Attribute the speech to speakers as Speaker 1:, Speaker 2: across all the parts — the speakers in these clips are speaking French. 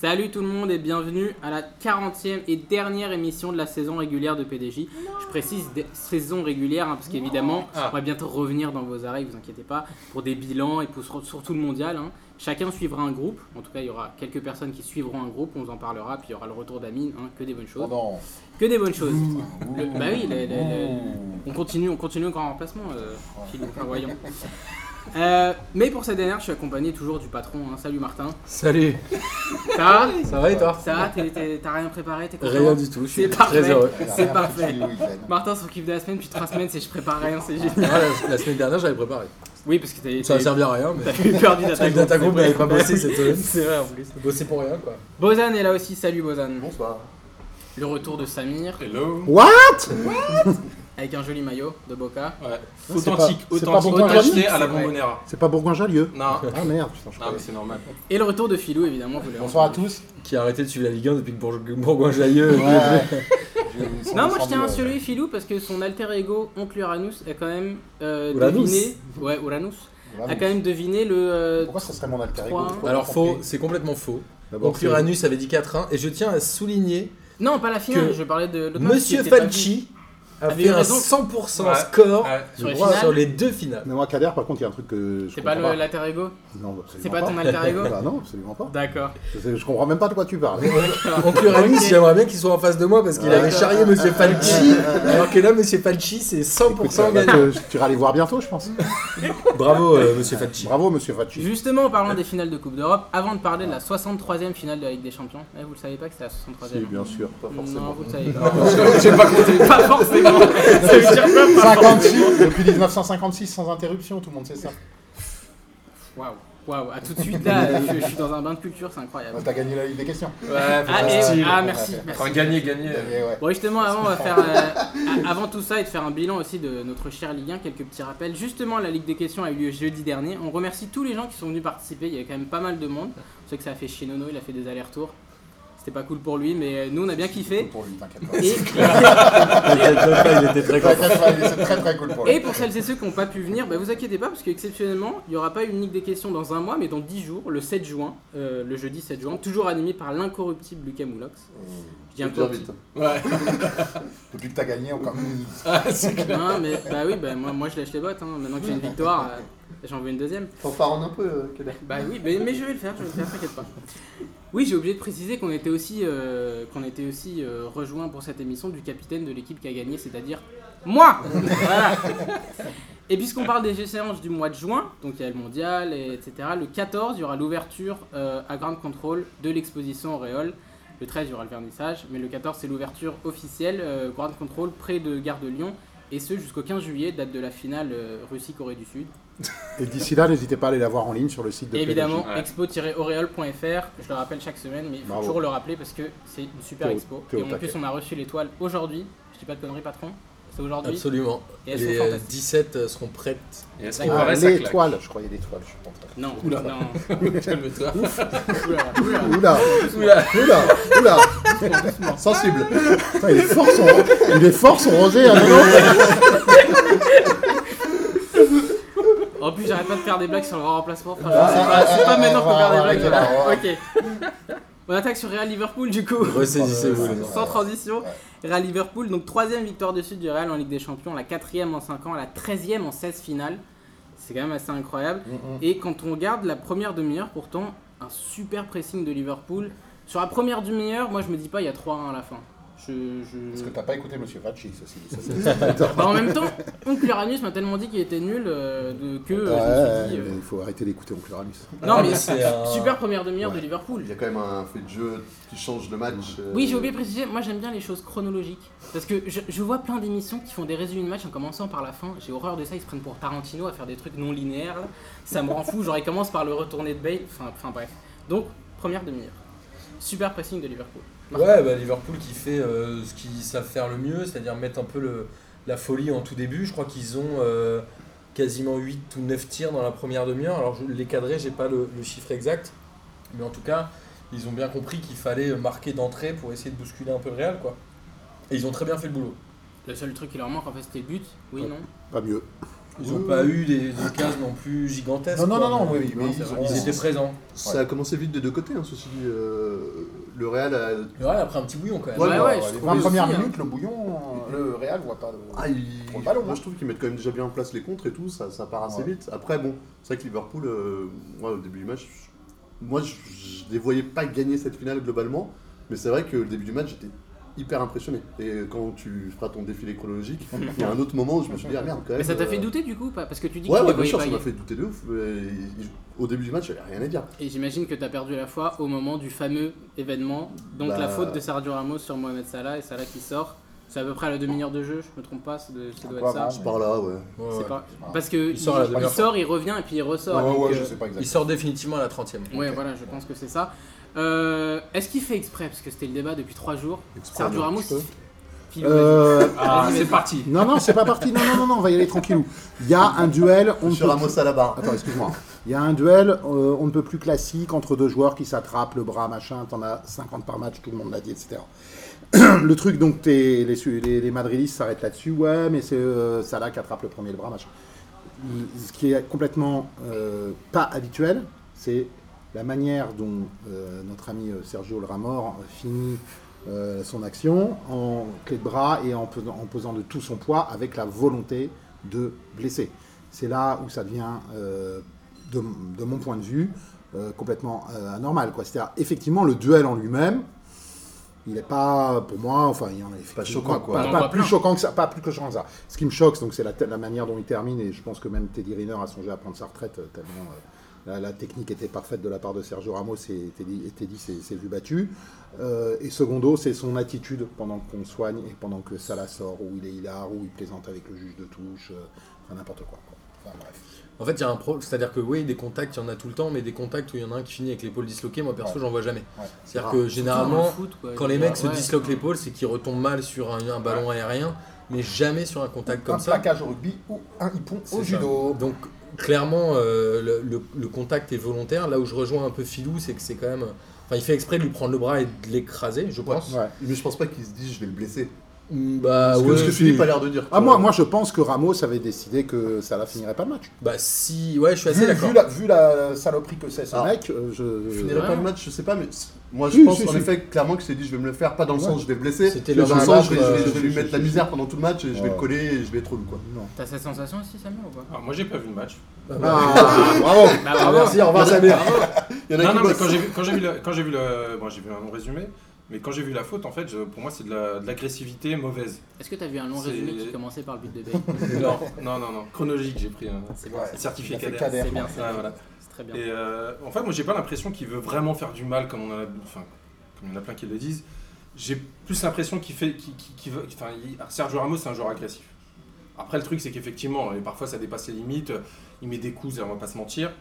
Speaker 1: Salut tout le monde et bienvenue à la 40e et dernière émission de la saison régulière de PDJ. Je précise des- saison régulière hein, parce qu'évidemment,
Speaker 2: Ah.
Speaker 1: on va bientôt revenir dans vos arrêts, vous inquiétez pas, pour des bilans et pour sur- surtout le mondial. hein. Chacun suivra un groupe, en tout cas il y aura quelques personnes qui suivront un groupe, on vous en parlera, puis il y aura le retour d'Amine, hein, que des bonnes choses.
Speaker 2: Pardon.
Speaker 1: Que des bonnes choses. Le- bah oui, le- le- le- on continue, on continue le grand remplacement, euh,
Speaker 2: Oh.
Speaker 1: Philippe, enfin, voyons. Euh, mais pour cette dernière, je suis accompagné toujours du patron. hein. Salut Martin.
Speaker 3: Salut,
Speaker 1: Ça va
Speaker 3: ça va et toi
Speaker 1: Ça va T'es- t'es- T'as rien préparé T'es content
Speaker 3: Rien du tout, je
Speaker 1: C'est
Speaker 3: suis
Speaker 1: parfait.
Speaker 3: très heureux.
Speaker 2: Voilà,
Speaker 1: C'est
Speaker 2: rien
Speaker 1: parfait.
Speaker 2: foutu le week-end.
Speaker 1: Martin s'occupe de la semaine, puis trois semaines, c'est je prépare rien, c'est génial.
Speaker 3: Ah, la, la semaine dernière, j'avais préparé.
Speaker 1: Oui, parce que t'as
Speaker 3: Ça a
Speaker 1: t'as-
Speaker 3: servi à rien, mais.
Speaker 1: t'as eu peur du data
Speaker 3: Le
Speaker 1: group.
Speaker 3: data group n'avait pas bossé cette semaine.
Speaker 1: C'est vrai en plus.
Speaker 3: Bossé pour rien, quoi.
Speaker 1: Bozan est là aussi, salut Bozan.
Speaker 2: Bonsoir.
Speaker 1: Le retour de Samir,
Speaker 4: Hello.
Speaker 1: avec un joli maillot de Boca.
Speaker 4: Ouais.
Speaker 5: c'est
Speaker 4: Authentique,
Speaker 5: pas- c'est pas
Speaker 4: authentique,
Speaker 5: pour toi,
Speaker 4: acheté
Speaker 1: Rémi
Speaker 4: à la
Speaker 1: C'est vrai.
Speaker 4: bonbonnière.
Speaker 5: C'est pas Bourgoin-Jallieu
Speaker 4: Non,
Speaker 5: Ah merde, putain, je
Speaker 4: non mais c'est normal.
Speaker 1: Et le retour de Philou, évidemment, vous l'avez
Speaker 2: Bonsoir à
Speaker 1: entendu.
Speaker 2: tous.
Speaker 3: Qui a arrêté de suivre la Ligue 1 depuis que Bourg- Bourgoin-Jailleux.
Speaker 1: Non, moi je tiens à saluer Philou parce que son alter ego, Oncle Uranus, a quand même euh,
Speaker 3: Uranus.
Speaker 1: deviné. Ouais, Uranus.
Speaker 5: euh,
Speaker 1: A quand même deviné le. euh,
Speaker 2: Pourquoi ça serait mon alter ego
Speaker 1: Trois.
Speaker 2: Pourquoi
Speaker 3: Alors,
Speaker 2: pas
Speaker 3: faux,
Speaker 2: compris
Speaker 3: c'est complètement faux.
Speaker 5: D'abord,
Speaker 3: Donc,
Speaker 5: c'est-
Speaker 3: Uranus avait dit 4-1, et je tiens à souligner
Speaker 1: Non, pas la finale,
Speaker 3: Que
Speaker 1: je parlais de l'autre match qui
Speaker 3: Monsieur
Speaker 1: était pas
Speaker 3: Falchi a
Speaker 1: Avait
Speaker 3: fait
Speaker 1: eu
Speaker 3: un
Speaker 1: raison.
Speaker 3: 100%
Speaker 4: Ouais.
Speaker 3: score
Speaker 4: Ouais.
Speaker 1: vu. Sur les
Speaker 3: sur,
Speaker 1: finales,
Speaker 3: les deux finales.
Speaker 5: Mais moi, Kader, par contre, il y a un truc que je
Speaker 1: C'est
Speaker 5: comprends
Speaker 1: pas
Speaker 5: pas.
Speaker 1: le- l'alter ego
Speaker 5: Non, bah, absolument
Speaker 1: C'est pas ton alter ego
Speaker 5: Bah non, absolument pas.
Speaker 1: D'accord.
Speaker 5: Je, sais- je comprends même pas de quoi tu parles.
Speaker 3: Donc, Uranus, j'aimerais bien qu'il soit en face de moi parce qu'il
Speaker 5: Ouais.
Speaker 3: avait charrié Monsieur Falchi, alors que là, Monsieur Falchi, c'est
Speaker 5: Écoute,
Speaker 3: 100%
Speaker 5: bah,
Speaker 3: gagné.
Speaker 5: te- tu iras les voir bientôt, je pense.
Speaker 3: Bravo, euh, Monsieur Falchi.
Speaker 5: Bravo, monsieur Fatchi.
Speaker 1: Justement, en parlant des finales de Coupe d'Europe, avant de parler de la 63e finale de la Ligue des Champions, eh, vous le savez pas que c'est la 63e
Speaker 5: Si, bien sûr, pas
Speaker 1: Non,
Speaker 5: forcément.
Speaker 1: vous le savez pas. pas forcément. Ça veut dire pas, pas
Speaker 5: 56
Speaker 2: Depuis 1956, sans interruption, tout le monde sait ça.
Speaker 1: Waouh, waouh, à tout de suite là, euh, je, je suis dans un bain de culture, c'est incroyable.
Speaker 2: Bah, T'as gagné la Ligue des questions.
Speaker 4: Ouais, faut
Speaker 1: Ah,
Speaker 4: pas
Speaker 1: et-
Speaker 4: style.
Speaker 1: ah, merci,
Speaker 4: Enfin,
Speaker 1: merci.
Speaker 4: gagner, gagner.
Speaker 5: Eh
Speaker 2: Mais ouais.
Speaker 1: Bon, justement, avant, on va faire, euh, a- avant tout ça et de faire un bilan aussi de notre chère Ligue 1, quelques petits rappels. Justement, la Ligue des questions a eu lieu jeudi dernier. On remercie tous les gens qui sont venus participer. Il y avait quand même pas mal de monde. On sait que ça a fait chez Nono, il a fait des allers-retours. C'était pas cool pour lui, mais euh, nous, on a bien kiffé.
Speaker 2: Pour lui, t'inquiète pas.
Speaker 1: Et,
Speaker 3: Il était très
Speaker 2: T'inquiète pas, il est- c'est très très cool pour lui.
Speaker 1: et pour celles et ceux qui n'ont pas pu venir, bah, vous inquiétez pas, parce qu'exceptionnellement, il n'y aura pas une Ligue des questions dans un mois, mais dans 10 jours, le 7 juin, euh, le jeudi 7 juin, toujours animé par l'incorruptible Lucas Moulox. Je dis
Speaker 2: Faut dire
Speaker 1: incorruptible.
Speaker 2: vite.
Speaker 4: Ouais.
Speaker 2: Depuis que t'as gagné, on quand même.
Speaker 4: Ah, c'est clair.
Speaker 1: Non, mais bah oui, bah, moi, moi je lâche les bottes. hein. Maintenant que j'ai une victoire, euh, j'en veux une deuxième.
Speaker 2: Faut farandre un euh, peu, Kader.
Speaker 1: Bah oui, mais, mais je vais le faire, je vais le faire, t'inquiète pas. Oui, j'ai oublié de préciser qu'on était aussi, euh, qu'on était aussi euh, rejoint pour cette émission du capitaine de l'équipe qui a gagné, c'est-à-dire moi Voilà. Et puisqu'on parle des séances du mois de juin, donc il y a le mondial, et etc., le 14, il y aura l'ouverture euh, à Grand Contrôle de l'exposition Auréole. Le 13, il y aura le vernissage, mais le 14, c'est l'ouverture officielle, euh, Grand Contrôle, près de Gare de Lyon, et ce jusqu'au 15 juillet, date de la finale euh, Russie-Corée du Sud.
Speaker 5: Et d'ici là, n'hésitez pas à aller la voir en ligne sur le site de
Speaker 1: Et évidemment,
Speaker 4: Ouais.
Speaker 1: expo-auréole.fr, je le rappelle chaque semaine, mais il faut
Speaker 5: Bravo.
Speaker 1: toujours le rappeler parce que c'est une super
Speaker 5: T'es au-
Speaker 1: expo.
Speaker 5: t'es
Speaker 1: Et
Speaker 5: au
Speaker 1: en plus,
Speaker 5: taquet.
Speaker 1: on a reçu l'étoile aujourd'hui. Je dis pas de conneries, patron. C'est aujourd'hui.
Speaker 3: Absolument.
Speaker 1: Et elles sont
Speaker 3: les euh,
Speaker 1: fantastiques.
Speaker 3: 17 euh, seront prêtes.
Speaker 4: Et est-ce
Speaker 1: D'accord.
Speaker 4: qu'on paraît,
Speaker 5: Ah,
Speaker 4: ça
Speaker 5: les
Speaker 4: claque
Speaker 5: toiles, je croyais les toiles, je comprends.
Speaker 1: Non,
Speaker 5: Oula.
Speaker 1: non.
Speaker 4: Calme-toi.
Speaker 1: Oula, oula.
Speaker 5: Oula,
Speaker 4: Oula.
Speaker 5: oula, oula, sensible. Putain, il est fort son, il est fort son rosé. Hein, dis donc.
Speaker 1: En plus, j'arrête pas de faire des blagues sur le grand remplacement. franchement,
Speaker 2: Ah,
Speaker 1: c'est
Speaker 2: ah,
Speaker 1: pas, c'est
Speaker 2: ah,
Speaker 1: pas
Speaker 2: ah,
Speaker 1: maintenant
Speaker 2: on
Speaker 1: qu'on
Speaker 2: va- on va
Speaker 1: perd des blagues.
Speaker 2: arrêter,
Speaker 1: Ok. On attaque sur Real Liverpool du coup.
Speaker 3: Ressaisissez-vous.
Speaker 2: Ouais,
Speaker 3: les
Speaker 2: ouais,
Speaker 3: enfants.
Speaker 1: Sans transition,
Speaker 2: Ouais.
Speaker 1: Real Liverpool, donc troisième victoire de suite du Real en Ligue des Champions, la quatrième en 5 ans, la treizième en 16 finales. C'est quand même assez incroyable.
Speaker 2: Mm,
Speaker 1: Et quand on regarde la première demi-heure, pourtant, un super pressing de Liverpool. Sur la première demi-heure, moi je me dis pas, il y a 3-1 à la fin. Je, je-
Speaker 2: Parce que t'as pas écouté Monsieur Fatchi, ceci dit. ça, c'est-
Speaker 1: Bah, en même temps, Oncle Uranus m'a tellement dit qu'il était nul euh, de, que euh, je me
Speaker 5: Ouais,
Speaker 1: suis dit, euh,
Speaker 5: mais il faut arrêter d'écouter Oncle Ramus.
Speaker 1: Non, mais
Speaker 3: c'est un-
Speaker 1: super première demi-heure de
Speaker 5: Ouais.
Speaker 1: Liverpool.
Speaker 6: Il y a quand même un fait de jeu qui change le match. euh,
Speaker 1: Oui, j'ai oublié de préciser, moi j'aime bien les choses chronologiques. Parce que je, je vois plein d'émissions qui font des résumés de matchs en commençant par la fin. J'ai horreur de ça, ils se prennent pour Tarantino à faire des trucs non linéaires. là. Ça me rend fou, genre ils commencent par le retourné de Bale. Enfin, enfin bref. Donc, première demi-heure. Super pressing de Liverpool.
Speaker 3: Ouais, bah, Liverpool qui fait euh, ce qu'ils savent faire le mieux, c'est-à-dire mettre un peu le- la folie en tout début. Je crois qu'ils ont euh, quasiment 8 ou 9 tirs dans la première demi-heure. Alors, je les cadrés, j'ai pas le, le chiffre exact. Mais en tout cas, ils ont bien compris qu'il fallait marquer d'entrée pour essayer de bousculer un peu le Real. Quoi. Et ils ont très bien fait le boulot.
Speaker 1: Le seul truc qui leur manque en fait c'était le but. Oui, non
Speaker 5: Pas mieux.
Speaker 3: Ils n'ont pas eu des des occasions non plus gigantesques.
Speaker 5: Non, non,
Speaker 3: quoi,
Speaker 5: non, non,
Speaker 3: mais
Speaker 5: oui,
Speaker 2: non,
Speaker 5: mais ils
Speaker 2: c'est
Speaker 5: ont-
Speaker 2: vrai.
Speaker 3: Ils étaient présents.
Speaker 6: Ça a commencé vite des deux côtés, hein, ceci dit. euh, le Real a.
Speaker 3: Mais ouais, après un petit bouillon quand même.
Speaker 1: Ouais,
Speaker 2: Ouais,
Speaker 1: ouais,
Speaker 2: ouais,
Speaker 1: je
Speaker 2: les
Speaker 1: trouve
Speaker 2: 20
Speaker 1: aussi,
Speaker 2: premières
Speaker 1: hein.
Speaker 2: minutes, le bouillon, euh, le Real voit pas. le-
Speaker 6: Ah, il-
Speaker 2: Pour le ballon,
Speaker 6: moi
Speaker 2: hein.
Speaker 6: je trouve qu'ils mettent quand même déjà bien en place les contres et tout, ça, ça part assez
Speaker 2: Ouais.
Speaker 6: vite. Après, bon, c'est vrai que Liverpool, euh, moi au début du match, je- moi je, je les voyais pas gagner cette finale globalement, mais c'est vrai que le début du match j'étais hyper impressionné. Et quand tu feras ton défilé chronologique, il y a un autre moment où je me suis dit, ah merde quand même.
Speaker 1: Mais ça t'a fait
Speaker 6: euh,
Speaker 1: douter du coup ou pas Parce que tu dis que
Speaker 6: Ouais,
Speaker 1: tu
Speaker 6: ouais,
Speaker 1: les voyais
Speaker 6: bien sûr,
Speaker 1: pas
Speaker 6: ça m'a
Speaker 1: gagner.
Speaker 6: fait douter de ouf. mais au début du match, j'avais rien à dire.
Speaker 1: Et j'imagine que t'as perdu la foi au moment du fameux événement. Donc
Speaker 6: Bah.
Speaker 1: la faute de Sergio Ramos sur Mohamed Salah et Salah qui sort. C'est à peu près à la demi-heure de jeu, je me trompe pas, ça doit ça doit être
Speaker 2: Probablement.
Speaker 1: ça.
Speaker 6: Je par là, ouais.
Speaker 3: Ouais, ouais.
Speaker 1: C'est pas- Parce que il
Speaker 3: Il sort à la
Speaker 1: il
Speaker 3: demi-heure.
Speaker 1: sort, il revient et puis il ressort.
Speaker 2: Ouais, ouais,
Speaker 1: Donc,
Speaker 2: ouais,
Speaker 1: euh,
Speaker 2: je sais pas
Speaker 3: Il
Speaker 2: exactement.
Speaker 3: sort définitivement à la 30 e
Speaker 1: Ouais, voilà, je pense que c'est ça. Euh, Est-ce qu'il fait exprès Parce que c'était le débat depuis trois jours. Sergio Ramos, il- Philou,
Speaker 5: Euh,
Speaker 4: Ah,
Speaker 1: Vas-y,
Speaker 4: c'est
Speaker 1: vas-y.
Speaker 4: parti.
Speaker 5: non, non, c'est pas parti. Non, non, non, non, on va y aller tranquillou. Il y a un duel. On
Speaker 6: Je
Speaker 5: ne
Speaker 6: suis
Speaker 5: peut-
Speaker 6: Ramos à la barre.
Speaker 5: Attends, excuse-moi. Il y a un duel, euh, on ne peut plus classique, entre deux joueurs qui s'attrapent, le bras, machin, t'en as 50 par match, tout le monde l'a dit, etc. le truc, donc, t'es- les, Su- les, les Madridistes s'arrêtent là-dessus, ouais, mais c'est euh, Salah qui attrape le premier le bras, machin. Ce qui est complètement euh, pas habituel, c'est la manière dont euh, notre ami euh, Sergio Le Ramor finit euh, son action en clé de bras et en, pesant- en posant de tout son poids avec la volonté de blesser. C'est là où ça devient, euh, de, de mon point de vue, euh, complètement euh, anormal. quoi. C'est-à-dire, effectivement, le duel en lui-même, il n'est pas, pour moi, enfin, il y en a effectivement
Speaker 6: choquant, quoi.
Speaker 5: pas-
Speaker 1: On en
Speaker 5: pas
Speaker 1: voit
Speaker 5: plus
Speaker 1: plein.
Speaker 5: choquant que ça, pas plus choquant que ça. Ce qui me choque, donc, c'est la, la manière dont il termine, et je pense que même Teddy Riner a songé à prendre sa retraite euh, tellement. euh, la, la technique était parfaite de la part de Sergio Ramos et Teddy, et Teddy s'est s'est vu battu. Euh, et secondo, c'est son attitude pendant qu'on soigne et pendant que Salah sort, où il est hilar, où il plaisante avec le juge de touche, euh, enfin n'importe quoi. quoi. Enfin, bref.
Speaker 3: En fait, il y a un problème, c'est-à-dire que oui, des contacts, il y en a tout le temps, mais des contacts où il y en a un qui finit avec l'épaule disloquée, moi perso,
Speaker 2: Ouais.
Speaker 3: j'en vois jamais.
Speaker 2: Ouais.
Speaker 3: C'est-à-dire
Speaker 5: Ah.
Speaker 3: que
Speaker 1: dans le
Speaker 3: généralement,
Speaker 1: foot, quoi.
Speaker 3: quand les
Speaker 1: Ouais,
Speaker 3: mecs se
Speaker 1: ouais.
Speaker 3: disloquent l'épaule, c'est qu'ils retombent mal sur un, un ballon aérien, mais jamais sur un contact
Speaker 5: Ah,
Speaker 3: comme
Speaker 2: un
Speaker 3: ça.
Speaker 2: plaquage au rugby ou un hippon
Speaker 3: C'est
Speaker 2: au
Speaker 3: ça.
Speaker 2: judo.
Speaker 3: Donc clairement, euh, le, le- le contact est volontaire. Là où je rejoins un peu Filou, c'est que c'est quand même. Enfin, il fait exprès de lui prendre le bras et de l'écraser, je pense.
Speaker 5: Ouais.
Speaker 6: Mais je pense pas qu'il se dit, je vais le blesser.
Speaker 3: Mm, Bah
Speaker 6: Parce que
Speaker 3: ouais,
Speaker 6: ce que
Speaker 3: si.
Speaker 6: Philippe a l'air de dire.
Speaker 5: Ah, moi, moi, je pense que Ramos avait décidé que Salah finirait pas le match.
Speaker 3: Bah si, ouais, je suis assez
Speaker 2: Vu,
Speaker 3: d'accord. Ah.
Speaker 2: vu la, vu la saloperie que c'est,
Speaker 5: Ce
Speaker 2: ça.
Speaker 5: mec, euh, je.
Speaker 6: Je finirai
Speaker 1: Ouais.
Speaker 6: pas le match, je sais pas, mais c- moi je
Speaker 5: Si,
Speaker 6: pense
Speaker 5: si,
Speaker 6: en
Speaker 5: si.
Speaker 6: effet clairement que c'est dit je vais me le faire, pas dans le
Speaker 5: Ouais.
Speaker 6: sens je vais le blesser,
Speaker 3: C'était
Speaker 6: dans le
Speaker 3: leur
Speaker 6: sens
Speaker 3: image,
Speaker 6: je vais, je vais- je vais
Speaker 5: euh,
Speaker 6: lui mettre la misère pendant tout le match et je vais
Speaker 5: Ouais.
Speaker 6: le coller et je vais être relou quoi.
Speaker 5: Non.
Speaker 1: T'as cette sensation aussi, Samuel ou pas
Speaker 4: Alors, moi, j'ai pas vu le match.
Speaker 5: Ah, bravo!
Speaker 1: Bah,
Speaker 6: Ah,
Speaker 1: bravo.
Speaker 6: merci, au revoir Samir. Il y en a
Speaker 4: Non,
Speaker 6: qui
Speaker 4: non, mais
Speaker 6: bossent.
Speaker 4: quand j'ai vu, quand j'ai vu, le- quand j'ai vu le, bon, j'ai vu un long résumé, mais quand j'ai vu la faute, en fait, je- pour moi, c'est de la- de l'agressivité mauvaise.
Speaker 1: Est-ce que t'as vu un long
Speaker 4: C'est-
Speaker 1: résumé qui commençait par le but de Bale
Speaker 4: Non, non, non, non. Chronologique, j'ai pris un
Speaker 1: C'est bien,
Speaker 2: Ouais.
Speaker 1: c'est-
Speaker 4: certifié
Speaker 2: Il a fait
Speaker 4: cadre.
Speaker 2: Kader.
Speaker 1: c'est bien,
Speaker 4: Ouais,
Speaker 1: c'est bien.
Speaker 4: voilà.
Speaker 1: C'est très bien.
Speaker 4: Et euh, en fait, moi, j'ai pas l'impression qu'il veut vraiment faire du mal, comme on en a, enfin, comme il y en a plein qui le disent. J'ai plus l'impression qu'il fait, qu'il, qu'il- qu'il veut, enfin, il- ah, Sergio Ramos, c'est un joueur agressif. Après, le truc, c'est qu'effectivement, et parfois, ça dépasse les limites. euh, Il met des coups, ça, on va pas se mentir.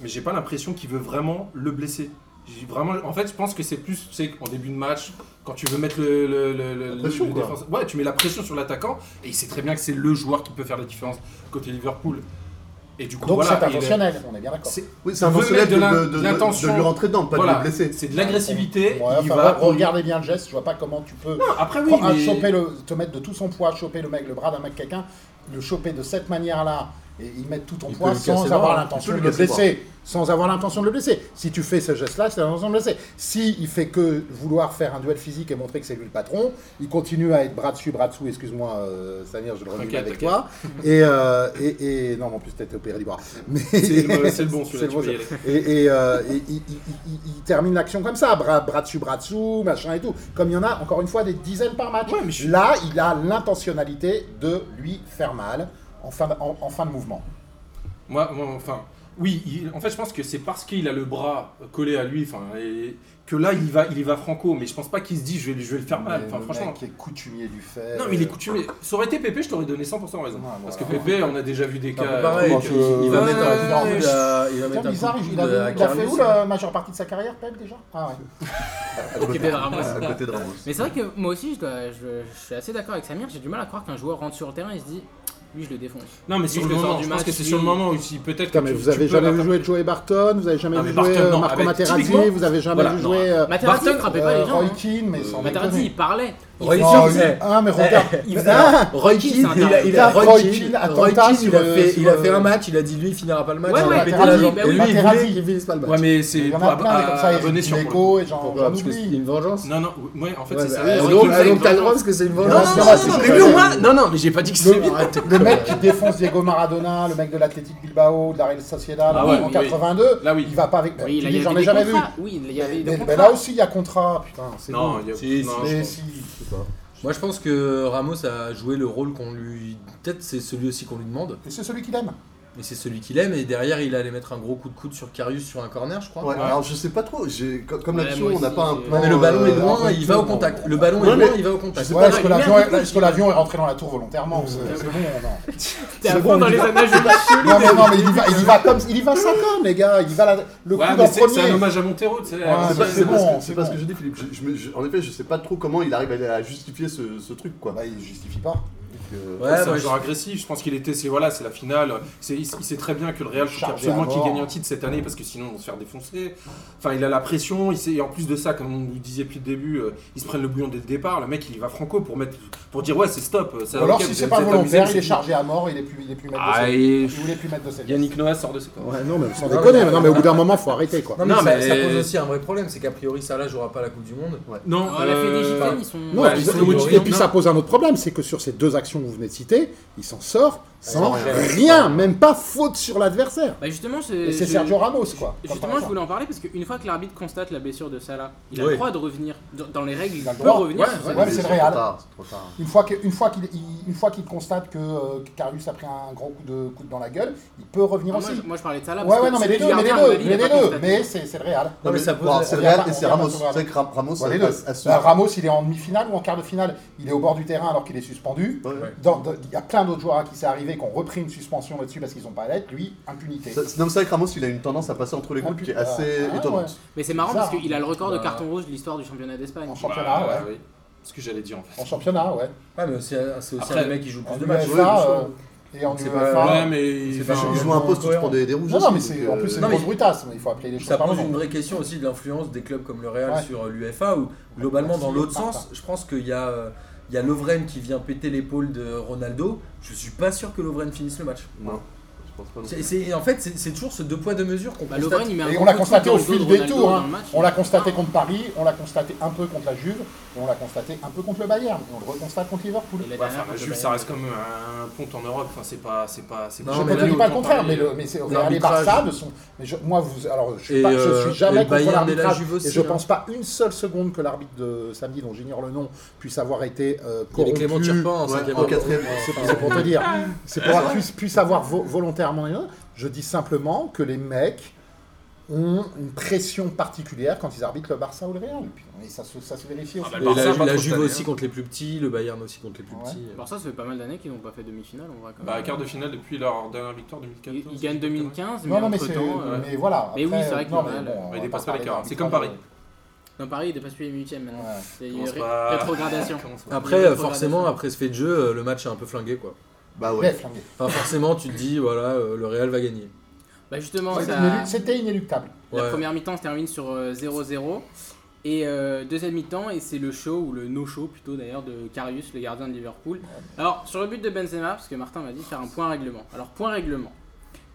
Speaker 4: Mais j'ai pas l'impression qu'il veut vraiment le blesser. J'ai Vraiment, en fait, je pense que c'est plus, tu sais, en début de match, quand tu veux mettre le, le- le- le- le-
Speaker 6: pression,
Speaker 4: le
Speaker 6: quoi.
Speaker 4: défense- ouais, tu mets la pression sur l'attaquant, et il sait très bien que c'est le joueur qui peut faire la différence côté Liverpool. Et du coup,
Speaker 2: Donc
Speaker 4: voilà,
Speaker 2: c'est
Speaker 4: il est-
Speaker 2: intentionnel, on est bien d'accord.
Speaker 4: c'est-
Speaker 6: Oui, c'est
Speaker 4: veut
Speaker 6: intentionnel
Speaker 4: mettre
Speaker 6: de,
Speaker 4: de la-
Speaker 6: de, de-
Speaker 4: de l'intention.
Speaker 6: de lui rentrer dedans, pas
Speaker 4: Voilà.
Speaker 6: de le blesser.
Speaker 4: C'est de l'agressivité.
Speaker 2: Ouais,
Speaker 4: il
Speaker 2: enfin,
Speaker 4: va.
Speaker 2: Regardez bien le geste, je vois pas comment tu peux
Speaker 4: Non, Après, oui,
Speaker 2: prendre-
Speaker 4: mais-
Speaker 2: choper le, te mettre de tout son poids, choper le mec, le bras d'un mec quelqu'un, le choper de cette manière-là et il mettre tout ton
Speaker 3: Il
Speaker 2: poids
Speaker 3: peut lui casser
Speaker 2: sans
Speaker 3: le
Speaker 4: hein.
Speaker 2: avoir
Speaker 3: bras,
Speaker 2: l'intention
Speaker 6: il
Speaker 2: de
Speaker 6: peut
Speaker 2: le
Speaker 6: lui casser le
Speaker 2: blesser. Sans avoir l'intention de le blesser. Si tu fais ce geste-là, c'est l'intention de le blesser. Si il fait que vouloir faire un duel physique et montrer que c'est lui le patron, il continue à être bras dessus, bras dessous, excuse-moi, euh, Samir, je le remets
Speaker 4: T'inquiète,
Speaker 2: avec
Speaker 4: t'inquiète.
Speaker 2: toi. Et, euh, et, et- non, mais en plus, t'as été opéré du bras. Mais-
Speaker 4: C'est le, c'est le bon
Speaker 2: C'est
Speaker 4: celui-là,
Speaker 2: le
Speaker 4: tu
Speaker 2: bon,
Speaker 4: peux y aller.
Speaker 2: Et, et, euh, et il, il- il- il- il termine l'action comme ça, bras, bras dessus, bras dessous, machin et tout. Comme il y en a encore une fois des dizaines par match.
Speaker 4: Ouais, mais je-
Speaker 2: Là, il a l'intentionnalité de lui faire mal en fin de, en- en fin de mouvement.
Speaker 4: Moi, moi, enfin, oui, il- en fait, je pense que c'est parce qu'il a le bras collé à lui, enfin, et que là, il va, il y va franco, mais je pense pas qu'il se dit, je vais, je vais le faire mal, enfin, franchement.
Speaker 2: qui est coutumier du
Speaker 5: euh,
Speaker 2: fait.
Speaker 4: Non, mais il est coutumé. Ça aurait été Pépé, je t'aurais donné 100% raison.
Speaker 2: Ouais,
Speaker 4: Parce que
Speaker 2: voilà.
Speaker 4: Pépé, on a déjà vu des
Speaker 3: C'est un peu
Speaker 4: cas.
Speaker 3: pareil,
Speaker 2: donc,
Speaker 3: Ah que-
Speaker 2: euh,
Speaker 3: il va
Speaker 4: ouais,
Speaker 3: mettre un
Speaker 4: ouais,
Speaker 3: coup de à- il va mettre un
Speaker 2: bizarre,
Speaker 3: coup de
Speaker 2: il a,
Speaker 3: coude à
Speaker 2: il a fait
Speaker 3: Carlos.
Speaker 2: où la majeure partie de sa carrière, Pep, déjà Ah ouais.
Speaker 6: à côté de Ramos.
Speaker 1: Mais c'est vrai que moi aussi, je, dois- je- je suis assez d'accord avec Samir, j'ai du mal à croire qu'un joueur rentre sur le terrain et se dit Lui, je le défonce.
Speaker 4: Non, mais
Speaker 1: Lui,
Speaker 4: sur le
Speaker 1: je le sors
Speaker 4: moment,
Speaker 1: du
Speaker 4: je pense
Speaker 1: match,
Speaker 4: que c'est
Speaker 1: lui-
Speaker 4: sur le moment aussi. Peut-être que
Speaker 5: Putain, mais
Speaker 4: tu-
Speaker 5: vous
Speaker 4: tu
Speaker 5: avez
Speaker 4: peux
Speaker 5: jamais vu
Speaker 4: l'attraper.
Speaker 5: jouer Joey Barton, vous avez jamais
Speaker 4: Ah,
Speaker 5: vu
Speaker 4: mais
Speaker 5: jouer
Speaker 4: Barton,
Speaker 5: euh,
Speaker 4: non. Ah,
Speaker 5: Marco
Speaker 4: bah,
Speaker 5: Materazzi,
Speaker 4: typiquement-
Speaker 5: vous avez jamais
Speaker 4: Voilà,
Speaker 5: vu
Speaker 4: non.
Speaker 5: jouer euh,
Speaker 1: Materazzi ne frappait pas les gens.
Speaker 5: Roy
Speaker 1: hein.
Speaker 5: Keane, mais sans
Speaker 1: Materazzi, il parlait. Il
Speaker 3: Roy
Speaker 1: faisait-
Speaker 3: Keane,
Speaker 5: Non,
Speaker 3: il
Speaker 5: mais-
Speaker 3: faisait-
Speaker 5: ah, mais regarde.
Speaker 3: il
Speaker 5: Mais-
Speaker 3: faisait-
Speaker 5: ah
Speaker 3: Roy
Speaker 1: Keane,
Speaker 3: Bah,
Speaker 1: c'est
Speaker 3: Keane, il a, il a-
Speaker 5: un
Speaker 3: Roy
Speaker 5: Roy
Speaker 3: Keane, euh,
Speaker 5: Keane,
Speaker 3: Roy
Speaker 5: attentat
Speaker 3: Keane,
Speaker 5: sur
Speaker 3: il a
Speaker 5: le-
Speaker 3: fait,
Speaker 5: sur
Speaker 3: il a
Speaker 5: le-
Speaker 3: fait un match, il a dit lui il finira pas le match.
Speaker 1: Ouais,
Speaker 3: il
Speaker 1: ouais,
Speaker 3: a pété
Speaker 5: bah
Speaker 3: la
Speaker 5: oui,
Speaker 3: jambe.
Speaker 1: bah
Speaker 3: et
Speaker 1: oui.
Speaker 3: lui il
Speaker 5: Materazzi.
Speaker 3: voulait qu'il finisse pas le match.
Speaker 4: Ouais, mais c'est
Speaker 5: Il y en
Speaker 4: pour
Speaker 5: a plein, comme ça,
Speaker 4: ab-
Speaker 5: il
Speaker 4: abonner
Speaker 5: y
Speaker 4: sur
Speaker 5: a
Speaker 4: moi.
Speaker 5: et j'en
Speaker 3: Pourquoi
Speaker 5: j'en
Speaker 3: Parce que c'est
Speaker 5: oublie.
Speaker 3: une vengeance.
Speaker 4: Non, non, ouais, en fait,
Speaker 3: Ouais,
Speaker 4: c'est ça.
Speaker 3: bah,
Speaker 4: Roy
Speaker 3: donc
Speaker 4: Keane,
Speaker 3: ah,
Speaker 4: c'est une
Speaker 3: donc t'as le droit parce
Speaker 4: vengeance.
Speaker 3: que c'est une
Speaker 5: Non,
Speaker 3: vengeance.
Speaker 5: non, non, non, mais lui, au
Speaker 2: moins-
Speaker 3: non, non, mais j'ai pas dit que
Speaker 5: Le, le mec qui défonce Diego Maradona, le mec de l'Athletic Bilbao, de la Real Sociedad
Speaker 4: Ah
Speaker 2: en
Speaker 4: ouais,
Speaker 2: 82,
Speaker 4: Là, oui.
Speaker 2: il va pas avec.
Speaker 1: Oui,
Speaker 5: Tu
Speaker 1: il
Speaker 5: dis,
Speaker 1: y
Speaker 5: j'en
Speaker 1: avait
Speaker 5: ai
Speaker 1: des
Speaker 5: jamais vu.
Speaker 1: contrats. Oui, il y avait des
Speaker 5: Mais,
Speaker 1: contrats.
Speaker 5: mais là aussi, il y a contrat, putain, c'est bon.
Speaker 4: Non, il y a-
Speaker 3: Si,
Speaker 4: non,
Speaker 5: Mais
Speaker 4: je pense-
Speaker 5: si,
Speaker 3: Moi, je pense que Ramos a joué le rôle qu'on lui. Peut-être c'est celui aussi qu'on lui demande,
Speaker 5: et c'est celui qu'il aime.
Speaker 3: mais c'est celui qu'il aime. Et derrière, il allait mettre un gros coup de coude sur Karius sur un corner, je crois.
Speaker 6: Ouais, alors je sais pas trop, j'ai- co- comme
Speaker 1: Ouais,
Speaker 6: là-dessus,
Speaker 1: moi
Speaker 6: on n'a
Speaker 1: aussi,
Speaker 6: pas un
Speaker 1: c'est-
Speaker 6: plan.
Speaker 3: Mais le ballon est
Speaker 6: euh,
Speaker 3: loin,
Speaker 6: un peu
Speaker 3: il va au
Speaker 6: tout,
Speaker 3: contact.
Speaker 6: non.
Speaker 3: Le ballon
Speaker 6: Ouais,
Speaker 3: est loin,
Speaker 6: mais-
Speaker 3: il va au contact.
Speaker 5: Je sais pas,
Speaker 1: pas,
Speaker 5: est-ce
Speaker 1: il
Speaker 5: que
Speaker 1: met un
Speaker 5: l'avion est,
Speaker 1: coup de
Speaker 5: est-ce que l'avion est rentré dans la tour volontairement C'est c'est bon, non.
Speaker 1: T'es à
Speaker 5: C'est
Speaker 1: fond
Speaker 5: bon,
Speaker 1: dans
Speaker 5: il
Speaker 1: les
Speaker 5: va-
Speaker 1: images
Speaker 5: Non, mais, non, mais il y va, il y va comme, il y va 5 ans, les gars. Il y va la- le coup
Speaker 4: Ouais,
Speaker 5: d'en
Speaker 4: mais c'est c'est un
Speaker 5: premier.
Speaker 4: hommage à Montero, tu sais.
Speaker 5: Ah,
Speaker 6: C'est
Speaker 4: c'est
Speaker 6: pas-
Speaker 4: pas-
Speaker 5: c'est
Speaker 6: C'est pas ce
Speaker 5: bon,
Speaker 6: que-
Speaker 5: c'est
Speaker 6: c'est pas ce
Speaker 5: bon.
Speaker 6: que je dis, Philippe. Je- je me- je- en effet, je sais pas trop comment il arrive à, à justifier ce, ce truc, quoi.
Speaker 5: Bah, il justifie pas.
Speaker 6: Donc, euh,
Speaker 3: Ouais,
Speaker 4: c'est
Speaker 3: moi,
Speaker 5: bah,
Speaker 4: un
Speaker 3: je-
Speaker 4: joueur agressif. Je pense qu'il était, c'est voilà, c'est la finale. C'est, il, il sait très bien que le Real faut
Speaker 5: Chargé
Speaker 4: absolument
Speaker 5: à
Speaker 4: qu'il
Speaker 5: mort.
Speaker 4: gagne un titre cette année parce que sinon on va se faire défoncer. Enfin, il a la pression. Il sait, et en plus de ça, comme on vous disait depuis le début, euh, ils se prennent le bouillon dès le départ. Le mec, il va franco pour mettre, pour dire ouais, c'est stop. ça,
Speaker 5: Ou alors,
Speaker 4: ok,
Speaker 5: si
Speaker 4: vous
Speaker 5: c'est
Speaker 4: êtes
Speaker 5: pas
Speaker 4: amusés,
Speaker 5: volontaire,
Speaker 4: c'est
Speaker 5: il est
Speaker 4: fini.
Speaker 5: chargé à mort, il est plus, il est plus maître de
Speaker 4: Ah,
Speaker 5: ses.
Speaker 4: et-
Speaker 5: Il voulait plus mettre de ses.
Speaker 4: Yannick Noah sort de ce corps.
Speaker 5: Ouais, non, mais sans
Speaker 3: Ouais,
Speaker 5: déconner.
Speaker 3: ouais.
Speaker 5: mais Non, mais au bout d'un moment, faut arrêter, quoi.
Speaker 3: Non, mais,
Speaker 4: Non,
Speaker 3: ça-
Speaker 4: mais-
Speaker 3: ça, pose aussi un vrai problème, c'est qu'a priori, Salah jouera pas la Coupe du Monde.
Speaker 4: Non,
Speaker 1: On l'a Oh, fait des
Speaker 4: euh,
Speaker 1: gitans, ils sont.
Speaker 5: Non,
Speaker 4: Ouais,
Speaker 5: et, puis-
Speaker 4: ils sont
Speaker 5: et puis-
Speaker 4: motivés.
Speaker 5: et puis ça pose un autre problème, c'est que sur ces deux actions que vous venez de citer, il s'en sort sans
Speaker 6: Sans
Speaker 5: rien,
Speaker 6: rien.
Speaker 5: même pas faute sur l'adversaire.
Speaker 1: Bah justement,
Speaker 5: Et c'est
Speaker 1: je-
Speaker 5: Sergio Ramos, quoi.
Speaker 1: Justement, je voulais en parler parce qu'une fois que l'arbitre constate la blessure de Salah, il a
Speaker 3: Oui.
Speaker 1: le droit de revenir. Dans- Dans les règles, il
Speaker 5: Il a le
Speaker 1: peut
Speaker 5: droit.
Speaker 1: revenir.
Speaker 5: Ouais,
Speaker 1: sur
Speaker 5: ouais,
Speaker 1: sa
Speaker 5: mais
Speaker 1: blessure.
Speaker 5: c'est le
Speaker 6: trop
Speaker 5: Real.
Speaker 6: tard, c'est trop tard.
Speaker 5: Une fois que- une fois qu'il il- une fois qu'il constate que, euh, que Karius a pris un gros coup de coup de dans la gueule, il peut revenir
Speaker 1: Ah, moi,
Speaker 5: aussi.
Speaker 1: je- Moi, je parlais de Salah.
Speaker 5: ouais,
Speaker 1: parce
Speaker 5: ouais,
Speaker 1: que
Speaker 5: non, mais
Speaker 1: celui
Speaker 5: les deux,
Speaker 1: du
Speaker 5: mais les
Speaker 1: gardien, à mon
Speaker 5: deux,
Speaker 1: avis, il
Speaker 5: mais
Speaker 1: a
Speaker 5: les
Speaker 1: pas
Speaker 5: deux,
Speaker 1: constaté.
Speaker 5: mais c'est c'est le Real.
Speaker 3: Non, mais ça
Speaker 6: bon,
Speaker 3: pose-
Speaker 6: alors, c'est
Speaker 5: on
Speaker 6: le
Speaker 5: vient
Speaker 6: Real
Speaker 5: pas-
Speaker 6: et
Speaker 5: on
Speaker 6: c'est
Speaker 5: vient pas
Speaker 6: Ramos.
Speaker 5: sur le
Speaker 6: C'est que Ra- Ramos,
Speaker 5: Voilà, les
Speaker 6: à-
Speaker 5: deux.
Speaker 6: à ce-
Speaker 5: Bah, Ramos, il est en demi-finale ou en quart de finale. Il est au bord du terrain alors qu'il est suspendu.
Speaker 6: Ouais.
Speaker 5: Dans- dans- Il y a plein d'autres joueurs à qui c'est arrivé qui ont repris une suspension là-dessus parce qu'ils n'ont pas à l'être. Lui, impunité.
Speaker 6: Ça- c'est- Non, mais c'est vrai que Ramos, il a une tendance à passer entre les groupes qui est assez
Speaker 5: Ah,
Speaker 6: étonnante.
Speaker 1: Mais c'est marrant
Speaker 5: Bizarre,
Speaker 1: parce qu'il a le record de
Speaker 3: Bah.
Speaker 1: carton rouge de l'histoire du championnat d'Espagne.
Speaker 5: En championnat,
Speaker 4: Bah,
Speaker 5: ouais.
Speaker 4: oui. C'est ce que j'allais dire en fait.
Speaker 5: En championnat, ouais.
Speaker 3: Ouais, mais c'est c'est aussi
Speaker 4: Après-
Speaker 3: un mec qui joue plus
Speaker 5: En
Speaker 3: de matchs.
Speaker 5: UEFA,
Speaker 6: ouais,
Speaker 5: euh, et en
Speaker 3: C'est
Speaker 5: UEFA.
Speaker 3: pas-
Speaker 4: Ouais, mais
Speaker 3: C'est
Speaker 6: Ils
Speaker 3: pas-
Speaker 4: enfin,
Speaker 3: un-
Speaker 6: jouent un poste où tu prends des, des rouges.
Speaker 5: Non, non,
Speaker 6: aussi,
Speaker 5: mais
Speaker 6: donc,
Speaker 5: c'est
Speaker 6: euh,
Speaker 5: en plus c'est une
Speaker 3: non, mais-
Speaker 5: grosse brutasse, mais il faut appeler les choses
Speaker 3: Ça
Speaker 5: par
Speaker 3: pose
Speaker 5: nom.
Speaker 3: une vraie question aussi de l'influence des clubs comme le Real
Speaker 5: Ouais. Bah,
Speaker 3: sur euh, l'UEFA où globalement dans
Speaker 5: Merci,
Speaker 3: l'autre
Speaker 5: Martin.
Speaker 3: sens, je pense qu'il y a euh, il y a Lovren qui vient péter l'épaule de Ronaldo. Je suis pas sûr que Lovren finisse le match.
Speaker 6: Non, je pense pas non plus.
Speaker 3: C'est- c'est- en fait, c'est c'est toujours ce deux poids deux mesures qu'on
Speaker 1: Bah,
Speaker 3: constate.
Speaker 1: Lovren, il met un
Speaker 5: Et
Speaker 1: gros
Speaker 5: on l'a
Speaker 1: coup de
Speaker 5: constaté
Speaker 1: dans
Speaker 5: au
Speaker 1: le dos
Speaker 5: fil
Speaker 1: de
Speaker 5: des
Speaker 1: Ronaldo
Speaker 5: tours.
Speaker 1: dans
Speaker 5: hein.
Speaker 1: le match.
Speaker 5: On l'a constaté
Speaker 1: Ah.
Speaker 5: contre Paris, on l'a constaté un peu contre la Juve, et on l'a constaté un peu contre le Bayern, et on le reconstate contre Liverpool.
Speaker 1: Et la
Speaker 4: Ouais,
Speaker 1: dernière
Speaker 4: enfin, la
Speaker 1: contre
Speaker 4: Juve,
Speaker 1: le
Speaker 4: ça
Speaker 1: Bayern.
Speaker 4: reste comme un pont en Europe. Enfin, c'est pas, c'est pas, c'est
Speaker 3: Non,
Speaker 5: je
Speaker 3: mais
Speaker 5: ne
Speaker 3: là,
Speaker 5: te dis
Speaker 3: il
Speaker 5: pas le contraire, mais, le, mais c'est, les
Speaker 3: L'arbitrage.
Speaker 5: Barça ne sont. Mais je, moi, vous, alors, je
Speaker 3: Et,
Speaker 5: suis, pas, je
Speaker 3: euh,
Speaker 5: suis jamais
Speaker 3: et le
Speaker 5: contre
Speaker 3: Bayern et la
Speaker 5: l'arbitrage.
Speaker 3: Juve
Speaker 5: Et
Speaker 3: aussi,
Speaker 5: je
Speaker 3: hein.
Speaker 5: pense pas une seule seconde que l'arbitre de samedi, dont j'ignore le nom, puisse avoir été euh,
Speaker 3: Il y avait
Speaker 5: corrompu.
Speaker 3: Clément Turpin en
Speaker 6: Ouais,
Speaker 3: cinquième
Speaker 6: en
Speaker 3: homme.
Speaker 6: quatrième.
Speaker 5: C'est pour, c'est pour te dire. C'est pour avoir pu, pu savoir vo- volontairement. les noms. Je dis simplement que les mecs ont une pression particulière quand ils arbitrent le Barça ou le Real. Puis, Et ça se, ça se vérifie aussi.
Speaker 4: Ah bah,
Speaker 3: Et
Speaker 4: Le Barça,
Speaker 3: la,
Speaker 4: pas
Speaker 3: la
Speaker 4: trop
Speaker 3: Juve
Speaker 4: cette
Speaker 3: aussi
Speaker 4: année,
Speaker 3: contre les plus petits, le Bayern aussi contre les plus
Speaker 5: Ouais.
Speaker 3: petits.
Speaker 1: Alors ça, ça fait pas mal d'années qu'ils n'ont pas fait demi-finale, on va quand même.
Speaker 4: Bah, quart de finale depuis leur dernière victoire 2014.
Speaker 1: Ils ils gagnent 2015, mais
Speaker 5: non, non, mais,
Speaker 1: entre
Speaker 5: c'est-
Speaker 1: temps. euh,
Speaker 5: mais voilà.
Speaker 1: mais oui, c'est vrai que
Speaker 5: non,
Speaker 1: le
Speaker 5: mais
Speaker 1: Real,
Speaker 5: bon, on
Speaker 4: Il
Speaker 5: va
Speaker 4: dépasse
Speaker 5: pas
Speaker 4: pas les
Speaker 5: parler
Speaker 4: quarts, c'est
Speaker 5: d'arbitrage.
Speaker 4: comme Paris.
Speaker 1: Dans Paris, ils dépassent plus les 8 maintenant.
Speaker 5: Ouais.
Speaker 1: C'est une
Speaker 4: Commence
Speaker 1: ré-
Speaker 4: pas-
Speaker 1: rétrogradation.
Speaker 4: Commence pas.
Speaker 3: Après,
Speaker 1: Il y a une
Speaker 3: euh, forcément,
Speaker 1: progression.
Speaker 3: après ce fait de jeu, euh, le match est un peu flingué quoi.
Speaker 6: Bah ouais.
Speaker 5: Mais flingué.
Speaker 3: Enfin, forcément, tu te dis voilà, euh, le Real va gagner.
Speaker 1: Bah justement,
Speaker 5: C'était
Speaker 1: ça-
Speaker 5: inélu- C'était inéluctable.
Speaker 1: la
Speaker 3: Ouais.
Speaker 1: première mi-temps se termine sur euh, 0-0. Et euh, deuxième mi-temps, et c'est le show, ou le no-show plutôt d'ailleurs, de Karius, le gardien de Liverpool. Alors, sur le but de Benzema, parce que Martin m'a dit de faire un point règlement. Alors, point règlement.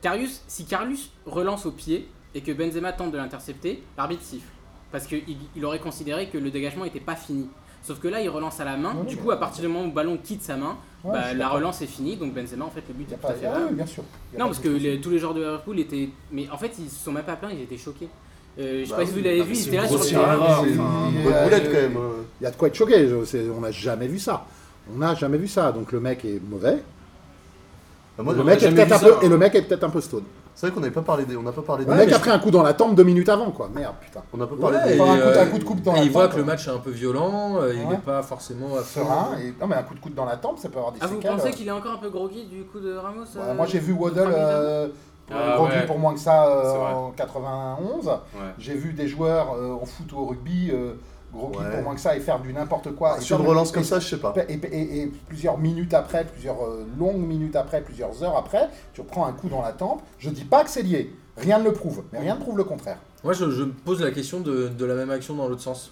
Speaker 1: Karius, si Karius relance au pied et que Benzema tente de l'intercepter, l'arbitre siffle. Parce qu'il il aurait considéré que le dégagement n'était pas fini. Sauf que là, il relance à la main.
Speaker 5: Ouais,
Speaker 1: du
Speaker 5: mais-
Speaker 1: coup, à partir du moment où le ballon quitte sa main,
Speaker 5: Ouais, je
Speaker 1: bah,
Speaker 5: suis
Speaker 1: la
Speaker 5: d'accord.
Speaker 1: relance est finie. Donc Benzema, en fait, le but
Speaker 5: Il y
Speaker 1: est
Speaker 5: a
Speaker 1: tout
Speaker 5: pas-
Speaker 1: à fait
Speaker 5: Ah
Speaker 1: valable.
Speaker 5: oui, bien sûr. Il y a
Speaker 1: Non,
Speaker 5: pas
Speaker 1: parce
Speaker 5: de
Speaker 1: que
Speaker 5: question.
Speaker 1: les- tous les joueurs de Liverpool étaient. Mais en fait, ils se sont même pas plaints, ils étaient choqués. Euh, je sais
Speaker 6: Bah
Speaker 1: pas si vous
Speaker 6: oui,
Speaker 1: l'avez
Speaker 6: non,
Speaker 1: vu,
Speaker 6: mais
Speaker 1: ils
Speaker 6: c'est
Speaker 1: étaient là
Speaker 6: une
Speaker 1: sur
Speaker 6: grosse
Speaker 1: le
Speaker 6: erreur,
Speaker 1: terrain.
Speaker 6: c'est
Speaker 5: Et,
Speaker 6: une bonne
Speaker 5: euh,
Speaker 6: boulette
Speaker 5: et-
Speaker 6: quand même. hein.
Speaker 5: Il y a de quoi être choqué, je- c'est- on n'a jamais vu ça. On n'a jamais vu ça, donc le mec est mauvais.
Speaker 6: Bah, moi,
Speaker 5: Le
Speaker 4: on
Speaker 5: mec
Speaker 4: a
Speaker 5: est
Speaker 4: jamais
Speaker 5: peut-être
Speaker 4: vu
Speaker 5: un
Speaker 4: ça,
Speaker 5: peu,
Speaker 4: hein.
Speaker 5: et le mec est peut-être un peu stone.
Speaker 6: C'est vrai qu'on n'avait pas parlé des. On n'a pas parlé
Speaker 5: Le
Speaker 6: des-
Speaker 5: mec a pris un coup dans la tempe deux minutes avant, quoi. Merde, putain.
Speaker 6: On n'a pas
Speaker 3: Ouais,
Speaker 6: parlé
Speaker 3: et,
Speaker 6: des.
Speaker 5: Enfin, un coup-
Speaker 3: euh,
Speaker 5: un coup de coupe dans
Speaker 3: et
Speaker 5: la
Speaker 3: il voit
Speaker 5: tempe,
Speaker 3: que le
Speaker 5: quoi.
Speaker 3: match est un peu violent, euh, il
Speaker 5: Ouais.
Speaker 3: n'est pas forcément à fond.
Speaker 5: Serein, et non, mais un coup de coude dans la tempe, ça peut avoir des
Speaker 1: Ah, vous
Speaker 5: séquelles.
Speaker 1: pensez qu'il est encore un peu groggy du coup de Ramos
Speaker 5: Ouais,
Speaker 1: euh,
Speaker 5: Moi, j'ai vu Waddle
Speaker 1: contre Hamilton
Speaker 5: euh,
Speaker 4: Ah,
Speaker 5: groggy
Speaker 4: ouais.
Speaker 5: pour moins que ça euh,
Speaker 4: C'est vrai.
Speaker 5: en 91.
Speaker 4: Ouais.
Speaker 5: J'ai vu des joueurs euh, en foot ou au rugby euh,
Speaker 2: gros kick
Speaker 6: Ouais.
Speaker 2: pour moins que ça et faire du n'importe
Speaker 1: Ah,
Speaker 2: quoi. et
Speaker 6: Sur
Speaker 2: faire
Speaker 6: une
Speaker 2: du-
Speaker 6: relance
Speaker 2: et-
Speaker 6: comme ça, je sais pas.
Speaker 2: et, et- et plusieurs minutes après, plusieurs euh, longues minutes après, plusieurs heures après, tu reprends un coup dans la tempe. Je dis pas que c'est lié, rien ne le prouve, mais rien ne prouve le contraire.
Speaker 3: Moi, je, je me pose la question de, de la même action dans l'autre sens.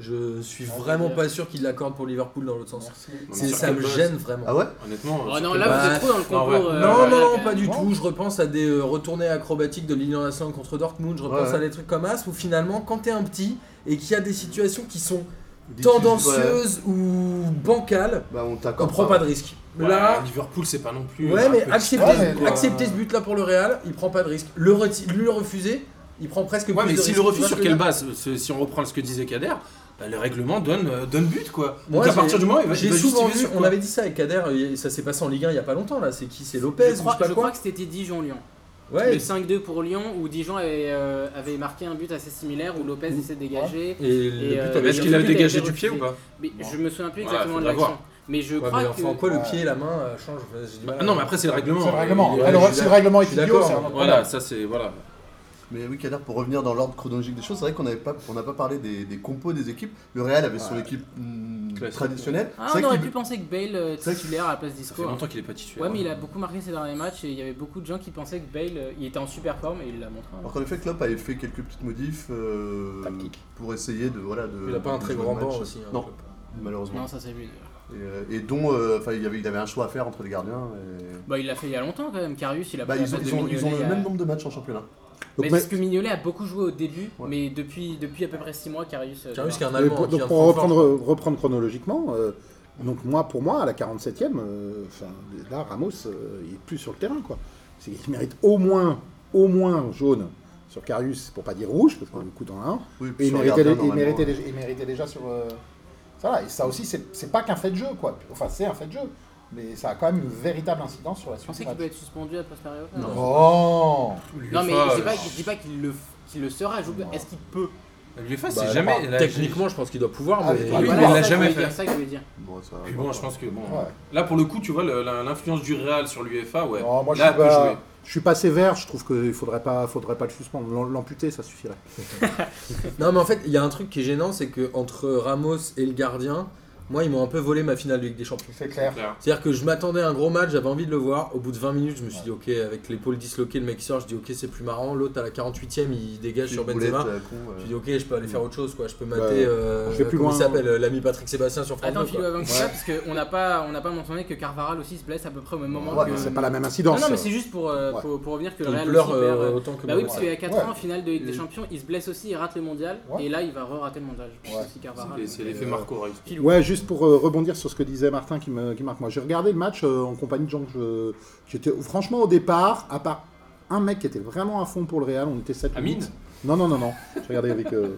Speaker 3: Je suis
Speaker 1: Ah,
Speaker 3: vraiment
Speaker 1: c'est-à-dire
Speaker 3: pas sûr qu'il l'accorde pour Liverpool dans l'autre sens.
Speaker 4: Non,
Speaker 3: C'est-
Speaker 4: mais sur
Speaker 3: Ça
Speaker 4: quel
Speaker 3: me
Speaker 4: buzz
Speaker 3: gêne vraiment.
Speaker 6: Ah ouais
Speaker 4: Honnêtement.
Speaker 1: Oh
Speaker 4: sur
Speaker 1: non,
Speaker 4: quel
Speaker 1: là
Speaker 4: buzz
Speaker 1: vous
Speaker 3: Bah,
Speaker 1: êtes trop dans le
Speaker 4: non,
Speaker 1: complot.
Speaker 4: ouais.
Speaker 1: euh,
Speaker 3: non,
Speaker 1: là,
Speaker 3: non,
Speaker 1: quand
Speaker 3: pas
Speaker 1: même.
Speaker 3: du
Speaker 2: Non.
Speaker 3: tout. Je repense à des euh, retournées acrobatiques de Lilian Aslan contre Dortmund. Je repense
Speaker 6: Ouais, ouais.
Speaker 3: à des trucs comme As où finalement, quand t'es un petit et qu'il y a des situations qui sont
Speaker 6: Diffuse, ouais.
Speaker 3: tendancieuses ou bancales,
Speaker 6: Bah, on
Speaker 3: on
Speaker 6: t'accorde.
Speaker 3: prend
Speaker 6: pas.
Speaker 3: pas de risque.
Speaker 4: Ouais,
Speaker 3: Là,
Speaker 4: Liverpool, c'est pas non plus.
Speaker 3: Ouais,
Speaker 4: un
Speaker 3: mais
Speaker 4: petit-
Speaker 3: accepter,
Speaker 2: Ouais, mais-
Speaker 3: accepter ce but-là pour le Real, il prend pas de risque. Le reti- lui le refuser, il prend presque
Speaker 4: Ouais,
Speaker 3: plus
Speaker 4: mais
Speaker 3: de
Speaker 4: s'il
Speaker 3: risque.
Speaker 4: le refuse
Speaker 3: Tu vois
Speaker 4: sur
Speaker 3: ce que je
Speaker 4: quelle
Speaker 3: veux dire
Speaker 4: base Euh, Ce- Si on reprend ce que disait Kader, bah, le règlement donne, euh, donne but quoi.
Speaker 3: Moi,
Speaker 4: Donc à
Speaker 3: j'ai-
Speaker 4: partir du moment, il va, il
Speaker 3: J'ai
Speaker 4: va
Speaker 3: souvent
Speaker 4: justifier
Speaker 3: vu,
Speaker 4: sur
Speaker 3: on
Speaker 4: quoi.
Speaker 3: avait dit ça avec Kader, et ça s'est passé en Ligue 1 il y a pas longtemps là, c'est qui C'est Lopez
Speaker 1: Je crois,
Speaker 3: ou je sais
Speaker 1: je
Speaker 3: pas
Speaker 1: crois
Speaker 3: quoi
Speaker 1: que c'était Dijon-Lyon.
Speaker 3: Ouais,
Speaker 1: Le 5-2 pour Lyon où Dijon avait, euh, avait marqué un but assez similaire où Lopez s'est dégagé. Et,
Speaker 3: et, le but
Speaker 1: euh,
Speaker 4: Mais
Speaker 3: avait
Speaker 4: Est-ce
Speaker 1: Et
Speaker 4: qu'il a
Speaker 1: ensuite, il a
Speaker 4: dégagé
Speaker 1: été
Speaker 4: du pied ou pas
Speaker 1: Mais
Speaker 4: Bon.
Speaker 1: je me souviens plus
Speaker 4: Voilà,
Speaker 1: exactement de
Speaker 4: faudra voir.
Speaker 1: l'action. Mais je
Speaker 3: Ouais,
Speaker 1: crois
Speaker 3: mais
Speaker 1: que.
Speaker 3: enfin, en quoi le
Speaker 2: Ouais.
Speaker 3: pied et la main euh, changent J'ai du mal
Speaker 4: Ah
Speaker 3: à-
Speaker 4: Non, mais après, c'est le règlement.
Speaker 2: C'est le
Speaker 4: Euh,
Speaker 2: règlement.
Speaker 4: il est-
Speaker 2: Alors,
Speaker 3: je suis
Speaker 2: si le règlement
Speaker 3: je
Speaker 2: est
Speaker 3: suis
Speaker 2: idiot,
Speaker 3: d'accord,
Speaker 2: c'est un
Speaker 3: mais-
Speaker 2: autre
Speaker 4: Voilà,
Speaker 2: problème.
Speaker 4: ça c'est. Voilà.
Speaker 6: Mais oui, Kader, pour revenir dans l'ordre chronologique des choses, c'est vrai qu'on n'avait pas, on n'a pas parlé des, des compos des équipes. Le Real avait son équipe hmm,
Speaker 4: Classique.
Speaker 6: traditionnelle.
Speaker 1: Ah,
Speaker 6: c'est
Speaker 1: on
Speaker 6: vrai
Speaker 1: aurait
Speaker 6: qu'il-
Speaker 1: pu penser que Bale euh,
Speaker 6: C'est vrai
Speaker 1: titulaire à la place
Speaker 4: Ça fait
Speaker 1: d'Isco. hein.
Speaker 4: longtemps qu'il est pas titulaire.
Speaker 1: Ouais, mais il a beaucoup marqué ses derniers matchs et il y avait beaucoup de gens qui pensaient que Bale euh, il était en super forme et il l'a montré. hein.
Speaker 6: Alors qu'en effet, Klopp avait fait quelques petites modifs euh,
Speaker 2: Tactique.
Speaker 6: pour essayer de voilà de.
Speaker 3: Il a pas un
Speaker 6: de
Speaker 3: très
Speaker 6: jouer
Speaker 3: grand
Speaker 6: le match.
Speaker 3: banc aussi. hein,
Speaker 6: Non.
Speaker 3: Klopp.
Speaker 6: malheureusement.
Speaker 1: Non, ça c'est lui. d'ailleurs.
Speaker 6: Et, euh, et dont, euh, enfin, il, y avait, il avait un choix à faire entre les gardiens. et-
Speaker 1: Bah, il l'a fait il y a longtemps quand même. Carius, il a
Speaker 6: Bah,
Speaker 1: pris la
Speaker 6: ils ont,
Speaker 1: place de
Speaker 6: ils ont- ils ont
Speaker 1: Mignolet
Speaker 6: le
Speaker 1: à-
Speaker 6: même nombre de matchs en championnat.
Speaker 1: Mais
Speaker 5: Donc,
Speaker 1: parce que Mignolet a beaucoup joué au début,
Speaker 6: Ouais.
Speaker 1: mais depuis, depuis à peu près 6 mois, Carius. euh,
Speaker 3: Karius qui est un
Speaker 5: Mais
Speaker 3: Allemand.
Speaker 5: pour,
Speaker 3: qui
Speaker 5: donc
Speaker 3: vient de
Speaker 5: pour
Speaker 3: Francfort.
Speaker 5: reprendre, euh, reprendre chronologiquement, euh, donc moi, pour moi, à la 47e, euh, enfin, là, Ramos, euh, il est plus sur le terrain, quoi. C'est- Il mérite au moins, au moins jaune sur Carius, pour pas dire rouge, parce qu'on le coup dans la main.
Speaker 6: Oui,
Speaker 5: Et il
Speaker 6: sur les
Speaker 5: méritait,
Speaker 6: gardiens,
Speaker 5: il
Speaker 6: normalement,
Speaker 5: méritait
Speaker 6: ouais.
Speaker 5: déjà-
Speaker 2: Il méritait déjà sur. euh, Ça va, et ça aussi, c'est c'est pas qu'un fait de jeu, quoi. Enfin, c'est un fait de jeu, mais ça a quand même une véritable incidence sur la
Speaker 1: Je
Speaker 2: suite. du
Speaker 1: pensais qu'il
Speaker 2: match.
Speaker 1: peut être suspendu après ce période.
Speaker 3: Non.
Speaker 2: Oh
Speaker 1: Non, mais
Speaker 4: L'UEFA,
Speaker 1: je dis pas,
Speaker 4: euh,
Speaker 1: je dis pas qu'il le, f- qu'il le sera. Je vous- Est-ce qu'il peut
Speaker 4: L'UEFA,
Speaker 2: Bah,
Speaker 4: c'est jamais. la-
Speaker 3: Techniquement, je pense qu'il doit pouvoir,
Speaker 2: Ah,
Speaker 3: mais
Speaker 2: oui,
Speaker 4: lui,
Speaker 1: Voilà,
Speaker 4: il l'a
Speaker 1: c'est ça que
Speaker 4: jamais
Speaker 1: je voulais
Speaker 4: fait.
Speaker 1: dire, C'est ça que je voulais dire.
Speaker 6: Bon, ça-
Speaker 4: Puis bon, je pense que bon.
Speaker 2: Ouais.
Speaker 4: Là, pour le coup, tu vois, le- la- l'influence du Real sur l'UEFA, ouais.
Speaker 2: Non, moi, je suis
Speaker 4: Là, elle peut
Speaker 2: pas-
Speaker 4: jouer.
Speaker 5: Je suis pas sévère, je trouve qu'il faudrait pas, faudrait pas le suspendre. L'am- L'amputer, ça suffirait.
Speaker 3: Non, mais en fait, il y a un truc qui est gênant, c'est que entre Ramos et le gardien, moi, ils m'ont un peu volé ma finale de Ligue des Champions.
Speaker 2: C'est clair.
Speaker 4: Claire.
Speaker 3: C'est-à-dire que je m'attendais à un gros match, j'avais envie de le voir. Au bout de 20 minutes, je me suis dit, ok, avec l'épaule disloquée, le mec sort, je dis, ok, c'est plus marrant. L'autre, à la 48ème, il dégage
Speaker 6: petite
Speaker 3: sur
Speaker 6: boulette,
Speaker 3: Benzema.
Speaker 6: euh, con, euh.
Speaker 3: Je dis, ok, je peux aller faire autre chose, quoi. Je peux mater.
Speaker 5: Bah,
Speaker 3: euh,
Speaker 5: je vais plus
Speaker 3: comment
Speaker 5: loin.
Speaker 3: il s'appelle euh, l'ami Patrick Sébastien sur France
Speaker 1: Attends,
Speaker 3: 2, quoi.
Speaker 1: Philo, avant que tu ça, parce qu'on n'a pas, on n'a pas mentionné que Carvaral aussi se blesse à peu près au même moment
Speaker 5: Ouais,
Speaker 1: que.
Speaker 5: mais c'est pas la même
Speaker 1: non,
Speaker 5: incidence.
Speaker 1: non, mais c'est juste pour, euh,
Speaker 5: Ouais.
Speaker 1: pour, pour revenir que le
Speaker 3: Il
Speaker 1: Real
Speaker 3: pleure
Speaker 1: aussi perd,
Speaker 3: euh,
Speaker 1: euh,
Speaker 3: autant que
Speaker 1: Bah
Speaker 3: moi.
Speaker 1: oui, parce qu'il y a 4
Speaker 2: Ouais.
Speaker 1: ans, finale de Ligue des
Speaker 4: Et-
Speaker 1: Champions, il se blesse aussi, il rate le mondial,
Speaker 2: Ouais.
Speaker 1: et là il va re-rater le mondial. Je pense
Speaker 2: Ouais.
Speaker 1: aussi Carvajal.
Speaker 4: C'est- C'est
Speaker 2: euh,
Speaker 4: l'effet Marco Reus.
Speaker 5: Ouais, juste pour euh, rebondir sur ce que disait Martin qui me qui marque moi. J'ai regardé le match euh, en compagnie de gens que je- j'étais franchement au départ, à part un mec qui était vraiment à fond pour le Real, on était 7
Speaker 4: Amine
Speaker 5: Non non non non. J'ai regardé avec euh,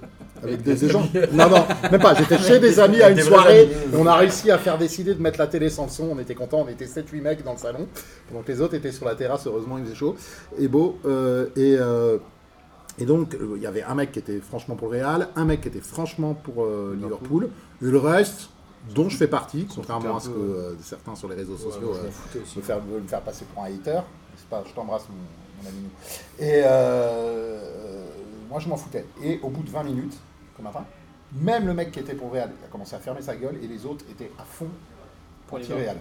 Speaker 5: avec des, des gens. Non non, même pas, j'étais chez des amis à une
Speaker 3: Des vrais
Speaker 5: soirée,
Speaker 3: amis.
Speaker 5: et on a réussi à faire décider de mettre la télé sans le son, on était content, on était 7 8 mecs dans le salon pendant que les autres étaient sur la terrasse, heureusement il faisait chaud et beau euh, et euh, et donc, euh, il y avait un mec qui était franchement pour le Real, un mec qui était franchement pour euh, Liverpool, et le reste, dont je fais partie, contrairement à ce que euh, certains sur les réseaux sociaux euh,
Speaker 2: me faire, me faire passer pour un hater. C'est pas, je t'embrasse, mon, mon ami. Et euh, moi, je m'en foutais. Et au bout de 20 minutes, comme avant, même le mec qui était pour Real il a commencé à fermer sa gueule et les autres étaient à fond pour
Speaker 1: Pour les
Speaker 2: tirer Real.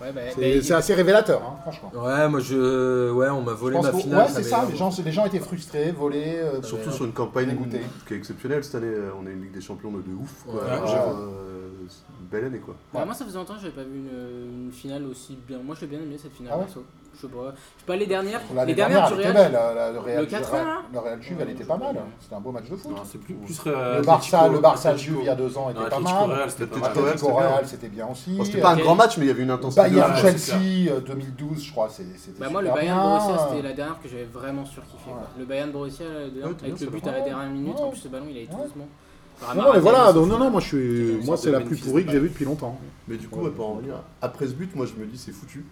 Speaker 1: Ouais, bah, bah,
Speaker 5: Et
Speaker 2: C'est assez révélateur, hein, franchement.
Speaker 3: Ouais, moi, je. Ouais, on m'a
Speaker 2: Je
Speaker 3: volé
Speaker 2: pense
Speaker 3: ma
Speaker 2: qu'au-
Speaker 3: finale.
Speaker 2: ouais, c'est
Speaker 3: m'avait
Speaker 2: ça.
Speaker 3: énervé.
Speaker 2: Les gens, les gens étaient frustrés, volés. euh,
Speaker 6: Surtout
Speaker 3: Ouais.
Speaker 6: sur une campagne
Speaker 2: Dégoûté.
Speaker 6: qui est exceptionnelle cette année. euh, On a une Ligue des Champions de, de ouf. Quoi.
Speaker 3: Ouais,
Speaker 6: Alors,
Speaker 2: j'avoue.
Speaker 6: euh, c'est une belle année quoi.
Speaker 1: bah, moi ça faisait longtemps que j'avais pas vu une, une finale aussi bien. Moi je l'ai bien aimé cette finale,
Speaker 2: Ah ouais
Speaker 1: perso. Je sais pas. Je sais pas, les dernières,
Speaker 2: L'année
Speaker 1: les dernières
Speaker 2: dernière,
Speaker 1: du
Speaker 2: elle était belle.
Speaker 1: Real.
Speaker 2: la- la- le Real,
Speaker 1: Le 4-1, là
Speaker 2: le Real Juve, elle était pas mal. C'était un beau match de foot.
Speaker 4: Non, c'est plus. plus euh,
Speaker 2: Le Barça, le Barça Juve, il y a deux ans, était pas mal.
Speaker 4: Real, c'était pas
Speaker 6: Peut-être
Speaker 4: mal.
Speaker 6: pas mal.
Speaker 2: L'Atlético
Speaker 6: c'était bien.
Speaker 2: Real, c'était bien aussi.
Speaker 6: Bon, Oh, c'était pas un
Speaker 1: ok.
Speaker 6: grand match, mais il y avait une intensité. de
Speaker 2: Bayern
Speaker 6: ouf.
Speaker 4: Ouais, c'est
Speaker 2: Chelsea euh, 2012, je crois, c'est- c'était.
Speaker 1: Bah moi le
Speaker 2: super
Speaker 1: Bayern
Speaker 2: bien.
Speaker 1: Borussia c'était la dernière que j'avais vraiment surkiffé. quoi.
Speaker 2: Voilà.
Speaker 1: Le Bayern Borussia là, de- euh,
Speaker 6: Ouais, t'es bien,
Speaker 1: avec le
Speaker 6: ça
Speaker 1: but
Speaker 6: va.
Speaker 1: à la dernière minute, en
Speaker 2: Ouais.
Speaker 1: plus ce ballon il allait tout
Speaker 2: Ouais.
Speaker 1: doucement.
Speaker 2: Ah,
Speaker 5: Non, non, mais voilà,
Speaker 1: Ramazan,
Speaker 5: donc, non, non, moi, je suis,
Speaker 6: une
Speaker 5: moi
Speaker 6: sorte
Speaker 5: c'est
Speaker 6: de
Speaker 5: la
Speaker 6: Memphis
Speaker 5: plus pourrie que j'ai
Speaker 6: Depay.
Speaker 5: vue depuis longtemps. hein.
Speaker 6: Mais du coup, ouais, pour en revenir, après ce but, moi je me dis c'est foutu.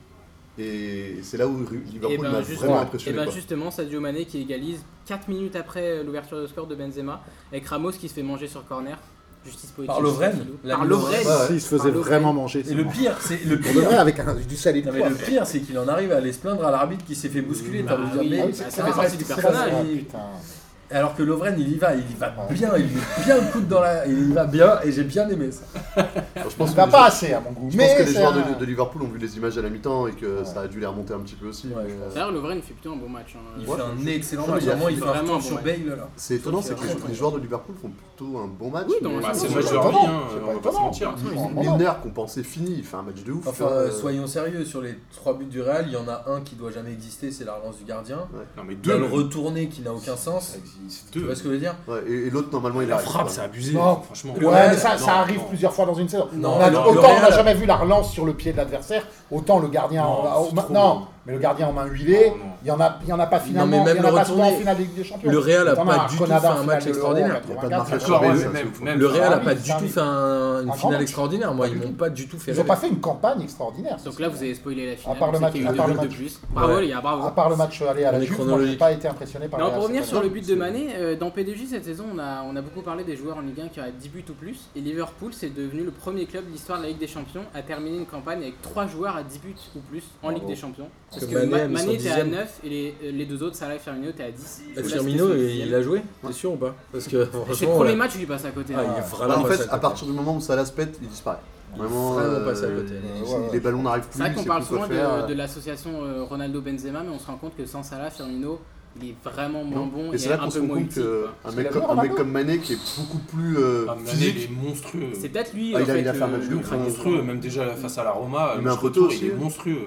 Speaker 6: Et c'est là où Ru-
Speaker 1: Et
Speaker 6: Liverpool m'a
Speaker 1: ben, juste-
Speaker 6: vraiment
Speaker 1: et
Speaker 6: impressionné.
Speaker 1: ben
Speaker 6: quoi.
Speaker 1: justement, Sadio Mané qui égalise 4 minutes après euh, l'ouverture de score de Benzema, avec Ramos qui se fait manger sur corner. Justice poétique.
Speaker 3: Par Lovren.
Speaker 1: Philou.
Speaker 3: La
Speaker 1: Par
Speaker 3: mise
Speaker 1: Lovren.
Speaker 3: Et-
Speaker 5: S'il se faisait
Speaker 1: Par Lovren.
Speaker 5: vraiment manger,
Speaker 3: Et
Speaker 5: c'est
Speaker 3: le
Speaker 5: mort.
Speaker 3: pire, c'est le
Speaker 5: Pour de
Speaker 3: pire.
Speaker 5: vrai, avec un- du sel et du
Speaker 3: Non, mais
Speaker 5: poivre.
Speaker 2: Ah,
Speaker 3: le pire, c'est qu'il en arrive à aller se plaindre à l'arbitre qui s'est fait bousculer. T'as envie de dire,
Speaker 1: oui.
Speaker 3: mais-
Speaker 1: Ah,
Speaker 2: Ah oui,
Speaker 1: ça
Speaker 2: c'est
Speaker 1: fait
Speaker 2: clair.
Speaker 1: partie du
Speaker 2: C'est
Speaker 1: personnage.
Speaker 2: vrai, putain.
Speaker 3: Eh, Et alors que Lovren, il y va, il y va bien, il met bien le coude dans la. Il y va bien, et j'ai bien aimé ça.
Speaker 6: Alors, je
Speaker 2: Il
Speaker 6: pense que
Speaker 2: va
Speaker 6: les
Speaker 2: pas
Speaker 6: gens-
Speaker 2: assez à mon goût.
Speaker 6: Je
Speaker 2: mais
Speaker 6: pense que les
Speaker 2: c'est
Speaker 6: joueurs
Speaker 2: un-
Speaker 6: de, de Liverpool ont vu les images à la mi-temps et que ça a dû les remonter un petit peu aussi.
Speaker 3: Ouais,
Speaker 6: mais,
Speaker 3: je pense.
Speaker 6: euh,
Speaker 1: D'ailleurs, Lovren fait plutôt un bon match. hein.
Speaker 3: Il
Speaker 6: Ouais.
Speaker 3: fait un excellent
Speaker 6: Ouais,
Speaker 3: match.
Speaker 6: il a
Speaker 3: Vraiment, il
Speaker 1: fait
Speaker 3: fait un
Speaker 1: vraiment
Speaker 3: retour
Speaker 1: un
Speaker 3: sur
Speaker 1: bon
Speaker 3: Bale là.
Speaker 6: c'est étonnant,
Speaker 1: Sauf
Speaker 6: c'est
Speaker 1: qu'il
Speaker 6: que
Speaker 1: y a
Speaker 6: les,
Speaker 1: rien.
Speaker 6: les joueurs de Liverpool font plutôt un bon match.
Speaker 1: Oui, dans
Speaker 4: Bah,
Speaker 1: le
Speaker 4: c'est
Speaker 1: sens
Speaker 4: le
Speaker 1: où-
Speaker 4: match de
Speaker 2: pas
Speaker 4: leur vie,
Speaker 2: étonnant,
Speaker 4: hein,
Speaker 2: c'est
Speaker 4: on
Speaker 2: pas
Speaker 4: va pas se
Speaker 2: étonnant.
Speaker 4: mentir.
Speaker 2: Ils
Speaker 1: Ils
Speaker 2: ont-
Speaker 6: Milner qu'on pensait fini, il fait un match de ouf.
Speaker 3: Enfin,
Speaker 6: euh,
Speaker 3: euh, soyons sérieux, sur les trois buts du Real, il y en a un qui doit jamais exister, c'est la relance du gardien.
Speaker 4: Non, mais
Speaker 3: Il y a
Speaker 4: deux.
Speaker 3: le
Speaker 4: même.
Speaker 3: retourné qui n'a aucun sens.
Speaker 4: Ça existe.
Speaker 3: Tu
Speaker 4: Deux.
Speaker 3: vois ce que je veux dire
Speaker 6: ouais, et, et l'autre normalement il
Speaker 4: La
Speaker 6: arrive,
Speaker 4: frappe,
Speaker 6: quoi.
Speaker 4: c'est abusé.
Speaker 2: Non.
Speaker 4: Franchement.
Speaker 3: Le-
Speaker 2: Ouais,
Speaker 3: Real-
Speaker 2: mais ça, ça
Speaker 4: non,
Speaker 2: arrive
Speaker 4: non.
Speaker 2: plusieurs fois dans une saison.
Speaker 3: Non,
Speaker 2: On a-
Speaker 3: non, le
Speaker 2: autant on n'a
Speaker 3: Real-
Speaker 2: jamais vu la relance sur le pied de l'adversaire, autant le gardien.
Speaker 4: Non,
Speaker 2: en- en-
Speaker 4: c'est trop
Speaker 2: non,
Speaker 4: bon.
Speaker 2: mais le gardien en main huilée,
Speaker 4: Non, non.
Speaker 2: il n'y en, a- il y en a pas finalement.
Speaker 3: mais même
Speaker 2: il y en a
Speaker 3: le
Speaker 2: pas souvent en
Speaker 3: retourné,
Speaker 2: finale de Ligue des Champions.
Speaker 3: le Real a
Speaker 2: T'en as
Speaker 3: pas du tout
Speaker 2: Konada
Speaker 3: fait
Speaker 2: en
Speaker 3: un
Speaker 2: finale
Speaker 3: match
Speaker 2: de l'Euro en
Speaker 3: extraordinaire.
Speaker 6: Il y a pas de
Speaker 2: 84,
Speaker 6: marquage
Speaker 2: ça
Speaker 6: sur
Speaker 4: Encore,
Speaker 2: fait
Speaker 6: Bale,
Speaker 4: ouais,
Speaker 6: ça,
Speaker 4: même-
Speaker 6: c'est-
Speaker 4: même-
Speaker 3: Le Real
Speaker 2: Ah
Speaker 3: n'a
Speaker 2: oui,
Speaker 3: pas
Speaker 2: c'est
Speaker 3: du
Speaker 2: un
Speaker 3: tout
Speaker 2: but.
Speaker 3: fait un- une
Speaker 2: Un grand
Speaker 3: finale
Speaker 2: match.
Speaker 3: extraordinaire. Moi, ils
Speaker 6: du
Speaker 3: m'ont pas du tout fait
Speaker 2: Ils n'ont
Speaker 3: rêver.
Speaker 2: pas fait une campagne extraordinaire.
Speaker 1: Donc là, vous avez spoilé la finale.
Speaker 2: À part le
Speaker 1: on sait
Speaker 2: match-
Speaker 1: qu'il y a
Speaker 2: à
Speaker 1: eu
Speaker 2: part
Speaker 1: deux
Speaker 2: le
Speaker 1: buts de
Speaker 2: match.
Speaker 1: plus. Bravo,
Speaker 3: Ouais.
Speaker 1: les gars,
Speaker 5: Ah,
Speaker 2: À
Speaker 1: bravo.
Speaker 2: part le match aller à
Speaker 3: On
Speaker 2: la Juve, moi,
Speaker 3: est
Speaker 2: je n'ai
Speaker 3: chronologique.
Speaker 2: pas été impressionné par
Speaker 1: Non,
Speaker 2: le
Speaker 1: pour
Speaker 2: Real
Speaker 1: revenir
Speaker 2: cette
Speaker 1: sur le
Speaker 2: année.
Speaker 1: but de Mané, euh, dans PDG cette saison, on a, on a beaucoup parlé des joueurs en Ligue 1 qui auraient 10 buts ou plus. Et Liverpool, c'est devenu le premier club de l'histoire de la Ligue des Champions à terminer une campagne avec 3 joueurs à 10 buts ou plus en Ligue des Champions. Parce
Speaker 3: Parce
Speaker 1: que,
Speaker 3: que Mané
Speaker 1: Ma-
Speaker 3: aime son
Speaker 1: Mané était à
Speaker 3: dixième.
Speaker 1: 9 et les, euh, les deux autres, Salah et Firmino, étaient à 10.
Speaker 3: Et
Speaker 1: Là, c'était
Speaker 3: Firmino,
Speaker 1: son
Speaker 3: il
Speaker 1: dixième.
Speaker 3: il a joué, t'es sûr ou pas Parce que
Speaker 1: C'est le
Speaker 3: franchement.
Speaker 1: premier
Speaker 3: euh,
Speaker 1: match où il passe à côté.
Speaker 3: ah,
Speaker 1: hein.
Speaker 3: il est
Speaker 6: Bah,
Speaker 3: vraiment
Speaker 6: en
Speaker 3: passé
Speaker 6: fait, à
Speaker 3: côté.
Speaker 6: partir du moment où Salah se pète, il disparaît.
Speaker 3: Il est
Speaker 6: Vraiment,
Speaker 3: vraiment
Speaker 6: euh,
Speaker 3: passé à côté.
Speaker 6: il-
Speaker 2: Ouais, ouais.
Speaker 6: les ballons n'arrivent plus.
Speaker 1: C'est vrai
Speaker 6: il
Speaker 1: qu'on
Speaker 6: sait
Speaker 1: parle
Speaker 6: plus quoi
Speaker 1: souvent
Speaker 6: faire.
Speaker 1: de, de l'association euh, Ronaldo-Benzema, mais on se rend compte que sans Salah, Firmino, il est vraiment moins bon
Speaker 6: Et
Speaker 1: et
Speaker 6: c'est là
Speaker 1: un
Speaker 6: qu'on se
Speaker 1: peu
Speaker 6: rend
Speaker 1: moins
Speaker 6: compte
Speaker 1: utile. quoi.
Speaker 6: qu'un mec,
Speaker 2: la meilleure
Speaker 6: comme- un mec
Speaker 1: hein.
Speaker 2: Ronaldo.
Speaker 6: comme Mané qui est beaucoup plus euh,
Speaker 4: Ah, mais Mané, il
Speaker 6: physique.
Speaker 4: est monstrueux.
Speaker 1: C'est peut-être lui.
Speaker 6: Ah,
Speaker 1: en
Speaker 6: il a-
Speaker 1: fait,
Speaker 6: il a fait un
Speaker 1: le-
Speaker 6: match de
Speaker 1: le
Speaker 6: ouf,
Speaker 4: Il est
Speaker 1: crack.
Speaker 4: monstrueux, même déjà la face à la Roma.
Speaker 6: Il
Speaker 4: le
Speaker 6: met un
Speaker 4: match
Speaker 6: poteau
Speaker 4: retour, Il
Speaker 6: aussi.
Speaker 4: est monstrueux.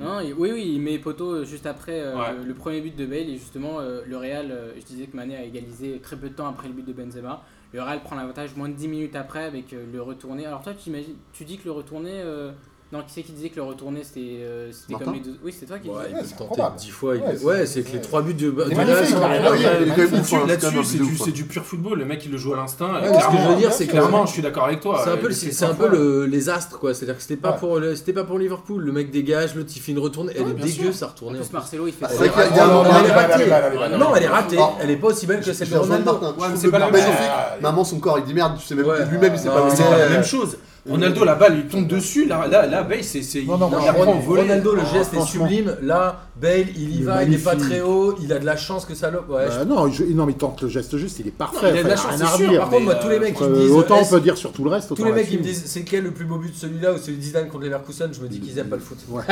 Speaker 1: Non, il- oui, oui, il met poteau euh, juste après euh,
Speaker 4: Ouais.
Speaker 1: le premier but de Bale et justement euh, le Real, euh, je disais que Mané a égalisé très peu de temps après le but de Benzema. Le Real prend l'avantage moins de 10 minutes après avec euh, le retourné. Alors toi, tu, imagines- tu dis que le retourné... euh, Non, qui c'est qui disait que le retourné c'était euh, c'était
Speaker 6: Martin
Speaker 1: comme les deux... Oui, c'est toi qui
Speaker 3: Ouais,
Speaker 1: disais.
Speaker 3: il peut
Speaker 2: c'est
Speaker 3: tenter
Speaker 2: probable.
Speaker 3: dix fois. il-
Speaker 2: Ouais, c'est-
Speaker 3: Ouais, c'est que
Speaker 2: ouais.
Speaker 3: les trois buts du.
Speaker 2: Il est magnifique, il arrive à
Speaker 6: il est- il est quand même
Speaker 2: Magnifique.
Speaker 6: ouf, hein, c'est quand même un
Speaker 4: Là-dessus,
Speaker 6: but
Speaker 4: c'est
Speaker 6: de
Speaker 4: du,
Speaker 6: ouf, hein.
Speaker 4: c'est du pur football. Le mec, il le joue à l'instinct.
Speaker 3: Ouais,
Speaker 4: Et
Speaker 3: mais ce que
Speaker 4: clairement-
Speaker 3: je veux dire, c'est que-
Speaker 4: Clairement, je suis d'accord avec toi. Euh,
Speaker 3: C'est un peu, le-
Speaker 4: Il
Speaker 3: c'est
Speaker 4: était
Speaker 3: c'est un
Speaker 4: sans
Speaker 3: peu
Speaker 4: foi.
Speaker 3: le- les astres, quoi. C'est-à-dire que c'était pas,
Speaker 2: Ouais.
Speaker 3: pour le- c'était pas pour Liverpool. Le mec dégage, l'autre il fait une retourne. Elle
Speaker 4: Ouais,
Speaker 3: est
Speaker 4: bien
Speaker 3: dégueu,
Speaker 4: sûr.
Speaker 3: sa
Speaker 1: En
Speaker 3: retournée.
Speaker 1: plus, Marcelo, il fait
Speaker 6: C'est
Speaker 1: ça.
Speaker 6: vrai qu'il y a- il y a
Speaker 3: Ah,
Speaker 6: un
Speaker 3: non,
Speaker 6: moment-
Speaker 3: elle est
Speaker 6: Allez, allez,
Speaker 3: ratée.
Speaker 6: allez,
Speaker 4: allez,
Speaker 3: Non, elle est ratée.
Speaker 6: Ah.
Speaker 3: Elle est pas aussi belle
Speaker 6: Je
Speaker 3: que celle
Speaker 6: je
Speaker 3: de
Speaker 6: rejoins
Speaker 3: Ronaldo.
Speaker 6: Martin, je
Speaker 4: Ouais, mais
Speaker 6: trouve
Speaker 4: c'est
Speaker 6: le
Speaker 4: pas la
Speaker 6: but
Speaker 4: même-
Speaker 6: magnifique.
Speaker 4: Ah,
Speaker 6: Maman, son corps, il dit merde, tu sais même
Speaker 3: Ouais.
Speaker 6: lui-même, il sait
Speaker 3: Non,
Speaker 6: pas
Speaker 3: non,
Speaker 6: baisé.
Speaker 4: C'est pas la même chose. Ronaldo, la balle, il tombe dessus. Là, là, là Bale, c'est. c'est-
Speaker 2: Non, non,
Speaker 4: il
Speaker 2: moi,
Speaker 4: la
Speaker 2: je
Speaker 4: prend
Speaker 2: comprends.
Speaker 4: au volet.
Speaker 3: Ronaldo, le geste est
Speaker 5: franchement.
Speaker 3: sublime. Là, Bale, il y
Speaker 5: Il est
Speaker 3: va, il est pas
Speaker 5: magnifique.
Speaker 3: très haut. Il a de la chance que ça le. Ouais, je-
Speaker 5: Bah non, je- non, mais il tente le geste juste, il est parfait.
Speaker 3: il a de la
Speaker 5: enfin,
Speaker 3: chance,
Speaker 5: rien à
Speaker 3: c'est sûr.
Speaker 5: redire.
Speaker 3: Par contre,
Speaker 4: mais,
Speaker 3: moi, tous les
Speaker 4: euh,
Speaker 3: mecs qui
Speaker 5: Euh,
Speaker 3: me disent.
Speaker 5: autant on
Speaker 3: est-ce-
Speaker 5: peut dire sur tout le reste.
Speaker 3: Tous
Speaker 5: autant
Speaker 3: les mecs ils me
Speaker 5: là-dessus.
Speaker 3: disent c'est quel le plus beau but de celui-là ou celui de Zidane contre Leverkusen, je me dis qu'ils aiment pas le foot.
Speaker 5: Ouais.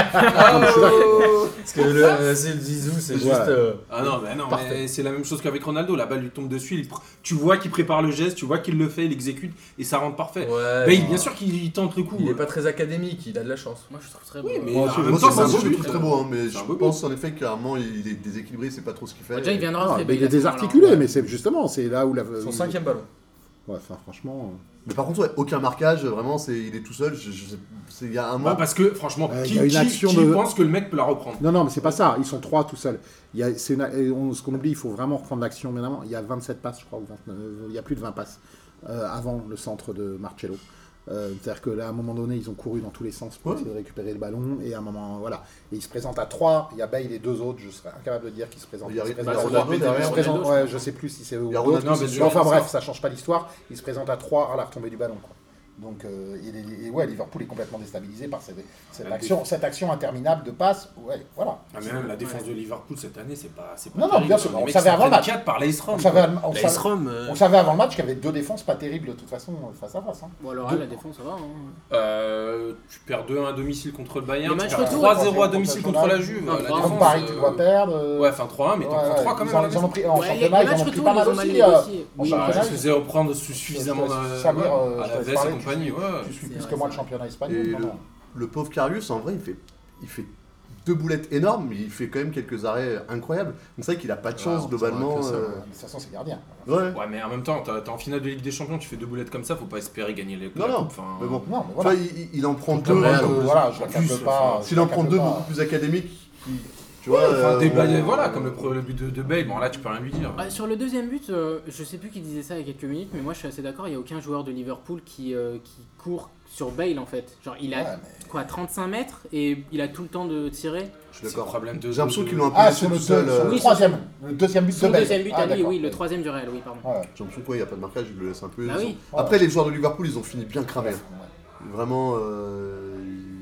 Speaker 3: Parce que le euh, c'est le Zizou, c'est juste.
Speaker 5: Ouais.
Speaker 3: euh,
Speaker 4: Ah non, mais non,
Speaker 3: Parfait.
Speaker 4: mais c'est la même chose qu'avec Ronaldo. La balle lui tombe dessus. il pr- Tu vois qu'il prépare le geste, tu vois qu'il le fait, il exécute et ça rentre parfait.
Speaker 3: Ouais.
Speaker 4: Bale, bien sûr qu'il il tente le coup.
Speaker 3: Il est pas très académique, il a de la chance.
Speaker 1: Moi, je trouve très
Speaker 4: Oui,
Speaker 1: bon.
Speaker 4: mais
Speaker 5: Moi,
Speaker 4: en
Speaker 5: c'est-
Speaker 4: même
Speaker 6: Moi,
Speaker 4: temps,
Speaker 6: c'est
Speaker 4: c'est
Speaker 6: un
Speaker 4: un
Speaker 6: beau
Speaker 4: beau
Speaker 6: but,
Speaker 4: but.
Speaker 6: je trouve très beau, hein, mais
Speaker 4: C'est
Speaker 6: je
Speaker 4: un beau but.
Speaker 6: pense en effet que clairement, il est déséquilibré, c'est pas trop ce qu'il fait.
Speaker 1: Déjà, il vient de
Speaker 5: Non,
Speaker 1: rentrer.
Speaker 5: mais il
Speaker 1: Bale, Ah,
Speaker 5: est
Speaker 1: alors,
Speaker 5: désarticulé,
Speaker 1: ouais.
Speaker 5: mais c'est justement, c'est là où la.
Speaker 6: Euh,
Speaker 3: Son cinquième ballon.
Speaker 5: Ouais, enfin, franchement. euh,
Speaker 6: Mais par contre, ouais, aucun marquage, vraiment, c'est il est tout seul. je- je sais- c'est- Il y a un
Speaker 4: Bah,
Speaker 6: moment.
Speaker 4: parce que franchement,
Speaker 5: Euh,
Speaker 4: qui,
Speaker 5: il y a une
Speaker 4: qui-
Speaker 5: action
Speaker 4: qui
Speaker 5: de-
Speaker 4: pense que le mec peut la reprendre
Speaker 5: Non, non, mais c'est pas ça. Ils sont trois tout seuls. Il y a, c'est une- et on- ce qu'on oublie, il faut vraiment reprendre l'action. Évidemment, il y a 27 passes, je crois, ou 29, il y a plus de 20 passes euh, avant le centre de Marcello. Euh, C'est-à-dire que là, à un moment donné, ils ont couru dans tous les sens pour
Speaker 6: Ouais.
Speaker 5: essayer de récupérer le ballon. Et à un moment, voilà. Et ils se présentent à trois. Il y a Bale et deux autres. Je serais incapable de dire qu'ils se présentent.
Speaker 6: Il y a-
Speaker 5: Ils se
Speaker 6: il y a
Speaker 5: présentent-
Speaker 6: Ronaldo
Speaker 5: ils se
Speaker 6: derrière,
Speaker 5: présentent-
Speaker 1: Ronaldo, je
Speaker 5: ouais,
Speaker 1: crois.
Speaker 5: je sais plus si c'est eux ou
Speaker 6: Il y a
Speaker 5: d'autres.
Speaker 6: Ronaldo,
Speaker 4: mais
Speaker 6: c'est
Speaker 4: je-
Speaker 6: sûr.
Speaker 5: Bon, enfin bref, ça change pas l'histoire. Il se présente à 3 à la retombée du ballon. quoi. Donc, euh, et les- et ouais, Liverpool est complètement déstabilisé par cette, cette
Speaker 4: La
Speaker 5: action, cette action interminable de passe. Ouais, voilà.
Speaker 4: Ah, mais même la défense de Liverpool cette année, c'est pas. c'est pas
Speaker 5: Non, non,
Speaker 4: terrible. hein.
Speaker 5: bien sûr,
Speaker 4: Les
Speaker 5: on
Speaker 4: mecs
Speaker 5: savait
Speaker 4: se
Speaker 5: avant le
Speaker 4: prennent
Speaker 5: match.
Speaker 4: quatre par l'Aistrom.
Speaker 5: On savait, avant- on, savait,
Speaker 4: L'Aistrom. euh,
Speaker 5: on savait avant le match qu'il y avait deux défenses pas terribles de toute façon euh, face à face. hein.
Speaker 1: Bon, alors, là, la défense, ça va. hein.
Speaker 4: Euh, tu perds 2-1 à domicile contre le Bayern,
Speaker 1: Les matchs
Speaker 4: tu perds
Speaker 1: retour,
Speaker 4: 3-0 à
Speaker 5: contre
Speaker 4: domicile
Speaker 5: le
Speaker 4: contre la
Speaker 5: Bayern.
Speaker 4: Juve.
Speaker 1: Non,
Speaker 4: la
Speaker 1: contre
Speaker 4: défense,
Speaker 5: Comme Paris, tu
Speaker 4: euh,
Speaker 5: dois perdre. euh,
Speaker 4: Ouais, enfin 3-1, mais t'en
Speaker 5: ouais,
Speaker 4: prends 3 quand
Speaker 5: ils
Speaker 4: même. hein,
Speaker 5: en-
Speaker 4: à la
Speaker 5: Ils en
Speaker 4: maison.
Speaker 5: ont pris en
Speaker 1: Ouais, les-
Speaker 5: championnat,
Speaker 1: les
Speaker 5: ils en
Speaker 1: matchs
Speaker 5: ont pris
Speaker 1: retour,
Speaker 5: pas
Speaker 1: ils
Speaker 5: mal
Speaker 1: les ont mal
Speaker 5: aussi.
Speaker 1: négociés.
Speaker 5: euh,
Speaker 1: Oui,
Speaker 5: en
Speaker 4: Oui,
Speaker 1: bah,
Speaker 4: bah,
Speaker 5: championnat,
Speaker 4: je faisais reprendre sous- suffisamment
Speaker 5: Samir,
Speaker 4: de-
Speaker 5: Samir,
Speaker 4: ouais,
Speaker 5: euh,
Speaker 4: à
Speaker 5: je
Speaker 4: la
Speaker 5: t'avais
Speaker 4: veste
Speaker 5: parlé,
Speaker 4: et
Speaker 5: tu-
Speaker 4: compagnie. ouais.
Speaker 5: Tu suis
Speaker 1: C'est
Speaker 5: plus
Speaker 1: vrai,
Speaker 5: que moi
Speaker 1: c'est
Speaker 5: le championnat espagnol.
Speaker 6: Et
Speaker 5: non,
Speaker 6: le,
Speaker 5: non.
Speaker 6: le pauvre Karius, en vrai, il fait, il fait deux boulettes énormes, mais il fait quand même quelques arrêts incroyables. Donc c'est vrai qu'il a pas de chance,
Speaker 4: Ouais,
Speaker 6: globalement.
Speaker 4: c'est vrai que
Speaker 6: euh,
Speaker 5: Mais De toute façon, c'est gardien.
Speaker 6: Ouais.
Speaker 4: Ouais, mais en même temps, t'as- t'es en finale de Ligue des Champions, tu fais deux boulettes comme ça, faut pas espérer gagner les
Speaker 6: Non,
Speaker 4: la
Speaker 6: non,
Speaker 4: coupe, enfin,
Speaker 6: mais bon.
Speaker 5: Non, mais
Speaker 6: Tu vois,
Speaker 5: voilà.
Speaker 6: il, il- il en prend
Speaker 5: Donc,
Speaker 6: deux.
Speaker 5: euh,
Speaker 6: beaucoup plus-
Speaker 5: voilà, je la
Speaker 4: plus,
Speaker 5: capte pas.
Speaker 4: enfin,
Speaker 5: je
Speaker 6: S'il
Speaker 5: la
Speaker 6: en prend
Speaker 5: capte
Speaker 6: deux
Speaker 5: pas.
Speaker 6: beaucoup plus académiques, qui- tu vois.
Speaker 4: enfin,
Speaker 6: euh,
Speaker 4: des
Speaker 6: on-
Speaker 4: blagues, voilà, comme le, pro- le but de, de Bale, bon là tu peux rien lui dire.
Speaker 1: Ah, sur le deuxième but, euh, je sais plus qui disait ça il y a quelques minutes, mais moi je suis assez d'accord, il n'y a aucun joueur de Liverpool qui, euh, qui court sur Bale en fait. Genre il a
Speaker 5: Ouais,
Speaker 1: quoi 35 mètres et il a tout le temps de tirer.
Speaker 6: Je suis
Speaker 4: C'est le
Speaker 6: d'accord.
Speaker 4: problème de.
Speaker 6: J'ai l'impression
Speaker 4: de-
Speaker 6: qu'ils l'ont un peu
Speaker 5: Ah,
Speaker 6: laissé
Speaker 5: sur
Speaker 6: tout
Speaker 5: le,
Speaker 6: seul.
Speaker 5: sur le
Speaker 6: euh,
Speaker 1: Oui,
Speaker 5: troisième, le deuxième but
Speaker 1: Son
Speaker 5: de Bale.
Speaker 1: deuxième but
Speaker 5: Ah,
Speaker 1: à lui,
Speaker 5: d'accord.
Speaker 1: oui, le troisième du Real, oui,
Speaker 3: Ah,
Speaker 1: pardon.
Speaker 5: Ouais.
Speaker 6: J'ai l'impression qu'il n'y a pas de marquage, je le laisse un peu.
Speaker 1: Bah
Speaker 6: ils
Speaker 1: oui.
Speaker 6: ont- Après, les joueurs de Liverpool, ils ont fini bien cramés.
Speaker 5: Ouais.
Speaker 6: Vraiment. euh, ils-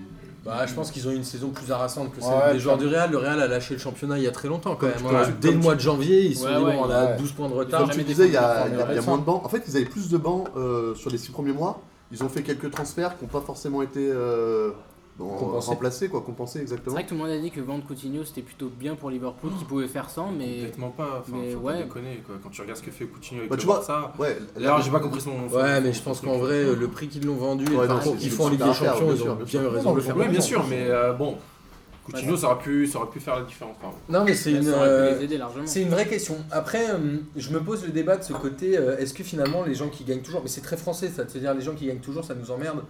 Speaker 3: Bah, je pense qu'ils ont eu une saison plus harassante que
Speaker 2: Ouais,
Speaker 3: celle
Speaker 2: ouais,
Speaker 3: des joueurs
Speaker 2: puis-
Speaker 3: du Real. Le Real a lâché le championnat il y a très longtemps quand même.
Speaker 6: Comme tu
Speaker 3: hein.
Speaker 6: peux-
Speaker 3: Dès
Speaker 6: comme
Speaker 3: le
Speaker 6: tu-
Speaker 3: mois de janvier, ils se sont
Speaker 1: Ouais,
Speaker 3: dit
Speaker 1: ouais,
Speaker 3: bon, on a
Speaker 2: ouais.
Speaker 3: 12 points de
Speaker 1: Comme
Speaker 3: retard.
Speaker 6: Comme tu
Speaker 1: jamais
Speaker 6: disais, il y a,
Speaker 1: défendu
Speaker 6: il y a- il y a
Speaker 1: la
Speaker 6: moins de bancs. En fait, ils avaient plus de bancs euh, sur les six premiers mois. Ils ont fait quelques transferts qui n'ont pas forcément été euh, bon,
Speaker 3: Compensés.
Speaker 6: remplacés, quoi, compensés
Speaker 1: C'est
Speaker 6: exactement.
Speaker 1: vrai que tout le monde a dit que vendre Coutinho c'était plutôt bien pour Liverpool, qui pouvait faire sans, mais.
Speaker 4: Complètement pas, enfin,
Speaker 1: mais
Speaker 4: faut pas
Speaker 1: ouais.
Speaker 4: déconner, quoi. Quand tu regardes ce que fait Coutinho avec
Speaker 6: Bah,
Speaker 4: le
Speaker 6: tu vois-
Speaker 4: Barça...
Speaker 6: Ouais,
Speaker 4: D'ailleurs, j'ai pas compris son...
Speaker 3: Ouais, mais je pense qu'en vrai, le prix qu'ils l'ont vendu et le
Speaker 6: Ouais, non,
Speaker 3: parcours
Speaker 6: c'est-
Speaker 3: qu'ils
Speaker 6: c'est
Speaker 3: font en Ligue des
Speaker 6: super à faire,
Speaker 3: Champions,
Speaker 6: bien
Speaker 3: ils
Speaker 6: sûr,
Speaker 3: ont
Speaker 6: bien
Speaker 3: bien
Speaker 6: sûr.
Speaker 3: eu raison de le faire.
Speaker 4: Oui, bien sûr, mais euh, bon... Coutinho, ça aurait pu, ça aurait pu faire la différence. Enfin,
Speaker 3: Non, mais c'est
Speaker 1: ça
Speaker 3: une.
Speaker 1: aurait pu
Speaker 3: euh,
Speaker 1: les aider largement.
Speaker 3: C'est une vraie question. Après, euh, je me pose le débat de ce côté, euh, est-ce que finalement les gens qui gagnent toujours, mais c'est très français ça, c'est-à-dire les gens qui gagnent toujours ça nous emmerde.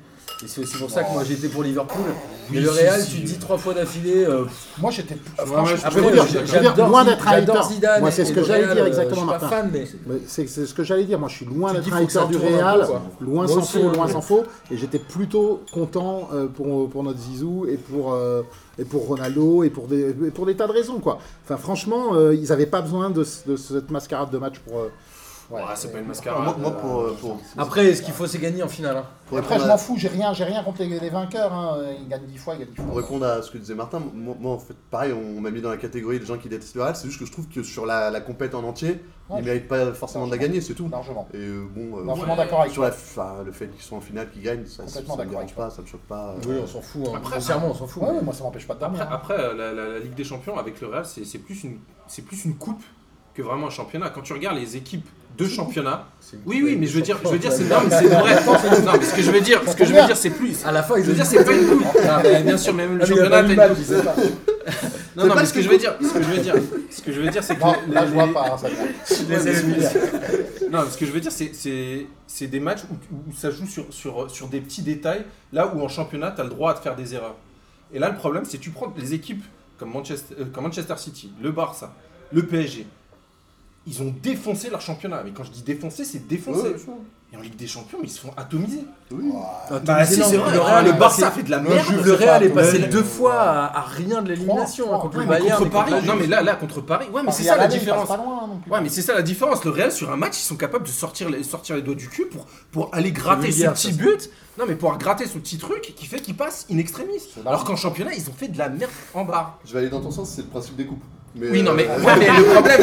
Speaker 3: Et c'est aussi pour ça que moi j'étais pour Liverpool. mais
Speaker 4: Oui,
Speaker 3: le
Speaker 4: si,
Speaker 3: Real,
Speaker 4: si.
Speaker 3: tu te dis trois fois d'affilée. euh,
Speaker 2: Moi, j'étais plus.
Speaker 4: Ouais,
Speaker 2: franchement,
Speaker 4: ouais,
Speaker 2: je-
Speaker 4: je-
Speaker 2: je-
Speaker 3: euh,
Speaker 2: veux dire,
Speaker 3: j-
Speaker 5: je veux dire,
Speaker 3: j'adore
Speaker 5: loin
Speaker 3: Zid-
Speaker 5: d'être hater.
Speaker 3: j'adore Zidane
Speaker 5: Moi, c'est ce
Speaker 3: et
Speaker 5: que
Speaker 3: le
Speaker 5: j'allais
Speaker 3: Real,
Speaker 5: dire
Speaker 3: euh,
Speaker 5: exactement,
Speaker 3: Je suis pas
Speaker 5: Martin.
Speaker 3: fan, mais
Speaker 5: Mais C'est c'est ce que j'allais dire. Moi, je suis loin
Speaker 3: Tu
Speaker 5: d'être
Speaker 3: dis,
Speaker 5: un
Speaker 3: faut que ça
Speaker 5: hater du
Speaker 3: tourne un peu,
Speaker 5: Real,
Speaker 3: quoi.
Speaker 5: loin
Speaker 3: Moi
Speaker 5: s'en
Speaker 3: aussi,
Speaker 5: faut,
Speaker 3: hein.
Speaker 5: loin s'en faut. Et j'étais plutôt content euh, pour, pour notre Zizou et pour, euh, et pour Ronaldo et pour, des, et pour des tas de raisons, quoi. Enfin, franchement, euh, ils n'avaient pas besoin de, ce- de cette mascarade de match pour. euh, ouais.
Speaker 4: ouais, c'est pas une mascarade.
Speaker 6: Moi, moi, pour, euh, pour,
Speaker 3: après, ce qu'il faut, c'est gagner en finale. hein.
Speaker 6: pour
Speaker 2: Après, je
Speaker 6: répondre,
Speaker 2: m'en
Speaker 6: à,
Speaker 2: fous, j'ai rien, j'ai rien contre les, les vainqueurs. Hein. Ils gagnent 10 fois, ils gagnent 10
Speaker 6: pour
Speaker 2: fois.
Speaker 6: répondre à ce que disait Martin, moi, moi, en fait, pareil, on, m'a mis dans la catégorie des gens qui détestent le Real. C'est juste que je trouve que sur la, la compète en entier,
Speaker 2: Ouais,
Speaker 6: ils méritent pas forcément de la gagner, c'est tout.
Speaker 2: Largement.
Speaker 6: Et euh, bon, euh,
Speaker 2: Largement d'accord avec
Speaker 6: sur la, enfin, le fait qu'ils soient en finale, qu'ils gagnent, ça, ça,
Speaker 2: Complètement
Speaker 6: me
Speaker 2: d'accord
Speaker 6: dérange
Speaker 2: avec toi.
Speaker 6: pas, ça me choque pas.
Speaker 3: Oui,
Speaker 6: euh,
Speaker 3: on s'en fout. hein.
Speaker 4: Après-
Speaker 3: Sincèrement, on s'en fout.
Speaker 2: Ouais, ouais, moi, ça m'empêche pas de dormir.
Speaker 4: Après,
Speaker 2: hein.
Speaker 4: après, euh, la, la- la Ligue des Champions avec le Real, c'est c'est plus une, c'est plus une coupe que vraiment un championnat. Quand tu regardes les équipes de championnat, oui, oui, mais je veux dire, je veux dire, c'est non, mais c'est vrai. Non, mais ce que je veux dire, ce que je veux dire, c'est plus.
Speaker 3: À la fin, ils
Speaker 4: Je veux
Speaker 3: ont
Speaker 4: dire,
Speaker 3: dit-
Speaker 4: c'est pas une coupe. Ah, mais bien sûr, même
Speaker 3: Ah, mais il a
Speaker 4: le championnat,
Speaker 3: pas eu
Speaker 4: t'as
Speaker 3: le
Speaker 4: une
Speaker 3: match,
Speaker 4: coupe.
Speaker 3: il sait pas.
Speaker 4: Non, non, mais ce que je veux dire, ce que je veux dire, ce que je veux dire, c'est que
Speaker 2: Non,
Speaker 4: les-
Speaker 2: là, je vois
Speaker 4: les-
Speaker 2: pas. hein, ça.
Speaker 4: Non, ce que je veux dire, c'est- c'est c'est des matchs où, où ça joue sur, sur, sur des petits détails, là où en championnat, tu as le droit à te faire des erreurs. Et là, le problème, c'est que tu prends les équipes comme Manchester, euh, comme Manchester City, le Barça, le PSG. Ils ont défoncé leur championnat. Mais quand je dis défoncé, c'est défoncé.
Speaker 6: Ouais,
Speaker 4: Et en Ligue des Champions, ils se font atomiser.
Speaker 6: oui.
Speaker 3: Ah,
Speaker 4: Bah, si, c'est vrai.
Speaker 3: Le
Speaker 4: Le,
Speaker 3: Real est
Speaker 4: Barça
Speaker 3: passé-
Speaker 4: fait de la
Speaker 3: Le
Speaker 4: merde.
Speaker 3: Juve, le Real est passé
Speaker 4: Ouais,
Speaker 3: deux fois à, à rien de l'élimination
Speaker 2: Trois,
Speaker 3: hein, contre
Speaker 2: trois.
Speaker 3: le
Speaker 2: Ouais,
Speaker 4: contre
Speaker 3: Bayern. et
Speaker 4: Paris.
Speaker 3: contre la
Speaker 4: Non,
Speaker 3: Juve.
Speaker 4: mais là, là, contre Paris. Ouais, mais
Speaker 2: Paris
Speaker 4: c'est ça
Speaker 2: à
Speaker 4: la
Speaker 2: l'aller, ils passent
Speaker 4: différence.
Speaker 2: pas loin, hein, non plus.
Speaker 4: Ouais, mais c'est ça la différence. Le Real, sur un match, ils sont capables de sortir les, sortir les doigts du cul pour, pour aller gratter ce
Speaker 3: vulgaire,
Speaker 4: petit
Speaker 3: ça,
Speaker 4: but. Non, mais pour gratter ce petit truc qui fait qu'ils passent in extremis. Alors qu'en championnat, ils ont fait de la merde en barre.
Speaker 6: Je vais aller dans ton sens, c'est le principe des coupes. Mais,
Speaker 4: Oui, non, mais,
Speaker 6: euh,
Speaker 4: ouais, mais le problème.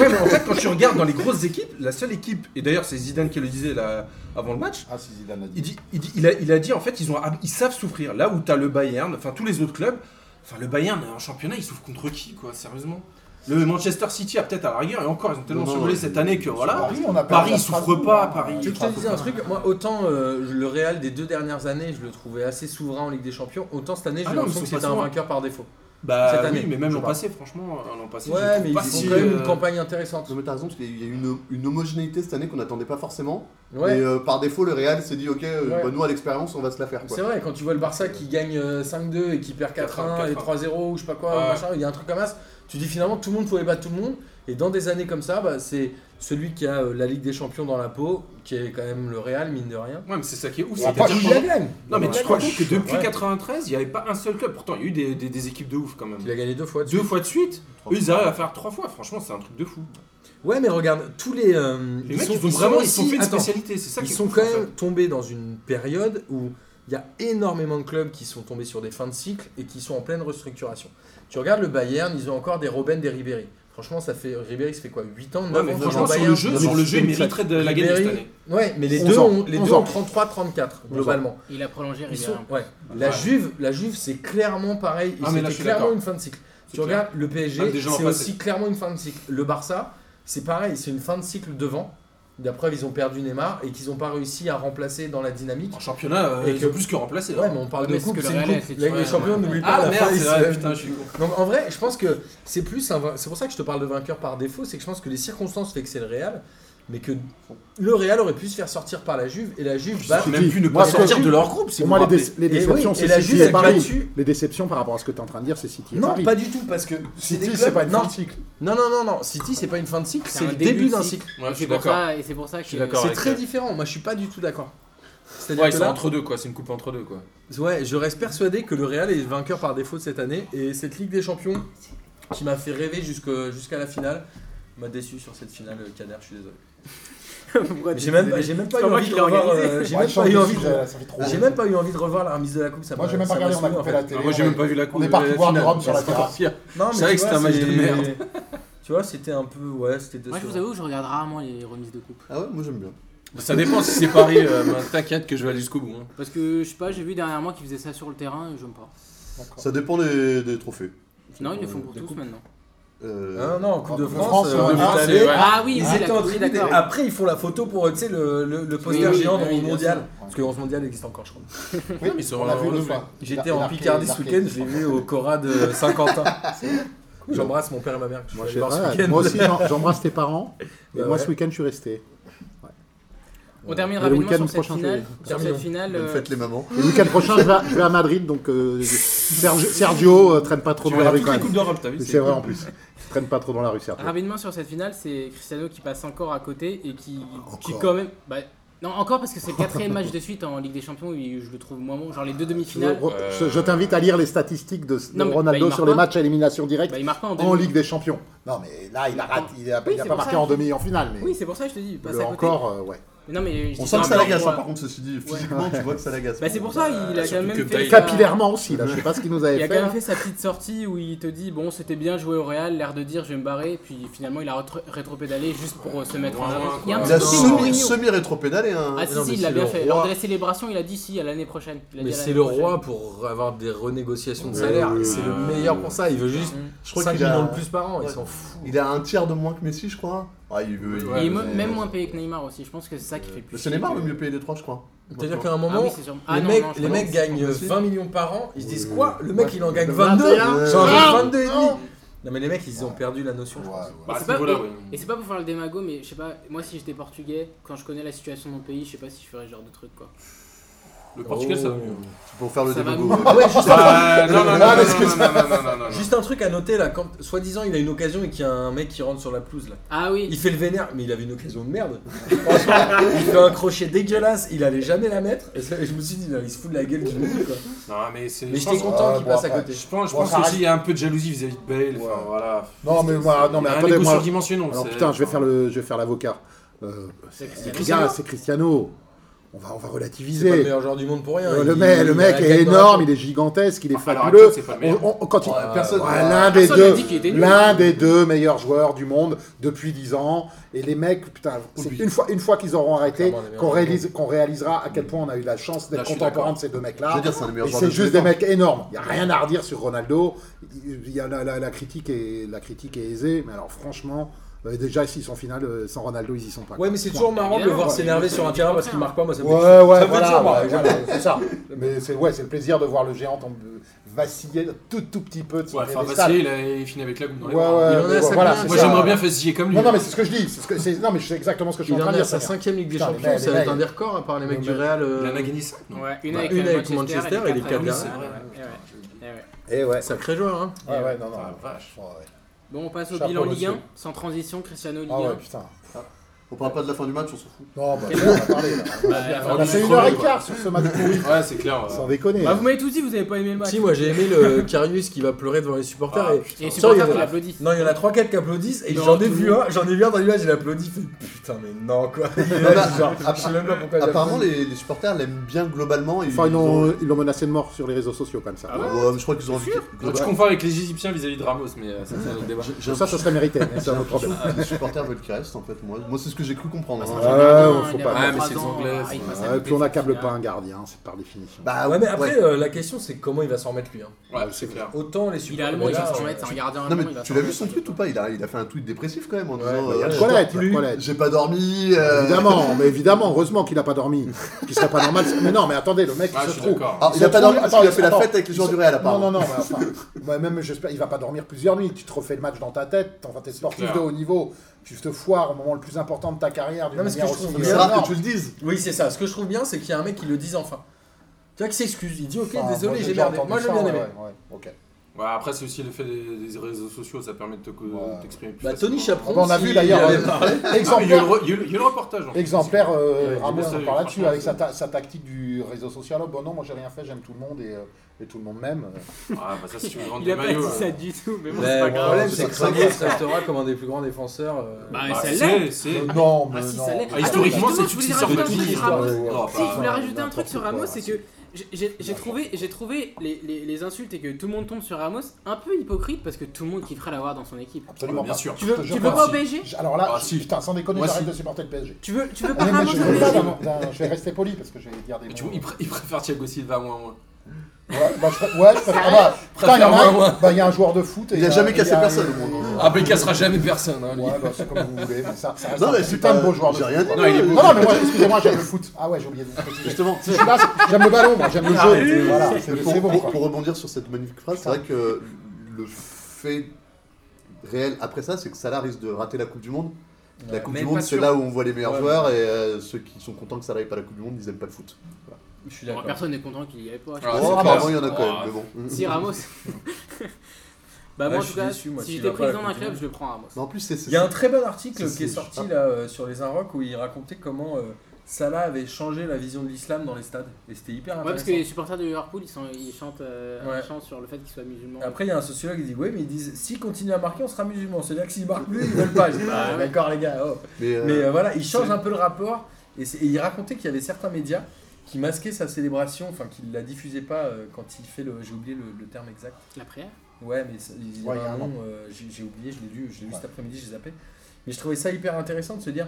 Speaker 4: Ouais, mais en fait, quand tu regardes dans les grosses équipes, la seule équipe, et d'ailleurs, c'est Zidane qui le disait là, avant le match,
Speaker 2: Ah, si Zidane l'a dit.
Speaker 4: il, dit, il, dit- il a, il a dit en fait, ils, ont, ah, ils savent souffrir. Là où t'as le Bayern, enfin tous les autres clubs, enfin le Bayern en championnat, ils souffrent contre qui, quoi, sérieusement le Manchester City a peut-être à la rigueur, et encore, ils ont tellement
Speaker 6: Non, non,
Speaker 4: survolé
Speaker 6: ils-
Speaker 4: cette année que
Speaker 6: ils
Speaker 4: voilà.
Speaker 2: Paris, on a perdu
Speaker 4: Paris,
Speaker 2: à
Speaker 4: il souffre
Speaker 2: Strasbourg,
Speaker 4: pas,
Speaker 2: hein.
Speaker 4: Paris.
Speaker 3: Tu veux que je te dise un truc Moi, autant euh, le Real des deux dernières années, je le trouvais assez souverain en Ligue des Champions, autant cette année, j'ai
Speaker 4: Ah non,
Speaker 3: l'impression
Speaker 4: mais
Speaker 3: que
Speaker 4: ils sont
Speaker 3: c'était
Speaker 4: pas
Speaker 3: un
Speaker 4: souverains.
Speaker 3: vainqueur par défaut.
Speaker 4: Bah
Speaker 3: Cette année,
Speaker 4: oui, mais même
Speaker 3: je
Speaker 4: l'an
Speaker 3: sais pas.
Speaker 4: passé, franchement, euh, l'an passé, je
Speaker 3: Ouais,
Speaker 4: trouve
Speaker 3: mais ils
Speaker 4: pas
Speaker 3: ont
Speaker 4: si,
Speaker 3: quand même
Speaker 4: euh,
Speaker 3: une campagne intéressante.
Speaker 6: Non mais t'as raison, parce qu'il y a eu une, une homogénéité cette année qu'on n'attendait pas forcément.
Speaker 3: Ouais,
Speaker 6: Et euh, par défaut, le Real s'est dit, ok, euh,
Speaker 3: Ouais.
Speaker 6: bah, nous à l'expérience, on va se la
Speaker 4: Ah,
Speaker 6: faire. Quoi.
Speaker 3: c'est vrai, quand tu vois le Barça qui gagne euh, 5-2 et qui perd 4-1 et
Speaker 4: 4-1.
Speaker 3: 3-0 ou je sais pas quoi,
Speaker 4: Ouais.
Speaker 3: machin, il y a un truc comme ça, tu dis finalement tout le monde pouvait battre tout le monde, et dans des années comme ça, bah, c'est celui qui a euh, la Ligue des Champions dans la peau, qui est quand même le Real, mine de rien.
Speaker 4: Ouais, mais c'est ça qui est ouf.
Speaker 2: Il y a
Speaker 4: c'est-à-dire
Speaker 2: pas-
Speaker 3: Il
Speaker 4: que-
Speaker 3: la gagne
Speaker 4: Non, mais tu te
Speaker 3: Ouais.
Speaker 4: rends compte que depuis
Speaker 3: Ouais.
Speaker 4: 93, il n'y avait pas un seul club. Pourtant, il y a eu des, des- des équipes de ouf quand même.
Speaker 3: Il a gagné deux fois. de
Speaker 4: Deux
Speaker 3: suite.
Speaker 4: fois de suite,
Speaker 6: Trois
Speaker 4: eux ils arrivent à faire trois fois. Franchement, c'est un truc de fou.
Speaker 3: Ouais, mais regarde, tous les. euh,
Speaker 4: Les mecs,
Speaker 3: sont-
Speaker 4: ils ont vraiment ils
Speaker 3: ici-
Speaker 4: sont fait une
Speaker 3: attends,
Speaker 4: spécialité. C'est ça
Speaker 3: Ils
Speaker 4: qui est
Speaker 3: sont
Speaker 4: ouf,
Speaker 3: quand
Speaker 4: en fait.
Speaker 3: même tombés dans une période où il y a énormément de clubs qui sont tombés sur des fins de cycle et qui sont en pleine restructuration. Tu regardes le Bayern, ils ont encore des Robben, des Ribéry. Franchement, ça fait Ribéry, ça fait quoi 8 ans 9
Speaker 4: Ouais, mais
Speaker 3: ans
Speaker 4: franchement, sur le
Speaker 3: Bayern
Speaker 4: jeu,
Speaker 6: ils
Speaker 4: sur
Speaker 6: ont
Speaker 4: le
Speaker 6: fait
Speaker 4: jeu, ils
Speaker 6: une
Speaker 4: mériteraient de la gagner
Speaker 3: Ribéry-
Speaker 4: cette année.
Speaker 3: Ouais, mais les
Speaker 5: 11
Speaker 3: deux
Speaker 5: ans,
Speaker 3: ont, les
Speaker 5: 11
Speaker 3: deux ont
Speaker 5: ans.
Speaker 3: 33-34 globalement.
Speaker 1: Il a prolongé
Speaker 3: Ils
Speaker 1: Rivera.
Speaker 3: sont- ouais. La
Speaker 4: hein. Ouais.
Speaker 3: Juve, la Juve, c'est clairement pareil.
Speaker 4: Ah, mais là,
Speaker 3: C'était
Speaker 4: je suis
Speaker 3: clairement
Speaker 4: d'accord.
Speaker 3: une fin de cycle. Tu
Speaker 4: C'est clair.
Speaker 3: regardes le
Speaker 4: Même
Speaker 3: PSG,
Speaker 4: déjà l'an
Speaker 3: c'est
Speaker 4: passé.
Speaker 3: aussi clairement une fin de cycle. Le Barça, c'est pareil, c'est une fin de cycle devant. La preuve, ils ont perdu Neymar et qu'ils n'ont pas réussi à remplacer dans la dynamique.
Speaker 4: En championnat, euh,
Speaker 3: Et
Speaker 4: ils
Speaker 3: que-
Speaker 4: ont plus que remplacé.
Speaker 3: Ouais, mais on parle
Speaker 1: Ouais, mais
Speaker 3: de
Speaker 1: c'est
Speaker 3: coupe,
Speaker 1: que le
Speaker 3: c'est une
Speaker 1: Real
Speaker 3: coupe.
Speaker 1: Athletic,
Speaker 3: La Ligue des
Speaker 1: ouais,
Speaker 3: Champions,
Speaker 1: ouais.
Speaker 3: n'oublie pas.
Speaker 4: Ah
Speaker 3: la
Speaker 4: merde,
Speaker 3: fin,
Speaker 4: c'est
Speaker 3: ils-
Speaker 4: vrai, putain, je suis con.
Speaker 3: Donc en vrai, je pense que c'est plus un vain- c'est pour ça que je te parle de vainqueur par défaut, c'est que je pense que les circonstances fait que c'est le Real, mais que le Real aurait pu se faire sortir par la Juve et la Juve bat.
Speaker 4: Ils ont même pu ne
Speaker 5: Moi,
Speaker 4: pas
Speaker 5: ce que
Speaker 4: sortir
Speaker 5: je-
Speaker 4: de leur groupe. si
Speaker 5: Pour
Speaker 4: vous
Speaker 5: moi,
Speaker 4: vous
Speaker 5: les,
Speaker 4: rappelez.
Speaker 5: dé- les
Speaker 3: Et
Speaker 5: déceptions,
Speaker 3: oui, et
Speaker 5: c'est
Speaker 3: la
Speaker 5: City
Speaker 3: Juve
Speaker 5: et
Speaker 3: a
Speaker 5: Paris.
Speaker 3: battu-
Speaker 5: Les déceptions par rapport à ce que tu es en train de dire, c'est City et
Speaker 3: Non,
Speaker 5: Paris.
Speaker 3: pas du tout parce que c'est des
Speaker 5: City,
Speaker 3: clubs-
Speaker 5: c'est pas une
Speaker 3: non,
Speaker 5: fin de cycle.
Speaker 3: non, non, non, non, City c'est pas une fin de cycle, c'est
Speaker 1: un
Speaker 3: le début d'un
Speaker 1: de
Speaker 3: cycle.
Speaker 4: Ouais, je
Speaker 1: Et c'est
Speaker 4: suis
Speaker 1: pour
Speaker 4: d'accord.
Speaker 1: ça- et c'est pour ça que.
Speaker 4: suis d'accord.
Speaker 3: C'est
Speaker 4: avec
Speaker 3: très
Speaker 4: elle.
Speaker 3: différent. Moi, je suis pas du tout d'accord. C'est-à-dire
Speaker 4: Ouais, ils
Speaker 3: que
Speaker 4: sont
Speaker 3: là,
Speaker 4: entre deux, quoi. C'est une coupe entre deux, quoi.
Speaker 3: ouais, je reste persuadé que le Real est vainqueur par défaut de cette année et cette Ligue des Champions euh, qui m'a fait rêver jusque- jusqu'à la finale m'a déçu sur cette finale. Kader, je suis désolé.
Speaker 1: Pourquoi
Speaker 3: Mais
Speaker 1: tu
Speaker 3: J'ai même,
Speaker 1: disais-
Speaker 3: j'ai même pas
Speaker 1: C'est
Speaker 3: eu
Speaker 1: pas moi
Speaker 3: envie
Speaker 1: qui
Speaker 3: de
Speaker 1: l'ai
Speaker 3: revoir.
Speaker 1: organisé.
Speaker 3: euh, J'ai
Speaker 2: Ouais,
Speaker 3: même
Speaker 2: je
Speaker 3: pas eu
Speaker 2: change,
Speaker 3: envie.
Speaker 2: ça- ça fait trop.
Speaker 3: J'ai même pas eu envie de revoir la remise de la coupe. Ça
Speaker 2: Moi, j'ai
Speaker 3: m'a-
Speaker 2: même pas
Speaker 3: ça m'a
Speaker 2: regardé, on a
Speaker 3: saoulé, en
Speaker 2: coupé
Speaker 3: fait.
Speaker 2: la télé.
Speaker 4: Ah, moi j'ai même pas vu la coupe.
Speaker 2: On est parti
Speaker 4: euh,
Speaker 2: voir
Speaker 4: finale.
Speaker 2: Rome sur la
Speaker 4: C'est encore
Speaker 2: terrasse.
Speaker 4: pire.
Speaker 3: Non, mais
Speaker 4: C'est vrai
Speaker 3: tu
Speaker 4: que c'était
Speaker 3: vois,
Speaker 4: un match de
Speaker 3: c'est-
Speaker 4: merde.
Speaker 3: Tu vois, c'était un peu. Ouais, c'était
Speaker 1: Moi, je vous
Speaker 3: décevant.
Speaker 1: avoue, je regarde rarement les remises de coupe.
Speaker 6: Ah ouais, moi j'aime bien.
Speaker 4: Ça dépend si c'est Paris. euh, ben, T'inquiète que je vais aller jusqu'au bout. hein.
Speaker 1: Parce que je sais pas, j'ai vu dernièrement qu'ils faisaient ça sur le terrain et j'aime pas.
Speaker 2: D'accord.
Speaker 6: Ça dépend des, des trophées.
Speaker 1: Non, ils le font pour Hein
Speaker 3: des
Speaker 1: tous
Speaker 3: coupes.
Speaker 1: maintenant.
Speaker 6: Euh,
Speaker 3: Ah non, en Coupe de
Speaker 2: Coupe de
Speaker 3: France,
Speaker 2: France,
Speaker 3: euh,
Speaker 2: ouais.
Speaker 3: cette
Speaker 4: Ah,
Speaker 3: année,
Speaker 4: c'est- ouais.
Speaker 1: Ah oui,
Speaker 3: Ils
Speaker 1: oui,
Speaker 3: étaient en
Speaker 1: d'accord.
Speaker 3: tribune et après ils font la photo pour euh, tu sais, le, le, le poster
Speaker 1: Oui, oui,
Speaker 3: géant
Speaker 1: oui, oui,
Speaker 3: dans le
Speaker 1: bien sûr.
Speaker 3: mondial. Parce que 11 mondial existe encore, je crois.
Speaker 2: Oui,
Speaker 4: mais ils sont
Speaker 2: on l'a vu deux
Speaker 4: renouvelés.
Speaker 2: fois. Il
Speaker 3: J'étais
Speaker 2: a- il
Speaker 3: en
Speaker 2: a marqué-
Speaker 3: Picardie
Speaker 2: il a
Speaker 3: ce
Speaker 2: marqué.
Speaker 3: week-end, je l'ai vu au Cora de Saint-Quentin. J'embrasse mon père et ma mère. que je
Speaker 5: Moi,
Speaker 3: suis
Speaker 5: je sais
Speaker 3: allé voir ce
Speaker 5: pas,
Speaker 3: week-end.
Speaker 5: moi aussi, j'en- j'embrasse tes parents. Et
Speaker 3: Bah
Speaker 5: moi,
Speaker 3: ouais.
Speaker 5: ce week-end, je suis resté.
Speaker 1: On termine
Speaker 5: Le
Speaker 1: rapidement
Speaker 5: week-end
Speaker 1: sur cette
Speaker 5: prochain,
Speaker 1: finale.
Speaker 5: c'est-
Speaker 1: Sur cette
Speaker 3: Terminons.
Speaker 1: finale.
Speaker 6: Bonne
Speaker 1: euh,
Speaker 6: fête les mamans.
Speaker 5: Le week-end prochain, je vais, à, je vais à Madrid, donc euh, Sergio, Sergio, euh, traîne pas trop
Speaker 4: Tu
Speaker 5: dans la
Speaker 4: verras
Speaker 5: rue
Speaker 4: toutes
Speaker 5: quand
Speaker 4: les
Speaker 5: même.
Speaker 4: coupes d'Europe, t'as vu
Speaker 5: C'est vrai en plus. Traîne pas trop dans la rue, Sergio.
Speaker 1: euh, Rapidement sur cette finale, c'est Cristiano qui passe encore à côté et qui, qui
Speaker 5: Encore.
Speaker 1: quand même. bah, non, encore parce que c'est le quatrième match de suite en Ligue des Champions, où il- je le trouve moins bon. Genre les deux
Speaker 5: Je, veux-
Speaker 1: demi-finales,
Speaker 5: je- je t'invite à lire les statistiques de, de
Speaker 1: Non, mais- bah,
Speaker 5: Ronaldo
Speaker 1: il marque
Speaker 5: sur les
Speaker 1: pas.
Speaker 5: matchs à élimination directe
Speaker 1: bah, il marque pas en
Speaker 5: en
Speaker 1: demi.
Speaker 5: Ligue des Champions. Non, mais là, il a, raté, il a,
Speaker 1: Oui,
Speaker 5: il a
Speaker 1: c'est
Speaker 5: pas
Speaker 1: pour
Speaker 5: marqué
Speaker 1: ça.
Speaker 5: en demi et en finale. Mais
Speaker 1: Oui, c'est pour ça que je te dis, il passe
Speaker 5: le
Speaker 1: à côté.
Speaker 5: encore, euh, ouais.
Speaker 1: Mais non, mais je
Speaker 6: On
Speaker 1: dis
Speaker 6: sent que
Speaker 1: un
Speaker 6: ça
Speaker 1: peu
Speaker 6: l'agace,
Speaker 1: pour,
Speaker 6: hein, par
Speaker 1: euh,
Speaker 6: contre, ceci dit. Physiquement, tu vois que ça l'agace.
Speaker 1: Bah, c'est pour ça, il a quand
Speaker 4: surtout
Speaker 1: même
Speaker 4: que
Speaker 1: fait.
Speaker 4: Bale-
Speaker 1: sa-
Speaker 5: Capillairement aussi, là, je sais pas ce qu'il nous
Speaker 1: Il
Speaker 5: avait
Speaker 1: a
Speaker 5: fait.
Speaker 1: quand même fait sa petite sortie où il te dit Bon, c'était bien joué au Real, l'air de dire je vais me barrer. Puis finalement, il a retro- rétropédalé juste pour euh, se mettre en
Speaker 4: Ouais,
Speaker 1: avant.
Speaker 4: ouais,
Speaker 1: Il y a un
Speaker 4: quoi.
Speaker 6: Il a
Speaker 1: petit côté Mourinho.
Speaker 6: semi- semi-rétropédalé. hein.
Speaker 1: Ah, si,
Speaker 3: Non,
Speaker 1: si,
Speaker 3: mais
Speaker 1: il l'a
Speaker 3: c'est
Speaker 1: bien
Speaker 3: le
Speaker 1: fait.
Speaker 3: roi.
Speaker 1: Lors de la célébration, il a dit Si, à l'année prochaine. Il a
Speaker 3: Mais
Speaker 1: dit, à
Speaker 3: c'est
Speaker 1: l'année
Speaker 3: le
Speaker 1: prochaine. Mm.
Speaker 3: roi pour avoir des renégociations de
Speaker 6: Ouais,
Speaker 3: salaire.
Speaker 6: ouais,
Speaker 3: C'est le
Speaker 4: ouais.
Speaker 3: meilleur pour ça. Il veut juste
Speaker 1: Mm.
Speaker 6: Je crois
Speaker 3: 5
Speaker 6: qu'il a...
Speaker 3: millions de plus par an. Il
Speaker 6: Ouais.
Speaker 3: s'en fout.
Speaker 6: il a un tiers de moins que Messi, je crois. Ah, il veut. il
Speaker 4: Ouais,
Speaker 1: Et il est
Speaker 6: veut-
Speaker 1: mo- même
Speaker 3: euh,
Speaker 1: moins payé que Neymar aussi, je pense que c'est ça qui fait plus.
Speaker 6: Le Neymar
Speaker 1: chier
Speaker 6: le
Speaker 1: que-
Speaker 6: mieux payé des trois, je crois.
Speaker 3: C'est-à-dire
Speaker 6: Maintenant.
Speaker 3: qu'à un
Speaker 1: Ah
Speaker 3: moment,
Speaker 1: oui, c'est sûr. Ah
Speaker 3: les
Speaker 1: non,
Speaker 3: mecs,
Speaker 1: non, je
Speaker 3: les
Speaker 1: pense
Speaker 3: mecs
Speaker 1: que-
Speaker 3: gagnent
Speaker 6: possible.
Speaker 3: 20 millions par an. Ils se disent
Speaker 6: Oui.
Speaker 3: quoi Le mec, il en gagne
Speaker 5: Le
Speaker 3: 22.
Speaker 5: 21.
Speaker 3: J'en
Speaker 5: Ah,
Speaker 3: gagne 22 et demi.
Speaker 5: non.
Speaker 3: Non, mais les mecs, ils ont perdu la notion.
Speaker 5: Ouais,
Speaker 3: je pense.
Speaker 5: ouais.
Speaker 4: Bah, à
Speaker 1: c'est
Speaker 4: ce
Speaker 1: pas-
Speaker 4: niveau-là, ouais.
Speaker 1: Et c'est pas pour faire le démago, mais je sais pas, moi si j'étais portugais, quand je connais la situation de mon pays, je sais pas si je ferais ce genre de truc quoi.
Speaker 4: Le Portugal, ça va mieux.
Speaker 6: C'est pour faire le
Speaker 1: Ça va Ah
Speaker 6: démago.
Speaker 1: mieux.
Speaker 3: Ah
Speaker 6: ouais.
Speaker 4: Bah, non, non, non, non,
Speaker 6: Ah, parce que
Speaker 4: non, non, non, non, non, non.
Speaker 3: Juste un truc à noter là, quand soi-disant il a une occasion et qu'il y a un mec qui rentre sur la pelouse là.
Speaker 1: Ah
Speaker 3: Il
Speaker 1: oui,
Speaker 3: fait le vénère, mais il avait une occasion de merde. Franchement, il fait un crochet dégueulasse, il allait jamais la mettre. Et ça- et je me suis dit, non, il se fout de la gueule du monde quoi.
Speaker 4: Non, mais c'est.
Speaker 3: Mais
Speaker 4: je
Speaker 3: j'étais
Speaker 4: pense-
Speaker 3: content
Speaker 5: Ouais,
Speaker 3: qu'il
Speaker 5: bon,
Speaker 3: passe à
Speaker 5: après,
Speaker 3: côté.
Speaker 4: Je pense, je
Speaker 5: Bon,
Speaker 4: pense
Speaker 5: ça
Speaker 4: aussi qu'il y a un peu de jalousie vis-à-vis de Bale. Enfin,
Speaker 5: Ouais.
Speaker 4: voilà.
Speaker 5: Non, mais, moi, non, mais
Speaker 4: Il y a un
Speaker 5: attendez,
Speaker 4: égo
Speaker 5: moi.
Speaker 4: surdimensionné, on le
Speaker 5: Alors,
Speaker 4: sait,
Speaker 5: putain, je vais
Speaker 4: enfin.
Speaker 5: faire le- je vais faire l'avocat. Euh,
Speaker 1: c'est
Speaker 5: Les
Speaker 1: Cristiano.
Speaker 5: gars, c'est Cristiano. On va, on va
Speaker 3: C'est pas le
Speaker 5: relativiser.
Speaker 3: meilleur joueur du monde pour rien.
Speaker 5: Euh, le,
Speaker 3: Il-
Speaker 5: mec,
Speaker 3: il
Speaker 5: le
Speaker 3: a
Speaker 5: mec est
Speaker 3: la gueule dans la
Speaker 5: énorme,
Speaker 3: peau.
Speaker 5: il est gigantesque, il est
Speaker 4: À l'heure actuelle,
Speaker 5: fabuleux.
Speaker 4: c'est pas le meilleur.
Speaker 5: On- on- quand il-
Speaker 6: Ouais, personne-
Speaker 5: Ouais, l'un des
Speaker 1: Personne n'a
Speaker 5: deux,
Speaker 1: dit qu'il était nul.
Speaker 5: l'un des deux meilleurs joueurs du monde depuis 10 ans. Et les mecs, putain, c'est
Speaker 6: Oui.
Speaker 5: une fois, une fois qu'ils auront arrêté,
Speaker 3: Clairement, les meilleurs
Speaker 5: qu'on
Speaker 3: du monde.
Speaker 5: réalise, qu'on réalisera à quel point on a eu la chance
Speaker 4: Là,
Speaker 5: d'être
Speaker 4: je suis
Speaker 5: contemporain
Speaker 4: d'accord.
Speaker 5: de ces deux
Speaker 6: Je
Speaker 5: mecs-là.
Speaker 6: veux dire, c'est un des meilleurs
Speaker 5: Et
Speaker 6: joueurs
Speaker 5: c'est
Speaker 6: de
Speaker 5: juste
Speaker 6: tous les
Speaker 5: des
Speaker 6: temps.
Speaker 5: mecs énormes. Il n'y a rien à redire sur Ronaldo. Il y a la, la- la critique est, la critique est aisée, mais alors franchement, euh, déjà s'ils sont finales, euh, sans Ronaldo, ils y sont pas.
Speaker 3: Ouais, mais c'est toujours marrant de le voir
Speaker 1: Ouais.
Speaker 3: s'énerver sur un terrain parce qu'il marque pas. Moi, ça me
Speaker 5: Ouais,
Speaker 3: fait-
Speaker 5: ouais,
Speaker 3: ça me fait
Speaker 5: voilà,
Speaker 3: toujours marrer.
Speaker 5: ouais, voilà, c'est ça. Mais c'est ouais, c'est le plaisir de voir le géant tomber- vaciller tout, tout petit peu. De son
Speaker 4: Ouais, enfin,
Speaker 5: piédestal.
Speaker 4: Vassilé, il a- il finit avec la coupe dans
Speaker 5: Ouais,
Speaker 4: les bras.
Speaker 5: ouais,
Speaker 3: Il en
Speaker 5: mais
Speaker 3: a sa
Speaker 5: voilà,
Speaker 3: place.
Speaker 5: c'est
Speaker 4: Moi,
Speaker 5: ça.
Speaker 4: j'aimerais bien Fasillé comme lui.
Speaker 5: Non, non, mais c'est ce que je dis. c'est ce que- c'est- non, mais je sais exactement ce que je suis
Speaker 3: Il
Speaker 5: en
Speaker 3: en
Speaker 5: train de
Speaker 3: a
Speaker 5: dire.
Speaker 3: sa
Speaker 5: Samir.
Speaker 3: cinquième Ligue des
Speaker 5: Putain, les
Speaker 3: Champions,
Speaker 5: mecs,
Speaker 3: ça
Speaker 5: les
Speaker 3: va être
Speaker 5: mecs.
Speaker 3: un des records hein, par les mecs du Real. euh,
Speaker 4: Il en a gagné 5, non
Speaker 1: Ouais, une
Speaker 3: Bah,
Speaker 1: avec,
Speaker 3: une
Speaker 1: euh,
Speaker 3: avec Manchester et les
Speaker 1: quatre
Speaker 3: quatre
Speaker 1: à
Speaker 3: là.
Speaker 1: Nice.
Speaker 3: Ah ouais,
Speaker 1: Et ouais, et Eh ouais.
Speaker 5: Et Eh ouais.
Speaker 3: Sacré joueur, hein.
Speaker 5: Ouais, ouais, non, non.
Speaker 4: Ah, la vache.
Speaker 5: Ouais, ouais.
Speaker 1: Bon, on passe au
Speaker 5: Chapeau,
Speaker 1: bilan Ligue 1,
Speaker 5: monsieur.
Speaker 1: sans transition, Cristiano Ligue 1.
Speaker 5: Ah ouais, putain.
Speaker 6: On parle pas de la fin du match, on s'en fout.
Speaker 5: Non, bah, on va parler là.
Speaker 1: Bah, Ah,
Speaker 5: On a fait une heure et quart sur ce match pourri.
Speaker 4: Ouais, c'est clair.
Speaker 5: Sans déconner.
Speaker 1: Bah, vous m'avez tous dit, vous avez pas aimé le match.
Speaker 3: Si, moi j'ai aimé le Carius qui va pleurer devant les supporters.
Speaker 4: Ah,
Speaker 3: et-
Speaker 1: Et les
Speaker 3: Ça,
Speaker 1: supporters
Speaker 3: il y en
Speaker 1: qui
Speaker 3: a-
Speaker 1: l'applaudissent.
Speaker 3: Non, il y en a 3-4 qui applaudissent et
Speaker 1: Non,
Speaker 3: j'en ai
Speaker 1: tout
Speaker 3: vu
Speaker 1: le
Speaker 3: un, j'en ai vu un dans l'image, il applaudit, il fait putain, mais non quoi. Il est
Speaker 6: Non, bah,
Speaker 3: là,
Speaker 6: mais-
Speaker 3: genre, je sais même pas pourquoi il
Speaker 6: Apparemment,
Speaker 3: applaudit.
Speaker 6: les, les supporters l'aiment bien globalement. et
Speaker 5: Enfin, ils
Speaker 6: ils ont-
Speaker 5: l'ont ils l'ont menacé de mort sur les réseaux sociaux, comme ça.
Speaker 4: Ah
Speaker 6: Ouais, mais je crois qu'ils ont envie.
Speaker 4: Non, tu confonds avec les Égyptiens vis-à-vis de Ramos, mais euh, ça c'est un autre débat.
Speaker 6: J'ai
Speaker 5: Ça, ça serait mérité, mais c'est un autre problème.
Speaker 6: l'impression que les supporters veulent qu'il reste en fait. Moi, moi c'est ce que j'ai cru comprendre. hein.
Speaker 5: Ouais,
Speaker 1: Il a
Speaker 5: on
Speaker 1: 20,
Speaker 5: faut
Speaker 1: il a
Speaker 5: pas-
Speaker 1: 23
Speaker 4: Ouais, mais c'est les
Speaker 1: ans,
Speaker 4: Anglais,
Speaker 1: ah, il
Speaker 4: c'est-
Speaker 1: passe à
Speaker 5: Ouais,
Speaker 1: la
Speaker 5: et puis on
Speaker 1: télé,
Speaker 5: n'accable
Speaker 1: c'est
Speaker 5: pas un gardien, c'est par définition.
Speaker 6: Bah
Speaker 3: Ouais, mais après,
Speaker 6: ouais.
Speaker 3: euh, la question c'est comment il va s'en remettre lui. hein.
Speaker 4: Ouais, c'est clair.
Speaker 3: Autant
Speaker 1: Il
Speaker 3: les
Speaker 1: est
Speaker 3: supporters.
Speaker 1: allemand, il va
Speaker 3: là,
Speaker 1: s'en
Speaker 3: euh,
Speaker 1: remettre, c'est un gardien
Speaker 6: Non
Speaker 1: allemand. il
Speaker 6: mais
Speaker 1: va
Speaker 6: tu
Speaker 1: s'en
Speaker 6: l'as vu
Speaker 1: remettre.
Speaker 6: son tweet ou pas il a, il a fait un tweet dépressif quand même en disant
Speaker 3: bah, il y a
Speaker 6: euh,
Speaker 3: de
Speaker 6: j'ai
Speaker 3: quoi
Speaker 6: pas-
Speaker 5: Colette, Colette.
Speaker 6: j'ai pas dormi. euh,
Speaker 5: Évidemment, mais évidemment, heureusement qu'il n'a pas dormi. Ce qui serait pas normal. c'est- Mais non, mais attendez, le mec,
Speaker 4: Ah,
Speaker 5: il
Speaker 4: je
Speaker 5: se
Speaker 4: suis
Speaker 5: trouve.
Speaker 4: d'accord.
Speaker 6: Ah, il a
Speaker 5: se
Speaker 6: pas
Speaker 5: trouve-
Speaker 6: dormi parce
Speaker 5: attends,
Speaker 6: qu'il a fait la
Speaker 5: attends,
Speaker 6: fête avec les
Speaker 5: il
Speaker 6: joueurs
Speaker 5: se-
Speaker 6: du Real, apparemment.
Speaker 5: Non, non, non, mais enfin, moi, même, j'espère, il va pas dormir plusieurs nuits. Tu te refais le match dans ta tête. Enfin, t'es sportif
Speaker 4: clair.
Speaker 5: de haut niveau. Tu te foires au moment le plus important de ta carrière. d'une
Speaker 3: Non, mais ce que
Speaker 5: manière
Speaker 3: je
Speaker 5: aussi
Speaker 3: trouve
Speaker 6: Mais c'est rare
Speaker 5: énorme.
Speaker 6: que tu le
Speaker 1: hein.
Speaker 6: dises.
Speaker 3: Oui, c'est ça. Ce que je trouve bien, c'est qu'il y a un mec qui le dise enfin. Tu vois, qui s'excuse. Il dit ok,
Speaker 5: Enfin, moi,
Speaker 3: désolé, j'ai
Speaker 5: déjà
Speaker 3: merdé.
Speaker 5: entendu
Speaker 3: Moi, j'ai
Speaker 5: ça,
Speaker 3: bien
Speaker 5: ouais,
Speaker 3: aimé.
Speaker 5: ouais, ouais, ok.
Speaker 4: Voilà, Bah, après, c'est aussi le fait des, des réseaux sociaux, ça permet de te-
Speaker 2: Ouais.
Speaker 4: t'exprimer plus.
Speaker 3: Bah, Tony
Speaker 4: facilement.
Speaker 3: Chaperon,
Speaker 2: Ah bah, on a vu
Speaker 3: s'il
Speaker 2: d'ailleurs,
Speaker 3: avait
Speaker 2: euh,
Speaker 3: parlé-
Speaker 4: Ah, mais il y a eu
Speaker 2: Exemplaire,
Speaker 4: le re- il y a eu le- il y a eu le reportage. en fait.
Speaker 2: exemplaire euh,
Speaker 4: Ouais, il
Speaker 2: Ramon,
Speaker 4: dit,
Speaker 2: on en
Speaker 4: ça,
Speaker 2: parle là-dessus,
Speaker 4: franchement,
Speaker 2: avec sa, ta- sa tactique du réseau social. Oh, bon, non, moi j'ai rien fait, j'aime tout le monde et, euh, et tout le monde m'aime.
Speaker 6: euh,
Speaker 4: Ah, bah ça, si tu veux vendre
Speaker 1: Il
Speaker 4: des
Speaker 1: a pas
Speaker 4: maillots.
Speaker 1: dit
Speaker 4: euh,
Speaker 1: ça du tout, mais bon,
Speaker 3: Mais
Speaker 1: c'est pas
Speaker 3: le
Speaker 1: grave.
Speaker 3: problème, c'est que Ramos restera comme un des plus grands défenseurs. euh,
Speaker 1: Bah,
Speaker 4: bah,
Speaker 1: ça l'est.
Speaker 4: c'est- c'est-
Speaker 2: Euh, non, mais
Speaker 1: Ah si,
Speaker 2: non.
Speaker 1: ça l'est.
Speaker 4: Ah,
Speaker 1: justement,
Speaker 4: historiquement, c'est
Speaker 1: je
Speaker 4: une
Speaker 1: voulais
Speaker 4: petite
Speaker 1: dire un
Speaker 4: sorte de
Speaker 1: truc sur
Speaker 4: tigre.
Speaker 1: Ramos.
Speaker 4: Oh,
Speaker 1: Si, je voulais
Speaker 4: bah,
Speaker 1: rajouter un truc sur Ramos,
Speaker 5: n'importe
Speaker 1: c'est que j'ai- j'ai j'ai trouvé, j'ai trouvé les, les- les insultes et que tout le monde tombe sur Ramos un peu hypocrite parce que tout le monde kifferait l'avoir dans son équipe.
Speaker 2: Absolument
Speaker 4: Bien
Speaker 2: pas.
Speaker 4: sûr.
Speaker 1: Tu
Speaker 2: Je
Speaker 1: veux,
Speaker 2: te
Speaker 1: tu
Speaker 2: jure
Speaker 1: veux
Speaker 2: que
Speaker 1: pas
Speaker 2: si.
Speaker 1: au PSG
Speaker 2: J- Alors là,
Speaker 4: Ah,
Speaker 2: je-
Speaker 4: si.
Speaker 2: putain, sans déconner,
Speaker 4: Moi,
Speaker 2: j'arrête
Speaker 4: si.
Speaker 2: de supporter le PSG.
Speaker 1: Tu veux, tu Ah, veux pas
Speaker 2: Non, mais
Speaker 1: Ramos
Speaker 2: je,
Speaker 1: au
Speaker 2: vais pas
Speaker 1: PSG
Speaker 2: d'un- d'un- je vais rester poli parce que je vais dire des
Speaker 4: Mais
Speaker 2: mots.
Speaker 4: tu vois, il, pr- il préfère Thiago Silva moins moins.
Speaker 6: Ah,
Speaker 2: Ouais, bah, je, pré- ouais, je préfère. Ah, bah, putain, il y, en a
Speaker 3: Préfère
Speaker 2: un-
Speaker 3: moi, moi.
Speaker 2: bah, il y a un joueur de foot. et
Speaker 6: Il a
Speaker 2: y
Speaker 6: jamais
Speaker 2: et
Speaker 6: cassé
Speaker 2: il y a-
Speaker 6: personne, au monde.
Speaker 3: Ah, mais il cassera jamais personne. hein, lui.
Speaker 2: Ouais, bah, c'est comme vous voulez. mais Ça, ça
Speaker 5: Ah,
Speaker 2: reste
Speaker 6: Non,
Speaker 2: un
Speaker 6: mais c'est
Speaker 2: putain
Speaker 6: pas-
Speaker 2: de beau joueur de
Speaker 6: j'ai
Speaker 2: foot.
Speaker 6: rien dit.
Speaker 2: quoi.
Speaker 4: Non, il est beau.
Speaker 2: Non, non, mais moi, excusez-moi, j'aime le foot. Ah ouais, j'ai oublié de vous préciser.
Speaker 6: Justement,
Speaker 2: Si je suis là, c'est- j'aime le ballon, moi, j'aime le jeu. Voilà, c'est c'est
Speaker 6: Mais pour,
Speaker 2: bon.
Speaker 6: pour-
Speaker 2: quoi.
Speaker 6: pour rebondir sur cette magnifique phrase, c'est vrai que le fait réel après ça, c'est que Salah risque de rater la Coupe du Monde. La Coupe
Speaker 3: Euh, mais
Speaker 6: du
Speaker 3: pas
Speaker 6: Monde, c'est
Speaker 3: sûr.
Speaker 6: là où on voit les meilleurs
Speaker 3: Ouais.
Speaker 6: joueurs et euh, ceux qui sont contents que Salah n'ait pas la Coupe du Monde, ils aiment pas le foot.
Speaker 3: Je suis
Speaker 1: Bon,
Speaker 3: d'accord.
Speaker 1: Personne n'est content qu'il y ait pas. je
Speaker 4: Ah,
Speaker 1: pense.
Speaker 4: c'est
Speaker 6: oh,
Speaker 4: clair.
Speaker 6: apparemment, il y en a quand
Speaker 4: Ah.
Speaker 6: même, mais bon. Mm.
Speaker 1: Si Ramos. bah, moi,
Speaker 3: Ouais,
Speaker 1: en
Speaker 3: je
Speaker 1: tout
Speaker 3: suis
Speaker 1: cas,
Speaker 3: déçu, moi,
Speaker 1: si
Speaker 3: s'il
Speaker 1: j'étais
Speaker 3: a pas la
Speaker 1: président d'un
Speaker 3: Coupe du
Speaker 1: club,
Speaker 3: Monde.
Speaker 1: je le prends Ramos.
Speaker 6: Mais en plus, c'est. c'est-
Speaker 3: Il y a un très bon article
Speaker 6: C'est-
Speaker 3: qui est
Speaker 6: c'est-
Speaker 3: sorti là euh, sur les Inrocks où il racontait comment euh, Salah avait changé la vision de l'islam dans les stades. Et c'était hyper
Speaker 1: Ouais, parce
Speaker 3: intéressant.
Speaker 1: que les supporters de Liverpool, ils, sont, ils chantent, euh,
Speaker 3: Ouais.
Speaker 1: ils chantent sur le fait qu'ils soient musulmans.
Speaker 3: Après, il y a un sociologue qui dit Oui, mais ils disent s'il continue à marquer, on sera musulman. C'est-à-dire que s'il marque plus, ils veulent pas. Je dis, Ah, d'accord, les gars. oh.
Speaker 6: Mais, euh,
Speaker 3: Mais euh, voilà, il change un peu le rapport. Et, c'est- et il racontait qu'il y avait certains médias qui masquaient sa célébration, enfin, qui la diffusaient pas euh, quand il fait le. J'ai oublié le, le terme exact.
Speaker 1: La prière
Speaker 3: Ouais, mais ça- il y
Speaker 2: Ouais,
Speaker 3: avait
Speaker 2: il y a
Speaker 3: un
Speaker 2: un
Speaker 3: nom, euh, j'ai j'ai oublié, je l'ai lu, je l'ai lu
Speaker 2: Ouais.
Speaker 3: cet après-midi, j'ai zappé. Mais je trouvais ça hyper intéressant de se dire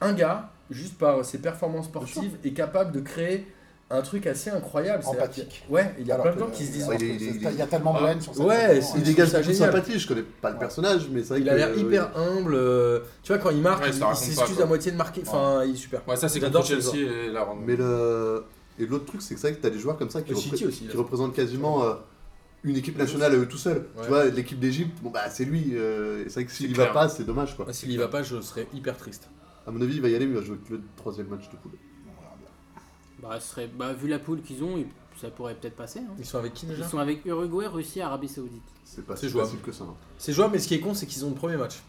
Speaker 3: un gars, juste par euh, ses performances sportives, est capable de créer un truc assez incroyable. c'est-à-dire
Speaker 2: Empathique.
Speaker 3: que- Ouais, il y a
Speaker 2: Alors
Speaker 3: plein de
Speaker 2: que-
Speaker 3: gens qui se disent
Speaker 6: ouais, il est- il est-
Speaker 2: Il y a tellement de haine sur cette hein.
Speaker 3: Ouais,
Speaker 2: saison,
Speaker 3: c'est-
Speaker 6: il
Speaker 3: je
Speaker 6: dégage
Speaker 3: trouve ça
Speaker 6: beaucoup de
Speaker 3: génial.
Speaker 6: sympathie, je connais pas le
Speaker 2: Ouais.
Speaker 6: personnage, mais c'est vrai
Speaker 3: Il
Speaker 6: que,
Speaker 3: a l'air
Speaker 6: euh,
Speaker 3: hyper humble. euh, Tu vois, quand il marque,
Speaker 4: Ouais,
Speaker 3: il
Speaker 4: ça
Speaker 3: il
Speaker 4: raconte pas,
Speaker 3: s'excuse
Speaker 4: quoi.
Speaker 3: à moitié de marquer. Enfin, il est super.
Speaker 4: Ouais, ça, c'est
Speaker 3: J'adore
Speaker 4: contre
Speaker 3: ce
Speaker 4: Chelsea et la Rome.
Speaker 6: Mais le... Et l'autre truc, c'est que c'est vrai que t'as des joueurs comme ça qui,
Speaker 3: Le City
Speaker 6: repré-
Speaker 3: aussi, là.
Speaker 6: qui représentent quasiment euh, une équipe nationale à eux tout seuls.
Speaker 3: Ouais.
Speaker 6: Tu vois, l'équipe d'Égypte, bon bah c'est lui. euh, et c'est vrai que s'il y va
Speaker 4: clair.
Speaker 6: pas, c'est dommage quoi.
Speaker 3: Ah, S'il y va pas, je serais hyper triste.
Speaker 6: À mon avis, il va y aller, mais il va jouer que le troisième match de poule.
Speaker 1: Bah, ce serait, bah, vu la poule qu'ils ont, ça pourrait peut-être passer. hein.
Speaker 3: Ils sont avec qui déjà
Speaker 1: Ils sont avec Uruguay, Russie, Arabie Saoudite.
Speaker 6: C'est pas
Speaker 3: C'est
Speaker 6: si
Speaker 3: jouable.
Speaker 6: facile que ça. hein.
Speaker 3: C'est jouable, mais ce qui est con, c'est qu'ils ont le premier match.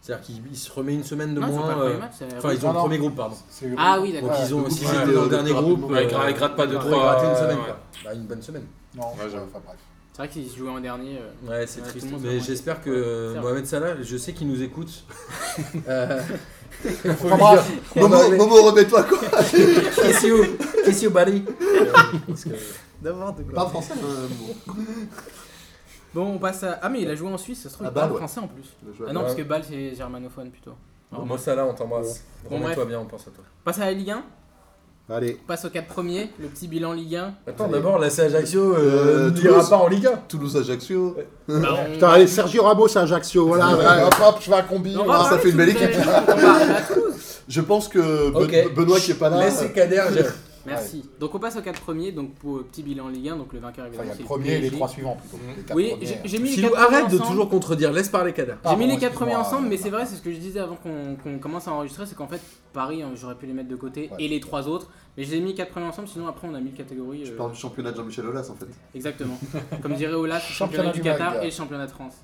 Speaker 3: C'est-à-dire qu'ils ils se remet une semaine de
Speaker 1: non, c'est
Speaker 3: moins.
Speaker 1: pas le premier
Speaker 3: euh,
Speaker 1: match, c'est-
Speaker 3: Enfin, ils
Speaker 2: Non,
Speaker 3: ont le
Speaker 2: non.
Speaker 3: premier groupe, pardon.
Speaker 2: C'est-
Speaker 1: Ah oui,
Speaker 3: Donc
Speaker 1: d'accord.
Speaker 3: ils ont aussi
Speaker 6: Ouais,
Speaker 3: c'était
Speaker 6: le
Speaker 3: dans le
Speaker 6: groupe,
Speaker 3: dernier
Speaker 6: ouais,
Speaker 3: groupe.
Speaker 6: ouais,
Speaker 4: Ouais, gra- gratte pas de
Speaker 3: ils auraient
Speaker 4: trois,
Speaker 3: gratté une
Speaker 4: euh,
Speaker 3: semaine,
Speaker 4: ouais.
Speaker 3: quoi. Bah, une bonne semaine.
Speaker 2: Non,
Speaker 4: Ouais, j'avoue.
Speaker 2: enfin, bref.
Speaker 1: C'est vrai qu'ils se jouaient en dernier. euh,
Speaker 3: Ouais, c'est
Speaker 1: Ouais, tout
Speaker 3: triste.
Speaker 1: le monde
Speaker 3: Mais
Speaker 1: s'en
Speaker 3: j'espère que
Speaker 1: Ouais,
Speaker 3: euh,
Speaker 1: c'est vrai.
Speaker 3: Mohamed Salah, je sais qu'il nous écoute. Euh, faut
Speaker 2: Enfin,
Speaker 3: lui
Speaker 2: bref,
Speaker 3: dire.
Speaker 6: Momo, Momo, remets-toi quoi
Speaker 3: Kiss you, kiss you, buddy. Euh, parce que-
Speaker 6: Parle français, hein, Momo.
Speaker 1: Bon, on passe à. Ah, mais il a joué en Suisse, ça se trouve,
Speaker 6: Ah,
Speaker 1: il parle
Speaker 6: Bâle, ouais. Euh,
Speaker 1: français en plus.
Speaker 6: Le joueur.
Speaker 1: Ah non,
Speaker 3: Ouais.
Speaker 1: parce que Bâle, c'est germanophone plutôt.
Speaker 3: Bon, Mo Salah, on t'embrasse.
Speaker 1: Bon,
Speaker 3: Remets-toi
Speaker 1: bref.
Speaker 3: bien, on pense à toi.
Speaker 1: On passe à la Ligue 1,
Speaker 5: Allez,
Speaker 1: on passe aux 4 premiers, le petit bilan Ligue 1.
Speaker 3: Attends,
Speaker 6: Allez.
Speaker 3: d'abord, la Ajaccio
Speaker 6: Euh,
Speaker 3: euh,
Speaker 6: Toulouse.
Speaker 3: n'ira pas en Ligue 1.
Speaker 6: Toulouse-Ajaccio.
Speaker 1: Bah, on...
Speaker 5: Bah, putain, allez, Sergio Ramos à Ajaccio, voilà.
Speaker 2: Ouais, hop, hop, je vais à combi.
Speaker 1: on va
Speaker 2: voilà.
Speaker 6: ça
Speaker 1: parler
Speaker 6: fait une
Speaker 1: de
Speaker 6: belle
Speaker 1: Toulouse,
Speaker 6: équipe.
Speaker 1: allez, on parle à Toulouse.
Speaker 6: Je pense que Ben-
Speaker 3: Ok.
Speaker 6: Benoît qui est pas là. euh,
Speaker 3: Laissez Kader gérer.
Speaker 1: Merci. Donc, on passe aux 4 premiers, donc pour euh, petit bilan Ligue 1, donc le
Speaker 2: Enfin,
Speaker 1: vainqueur
Speaker 2: il y
Speaker 1: évidemment.
Speaker 2: a
Speaker 1: c'est
Speaker 2: le premier et les
Speaker 1: PSG.
Speaker 2: trois suivants plutôt. Les quatre
Speaker 1: Oui,
Speaker 2: premiers. hein.
Speaker 1: j'ai j'ai mis les
Speaker 3: Philou,
Speaker 1: 4
Speaker 3: arrête
Speaker 1: premiers.
Speaker 3: de
Speaker 1: ensemble.
Speaker 3: toujours contredire, laisse parler
Speaker 1: J'ai
Speaker 3: Kader.
Speaker 1: mis
Speaker 2: Pardon,
Speaker 1: les 4 premiers
Speaker 2: excuse-moi.
Speaker 1: ensemble, mais c'est vrai, c'est ce que je disais avant qu'on qu'on commence à enregistrer, c'est qu'en fait, Paris, hein, j'aurais pu les mettre de côté,
Speaker 2: Ouais.
Speaker 1: et les 3 autres, mais je les ai mis 4 premiers ensemble, sinon après on a mis le catégorie.
Speaker 6: Je
Speaker 1: euh,
Speaker 6: parle du championnat de Jean-Michel Aulas en fait.
Speaker 1: Exactement. Comme dirait Olas, le
Speaker 2: Championnat
Speaker 1: championnat du
Speaker 2: du monde.
Speaker 1: Qatar et le championnat de France.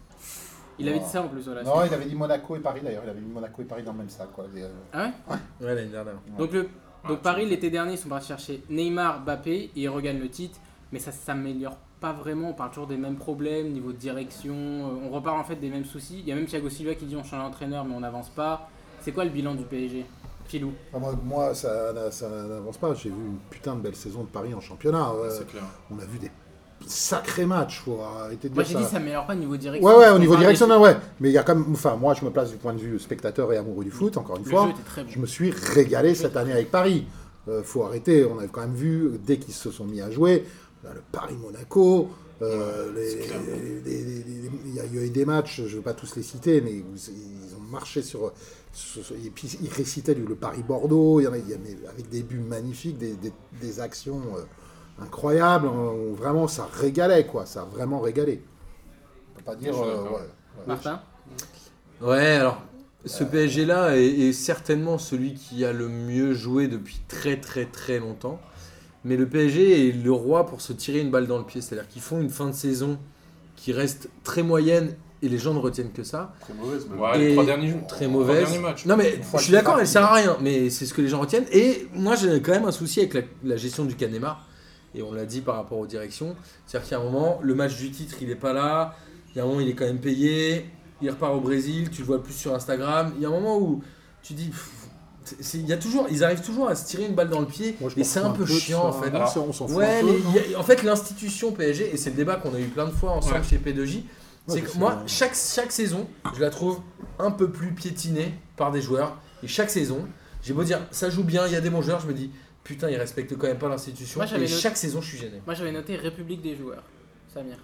Speaker 1: Il avait
Speaker 2: Wow.
Speaker 1: dit ça en plus, Olas.
Speaker 2: Non, il avait dit Monaco et Paris d'ailleurs. Il avait mis Monaco et Paris dans le même sac. Quoi. Des, euh,
Speaker 1: Ah ouais
Speaker 3: Ouais, l'année dernière.
Speaker 1: Donc, le, donc
Speaker 4: tu
Speaker 1: Paris, l'été dernier, ils sont partis chercher Neymar, Mbappé, et ils regagnent le titre, mais ça s'améliore pas vraiment. On parle toujours des mêmes problèmes, niveau de direction, euh, on repart en fait des mêmes soucis. Il y a même Thiago Silva qui dit on change d'entraîneur, mais on n'avance pas. C'est quoi le bilan du PSG Filou
Speaker 5: Enfin, Moi, moi, ça, n'a- ça n'avance pas. J'ai vu une putain de belle saison de Paris en championnat. Euh,
Speaker 4: C'est clair.
Speaker 5: on a vu des sacrés matchs. Faut arrêter de
Speaker 1: Moi
Speaker 5: dire
Speaker 1: j'ai dit ça meilleur pas niveau direction.
Speaker 5: Ouais, ouais,
Speaker 1: On
Speaker 5: au niveau
Speaker 1: parle
Speaker 5: direction,
Speaker 1: des-
Speaker 5: non, ouais. Mais il y a quand même. Enfin, moi, je me place du point de vue spectateur et amoureux du foot, encore une
Speaker 1: Mm. Le
Speaker 5: fois.
Speaker 1: jeu était très bon.
Speaker 5: Je me suis régalé cette année avec Paris. Euh, faut arrêter. On avait quand même vu, dès qu'ils se sont mis à jouer, là, le Paris-Monaco. euh, les- les- les- les- Il y a eu des matchs, je ne veux pas tous les citer, mais vous- ils ont marché sur. sur- sur- et puis ils récitaient le, le Paris-Bordeaux, il y en a, il y a- mais avec des buts magnifiques, des, des- des actions euh, incroyables. on- on- vraiment, ça régalait, quoi. Ça a vraiment régalé.
Speaker 2: on peut pas dire.
Speaker 4: Je suis
Speaker 2: euh,
Speaker 4: d'accord.
Speaker 2: ouais.
Speaker 1: Martin
Speaker 3: Ouais, alors, ce PSG-là est, est certainement celui qui a le mieux joué depuis très très très longtemps. Mais le PSG est le roi pour se tirer une balle dans le pied. C'est-à-dire qu'ils font une fin de saison qui reste très moyenne et les gens ne retiennent que ça.
Speaker 6: Très mauvaise, même.
Speaker 4: Ouais, les
Speaker 3: Et
Speaker 4: trois derniers jours.
Speaker 3: Très
Speaker 4: trois
Speaker 3: mauvaise.
Speaker 4: derniers matchs.
Speaker 3: Non mais je
Speaker 2: Trois
Speaker 3: suis d'accord,
Speaker 2: derniers
Speaker 3: elle sert à rien, mais c'est ce que les gens retiennent. Et moi j'ai quand même un souci avec la, la gestion du Canemar. Et on l'a dit par rapport aux directions. C'est-à-dire qu'il y a un moment, le match du titre il n'est pas là. Il y a un moment, il est quand même payé. Il repart au Brésil, tu le vois plus sur Instagram. Il y a un moment où tu dis. pff, c'est- c'est- Il y a toujours, ils arrivent toujours à se tirer une balle dans le pied.
Speaker 5: Moi, je
Speaker 3: et
Speaker 5: m'en
Speaker 3: c'est
Speaker 5: fous
Speaker 3: un peu
Speaker 5: de
Speaker 3: chiant en
Speaker 5: ça.
Speaker 3: fait.
Speaker 4: Ah,
Speaker 5: Non, ça, on s'en fout.
Speaker 3: Ouais,
Speaker 5: un peu,
Speaker 3: mais
Speaker 5: non
Speaker 3: il y a- en fait, l'institution PSG, et c'est le débat qu'on a eu plein de fois ensemble
Speaker 4: Ouais.
Speaker 3: chez P2J,
Speaker 5: Ouais,
Speaker 3: c'est
Speaker 5: parce
Speaker 3: que
Speaker 5: que-
Speaker 3: moi, chaque, chaque saison, je la trouve un peu plus piétinée par des joueurs. Et chaque saison, j'ai beau dire, ça joue bien, il y a des bons joueurs, je me dis, putain, ils respectent quand même pas l'institution.
Speaker 1: Moi, j'avais
Speaker 3: Et
Speaker 1: le-
Speaker 3: chaque saison, je suis gêné.
Speaker 1: Moi j'avais noté République des joueurs,
Speaker 4: Euh,
Speaker 1: Samir.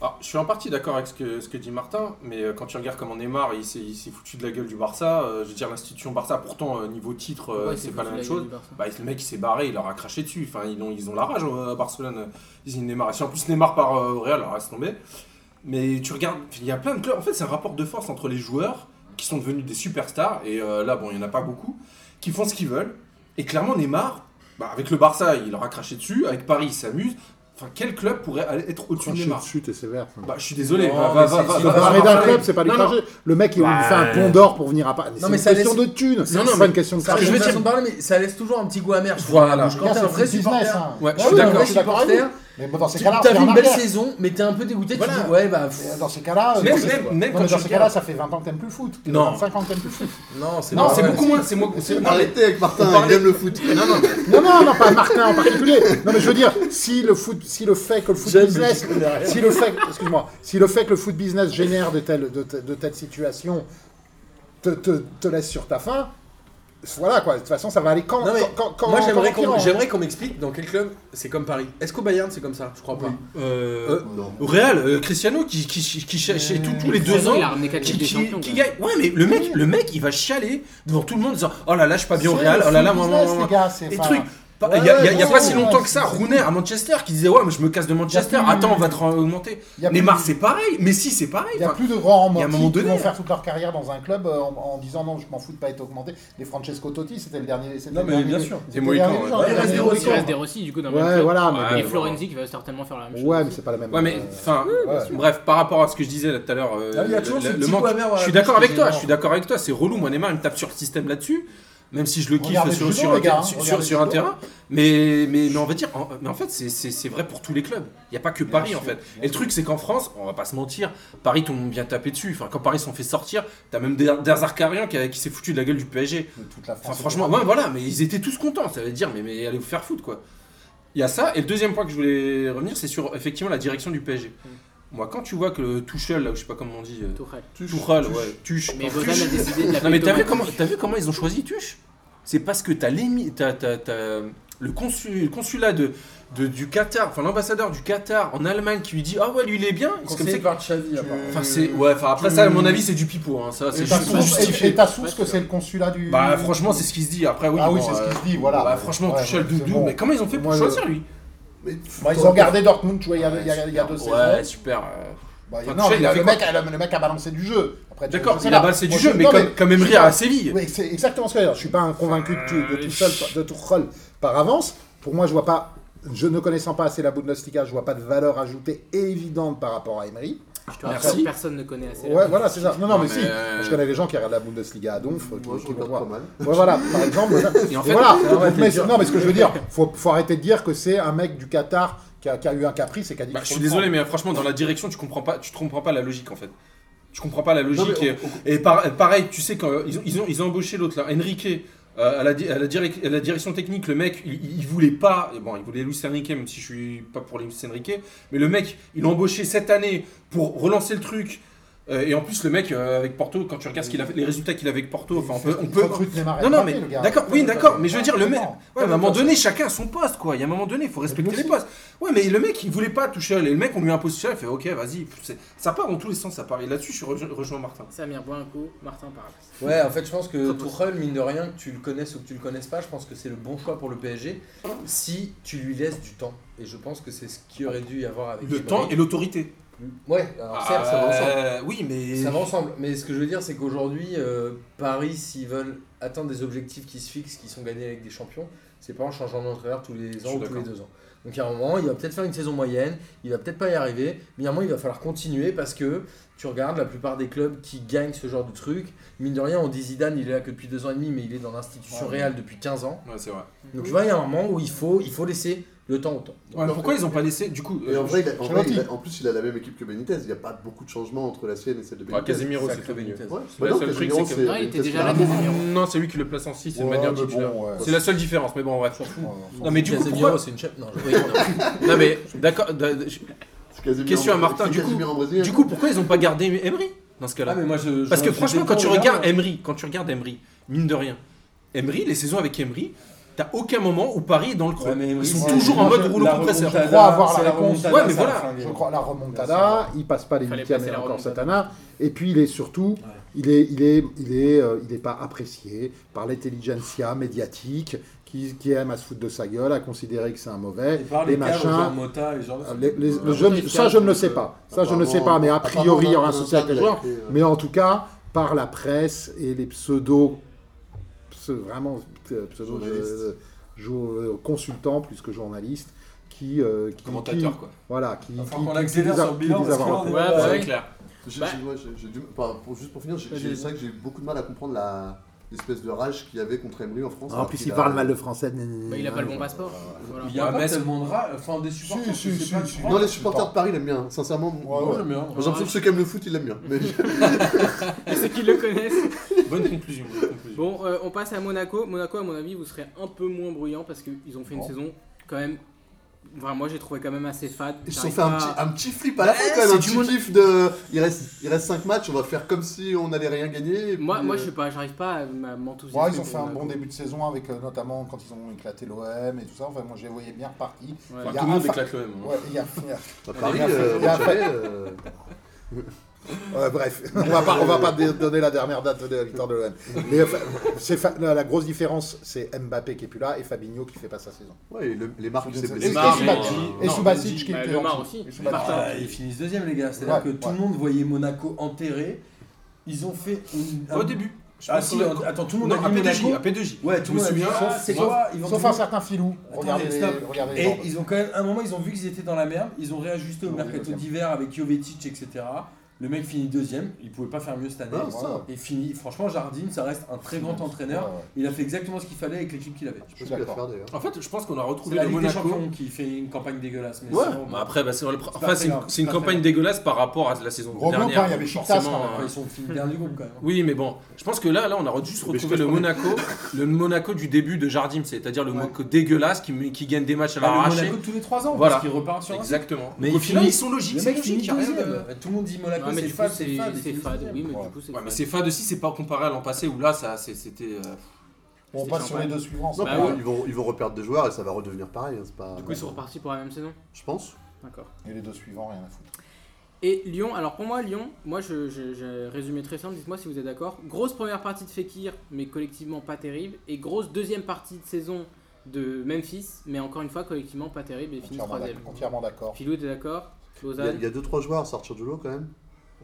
Speaker 4: Alors, je suis en partie d'accord avec ce que, ce que dit Martin, mais euh, quand tu regardes comment Neymar il s'est il s'est foutu de la gueule du Barça, euh, je veux dire, l'institution Barça, pourtant, euh, niveau titre, euh,
Speaker 1: Ouais,
Speaker 4: c'est pas la
Speaker 1: foutu
Speaker 4: même
Speaker 1: gueule
Speaker 4: chose.
Speaker 1: du Barça.
Speaker 4: Bah, le mec il s'est barré, il leur a craché dessus. Enfin, ils ont, ils ont la rage euh, à Barcelone. Ils ont Neymar. Et Si en plus Neymar part euh, au Real, alors laisse tomber. Mais tu regardes, il y a plein de clubs. En fait, c'est un rapport de force entre les joueurs qui sont devenus des superstars. Et euh, là, bon, il n'y en a pas beaucoup. Qui font ce qu'ils veulent. Et clairement, Neymar, bah, avec le Barça, il leur a craché dessus. Avec Paris, il s'amuse. Enfin, quel club pourrait aller- être au-dessus de
Speaker 5: Cracher
Speaker 4: Neymar
Speaker 5: dessus, t'es sévère.
Speaker 4: Bah, je suis désolé.
Speaker 3: Non,
Speaker 4: va,
Speaker 3: mais
Speaker 4: va,
Speaker 3: c'est-
Speaker 4: va,
Speaker 3: c'est
Speaker 4: va,
Speaker 5: Se
Speaker 4: va,
Speaker 3: pas
Speaker 4: va,
Speaker 5: barrer
Speaker 4: va,
Speaker 5: d'un
Speaker 4: va,
Speaker 5: club,
Speaker 4: va.
Speaker 5: c'est pas du
Speaker 4: Non, non.
Speaker 5: cracher. Le mec, il lui
Speaker 4: Bah,
Speaker 5: fait un pont d'or pour venir à Paris.
Speaker 3: mais
Speaker 5: C'est une
Speaker 3: ça
Speaker 5: question de
Speaker 3: laisse-
Speaker 5: thunes.
Speaker 4: non,
Speaker 5: C'est
Speaker 4: mais-
Speaker 5: pas une question de
Speaker 3: Ça,
Speaker 5: cracher.
Speaker 3: je veux
Speaker 4: mais-
Speaker 3: dire, parler, mais ça laisse toujours un petit goût amer. Je trouve, à la bouche. Quand
Speaker 2: Regarde,
Speaker 3: t'es un
Speaker 2: c'est
Speaker 3: vrai
Speaker 2: du business,
Speaker 3: supporter,
Speaker 2: hein.
Speaker 4: Ouais,
Speaker 2: Ah
Speaker 4: je suis
Speaker 2: oui, non,
Speaker 4: d'accord.
Speaker 2: mais je suis d'accord avec
Speaker 3: supporter,
Speaker 2: vous. Mais bon, dans ces
Speaker 3: tu
Speaker 2: cas-là,
Speaker 3: as vu une belle
Speaker 2: remarquer.
Speaker 3: saison, mais t'es un peu dégoûté.
Speaker 4: Voilà.
Speaker 3: Tu dis, ouais, bah. pff,
Speaker 2: Et Dans ces cas-là, euh,
Speaker 4: Même-
Speaker 2: non,
Speaker 4: même- même
Speaker 2: mais
Speaker 4: quand
Speaker 2: dans
Speaker 4: tu
Speaker 2: ces cas-là,
Speaker 4: regardes-
Speaker 2: ça fait 20 ans que t'aimes plus le foot.
Speaker 4: Non.
Speaker 2: 25 ans que t'aimes plus le foot.
Speaker 3: Non, c'est
Speaker 4: Non,
Speaker 3: pas
Speaker 5: Ah,
Speaker 4: c'est
Speaker 3: vrai.
Speaker 4: beaucoup moins. C'est moi. c'est- non, mais-
Speaker 6: Arrêtez avec
Speaker 4: On
Speaker 6: Martin, il
Speaker 4: parlait-
Speaker 6: aime le foot.
Speaker 4: Non, non, mais-
Speaker 5: Non, non, non, pas Martin en particulier. Non, mais je veux dire, si le foot, si le fait que le foot
Speaker 3: J'aime,
Speaker 5: business,
Speaker 3: mais je connais rien.
Speaker 5: si le fait, excuse-moi, si le fait que le foot business génère de telles, de, te- de telles situations, te, te, te laisse sur ta faim. Voilà quoi. De toute façon, ça va aller quand.
Speaker 3: Non, mais
Speaker 5: quand- quand, quand-
Speaker 3: Moi
Speaker 5: quand
Speaker 3: j'aimerais
Speaker 5: concurrent,
Speaker 3: qu'on
Speaker 5: hein.
Speaker 3: j'aimerais qu'on m'explique dans quel club c'est comme Paris. Est-ce qu'au Bayern c'est comme ça Je crois pas.
Speaker 4: Euh,
Speaker 6: Non.
Speaker 4: Au Real, euh, Cristiano qui, qui, qui, qui ch- chez tout- tous les deux
Speaker 1: Cristiano,
Speaker 4: ans,
Speaker 1: il a ramené quatre
Speaker 4: qui,
Speaker 1: Ligues des
Speaker 4: qui-
Speaker 1: Champions,
Speaker 4: qui
Speaker 1: quand
Speaker 4: gagne. Ouais, mais le mec, le mec, il va chialer devant tout le monde en disant Oh là là, je suis pas bien au
Speaker 2: C'est
Speaker 4: Real,
Speaker 2: le
Speaker 4: oh là là,
Speaker 2: foot
Speaker 4: moi, moi,
Speaker 2: business,
Speaker 4: moi, moi.
Speaker 2: les gars, c'est-
Speaker 4: Des
Speaker 2: enfin,
Speaker 4: trucs. Pas-
Speaker 3: Ouais,
Speaker 4: Il y a, il y a-
Speaker 3: ouais,
Speaker 4: il y a
Speaker 3: ouais,
Speaker 4: pas si
Speaker 2: ouais,
Speaker 4: longtemps que
Speaker 2: c'est-
Speaker 4: ça, Rooney à Manchester qui disait Ouais, mais je me casse de Manchester,
Speaker 2: plus-
Speaker 4: attends, on va te re- augmenter.
Speaker 2: Il y a
Speaker 4: Neymar,
Speaker 2: plus-
Speaker 4: c'est pareil, Messi, c'est pareil.
Speaker 2: Il n'y a
Speaker 4: Enfin,
Speaker 2: plus de grands
Speaker 4: il y a un moment
Speaker 2: romantiques qui
Speaker 4: donné, hein.
Speaker 2: vont
Speaker 4: là.
Speaker 2: faire toute leur carrière dans un club euh, en, en disant non, je m'en fous de pas être augmenté. Les Francesco Totti, c'était le dernier. c'était
Speaker 3: Non,
Speaker 2: le
Speaker 3: mais
Speaker 2: dernier-
Speaker 3: bien sûr.
Speaker 2: c'était
Speaker 4: Des
Speaker 2: le
Speaker 4: Mohicans,
Speaker 2: dernier
Speaker 4: ouais.
Speaker 2: genre,
Speaker 3: Ouais,
Speaker 2: le
Speaker 3: il reste
Speaker 2: dernier
Speaker 3: des
Speaker 1: Il reste
Speaker 2: Mohican.
Speaker 1: des Rossi du coup dans le même
Speaker 5: Ouais,
Speaker 1: club.
Speaker 5: voilà.
Speaker 4: Ouais,
Speaker 5: mais
Speaker 1: Et
Speaker 5: bon.
Speaker 1: Florenzi qui va certainement faire la même chose.
Speaker 5: Ouais, mais c'est pas la même.
Speaker 4: Ouais, mais
Speaker 5: euh,
Speaker 4: enfin,
Speaker 5: bien sûr.
Speaker 4: bref, par rapport à ce que je disais là tout à l'heure, euh,
Speaker 3: Ah, il y a toujours
Speaker 4: le-
Speaker 3: ce
Speaker 4: le
Speaker 3: petit euh,
Speaker 4: manque-
Speaker 3: goût amer, ouais,
Speaker 4: je suis d'accord
Speaker 3: parce que
Speaker 4: avec toi,
Speaker 3: j'ai
Speaker 4: je suis
Speaker 3: marre.
Speaker 4: d'accord avec toi, c'est relou. Moi, Neymar, il me tape sur le système là-dessus, même si je le kiffe
Speaker 2: Regardez
Speaker 4: sur,
Speaker 2: le
Speaker 4: sur
Speaker 2: judo,
Speaker 4: un,
Speaker 2: les gars, hein.
Speaker 4: sur,
Speaker 2: Regardez
Speaker 4: sur
Speaker 2: le
Speaker 4: un
Speaker 2: judo.
Speaker 4: terrain, mais, mais, mais on va dire, en, mais en fait, c'est- c'est c'est vrai pour tous les clubs. Il n'y a pas que Paris, en fait. Et le truc, c'est qu'en France, on va pas se mentir, Paris, tout le monde vient taper dessus. Enfin, quand Paris s'en fait sortir, t'as même Der- Derzakarian qui, a- qui s'est foutu de la gueule du PSG.
Speaker 2: De toute la
Speaker 5: Ah,
Speaker 4: Enfin,
Speaker 2: France.
Speaker 4: franchement, ouais, voilà, mais ils étaient tous contents, ça veut dire, mais, mais allez vous faire foutre, quoi. Il y a ça, et le deuxième point que je voulais revenir, c'est sur effectivement la direction du PSG. Moi, quand tu vois que le Tuchel, là, ou je sais pas comment on dit, euh,
Speaker 1: Tourelle.
Speaker 4: Tuchel, ouais, Tuch,
Speaker 1: Mais
Speaker 4: Tuch.
Speaker 1: Bozan a décidé de la
Speaker 4: Non, mais t'as vu, comment, t'as vu comment ils ont choisi Tuch C'est parce que t'as, l'émi- t'as, t'as- t'as le, consul- le consulat de, de- du Qatar, enfin l'ambassadeur du Qatar en Allemagne qui lui dit Ah ouais, lui il est bien. C'est comme ça
Speaker 3: Conseillé
Speaker 4: que-
Speaker 3: par Xavi, apparemment.
Speaker 4: Enfin, c'est. Ouais, enfin, après ça, à mon avis, c'est du pipeau, hein, ça, c'est
Speaker 2: Et ta
Speaker 4: juste pour
Speaker 2: source-
Speaker 4: justifier.
Speaker 2: Et ta source que c'est le consulat du.
Speaker 4: Bah franchement c'est ce qui se dit après oui.
Speaker 2: Ah oui,
Speaker 4: bon,
Speaker 2: c'est ce
Speaker 4: euh,
Speaker 2: qui se dit, voilà.
Speaker 4: Bah franchement
Speaker 2: Ouais,
Speaker 4: Tuchel
Speaker 2: ouais,
Speaker 4: Doudou
Speaker 2: c'est bon.
Speaker 4: mais comment ils ont fait pour
Speaker 5: Moi,
Speaker 4: choisir lui
Speaker 6: Mais-
Speaker 2: Bah, ils ont gardé Dortmund jouer il y a, il y a- il y a deux saisons.
Speaker 4: Ouais super. euh,
Speaker 2: Bah,
Speaker 4: Enfin,
Speaker 2: non,
Speaker 4: Tuchel,
Speaker 2: mais
Speaker 4: il a fait
Speaker 2: le,
Speaker 4: quoi
Speaker 2: mec, le, le mec a balancé du jeu. Après,
Speaker 4: D'accord
Speaker 2: je sais
Speaker 4: il a
Speaker 2: pas.
Speaker 4: balancé du
Speaker 2: Moi,
Speaker 4: jeu
Speaker 2: je-
Speaker 4: mais
Speaker 2: non,
Speaker 4: comme, comme Emery à Séville.
Speaker 5: Oui, c'est exactement ce que je veux dire. Je suis pas un convaincu de, tout- de tout seul, de Tuchel par avance. Pour moi, je vois pas, je ne connaissant pas assez la Bundesliga, je vois pas de valeur ajoutée évidente par rapport à Emery.
Speaker 1: Je te
Speaker 4: Merci.
Speaker 1: rappelle, personne ne connaît assez.
Speaker 5: Ouais, voilà, c'est ça. Non, non,
Speaker 4: Non,
Speaker 5: mais,
Speaker 4: mais
Speaker 5: si.
Speaker 4: euh,
Speaker 5: Je connais les gens qui regardent la Bundesliga à Donf. euh, qui-
Speaker 6: Moi, je
Speaker 5: qui vont
Speaker 6: regarde
Speaker 5: voir.
Speaker 6: pas mal.
Speaker 5: Ouais, voilà, par exemple. voilà.
Speaker 4: Et en
Speaker 5: Et
Speaker 4: fait,
Speaker 5: voilà.
Speaker 4: ça
Speaker 5: Donc, mais- non, mais ce que je veux dire, faut, faut arrêter de dire que c'est un mec du Qatar qui a, qui a eu un caprice et qui a dit.
Speaker 4: Bah,
Speaker 5: qu'il
Speaker 4: je suis
Speaker 5: faut le
Speaker 4: désolé mais euh, franchement dans la direction tu comprends pas tu te comprends pas la logique en fait. Tu comprends pas la logique
Speaker 6: mais
Speaker 4: et, et par- pareil tu sais quand euh, ils ont ils ont, ils ont embauché l'autre là Enrique euh, à, la, di- à la direc- à la direction technique, le mec, il, il- il voulait pas. Bon, il voulait Luis Enrique, même si je suis pas pour Luis Enrique. Mais le mec, il l'a embauché cette année pour relancer le truc. Euh, et en plus, le mec, euh, avec Porto, quand tu regardes ce qu'il a fait- les résultats qu'il a avec Porto, enfin, on peut. On
Speaker 2: Il
Speaker 4: peut
Speaker 2: recrute Neymar
Speaker 5: Ah,
Speaker 2: et
Speaker 4: non, non,
Speaker 2: Mbappé,
Speaker 4: mais
Speaker 2: le gars.
Speaker 4: d'accord, oui,
Speaker 2: Ouais,
Speaker 4: d'accord, mais je veux dire, le mec,
Speaker 2: Exactement.
Speaker 4: ouais, mais à un moment donné, chacun a son poste, quoi. Il y a un moment donné, il faut respecter les postes. Ouais, mais le mec, il voulait pas toucher, et le mec, on lui impose ça, il fait, ok, vas-y, C'est- ça part en tous les sens, ça part. Et là-dessus, je rejoins, rejoins Martin.
Speaker 1: Samir boit un coup, Martin parle.
Speaker 3: Ouais, en fait, je pense que
Speaker 1: Très
Speaker 3: Tuchel, mine de rien, que tu le connaisses ou que tu le connaisses pas, je pense que c'est le bon choix pour le PSG si tu lui laisses du temps. Et je pense que c'est ce qui aurait dû y avoir avec
Speaker 4: Le
Speaker 3: Emery.
Speaker 4: temps et l'autorité.
Speaker 3: Ouais, alors certes, ça va ensemble.
Speaker 4: Euh, Oui, mais.
Speaker 3: Ça va ensemble. Mais ce que je veux dire, c'est qu'aujourd'hui, euh, Paris, s'ils veulent atteindre des objectifs qui se fixent, qui sont gagnés avec des champions, c'est pas en changeant d'entraîneur tous les ans
Speaker 4: suis
Speaker 3: ou tous les
Speaker 4: d'accord.
Speaker 3: deux ans. Donc à un moment, il va peut-être faire une saison moyenne, il va peut-être pas y arriver, mais à un moment, il va falloir continuer parce que tu regardes la plupart des clubs qui gagnent ce genre de truc. Mine de rien, on dit Zidane, il est là que depuis deux ans et demi, mais il est dans l'institution
Speaker 2: Ouais.
Speaker 3: réelle depuis 15 ans.
Speaker 4: Ouais, c'est vrai.
Speaker 3: Donc tu vois, il y a un moment où il faut, il faut laisser le temps au temps.
Speaker 4: Ouais, mais pourquoi ils ont pas laissé Du coup,
Speaker 6: Et
Speaker 4: euh,
Speaker 6: en vrai, il a- en, vrai,
Speaker 2: Ancelotti.
Speaker 6: il a- en plus, il a la même équipe que Benitez. Il n'y a pas beaucoup de changements entre la sienne et celle de
Speaker 4: bah,
Speaker 6: Benitez.
Speaker 4: Casemiro,
Speaker 3: Ça
Speaker 4: c'est
Speaker 3: crée
Speaker 4: très mieux.
Speaker 3: une thèse.
Speaker 6: Ouais,
Speaker 4: Bah,
Speaker 6: bah non,
Speaker 4: le seul truc,
Speaker 6: Casemiro,
Speaker 4: c'est que-
Speaker 6: c'est
Speaker 1: Ah, il était
Speaker 6: Benitez
Speaker 1: déjà
Speaker 6: qui
Speaker 1: là,
Speaker 6: l'a-
Speaker 1: Casemiro.
Speaker 4: Non, c'est lui qui le place en 6, c'est de
Speaker 2: Ouais,
Speaker 4: manière
Speaker 2: mais
Speaker 4: titulaire.
Speaker 2: bon, ouais.
Speaker 4: C'est la seule différence, mais bon, on va s'en foutre.
Speaker 2: Ouais, on s'en
Speaker 4: Non, mais du coup,
Speaker 3: Casemiro,
Speaker 4: pourquoi...
Speaker 3: c'est une chef. Non, je rigole.
Speaker 4: Non, mais d'accord. d'a- d'a-
Speaker 6: c'est Casemiro
Speaker 4: Question à
Speaker 6: en-
Speaker 4: Martin,
Speaker 6: c'est
Speaker 4: du coup-
Speaker 6: Casemiro en Brésil.
Speaker 4: Du coup, pourquoi ils ont pas gardé Emery dans ce cas-là
Speaker 3: moi, je,
Speaker 4: Parce que franchement, quand tu
Speaker 3: hein.
Speaker 4: regardes Emery, quand tu regardes Emery, mine de rien, Emery, les saisons avec Emery, t'as aucun moment où Paris est dans le creux. Ils sont toujours en mode rouleau compresseur.
Speaker 5: Je crois avoir la réponse.
Speaker 4: Ouais, mais voilà.
Speaker 2: Je crois la remontada.
Speaker 5: Tada, il passe pas les
Speaker 1: Fallait
Speaker 5: huitièmes
Speaker 1: passer
Speaker 5: et
Speaker 1: la
Speaker 5: encore
Speaker 1: remontada.
Speaker 5: cette année. Et puis il est surtout, il est, il est, il est, euh, il est pas apprécié par l'intelligentsia médiatique qui, qui aime à se foutre de sa gueule, à considérer que c'est un mauvais, les machins.
Speaker 3: Mota et genre.
Speaker 5: euh, les- les-
Speaker 6: Ouais.
Speaker 5: je ne- ça, je ne le sais pas. Ça, je ne sais pas. Mais a priori, il y aura un souci avec les joueurs. Mais en tout cas, par la presse et les pseudo, pse- vraiment euh, pseudo
Speaker 6: Journalistes.
Speaker 5: euh, jo- euh, consultants plus que journalistes, qui, euh, qui-
Speaker 4: Commentateur,
Speaker 5: qui-
Speaker 4: quoi.
Speaker 5: voilà, qui, qui,
Speaker 3: qu'on
Speaker 5: qui
Speaker 3: l'accélère
Speaker 5: disent-
Speaker 3: sur le bilan,
Speaker 5: qui disent
Speaker 3: parce
Speaker 5: avoir
Speaker 3: qu'on
Speaker 5: un peu.
Speaker 3: est-
Speaker 1: Ouais, bah
Speaker 4: C'est
Speaker 1: ouais.
Speaker 4: clair.
Speaker 6: J'ai-
Speaker 1: Bah.
Speaker 6: j'ai- ouais, j'ai- j'ai du- enfin, pour- Juste pour finir, j'ai-
Speaker 1: Vas-y,
Speaker 6: j'ai-
Speaker 1: vas-y.
Speaker 6: c'est vrai que j'ai beaucoup de mal à comprendre la- l'espèce de rage qu'il y avait contre Emery en France.
Speaker 5: En
Speaker 6: alors
Speaker 5: plus,
Speaker 6: qu'il
Speaker 5: il
Speaker 6: a-
Speaker 5: parle mal le français.
Speaker 1: Bah, il a pas le bon passeport. Voilà.
Speaker 3: Il y a
Speaker 4: Ouais, Bah,
Speaker 3: pas
Speaker 4: mais-
Speaker 3: tellement de rats, enfin des supporters,
Speaker 2: Si,
Speaker 3: je
Speaker 2: si,
Speaker 3: sais pas,
Speaker 2: si,
Speaker 3: tu
Speaker 2: si.
Speaker 3: vois.
Speaker 6: Non, les supporters de Paris l'aiment bien, hein, sincèrement.
Speaker 2: Ouais,
Speaker 6: moi,
Speaker 2: ouais.
Speaker 6: j'aime bien. J'ai
Speaker 1: Ouais.
Speaker 6: l'impression que ceux qui aiment le foot, ils l'aiment bien. Mais
Speaker 1: Ceux qui le connaissent.
Speaker 4: Bonne conclusion. bonne conclusion.
Speaker 1: Bon, euh, on passe à Monaco. Monaco, à mon avis, vous serez un peu moins bruyant parce qu'ils ont fait une
Speaker 2: Bon.
Speaker 1: saison quand même. Enfin, moi, j'ai trouvé quand même assez fade.
Speaker 6: Ils se sont
Speaker 1: J'arrive
Speaker 6: fait un
Speaker 1: pas
Speaker 6: petit,
Speaker 1: à-
Speaker 6: un petit flip à la fin quand
Speaker 1: c'est
Speaker 6: même, un
Speaker 1: du
Speaker 6: petit
Speaker 1: mon-
Speaker 6: kiff de. Il reste, il reste 5 matchs, on va faire comme si on n'allait rien gagner. et
Speaker 1: Moi,
Speaker 6: puis,
Speaker 1: moi,
Speaker 6: euh,
Speaker 1: je sais pas, j'arrive pas à m- à m'enthousiasmer.
Speaker 2: Ouais, ils ont
Speaker 1: pour
Speaker 2: fait un
Speaker 1: Monaco.
Speaker 2: bon début de saison avec euh, notamment quand ils ont éclaté l'OM et tout ça. Enfin, moi, je les voyais bien repartis.
Speaker 1: Ouais.
Speaker 4: Enfin,
Speaker 2: Il y a
Speaker 4: tout le
Speaker 2: un
Speaker 4: monde
Speaker 2: fa-
Speaker 4: éclate l'OM.
Speaker 2: Ouais, il y a- il y a-
Speaker 6: à Paris,
Speaker 2: Il a fait-
Speaker 6: euh,
Speaker 2: il a fait-
Speaker 6: Montpellier, euh,
Speaker 5: Euh, bref, on va pas, on va pas dé- donner la dernière date de la victoire de l'OM. Mais enfin, c'est fa- la, la grosse différence, c'est Mbappé qui est plus là et Fabinho qui fait pas sa saison.
Speaker 6: ouais, et le- les marques,
Speaker 2: Et-
Speaker 6: c'est
Speaker 2: et-
Speaker 6: blessé.
Speaker 2: et
Speaker 1: Mar-
Speaker 2: Subasic-
Speaker 4: euh,
Speaker 2: Et
Speaker 4: non,
Speaker 2: Subasic qui
Speaker 1: Bah,
Speaker 2: était
Speaker 1: Lemar
Speaker 2: en-
Speaker 1: aussi.
Speaker 2: et Subasic.
Speaker 1: Lemar.
Speaker 3: Ah, ils finissent deuxième, les gars. C'est-à-dire
Speaker 2: Ouais,
Speaker 3: que tout
Speaker 2: ouais.
Speaker 3: le monde voyait Monaco enterré. Ils ont fait une.
Speaker 4: Au début. je
Speaker 3: Ah
Speaker 4: pense
Speaker 3: si,
Speaker 4: que-
Speaker 3: attends, tout le monde
Speaker 4: Non,
Speaker 3: a
Speaker 4: à
Speaker 3: vu
Speaker 4: P2J. À
Speaker 3: Monaco.
Speaker 4: P2J.
Speaker 3: Ouais, tout
Speaker 4: Je
Speaker 3: le
Speaker 4: me
Speaker 3: monde a vu.
Speaker 4: souviens,
Speaker 3: ah, C'est
Speaker 4: sauf-
Speaker 3: quoi Ils vont
Speaker 2: Sauf
Speaker 3: tout-
Speaker 2: un certain filou.
Speaker 3: Attendez,
Speaker 2: Regardez les
Speaker 3: stop.
Speaker 2: regardez les
Speaker 3: Et
Speaker 2: ordres.
Speaker 3: ils ont quand même, à un moment, ils ont vu qu'ils étaient dans la merde. Ils ont réajusté au
Speaker 2: Ils ont
Speaker 3: mercato
Speaker 2: deuxième.
Speaker 3: d'hiver avec Jovetic, etc. Le mec finit deuxième. Il pouvait pas faire mieux cette année.
Speaker 6: Ah, ça.
Speaker 3: Et fini. Franchement, Jardine, ça reste un très grand
Speaker 2: Ouais,
Speaker 3: entraîneur.
Speaker 2: ouais.
Speaker 3: Il a fait exactement ce qu'il fallait avec l'équipe qu'il avait.
Speaker 6: Je
Speaker 2: Je
Speaker 6: sais
Speaker 2: suis
Speaker 6: pas ce qu'il va
Speaker 2: d'accord.
Speaker 6: faire, d'ailleurs.
Speaker 4: En fait, je pense qu'on a
Speaker 3: C'est
Speaker 4: retrouvé
Speaker 3: la
Speaker 4: le
Speaker 3: Ligue des Champions
Speaker 4: Monaco.
Speaker 3: qui fait une campagne dégueulasse. Mais
Speaker 6: Ouais.
Speaker 3: sinon,
Speaker 4: Bah après, bah, c'est dans le pr-
Speaker 3: C'est
Speaker 4: enfin,
Speaker 3: pas
Speaker 4: c'est une,
Speaker 3: grave,
Speaker 4: c'est une
Speaker 3: c'est pas
Speaker 4: campagne
Speaker 3: grave.
Speaker 4: dégueulasse par rapport à la saison
Speaker 2: Gros
Speaker 4: dernière.
Speaker 2: groupe, hein, il y avait
Speaker 4: donc
Speaker 2: Chictas,
Speaker 4: forcément,
Speaker 2: quand
Speaker 3: Après,
Speaker 4: euh,
Speaker 3: ils sont finis dernier groupe quand même.
Speaker 4: Oui, mais bon, je pense que là, là, on a re- juste retrouvé le Monaco, le Monaco du début de Jardim, c'est-à-dire le Monaco dégueulasse qui, met- qui gagne des matchs à
Speaker 3: Bah, le
Speaker 4: l'arraché.
Speaker 3: Monaco tous les 3 ans,
Speaker 4: Voilà.
Speaker 3: parce qu'il repart sur un.
Speaker 4: Exactement.
Speaker 3: Mais
Speaker 4: Mais au
Speaker 3: il
Speaker 4: final,
Speaker 3: finit-
Speaker 4: ils sont logiques.
Speaker 3: Le
Speaker 4: C'est
Speaker 3: mec finit
Speaker 4: logique. il y a rien de-
Speaker 3: deuxième. Tout le monde dit Monaco,
Speaker 1: Ouais, mais
Speaker 3: c'est
Speaker 1: du coup,
Speaker 3: fade,
Speaker 1: c'est
Speaker 3: c'est fade.
Speaker 1: c'est fade. Oui, mais
Speaker 2: Ouais.
Speaker 1: du coup, c'est
Speaker 4: Ouais, mais
Speaker 1: fade.
Speaker 4: c'est fade aussi, c'est pas comparé à l'an passé où là, ça, c'est- c'était. euh,
Speaker 2: On
Speaker 1: C'était
Speaker 2: passe sur les
Speaker 1: champagne.
Speaker 2: deux suivants.
Speaker 6: Non,
Speaker 1: Bah
Speaker 6: puis
Speaker 1: ouais.
Speaker 6: ils, vont, ils vont reperdre des joueurs et ça va redevenir pareil. hein, c'est pas...
Speaker 1: Du coup, ils sont repartis pour la même saison.
Speaker 6: Je pense.
Speaker 1: D'accord.
Speaker 2: Et les deux suivants, rien à foutre.
Speaker 1: Et Lyon, alors pour moi, Lyon, moi je, je, je résumais très simple, dites-moi si vous êtes d'accord. Grosse première partie de Fekir, mais collectivement pas terrible. Et grosse deuxième partie de saison de Memphis, mais encore une fois, collectivement pas terrible et finit
Speaker 2: Entièrement
Speaker 1: troisième.
Speaker 2: d'ac- Entièrement d'accord.
Speaker 1: Philou, t'es d'accord
Speaker 6: Il y a-
Speaker 1: Lausanne
Speaker 6: il y a 2-3 joueurs à sortir du lot quand même.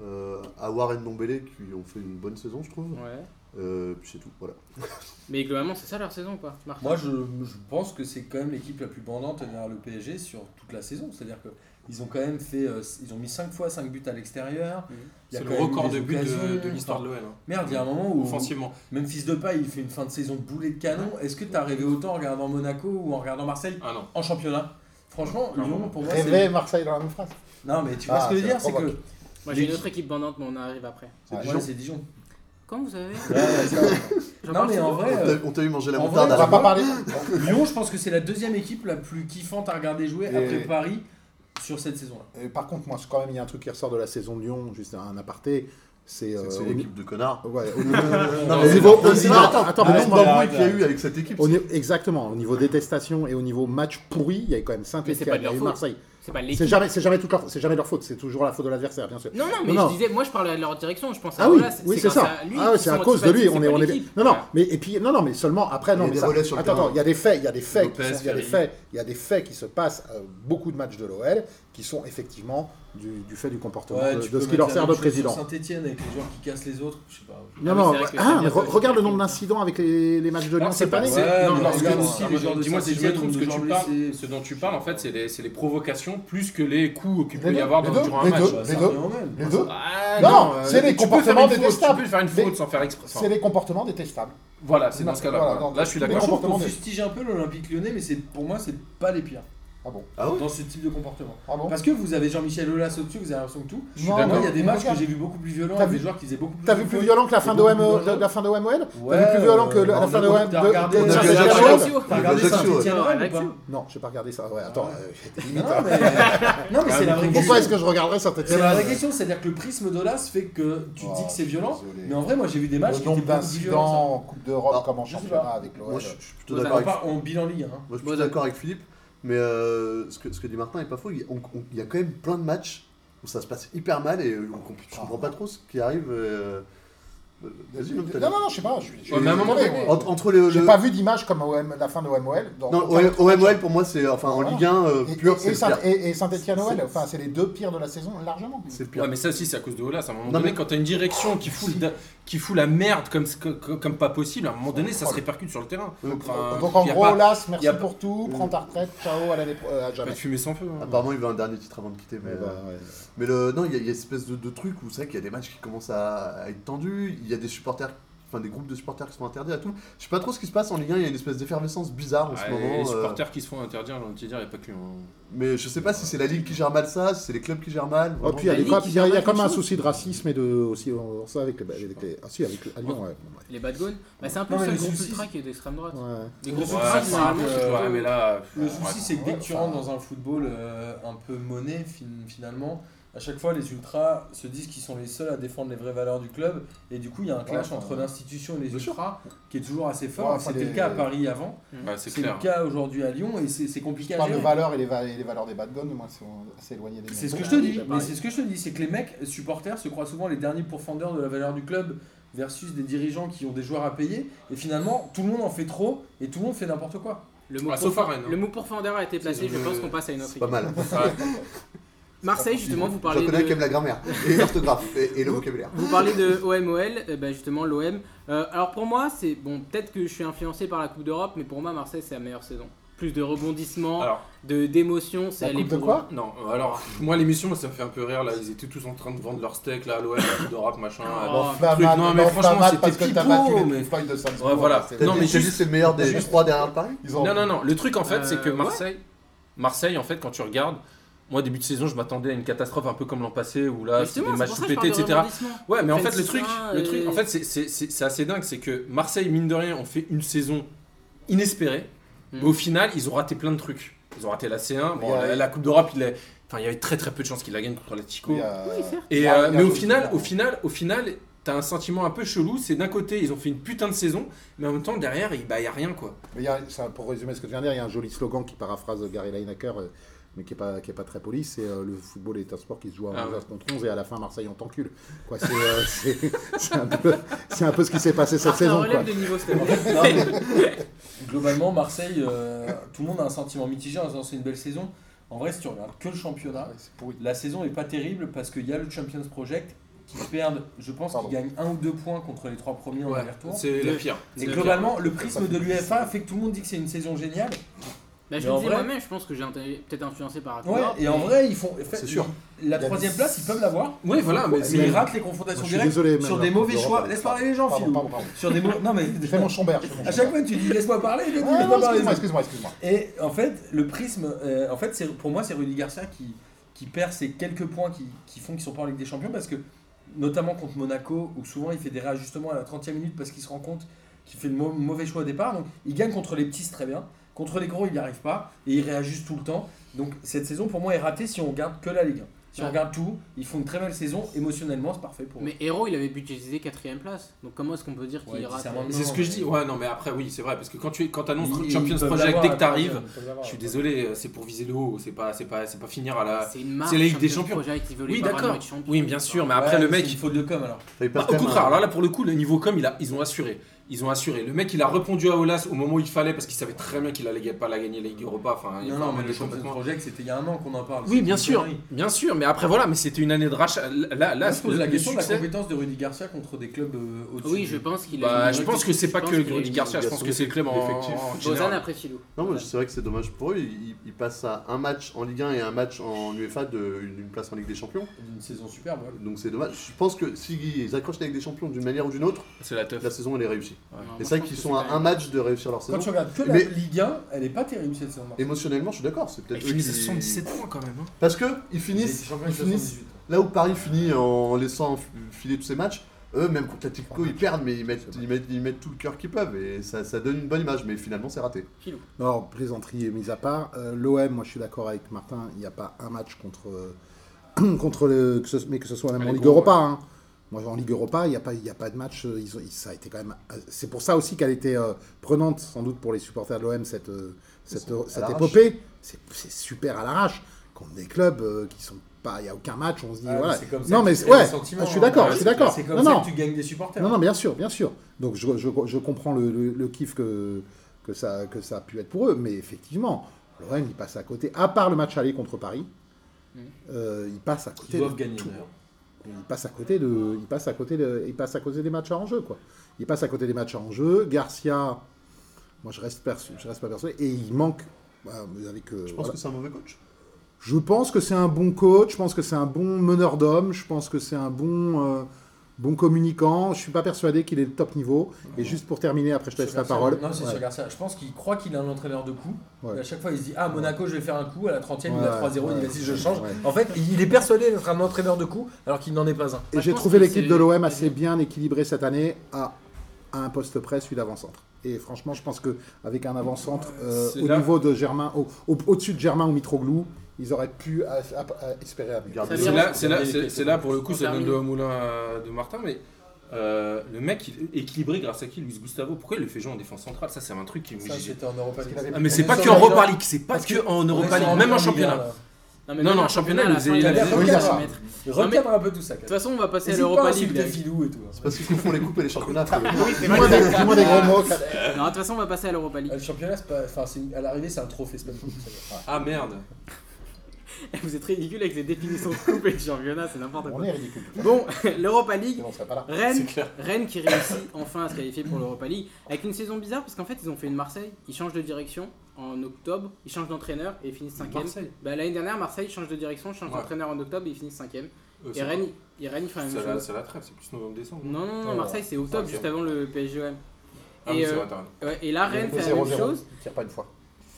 Speaker 6: Euh, Awar et Ndombele qui ont fait une bonne saison, je trouve.
Speaker 1: Ouais.
Speaker 6: Euh, puis c'est tout, voilà.
Speaker 1: Mais globalement, c'est ça leur saison ou pas Marc
Speaker 3: Moi, je, je pense que c'est quand même l'équipe la plus bandante derrière le PSG sur toute la saison. C'est-à-dire que ils ont quand même fait, euh, ils ont mis 5 fois 5 buts à l'extérieur.
Speaker 1: Mhm.
Speaker 3: Il y
Speaker 4: C'est
Speaker 3: a
Speaker 4: le
Speaker 3: quand même eu
Speaker 4: record
Speaker 3: des
Speaker 4: de buts de,
Speaker 3: occasions.
Speaker 4: de l'histoire de l'OL. hein.
Speaker 3: Merde, il y a un moment où
Speaker 4: Offensivement.
Speaker 3: Memphis Depay, il fait une fin de saison boulet de canon. Est-ce que t'as rêvé autant en regardant Monaco ou en regardant Marseille
Speaker 4: Ah non.
Speaker 3: en championnat Franchement,
Speaker 4: Non.
Speaker 3: Lyon, pour moi,
Speaker 2: Rêver
Speaker 3: c'est...
Speaker 2: Marseille dans la même phrase.
Speaker 3: Non, mais tu vois
Speaker 2: Ah,
Speaker 3: ce que je
Speaker 2: c'est
Speaker 3: veux
Speaker 2: la
Speaker 3: dire, c'est que...
Speaker 2: provoque.
Speaker 1: Moi j'ai une autre équipe bandante, mais on arrive après.
Speaker 2: Ouais.
Speaker 3: Ouais, c'est Dijon.
Speaker 1: Quand vous avez
Speaker 3: Ouais, ouais, c'est vrai.
Speaker 1: J'en
Speaker 3: non,
Speaker 1: parle
Speaker 3: mais
Speaker 1: souvent.
Speaker 3: en vrai,
Speaker 6: On
Speaker 3: euh,
Speaker 6: t'a- on t'a vu manger la
Speaker 3: en
Speaker 6: moutarde
Speaker 3: vrai,
Speaker 2: On
Speaker 6: à
Speaker 2: va
Speaker 6: la
Speaker 2: pas parler.
Speaker 3: Lyon, je pense que c'est la deuxième équipe la plus kiffante à regarder jouer
Speaker 2: Et-
Speaker 3: après Paris sur cette saison-là.
Speaker 5: Et par contre, moi, quand même, il y a un truc qui ressort de la saison de Lyon, juste un aparté, c'est. euh,
Speaker 6: C'est c'est
Speaker 5: au-
Speaker 6: l'équipe de connards.
Speaker 5: ouais, au niveau-
Speaker 6: Non,
Speaker 5: mais-
Speaker 6: niveau-
Speaker 5: Non,
Speaker 6: niveau-
Speaker 5: non,
Speaker 6: attends,
Speaker 5: attends,
Speaker 6: le
Speaker 5: mais
Speaker 6: nombre
Speaker 5: non,
Speaker 6: d'embrouilles
Speaker 5: mais-
Speaker 6: qu'il y a eu avec cette équipe,
Speaker 5: au niveau- exactement, au niveau détestation et au niveau match pourri, il y a quand même
Speaker 1: Mais c'est pas
Speaker 5: Saint-Etienne,
Speaker 1: de
Speaker 5: il y
Speaker 1: leur
Speaker 5: a eu
Speaker 1: faute.
Speaker 5: Marseille.
Speaker 1: C'est pas
Speaker 5: C'est
Speaker 1: l'équipe.
Speaker 5: jamais, c'est jamais toute leur, c'est jamais leur faute. C'est toujours la faute de l'adversaire, bien sûr.
Speaker 1: Non, non, mais
Speaker 5: Non, non.
Speaker 1: je disais, moi je parle de leur direction, je pense à
Speaker 5: Ah oui,
Speaker 1: Aulas,
Speaker 5: oui, c'est
Speaker 1: grâce
Speaker 5: ça.
Speaker 1: à lui
Speaker 5: Ah ouais,
Speaker 1: qu'ils
Speaker 5: c'est à
Speaker 1: sont
Speaker 5: cause de lui.
Speaker 1: antipathiques,
Speaker 5: On
Speaker 1: c'est
Speaker 5: est,
Speaker 1: pas
Speaker 5: on est.
Speaker 1: l'équipe.
Speaker 5: Non, non.
Speaker 1: Voilà.
Speaker 5: Mais et puis, non, non, mais seulement après,
Speaker 6: Il y
Speaker 5: non,
Speaker 6: a
Speaker 5: mais
Speaker 6: des
Speaker 5: ça-
Speaker 6: relais sur le
Speaker 5: Attends,
Speaker 6: terrain.
Speaker 5: attends, il y a des faits, il y a des faits, qui
Speaker 4: Lopez,
Speaker 5: sont- il y a des
Speaker 4: Ferry.
Speaker 5: faits, il y a des faits qui se passent à beaucoup de matchs de l'OL, qui sont effectivement du, du fait du comportement
Speaker 3: Ouais,
Speaker 5: de,
Speaker 3: tu
Speaker 5: de
Speaker 3: peux
Speaker 5: ce qui
Speaker 3: mettre
Speaker 5: leur
Speaker 3: la
Speaker 5: sert
Speaker 3: même
Speaker 5: de
Speaker 3: chose
Speaker 5: président.
Speaker 3: sur Saint-Etienne avec les joueurs qui cassent les autres, je sais pas.
Speaker 1: Ah
Speaker 5: Non,
Speaker 1: oui,
Speaker 5: non,
Speaker 1: c'est vrai que
Speaker 5: ah,
Speaker 1: c'est bien
Speaker 5: mais
Speaker 1: ça,
Speaker 5: re-
Speaker 1: c'est
Speaker 5: regarde le
Speaker 1: bien.
Speaker 5: nombre d'incidents avec les, les matchs de Lyon
Speaker 4: Ah,
Speaker 1: Alors, c'est
Speaker 5: cette
Speaker 1: pas
Speaker 5: année.
Speaker 1: Ouais,
Speaker 4: Ouais,
Speaker 5: Non,
Speaker 4: mais
Speaker 5: non,
Speaker 4: parce
Speaker 5: c'est
Speaker 4: que
Speaker 5: pas-
Speaker 4: aussi, les gens- Dis-moi si je me trompe, ce, que tu parles-
Speaker 3: blessés.
Speaker 4: ce dont tu parles, en fait, c'est les, c'est les provocations plus que les coups qu'il
Speaker 2: Les
Speaker 4: peut y
Speaker 2: deux,
Speaker 4: avoir
Speaker 2: les
Speaker 4: dans-
Speaker 2: deux,
Speaker 4: durant
Speaker 2: les
Speaker 4: un
Speaker 5: Ah,
Speaker 4: match.
Speaker 5: bah,
Speaker 2: deux. Les deux. Les deux
Speaker 4: Ah,
Speaker 2: Non,
Speaker 4: euh,
Speaker 2: c'est les
Speaker 4: tu peux
Speaker 2: comportements
Speaker 4: faire une faute,
Speaker 2: détestables.
Speaker 4: Tu peux faire une
Speaker 2: Mais-
Speaker 4: faute sans faire exprès.
Speaker 2: C'est les comportements détestables.
Speaker 4: Voilà, c'est dans ce cas-là.
Speaker 2: Voilà,
Speaker 4: voilà.
Speaker 2: dans-
Speaker 4: Là, je suis
Speaker 2: les
Speaker 4: d'accord.
Speaker 2: comportements-
Speaker 3: On fustige un peu l'Olympique lyonnais, mais c'est- pour moi, c'est pas les pires
Speaker 2: Ah bon
Speaker 6: Ah ouais
Speaker 3: dans ce type de comportement.
Speaker 2: Ah bon
Speaker 3: Parce que vous avez Jean-Michel Aulas au-dessus, vous avez l'impression que tout.
Speaker 4: Je suis
Speaker 5: Ah,
Speaker 2: Non,
Speaker 3: Moi,
Speaker 4: d'accord.
Speaker 3: il y a des
Speaker 2: Mais
Speaker 3: matchs
Speaker 2: regarde.
Speaker 3: que j'ai vu beaucoup plus violents,
Speaker 5: T'as
Speaker 3: avec
Speaker 5: vu-
Speaker 3: des joueurs qui faisaient beaucoup plus
Speaker 5: T'as
Speaker 3: de
Speaker 5: vu plus
Speaker 3: fautes.
Speaker 5: violent que la fin
Speaker 3: Et
Speaker 5: de
Speaker 3: beaucoup
Speaker 5: OM,
Speaker 3: plus dangereux.
Speaker 5: la fin de OMOL
Speaker 3: Ouais,
Speaker 5: T'as vu plus violent que
Speaker 3: euh,
Speaker 5: la
Speaker 3: Bordeaux,
Speaker 5: fin de OM
Speaker 3: T'as
Speaker 5: de-
Speaker 3: regardé
Speaker 5: de-
Speaker 6: de-
Speaker 3: Saint-
Speaker 6: de-
Speaker 1: Ajaccio.
Speaker 3: T'as regardé
Speaker 6: Ajaccio, ouais.
Speaker 3: Saint-Etienne
Speaker 1: Ouais,
Speaker 3: ou pas
Speaker 1: Ajaccio.
Speaker 5: Non, j'ai pas regardé ça. Ouais, attends.
Speaker 3: Ah.
Speaker 5: euh, j'étais
Speaker 3: Non,
Speaker 5: limite, hein.
Speaker 3: mais, non, mais c'est la vraie question.
Speaker 5: Pourquoi est-ce que je regarderais cette
Speaker 3: C'est la vraie question, c'est-à-dire que le prisme d'Olas fait que tu
Speaker 2: Oh,
Speaker 3: dis que c'est
Speaker 2: je suis
Speaker 3: violent,
Speaker 2: désolé.
Speaker 3: mais en vrai, moi j'ai vu des matchs
Speaker 2: Le
Speaker 3: qui étaient
Speaker 2: nombre
Speaker 3: beaucoup plus violents.
Speaker 2: d'incidents en Coupe d'Europe
Speaker 6: Ah,
Speaker 2: comme en
Speaker 3: je sais pas.
Speaker 2: championnat avec l'OL.
Speaker 6: Moi, je je suis plutôt
Speaker 3: que ça.
Speaker 6: d'accord
Speaker 3: En,
Speaker 6: avec
Speaker 3: par- en bilan Ligue 1. hein.
Speaker 6: Moi, je suis plutôt d'accord avec Philippe, mais euh, ce, que, ce que dit Martin est pas faux. Il on- on- il y a quand même plein de matchs où ça se passe hyper mal et euh, on, comp- je comprends pas trop ce qui arrive. euh, euh, Vas-y, même t'as
Speaker 2: Non,
Speaker 6: dit.
Speaker 2: non, non, je sais pas. Je suis, je suis
Speaker 4: Ouais, mais à un moment
Speaker 2: désolé,
Speaker 4: donné,
Speaker 2: moi.
Speaker 6: Entre, entre le.
Speaker 2: J'ai
Speaker 6: le-
Speaker 2: pas vu d'image comme OM, la fin de OMOL. dans-
Speaker 6: Non,
Speaker 2: dans-
Speaker 6: OMOL pour moi, c'est. Enfin, en
Speaker 2: Voilà.
Speaker 6: Ligue 1 euh,
Speaker 2: Et- et-
Speaker 6: pur, c'est
Speaker 2: et,
Speaker 6: le pire.
Speaker 2: Saint- et, Saint-Etienne OL,
Speaker 6: C'est-
Speaker 2: enfin, c'est les deux pires de la saison, largement.
Speaker 6: C'est le pire.
Speaker 4: Ouais, mais ça aussi, c'est à cause de Olas. À un moment
Speaker 6: Non,
Speaker 4: donné,
Speaker 6: mais-
Speaker 4: quand t'as une direction qui fout, le da- qui fout la merde comme, comme, comme pas possible, à un moment donné, ça se répercute sur le terrain.
Speaker 6: Donc,
Speaker 4: Enfin,
Speaker 2: Donc en
Speaker 4: y a
Speaker 2: gros,
Speaker 4: pas-
Speaker 2: Las, merci
Speaker 4: y a pas-
Speaker 2: pour tout, prends ta retraite, ciao, à l'année pro- euh, à
Speaker 4: Pas
Speaker 2: jamais.
Speaker 4: de fumée sans feu. hein.
Speaker 6: Apparemment, il veut un dernier titre avant de quitter, mais.
Speaker 5: Eh ben,
Speaker 6: euh,
Speaker 5: ouais.
Speaker 6: Mais le, non, il y a, il y a une espèce de, de truc où c'est vrai qu'il y a des matchs qui commencent à, à être tendus, il y a des supporters, enfin des groupes de supporters qui sont interdits à tout. Je sais pas trop ce qui se passe en Ligue 1, il y a une espèce d'effervescence bizarre en
Speaker 4: Ah,
Speaker 6: ce
Speaker 4: et
Speaker 6: moment.
Speaker 4: les
Speaker 6: euh,
Speaker 4: supporters qui se font interdire, j'ai envie de dire, il n'y a pas que lui. hein.
Speaker 6: mais je sais pas si c'est la Ligue qui gère mal ça, si c'est les clubs qui gèrent mal.
Speaker 5: Oh,
Speaker 6: vraiment.
Speaker 5: puis il y a
Speaker 1: La
Speaker 5: des
Speaker 1: Ligue
Speaker 5: fois,
Speaker 1: qui
Speaker 5: il y a, il y a
Speaker 1: gère
Speaker 5: comme
Speaker 1: mal
Speaker 5: un
Speaker 1: quelque
Speaker 5: souci de racisme et de aussi on- ça avec les, avec les- ah si avec le- à Lyon ouais.
Speaker 1: Les bad guns, bah, c'est un peu
Speaker 3: Non,
Speaker 1: le
Speaker 3: mais
Speaker 1: seul
Speaker 3: le
Speaker 1: groupe
Speaker 3: souci,
Speaker 1: ultra qui est d'extrême droite.
Speaker 5: Ouais.
Speaker 1: Les groupes
Speaker 4: Ouais,
Speaker 1: ultra, euh,
Speaker 4: c'est euh,
Speaker 1: généralement,
Speaker 3: que-
Speaker 1: c'est
Speaker 4: Ouais, mais là.
Speaker 3: Le
Speaker 4: ouais.
Speaker 3: souci, c'est que dès que tu rentres dans un football euh, un peu monnaie, fin- finalement, à chaque fois, les ultras se disent qu'ils sont les seuls à défendre les vraies valeurs du club. Et du coup, il y a un clash
Speaker 2: Ouais,
Speaker 3: entre
Speaker 2: ouais.
Speaker 3: l'institution et les ultras qui est toujours assez fort.
Speaker 2: Ouais, enfin,
Speaker 3: C'était
Speaker 2: les-
Speaker 3: le cas à Paris avant,
Speaker 4: Ouais, c'est
Speaker 3: c'est le
Speaker 4: clair.
Speaker 3: cas aujourd'hui à Lyon et c'est c'est compliqué
Speaker 2: Je
Speaker 3: à
Speaker 2: parle de
Speaker 3: gérer.
Speaker 2: valeurs et les, va- et les valeurs des bad guns, moi, c'est assez éloigné des
Speaker 3: C'est ce
Speaker 2: miennes.
Speaker 5: bah,
Speaker 3: que je te dis,
Speaker 1: Ouais,
Speaker 3: mais
Speaker 1: pareil.
Speaker 3: c'est ce que je te dis, c'est que les mecs supporters se croient souvent les derniers pourfendeurs de la valeur du club versus des dirigeants qui ont des joueurs à payer et finalement tout le monde en fait trop et tout le monde fait n'importe quoi.
Speaker 1: Le mot,
Speaker 4: Ah,
Speaker 1: pour
Speaker 4: sauf à Rennes, hein.
Speaker 1: le mot pourfendeur a été placé, je
Speaker 4: Euh,
Speaker 1: pense qu'on passe à une autre
Speaker 6: C'est pas
Speaker 1: équipe.
Speaker 6: mal.
Speaker 4: Ouais.
Speaker 1: Marseille, justement, vous
Speaker 6: J'en
Speaker 1: parlez
Speaker 6: connais un qui
Speaker 1: de,
Speaker 6: aime la grammaire, et l'orthographe, et, et le vocabulaire.
Speaker 1: Vous parlez de OMOL, eh ben justement l'OM. Euh, alors pour moi, c'est bon, peut-être que je suis influencé par la Coupe d'Europe, mais pour moi, Marseille, c'est la meilleure saison. Plus de rebondissements,
Speaker 4: Alors,
Speaker 1: de d'émotions, c'est
Speaker 2: La
Speaker 1: aller
Speaker 2: coupe de
Speaker 1: pour-
Speaker 2: quoi
Speaker 4: non, euh, alors, moi, l'émission, ça me fait un peu rire. Là, ils étaient tous en train de vendre leur steak, là, à l'OL, à de rap, machin. à-
Speaker 1: Oh,
Speaker 2: Pas
Speaker 4: Ah, truc,
Speaker 2: mal,
Speaker 4: non, mais
Speaker 2: pas
Speaker 4: franchement,
Speaker 2: mal,
Speaker 4: c'était
Speaker 2: parce que t'as
Speaker 4: pipeau,
Speaker 2: battu les
Speaker 4: mais-
Speaker 2: Pitbull de Salzbourg,
Speaker 4: Ouais, voilà.
Speaker 2: c'est-
Speaker 6: T'as
Speaker 4: Non,
Speaker 6: dit-
Speaker 4: mais
Speaker 6: t'as dit
Speaker 4: juste-
Speaker 6: c'est le meilleur des trois derrière Paris
Speaker 2: Ils ont-
Speaker 4: Non, non, non. Le truc, en fait,
Speaker 1: Euh,
Speaker 4: c'est que
Speaker 1: ouais.
Speaker 4: Marseille, Marseille, en fait, quand tu regardes, moi, début de saison, je m'attendais à une catastrophe un peu comme l'an passé où
Speaker 1: Bah,
Speaker 4: là, c'était
Speaker 1: Justement,
Speaker 4: des
Speaker 1: c'est
Speaker 4: matchs
Speaker 1: pour
Speaker 4: tout
Speaker 1: ça que je
Speaker 4: pétés,
Speaker 1: parle de
Speaker 4: etc.
Speaker 1: rebondissements.
Speaker 4: Ouais, mais en
Speaker 1: Ils
Speaker 4: fait,
Speaker 1: prennent
Speaker 4: le truc,
Speaker 1: 6-1
Speaker 4: le
Speaker 1: et-
Speaker 4: truc, en fait, c'est- c'est c'est- c'est assez dingue, c'est que Marseille, mine de rien, on fait une saison inespérée,
Speaker 1: Mm.
Speaker 4: mais au final, ils ont raté plein de trucs. Ils ont raté la C1,
Speaker 2: Hmm. Il
Speaker 4: bon,
Speaker 2: y a-
Speaker 4: la, la Coupe d'Europe, il est- enfin, il y avait très très peu de chances qu'ils la gagnent contre l'Atlético.
Speaker 2: Il y a-
Speaker 1: Oui, certes.
Speaker 4: Et,
Speaker 2: Ah,
Speaker 4: euh,
Speaker 2: il y a
Speaker 4: mais au
Speaker 2: aussi,
Speaker 4: final,
Speaker 2: là.
Speaker 4: au final, au final, t'as un sentiment un peu chelou. C'est d'un côté, ils ont fait une putain de saison, mais en même temps, derrière, il bah, y a rien quoi.
Speaker 5: Mais il y a- ça, pour résumer ce que tu viens de dire, il y a un joli slogan qui paraphrase Gary Lineker, euh, mais qui n'est pas, qui est pas très poli, c'est euh, le football est un sport qui se joue à
Speaker 4: Ah
Speaker 5: 11
Speaker 4: ouais.
Speaker 5: contre 11 et à la fin Marseille en t'encule. Quoi, c'est, euh, c'est- c'est un, peu- c'est un peu ce qui s'est passé cette
Speaker 1: Ah, c'est un
Speaker 5: saison.
Speaker 1: relève
Speaker 5: Quoi.
Speaker 1: de niveau cette
Speaker 3: En
Speaker 1: année.
Speaker 3: fait, non, mais globalement, Marseille, euh, tout le monde a un sentiment mitigé en disant c'est une belle saison. En vrai, si tu regardes que le championnat,
Speaker 2: C'est pourri.
Speaker 3: la saison n'est pas terrible parce qu'il y a le Champions Project qui perdent, je pense
Speaker 2: Pardon.
Speaker 3: qu'ils gagnent un ou deux points contre les trois premiers en
Speaker 4: Ouais,
Speaker 3: aller-retour.
Speaker 4: c'est la pire.
Speaker 3: Et globalement, le prisme de l'UFA fait que tout le monde dit que c'est une saison géniale.
Speaker 1: Bah, je
Speaker 3: Mais en
Speaker 1: le dis
Speaker 3: vrai-
Speaker 1: moi-même, je pense que j'ai inté- peut-être influencé par la Coupe
Speaker 3: Ouais,
Speaker 1: d'Europe.
Speaker 3: et en vrai, ils font. en fait,
Speaker 6: C'est sûr.
Speaker 3: La
Speaker 2: Il y a
Speaker 3: troisième
Speaker 2: des- Ah,
Speaker 3: place, ils peuvent l'avoir.
Speaker 4: Ouais, voilà, mais
Speaker 3: Ah, Mais
Speaker 4: c'est-
Speaker 3: ils ratent les confrontations
Speaker 5: Moi, je suis
Speaker 3: directes
Speaker 5: désolé,
Speaker 3: sur
Speaker 5: même,
Speaker 3: des
Speaker 5: la
Speaker 3: mauvais
Speaker 5: Coupe
Speaker 3: choix.
Speaker 5: d'Europe,
Speaker 3: Laisse parler les gens,
Speaker 2: Pardon,
Speaker 3: Philou.
Speaker 2: pardon, pardon.
Speaker 3: Sur des mots. Non, mais.
Speaker 2: Je fais mon chambert. je fais mon
Speaker 3: À chaque
Speaker 2: chambert.
Speaker 3: fois, tu dis laisse-moi parler, je dis
Speaker 2: Ouais,
Speaker 3: laisse-moi
Speaker 2: non,
Speaker 3: parler.
Speaker 2: Ah, Excuse-moi, excuse-moi, excuse-moi.
Speaker 3: Et en fait, le prisme, euh, en fait, c'est pour moi, c'est Rudy Garcia qui, qui perd ces quelques points qui, qui font qu'ils sont pas en Ligue des Champions parce que, notamment contre Monaco, où souvent il fait des réajustements à la 30e minute parce qu'il se rend compte qu'il fait le mau- mauvais choix au départ. Donc, il gagne contre les petits, c'est très bien. Contre les gros, il n'y arrive pas et il réajuste tout le temps. Donc, cette saison, pour moi, est ratée si on regarde que la Ligue 1. Si
Speaker 1: Ouais.
Speaker 3: on regarde tout, ils font une très belle saison. Émotionnellement, c'est parfait pour eux.
Speaker 1: Mais Hero, il avait budgétisé quatrième place. Donc comment est-ce qu'on peut dire qu'il
Speaker 3: Ouais,
Speaker 1: rate
Speaker 3: sincèrement,
Speaker 1: euh,
Speaker 4: Mais C'est ce que je dis. Ouais, non, mais après, oui, c'est vrai, parce que quand tu quand annonces Champions
Speaker 3: Ils peuvent
Speaker 4: Project
Speaker 3: l'avoir,
Speaker 4: dès que
Speaker 3: ils
Speaker 4: t'arrives,
Speaker 3: peuvent l'avoir.
Speaker 4: je suis désolé, euh, c'est pour viser le haut, c'est pas, c'est pas, c'est pas finir à la.
Speaker 1: C'est une marque.
Speaker 4: C'est la Ligue des Champions.
Speaker 1: Project, ils veulent
Speaker 4: Oui,
Speaker 1: pas vraiment
Speaker 4: d'accord.
Speaker 1: être champions.
Speaker 4: Oui, bien sûr, mais
Speaker 3: Ah, Ouais,
Speaker 4: après le
Speaker 3: c'est
Speaker 4: mec,
Speaker 3: une faute de com alors.
Speaker 6: T'avais pas
Speaker 4: Bah,
Speaker 6: quand
Speaker 4: au
Speaker 6: même un-
Speaker 4: contraire, alors là pour le coup, le niveau com, il a, ils ont assuré. Ils ont assuré. Le mec, il a répondu à Olas au moment où il fallait parce qu'il savait très bien qu'il allait pas la gagner la Ligue Europa. Enfin, il
Speaker 3: Non, non,
Speaker 4: faut
Speaker 3: mais le
Speaker 4: remettre les choses
Speaker 3: Champions
Speaker 4: complètement.
Speaker 3: Project, c'était il y a un an qu'on en parle.
Speaker 4: Oui,
Speaker 3: c'est
Speaker 4: bien
Speaker 3: une
Speaker 4: sûr,
Speaker 3: connerie.
Speaker 4: bien sûr. Mais après, voilà, mais c'était une année de rachat. Là, là,
Speaker 3: Là, je
Speaker 4: le,
Speaker 3: pose la
Speaker 4: le
Speaker 3: question de la
Speaker 4: succès-
Speaker 3: compétence de Rudy Garcia contre des clubs euh, au-dessus.
Speaker 1: Oui,
Speaker 3: du-
Speaker 1: je pense qu'il a.
Speaker 4: Bah,
Speaker 1: une-
Speaker 4: je pense que c'est pas
Speaker 1: je
Speaker 4: que
Speaker 1: pense qu'il a
Speaker 4: Rudy
Speaker 1: une-
Speaker 4: Garcia, je pense que c'est le club en,
Speaker 6: Effectif.
Speaker 4: en
Speaker 1: Bozan
Speaker 4: général.
Speaker 1: après Philou.
Speaker 6: Non, moi, c'est vrai que c'est dommage pour eux. Ils, ils- ils passent à un match en Ligue 1 et un match en UEFA de une, une place en Ligue des Champions.
Speaker 3: Une saison superbe. ouais.
Speaker 6: Donc c'est dommage. Je pense que s'ils accrochent la Ligue des Champions d'une manière ou d'une autre,
Speaker 4: C'est la teuf.
Speaker 6: la saison elle est réussie.
Speaker 1: Non, Ah, moi,
Speaker 6: Et
Speaker 1: je
Speaker 6: c'est
Speaker 1: pense
Speaker 6: vrai qu'ils
Speaker 1: que
Speaker 6: sont
Speaker 1: c'est
Speaker 6: à
Speaker 1: quand
Speaker 6: un
Speaker 1: même-
Speaker 6: match de réussir leur
Speaker 3: Quand
Speaker 6: saison.
Speaker 3: tu regardes que
Speaker 6: Mais-
Speaker 3: la Ligue 1, elle est pas terrible cette saison. Marseille.
Speaker 6: Émotionnellement, je suis d'accord. C'est
Speaker 4: Ils
Speaker 6: peut-être eux
Speaker 4: finissent à
Speaker 6: qui-
Speaker 4: 77 points quand même. hein.
Speaker 6: Parce que ils finissent,
Speaker 3: Ils ont été champions
Speaker 6: ils
Speaker 3: de
Speaker 6: finissent
Speaker 3: 78.
Speaker 6: là où Paris finit en laissant filer tous ses matchs. Eux, même contre l'Atletico, ils perdent, mais ils mettent, ils, mettent, ils mettent tout le cœur qu'ils peuvent et ça, ça donne une bonne image. Mais finalement, c'est raté.
Speaker 5: Non, plaisanterie mise à part. euh, L'OM, moi je suis d'accord avec Martin, il n'y a pas un match contre. euh, contre le, que ce- mais que ce soit même en
Speaker 4: Allez,
Speaker 5: Ligue
Speaker 4: gros,
Speaker 5: Europa. hein. Moi en Ligue Europa, il n'y a, pas- il y a pas de match. euh, Ils ont, ils- ça a été quand même. euh, C'est pour ça aussi qu'elle était euh, prenante, sans doute pour les supporters de l'OM, cette, euh, cette,
Speaker 6: sont à
Speaker 5: cette
Speaker 6: l'arrache.
Speaker 5: épopée. C'est c'est super à l'arrache. Contre des clubs euh, qui sont pas. Il n'y a aucun match, on se dit
Speaker 3: Ah, mais
Speaker 5: voilà.
Speaker 3: c'est comme ça
Speaker 5: Non,
Speaker 3: que
Speaker 5: mais
Speaker 3: tu crées
Speaker 5: ouais,
Speaker 3: des sentiments,
Speaker 5: je suis
Speaker 3: hein.
Speaker 5: d'accord,
Speaker 3: Ouais,
Speaker 5: je suis
Speaker 3: c'est-
Speaker 5: d'accord.
Speaker 3: C'est
Speaker 5: Non,
Speaker 3: comme
Speaker 5: non.
Speaker 3: ça que tu gagnes des supporters.
Speaker 5: Non, non, bien sûr, bien sûr. Donc je, je, je comprends le, le- le kiff que, que, ça, que ça a pu être pour eux, mais effectivement, l'OM, il passe à côté, à part le match aller contre Paris,
Speaker 1: Mhm.
Speaker 5: euh, il passe à côté
Speaker 3: Ils
Speaker 5: de
Speaker 3: doivent gagner
Speaker 5: tout.
Speaker 3: d'ailleurs.
Speaker 5: Il passe à côté de, il passe à côté de- il passe à côté des matchs à enjeu quoi. Il passe à côté des matchs à enjeu. Garcia, moi je reste perçu, je reste pas persuadé et il manque. bah, avec, euh,
Speaker 6: Je pense
Speaker 5: voilà.
Speaker 6: que c'est un mauvais coach.
Speaker 5: Je pense que c'est un bon coach, je pense que c'est un bon meneur d'hommes, je pense que c'est un bon, euh, bon communicant. Je suis pas persuadé qu'il est le top niveau. Et juste pour terminer, après je te laisse la
Speaker 3: Sur Garcia.
Speaker 5: parole.
Speaker 3: Non, c'est
Speaker 5: Ouais.
Speaker 3: sur Garcia. Je pense qu'il croit qu'il a un entraîneur de coup.
Speaker 5: Ouais.
Speaker 3: Et à chaque fois, il se dit Ah, Monaco, je vais faire un coup. À la 30 e il
Speaker 5: Ouais,
Speaker 3: met à 3-0. Il
Speaker 5: ouais.
Speaker 3: dit Vas-y, je change.
Speaker 5: Ouais.
Speaker 3: En fait, il est persuadé d'être un entraîneur de coup, alors qu'il n'en est pas un.
Speaker 5: Et j'ai
Speaker 1: pense
Speaker 5: trouvé
Speaker 1: que
Speaker 5: l'équipe
Speaker 1: c'est-
Speaker 5: de l'OM assez bien équilibrée cette année à, à un poste près, celui d'avant-centre. Et franchement, je pense qu'avec un avant-centre euh,
Speaker 4: C'est
Speaker 5: au
Speaker 4: là-
Speaker 5: niveau de Germain, au- au- au-dessus de Germain ou Mitroglou, ils auraient pu euh, à- à- à espérer à mieux.
Speaker 6: Garde-
Speaker 1: Ça
Speaker 4: C'est
Speaker 1: vient-
Speaker 4: là, c'est là,
Speaker 3: Regardez les
Speaker 4: c'est- c'est là pour le coup,
Speaker 1: On
Speaker 4: ça donne
Speaker 1: termine.
Speaker 4: de au moulin à- de Martin, mais euh, le mec il est équilibré grâce à qui Luis Gustavo Pourquoi il le fait jouer en défense centrale Ça, c'est un truc qui me.
Speaker 3: Ça, c'était en Europa
Speaker 5: Parce qu'il avait-
Speaker 3: League.
Speaker 4: Ah, mais
Speaker 3: On
Speaker 4: c'est
Speaker 3: est
Speaker 4: pas
Speaker 3: sur
Speaker 4: que
Speaker 3: la
Speaker 4: en Europa
Speaker 3: Ligue.
Speaker 4: League, c'est pas
Speaker 3: Parce
Speaker 4: que
Speaker 3: que- On
Speaker 4: en Europa
Speaker 3: est sur
Speaker 4: League,
Speaker 3: la
Speaker 4: même en
Speaker 3: Ligue,
Speaker 4: championnat.
Speaker 3: là.
Speaker 1: mais
Speaker 4: Non,
Speaker 1: même
Speaker 4: non,
Speaker 1: en
Speaker 4: championnat,
Speaker 1: à la
Speaker 4: vous
Speaker 1: fin,
Speaker 4: avez-
Speaker 1: il a
Speaker 4: vous
Speaker 1: des
Speaker 4: avez-
Speaker 1: trucs à
Speaker 5: Oui,
Speaker 1: remettre. De
Speaker 3: Recadre un peu tout ça. quand
Speaker 1: toute
Speaker 3: même.
Speaker 1: façon, on va passer à
Speaker 3: N'hésite
Speaker 1: l'Europa
Speaker 3: pas à insulter
Speaker 1: League. David.
Speaker 3: Filou et tout. hein.
Speaker 6: C'est parce qu'ils confondent les coupes et les championnats.
Speaker 5: Dis-moi des, dis-moi des gros mots.
Speaker 1: Non, de toute façon, on va passer à l'Europa
Speaker 3: Ah,
Speaker 1: League.
Speaker 3: Le championnat, c'est pas... enfin, c'est une- à l'arrivée, c'est un trophée. C'est pas une coupe, ça va.
Speaker 4: Ah merde
Speaker 1: Vous êtes ridicule avec les définitions de coupe et de championnat, c'est n'importe
Speaker 2: On
Speaker 1: quoi.
Speaker 2: est ridicule.
Speaker 1: Bon, l'Europa League,
Speaker 2: Mais on serait pas là.
Speaker 4: C'est
Speaker 1: Rennes,
Speaker 4: clair.
Speaker 1: Rennes qui réussit enfin à se qualifier pour l'Europa League avec une saison bizarre parce qu'en fait ils ont fait une Marseille, ils changent de direction en octobre, ils changent d'entraîneur et ils finissent cinquième.
Speaker 4: Marseille.
Speaker 1: Bah, L'année dernière Marseille change de direction, change
Speaker 4: Ouais.
Speaker 1: d'entraîneur en octobre et ils finissent cinquième.
Speaker 4: Euh,
Speaker 1: Et
Speaker 4: ça-
Speaker 1: Rennes, et Rennes ils font la
Speaker 4: ça
Speaker 1: même
Speaker 4: la-
Speaker 1: chose.
Speaker 4: ça la trêve, c'est plus novembre-décembre.
Speaker 1: Non, non, non,
Speaker 3: Non,
Speaker 1: Marseille c'est octobre
Speaker 4: Ah,
Speaker 1: juste
Speaker 4: c'est-
Speaker 1: avant le PSGOM.
Speaker 4: Ah oui,
Speaker 1: Et,
Speaker 4: c'est
Speaker 1: euh,
Speaker 4: vrai, t'as raison.
Speaker 1: Ouais, et là Rennes fait la même
Speaker 2: 0-0.
Speaker 1: chose.
Speaker 2: Il tire pas une fois.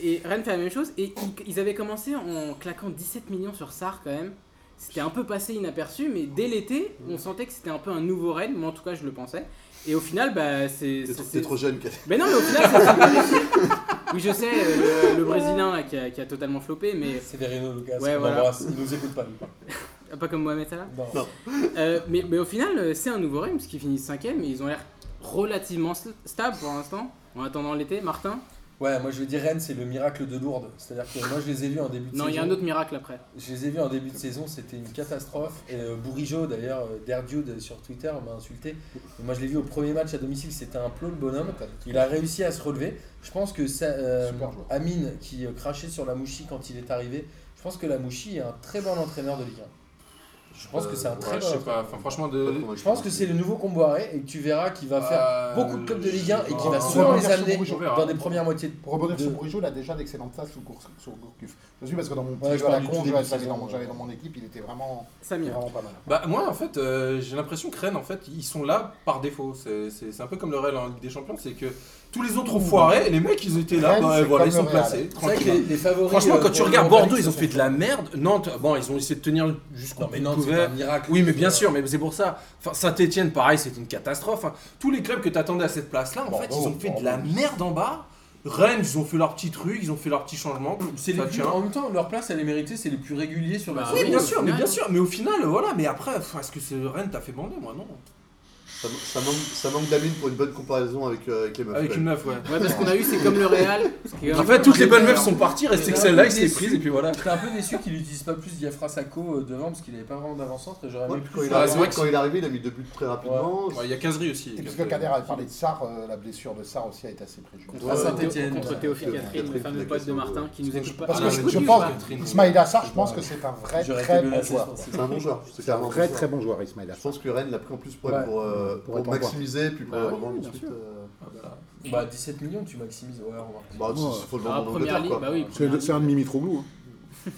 Speaker 1: Et Rennes fait la même chose. Et ils, ils avaient commencé en claquant 17 millions sur Sar quand même. C'était un peu passé inaperçu, mais dès l'été, on sentait que c'était un peu un nouveau Rennes. Moi, en tout cas, je le pensais. Et au final, bah, c'est.
Speaker 6: T'es
Speaker 1: c'est-
Speaker 6: trop-
Speaker 1: c'est-
Speaker 6: t'es trop jeune. Kat.
Speaker 1: Mais non, mais au final, c'est super réussi. Oui, je sais, euh, le, le Brésilien là, qui, a, qui a totalement flopé, mais
Speaker 3: C'est Verino Lucas.
Speaker 1: Ouais,
Speaker 3: on
Speaker 1: voilà.
Speaker 3: l'embrasse. Il nous écoute pas. lui.
Speaker 1: euh, pas comme Mohamed Salah.
Speaker 3: Non.
Speaker 1: Euh, mais, mais au final, euh, c'est un nouveau Rennes, parce qu'ils finissent 5 et ils ont l'air relativement sl- stables pour l'instant. En attendant l'été, Martin
Speaker 3: Ouais, moi je veux dire Rennes, c'est le miracle de Lourdes. C'est-à-dire que moi je les ai vus en début de
Speaker 1: Non, il y
Speaker 3: saison.
Speaker 1: a un autre miracle après.
Speaker 3: Je les ai vus en début de saison, c'était une catastrophe. Et euh, Bourigeau, d'ailleurs, euh, Derdude sur Twitter m'a insulté. Et moi je l'ai vu au premier match à domicile, c'était un plot le bonhomme. Il a réussi à se relever. Je pense que ça, euh,
Speaker 2: Super joueur.
Speaker 3: Amine, qui euh, crachait sur la Mouchi quand il est arrivé, je pense que la Mouchi est un très bon entraîneur de Ligue 1. Je pense que c'est un
Speaker 4: Euh, Ouais,
Speaker 3: très
Speaker 4: je
Speaker 3: bon.
Speaker 4: sais
Speaker 3: entraîneur.
Speaker 4: pas, enfin franchement, de.
Speaker 3: Je pense que c'est le nouveau Comboiré et que tu verras qu'il va faire
Speaker 4: Euh,
Speaker 3: beaucoup de clubs de Ligue 1 et
Speaker 4: je-
Speaker 3: qu'il va
Speaker 4: on
Speaker 3: souvent
Speaker 4: verra.
Speaker 3: les amener
Speaker 4: On verra.
Speaker 3: dans des premières moitiés de
Speaker 2: Pour rebondir
Speaker 3: de-
Speaker 2: sur Bourigeau, il a déjà d'excellentes tasses sur Gour- sur Gourcuff. Je suis parce que dans mon
Speaker 3: Ouais,
Speaker 2: petit
Speaker 3: je
Speaker 2: jeu à la
Speaker 3: parle du
Speaker 2: con,
Speaker 3: tout
Speaker 2: j'avais
Speaker 3: début de
Speaker 2: dans, mon-
Speaker 3: saison.
Speaker 2: j'avais dans mon équipe, il était vraiment, il était
Speaker 1: Samir.
Speaker 2: vraiment pas mal.
Speaker 4: Bah moi en fait euh, j'ai l'impression que Rennes en fait ils sont là par défaut. C'est- C'est c'est un peu comme le Real en Ligue des Champions, c'est que tous les autres ont foiré et les mecs ils étaient là,
Speaker 2: Rennes,
Speaker 4: bah,
Speaker 2: c'est
Speaker 4: voilà,
Speaker 2: comme
Speaker 4: ils sont
Speaker 2: le Real.
Speaker 4: placés.
Speaker 3: C'est vrai que
Speaker 4: tranquillement.
Speaker 3: les, les favoris.
Speaker 4: Franchement
Speaker 3: euh,
Speaker 4: quand tu
Speaker 3: pour
Speaker 4: regardes
Speaker 3: l'Europa League,
Speaker 4: Bordeaux ils ont
Speaker 3: sont
Speaker 4: fait de la merde, Nantes bon ils ont essayé de tenir jusqu'au
Speaker 3: Non, mais non,
Speaker 4: bout
Speaker 3: c'est
Speaker 4: couvert.
Speaker 3: un miracle.
Speaker 4: Oui mais bien sûr mais c'est pour ça. Enfin, Saint-Etienne pareil c'était une catastrophe. hein. Tous les clubs que t'attendais à cette place là en fait
Speaker 2: Bordeaux,
Speaker 4: ils ont fait de la
Speaker 2: Bordeaux.
Speaker 4: merde en bas. Rennes, ils ont fait leur petit truc, ils ont fait leur petit changement. pff,
Speaker 3: C'est les
Speaker 4: ça
Speaker 3: plus-
Speaker 4: tient.
Speaker 3: en même temps, leur place, elle est méritée, c'est les plus réguliers sur la
Speaker 1: Bah
Speaker 4: Oui,
Speaker 1: oui,
Speaker 4: bien
Speaker 1: au
Speaker 4: sûr, mais
Speaker 1: final.
Speaker 4: bien sûr. Mais au final, voilà. Mais après, pff, est-ce que c'est Rennes t'a fait bander Moi, non.
Speaker 6: Ça, ça manque, ça manque d'amine pour une bonne comparaison avec, euh, avec les meufs.
Speaker 4: Avec
Speaker 6: ouais.
Speaker 4: une meuf, ouais.
Speaker 1: Ouais, parce qu'on a eu, c'est comme le Real.
Speaker 4: En fait, toutes les bonnes meufs
Speaker 1: meufs
Speaker 4: sont parties, restait
Speaker 3: Mais
Speaker 4: que
Speaker 3: non,
Speaker 4: celle-là,
Speaker 3: mais
Speaker 4: il s'est
Speaker 3: déçu.
Speaker 4: prise, et puis voilà.
Speaker 3: J'étais un peu déçu qu'il n'utilise pas plus Diafra Sacco euh, devant parce qu'il n'avait pas vraiment d'avant-centre et j'aurais
Speaker 6: Ouais,
Speaker 3: aimé
Speaker 6: puis
Speaker 3: plus.
Speaker 6: quand, il est
Speaker 4: Ah,
Speaker 6: arrivé,
Speaker 4: c'est vrai que
Speaker 6: quand il est arrivé, il a mis deux buts très rapidement.
Speaker 4: Ouais, Il y a 15 aussi.
Speaker 2: Et
Speaker 4: qui a
Speaker 2: puisque
Speaker 4: fait-
Speaker 2: Kader avait parlé de Sar, euh, la blessure de Sar aussi a été assez préjudiciable.
Speaker 5: euh,
Speaker 1: Contre,
Speaker 6: Ouais,
Speaker 1: Saint-Étienne,
Speaker 6: ouais.
Speaker 1: contre Théophile
Speaker 6: Ouais.
Speaker 1: Catherine, le
Speaker 6: Catherine,
Speaker 1: fameux
Speaker 6: la
Speaker 1: pote de
Speaker 6: question,
Speaker 1: Martin
Speaker 6: ouais.
Speaker 1: qui nous écoute pas.
Speaker 2: Parce
Speaker 4: Ah,
Speaker 2: que
Speaker 4: non,
Speaker 2: je,
Speaker 4: mais
Speaker 2: je
Speaker 4: tu
Speaker 2: pense
Speaker 4: parles,
Speaker 2: que
Speaker 4: Catherine.
Speaker 2: Ismaïla Sarr, je pense que c'est un vrai
Speaker 3: J'aurais
Speaker 2: très
Speaker 3: été
Speaker 2: bon
Speaker 3: menacé
Speaker 2: joueur.
Speaker 3: sur ce-
Speaker 6: C'est un bon joueur. C'est
Speaker 5: C'est un
Speaker 6: clairement un
Speaker 5: très
Speaker 6: bon
Speaker 5: très
Speaker 6: joueur.
Speaker 5: bon joueur, Ismaïla.
Speaker 6: Je pense que Rennes l'a pris en plus pour,
Speaker 5: Ouais.
Speaker 6: pour, euh,
Speaker 5: Pour
Speaker 6: pour
Speaker 5: être en
Speaker 6: maximiser, puis pour
Speaker 1: Bah
Speaker 6: le
Speaker 1: oui,
Speaker 6: revendre
Speaker 1: bien
Speaker 6: ensuite.
Speaker 1: sûr.
Speaker 6: euh,
Speaker 3: Bah, 17 millions, tu maximises. Ouais, remarque.
Speaker 6: Bah, il
Speaker 5: Ouais.
Speaker 6: faut le
Speaker 1: Ah,
Speaker 6: vendre en
Speaker 1: première
Speaker 6: Angleterre,
Speaker 1: ligue,
Speaker 6: quoi.
Speaker 1: bah oui. première
Speaker 5: C'est c'est un
Speaker 1: ligue.
Speaker 5: demi Mitroglou. hein.